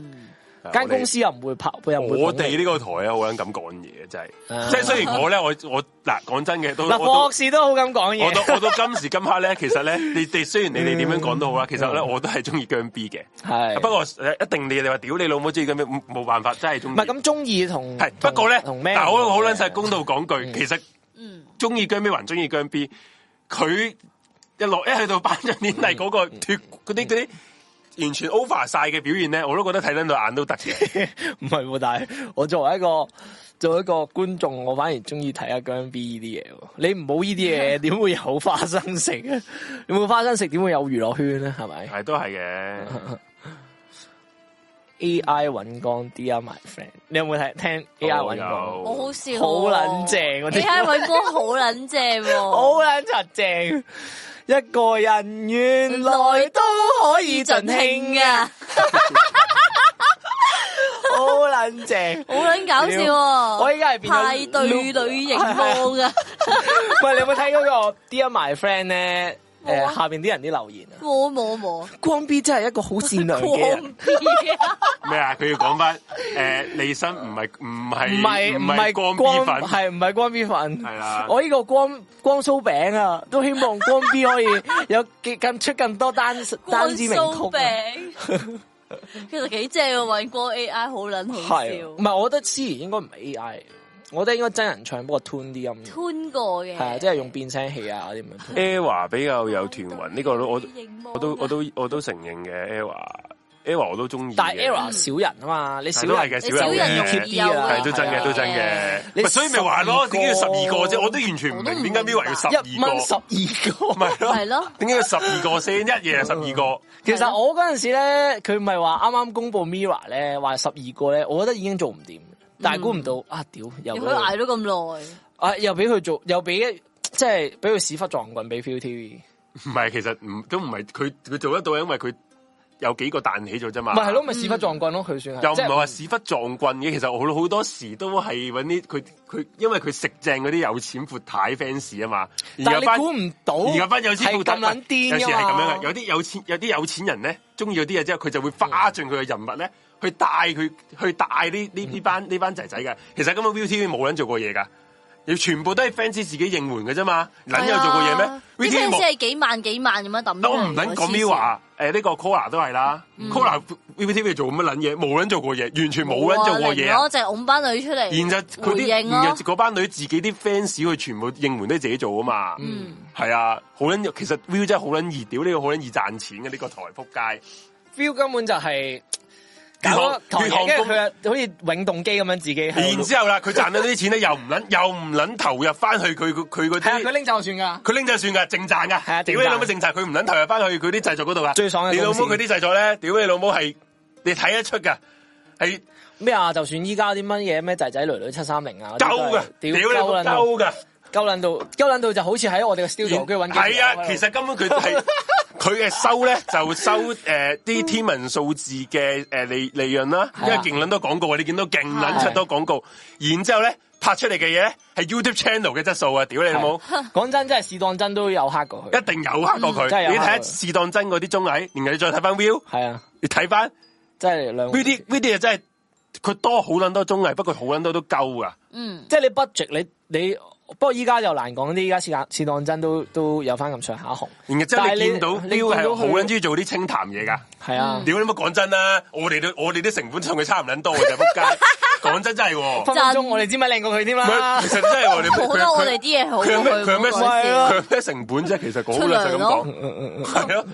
啊間公司又唔會拍，又唔會捧你我哋呢個台啊，好撚咁講嘢，真係。啊即係雖然我咧，我我嗱講真嘅都嗱我都博士都好咁講我嘢，嗯到我到今時今刻咧，其 實咧，你哋雖然你哋點樣講都好啦，啊其實咧我都係中意姜 B 嘅。啊係不過誒一定你哋話屌你老母中意姜 B，冇冇辦法，真係中唔意。係咁中意同係同不過咧，同咩？但我啊好撚實公道講句，其實嗯中意姜 B 還中意姜 B，佢一落一去到頒獎典禮嗰個脱嗰啲嗰啲完全 over 晒嘅表現咧，我都覺得睇撚到眼都突嘅。唔係喎，但係我作為一個作為一個觀眾，我反而中意睇下姜 B 呢啲嘢喎。你唔好呢啲嘢，嗯點會有花生食啊？ 你冇花生食，點會有娛樂圈咧？係咪係都係嘅， ？AI 揾光 D R my friend，你有冇睇聽 AI 我揾光？有我好笑喎，好撚正嗰啲你睇偉哥好撚正 喎，好撚柒正，一個人原來都可以盡興嘅，啊， 好撚正。好撚搞笑喎！我依家係變咗派對啊女型魔 噶，喂，你有冇睇嗰個 D R my friend 咧？冇誒啊下邊啲人啲留言啊，冇冇冇，光 B 真係一個好善良嘅人。狂飆啊！咩啊？佢要講翻誒，李生唔係唔係唔係唔唔係係光 B 粉。係唔係光 B 粉？係啦我呢個光光酥餅啊，都希望光 B 可以有幾更出更多 單單光支名酥曲啊。餅，其實幾正喎！尹光 AI 好撚好係啊唔笑係？我覺得思怡應該唔係 AI，我覺得應該真人唱，不過 tune 啲音， ，tune 過嘅，嗯係啊，即係用變聲器啊嗰啲咁樣 tune。 Eva 比較有團魂，呢、個我都我我都我都我都承認嘅 Eva，Eva 我都中意嘅。但係嗯 Era 少人啊嘛，你少係都係人嘅，你少少人人容嘅易有啊係都真係嘅，啊都真嘅。你咪所以咪話咯， 12點解要十二個啫？我都完全唔我都唔明點解 Miu 要十二一蚊十個，二個。 咪咯，係咯點解要十二個先？一夜就十二個，其實我嗰陣時咧，佢唔係話啱啱公布 Mira 咧，話十二個咧，我覺得已經做唔掂，但係估唔到啊！屌又嗯你嗰可度以捱到咁耐，啊！又俾佢做，又俾即係俾佢屎忽撞棍俾 Feel TV，唔係其實唔都唔係佢佢做得到，因為佢有幾個彈起咗啫嘛。咪係嗯咯，咪屎忽撞棍咯，佢算係。又唔即係係話屎忽撞棍嘅，其實好好多時都係揾啲佢佢，因為佢食正嗰啲有錢闊太 fans 啊嘛。但係而家班你估唔到，而家班有錢哦係闊咁太，撚有癲時㗎係嘛咁樣嘅。有啲有錢有啲有錢人咧，中意咗啲嘢之後，啊佢就會嗯花盡佢嘅人物咧，去帶佢去帶呢呢呢班呢班仔仔嘅。其實根本 ViuTV 冇人做過嘢㗎，要全部都係 fans 自己應援嘅啫嘛。撚啊有做過嘢啊咩啲？ViuTV 冇 fans 系幾萬幾萬咁樣抌出嚟我喎。唔撚講啊黐線 Mila，誒呢個 Cola 都係啦，Cola 嗯 ViuTV 做乜撚嘢？冇撚做過嘢，完全冇撚做過嘢零啊！咯，就係拱班女出嚟，然後佢回啲，應啊然咯後，嗰班女自己啲 fans 佢全部應援都係自己做啊嘛，嗯，係啊，好撚，其實 Viu 真係好撚易屌，呢個好撚易賺錢嘅呢個台撲街， feel 根本就係搞咗堂嘢，跟住佢好越行越行公似永動機咁樣自己喺度。然之後啦，佢賺到啲錢咧又唔 撚又唔撚投入翻去佢佢佢嗰係啊，佢啲。拎走就算㗎。佢拎就算噶，正賺噶。係啊正屌你賺老母正賺，佢唔撚投入翻去佢啲製作嗰度噶。最爽嘅你老母公司佢啲製作咧，屌你老母係你睇得出噶，係咩啊？就算依家啲乜嘢咩仔仔女女七三零啊，鳩噶，屌屌你老母鳩撚到，鳩噶。鳩撚到，鳩撚到就好似喺我哋嘅 studio 跟住揾係啊，其實根本佢 係佢嘅收咧就收誒啲天文數字嘅誒利利潤啦，因嗯係為啊勁撚多廣告啊，你見到勁撚出多廣告，然之後咧拍出嚟嘅嘢咧係 YouTube channel 嘅質素啊，屌你老母，講真，真係試當真都有黑過佢。一定有黑過嗯真係佢。有你黑睇過下佢試當真嗰啲綜藝，然後你再睇翻 Will，係啊，你睇翻真係兩個 Will 啲 Will 啲嘢真係佢多好撚多綜藝，不過好撚多都鳩啊噶。嗯，即係你 budget 你你，不過依家又難講啲，依家試當試當真都都有翻咁上下紅，然後真係但係你你見到你 Will 見到係佢好撚中意做啲清談嘢㗎。係啊，屌你乜講真啦，我哋都我哋啲成本同佢差唔撚多嘅啫，仆 街。講真真係喎，分分鐘我哋知咪靚過佢添啦佢其，實真係 喎，你我覺得我哋佢佢啲嘢好過佢有咩佢有咩啊佢嗰時佢有咩成本啫？其實講好老實咁講，係咯，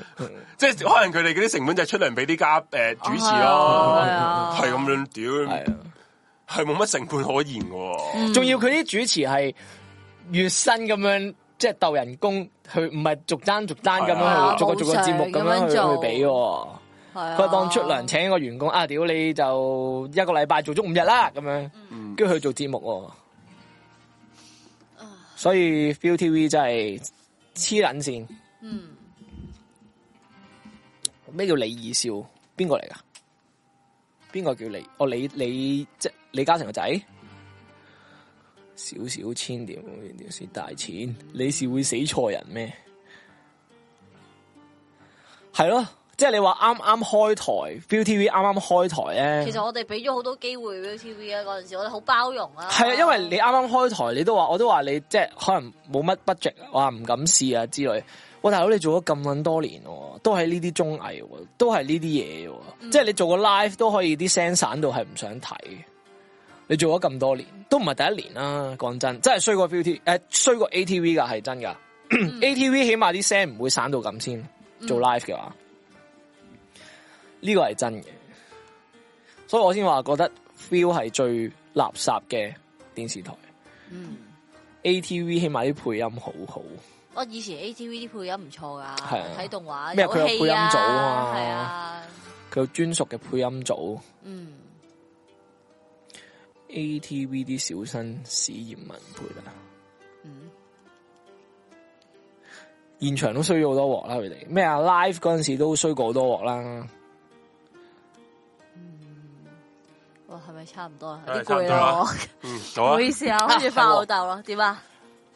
即係可能佢哋嗰啲成本就係出糧俾啲家誒主持係咯，啊，係咁樣屌，係啊。係冇乜成本可言嘅喎。嗯仲要佢啲主持係月薪咁樣，即係鬥人工，佢唔係逐單逐單咁係啊樣去逐個逐個節目咁樣補償咁樣做去去俾喎。係啊，佢當出糧請一個員工啊，屌你就一個禮拜做足五日啦，咁樣，跟住去做節目喎。所以 Feel TV 真係黐撚線。嗯，咩叫李義少？邊個嚟噶？邊個叫李？哦，李李即李嘉誠個仔，少少千點點先大錢，你是會死錯人咩？係咯，即係你話啱啱開台 v i u TV 啱啱開台其咧，實我哋俾咗好多機會俾 TV 啊，嗰陣時我哋好包容啊，係啊，因為你啱啱開台，你都話我都話你即係可能冇乜 budget，話唔敢試啊之類。喂，大佬你做咗咁撚多年喎，都係呢啲綜藝喎，都係呢啲嘢喎，即係你做個 live 都可以啲聲散到係唔想睇嘅。你做咗咁多年，都唔係第一年啦。講真，真係衰過 ViuTV，誒衰過 ATV 噶係真噶。ATV 起碼啲聲唔會散到咁先，做 live 嘅話，呢個係真嘅。所以我先話覺得 Feel 係最垃圾嘅電視台。ATV 起碼啲配音好好，我以前 ATV 啲配音唔錯噶，係啊睇動畫咩有佢有戲配音組啊嘛係啊，佢有專屬嘅配音組。嗯， ATV 啲小生史艷文配啦，嗯現場都衰咗好多鑊啦，佢哋咩啊 live 嗰陣時都衰過好多鑊啦。哇，係咪差唔多啦？有係啲差唔攰多啊，啦我嗯，唔好啊好，意思啊，跟住翻係喎老豆咯，點啊？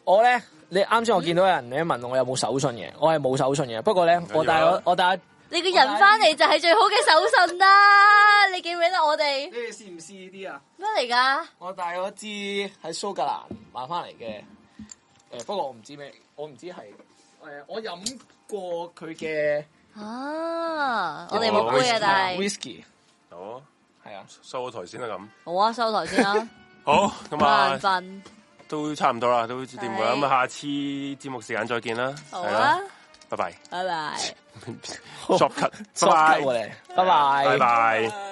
我咧，你啱先我見到有人咧問我有冇手信嘅，我係冇手信嘅。不過咧，緊要啊我帶咗我帶咗你個人翻嚟就係最好嘅手信啦！你記唔記得我哋你哋試唔試呢啲啊？咩嚟噶？我帶咗支喺蘇格蘭買翻嚟嘅，誒、不過我唔知咩，我唔知係誒、我飲過佢嘅啊！我哋冇杯哦啊，但係 whisky 好啊，係啊，收咗台先啦咁。好啊，收台 先啦，好，咁好眼啊瞓，都差唔多啦，都掂啦。係咁啊，下次節目時間再見啦。好係啊，，拜拜。 拜拜。 Short cut，收拜我拜哋，拜拜，拜。拜。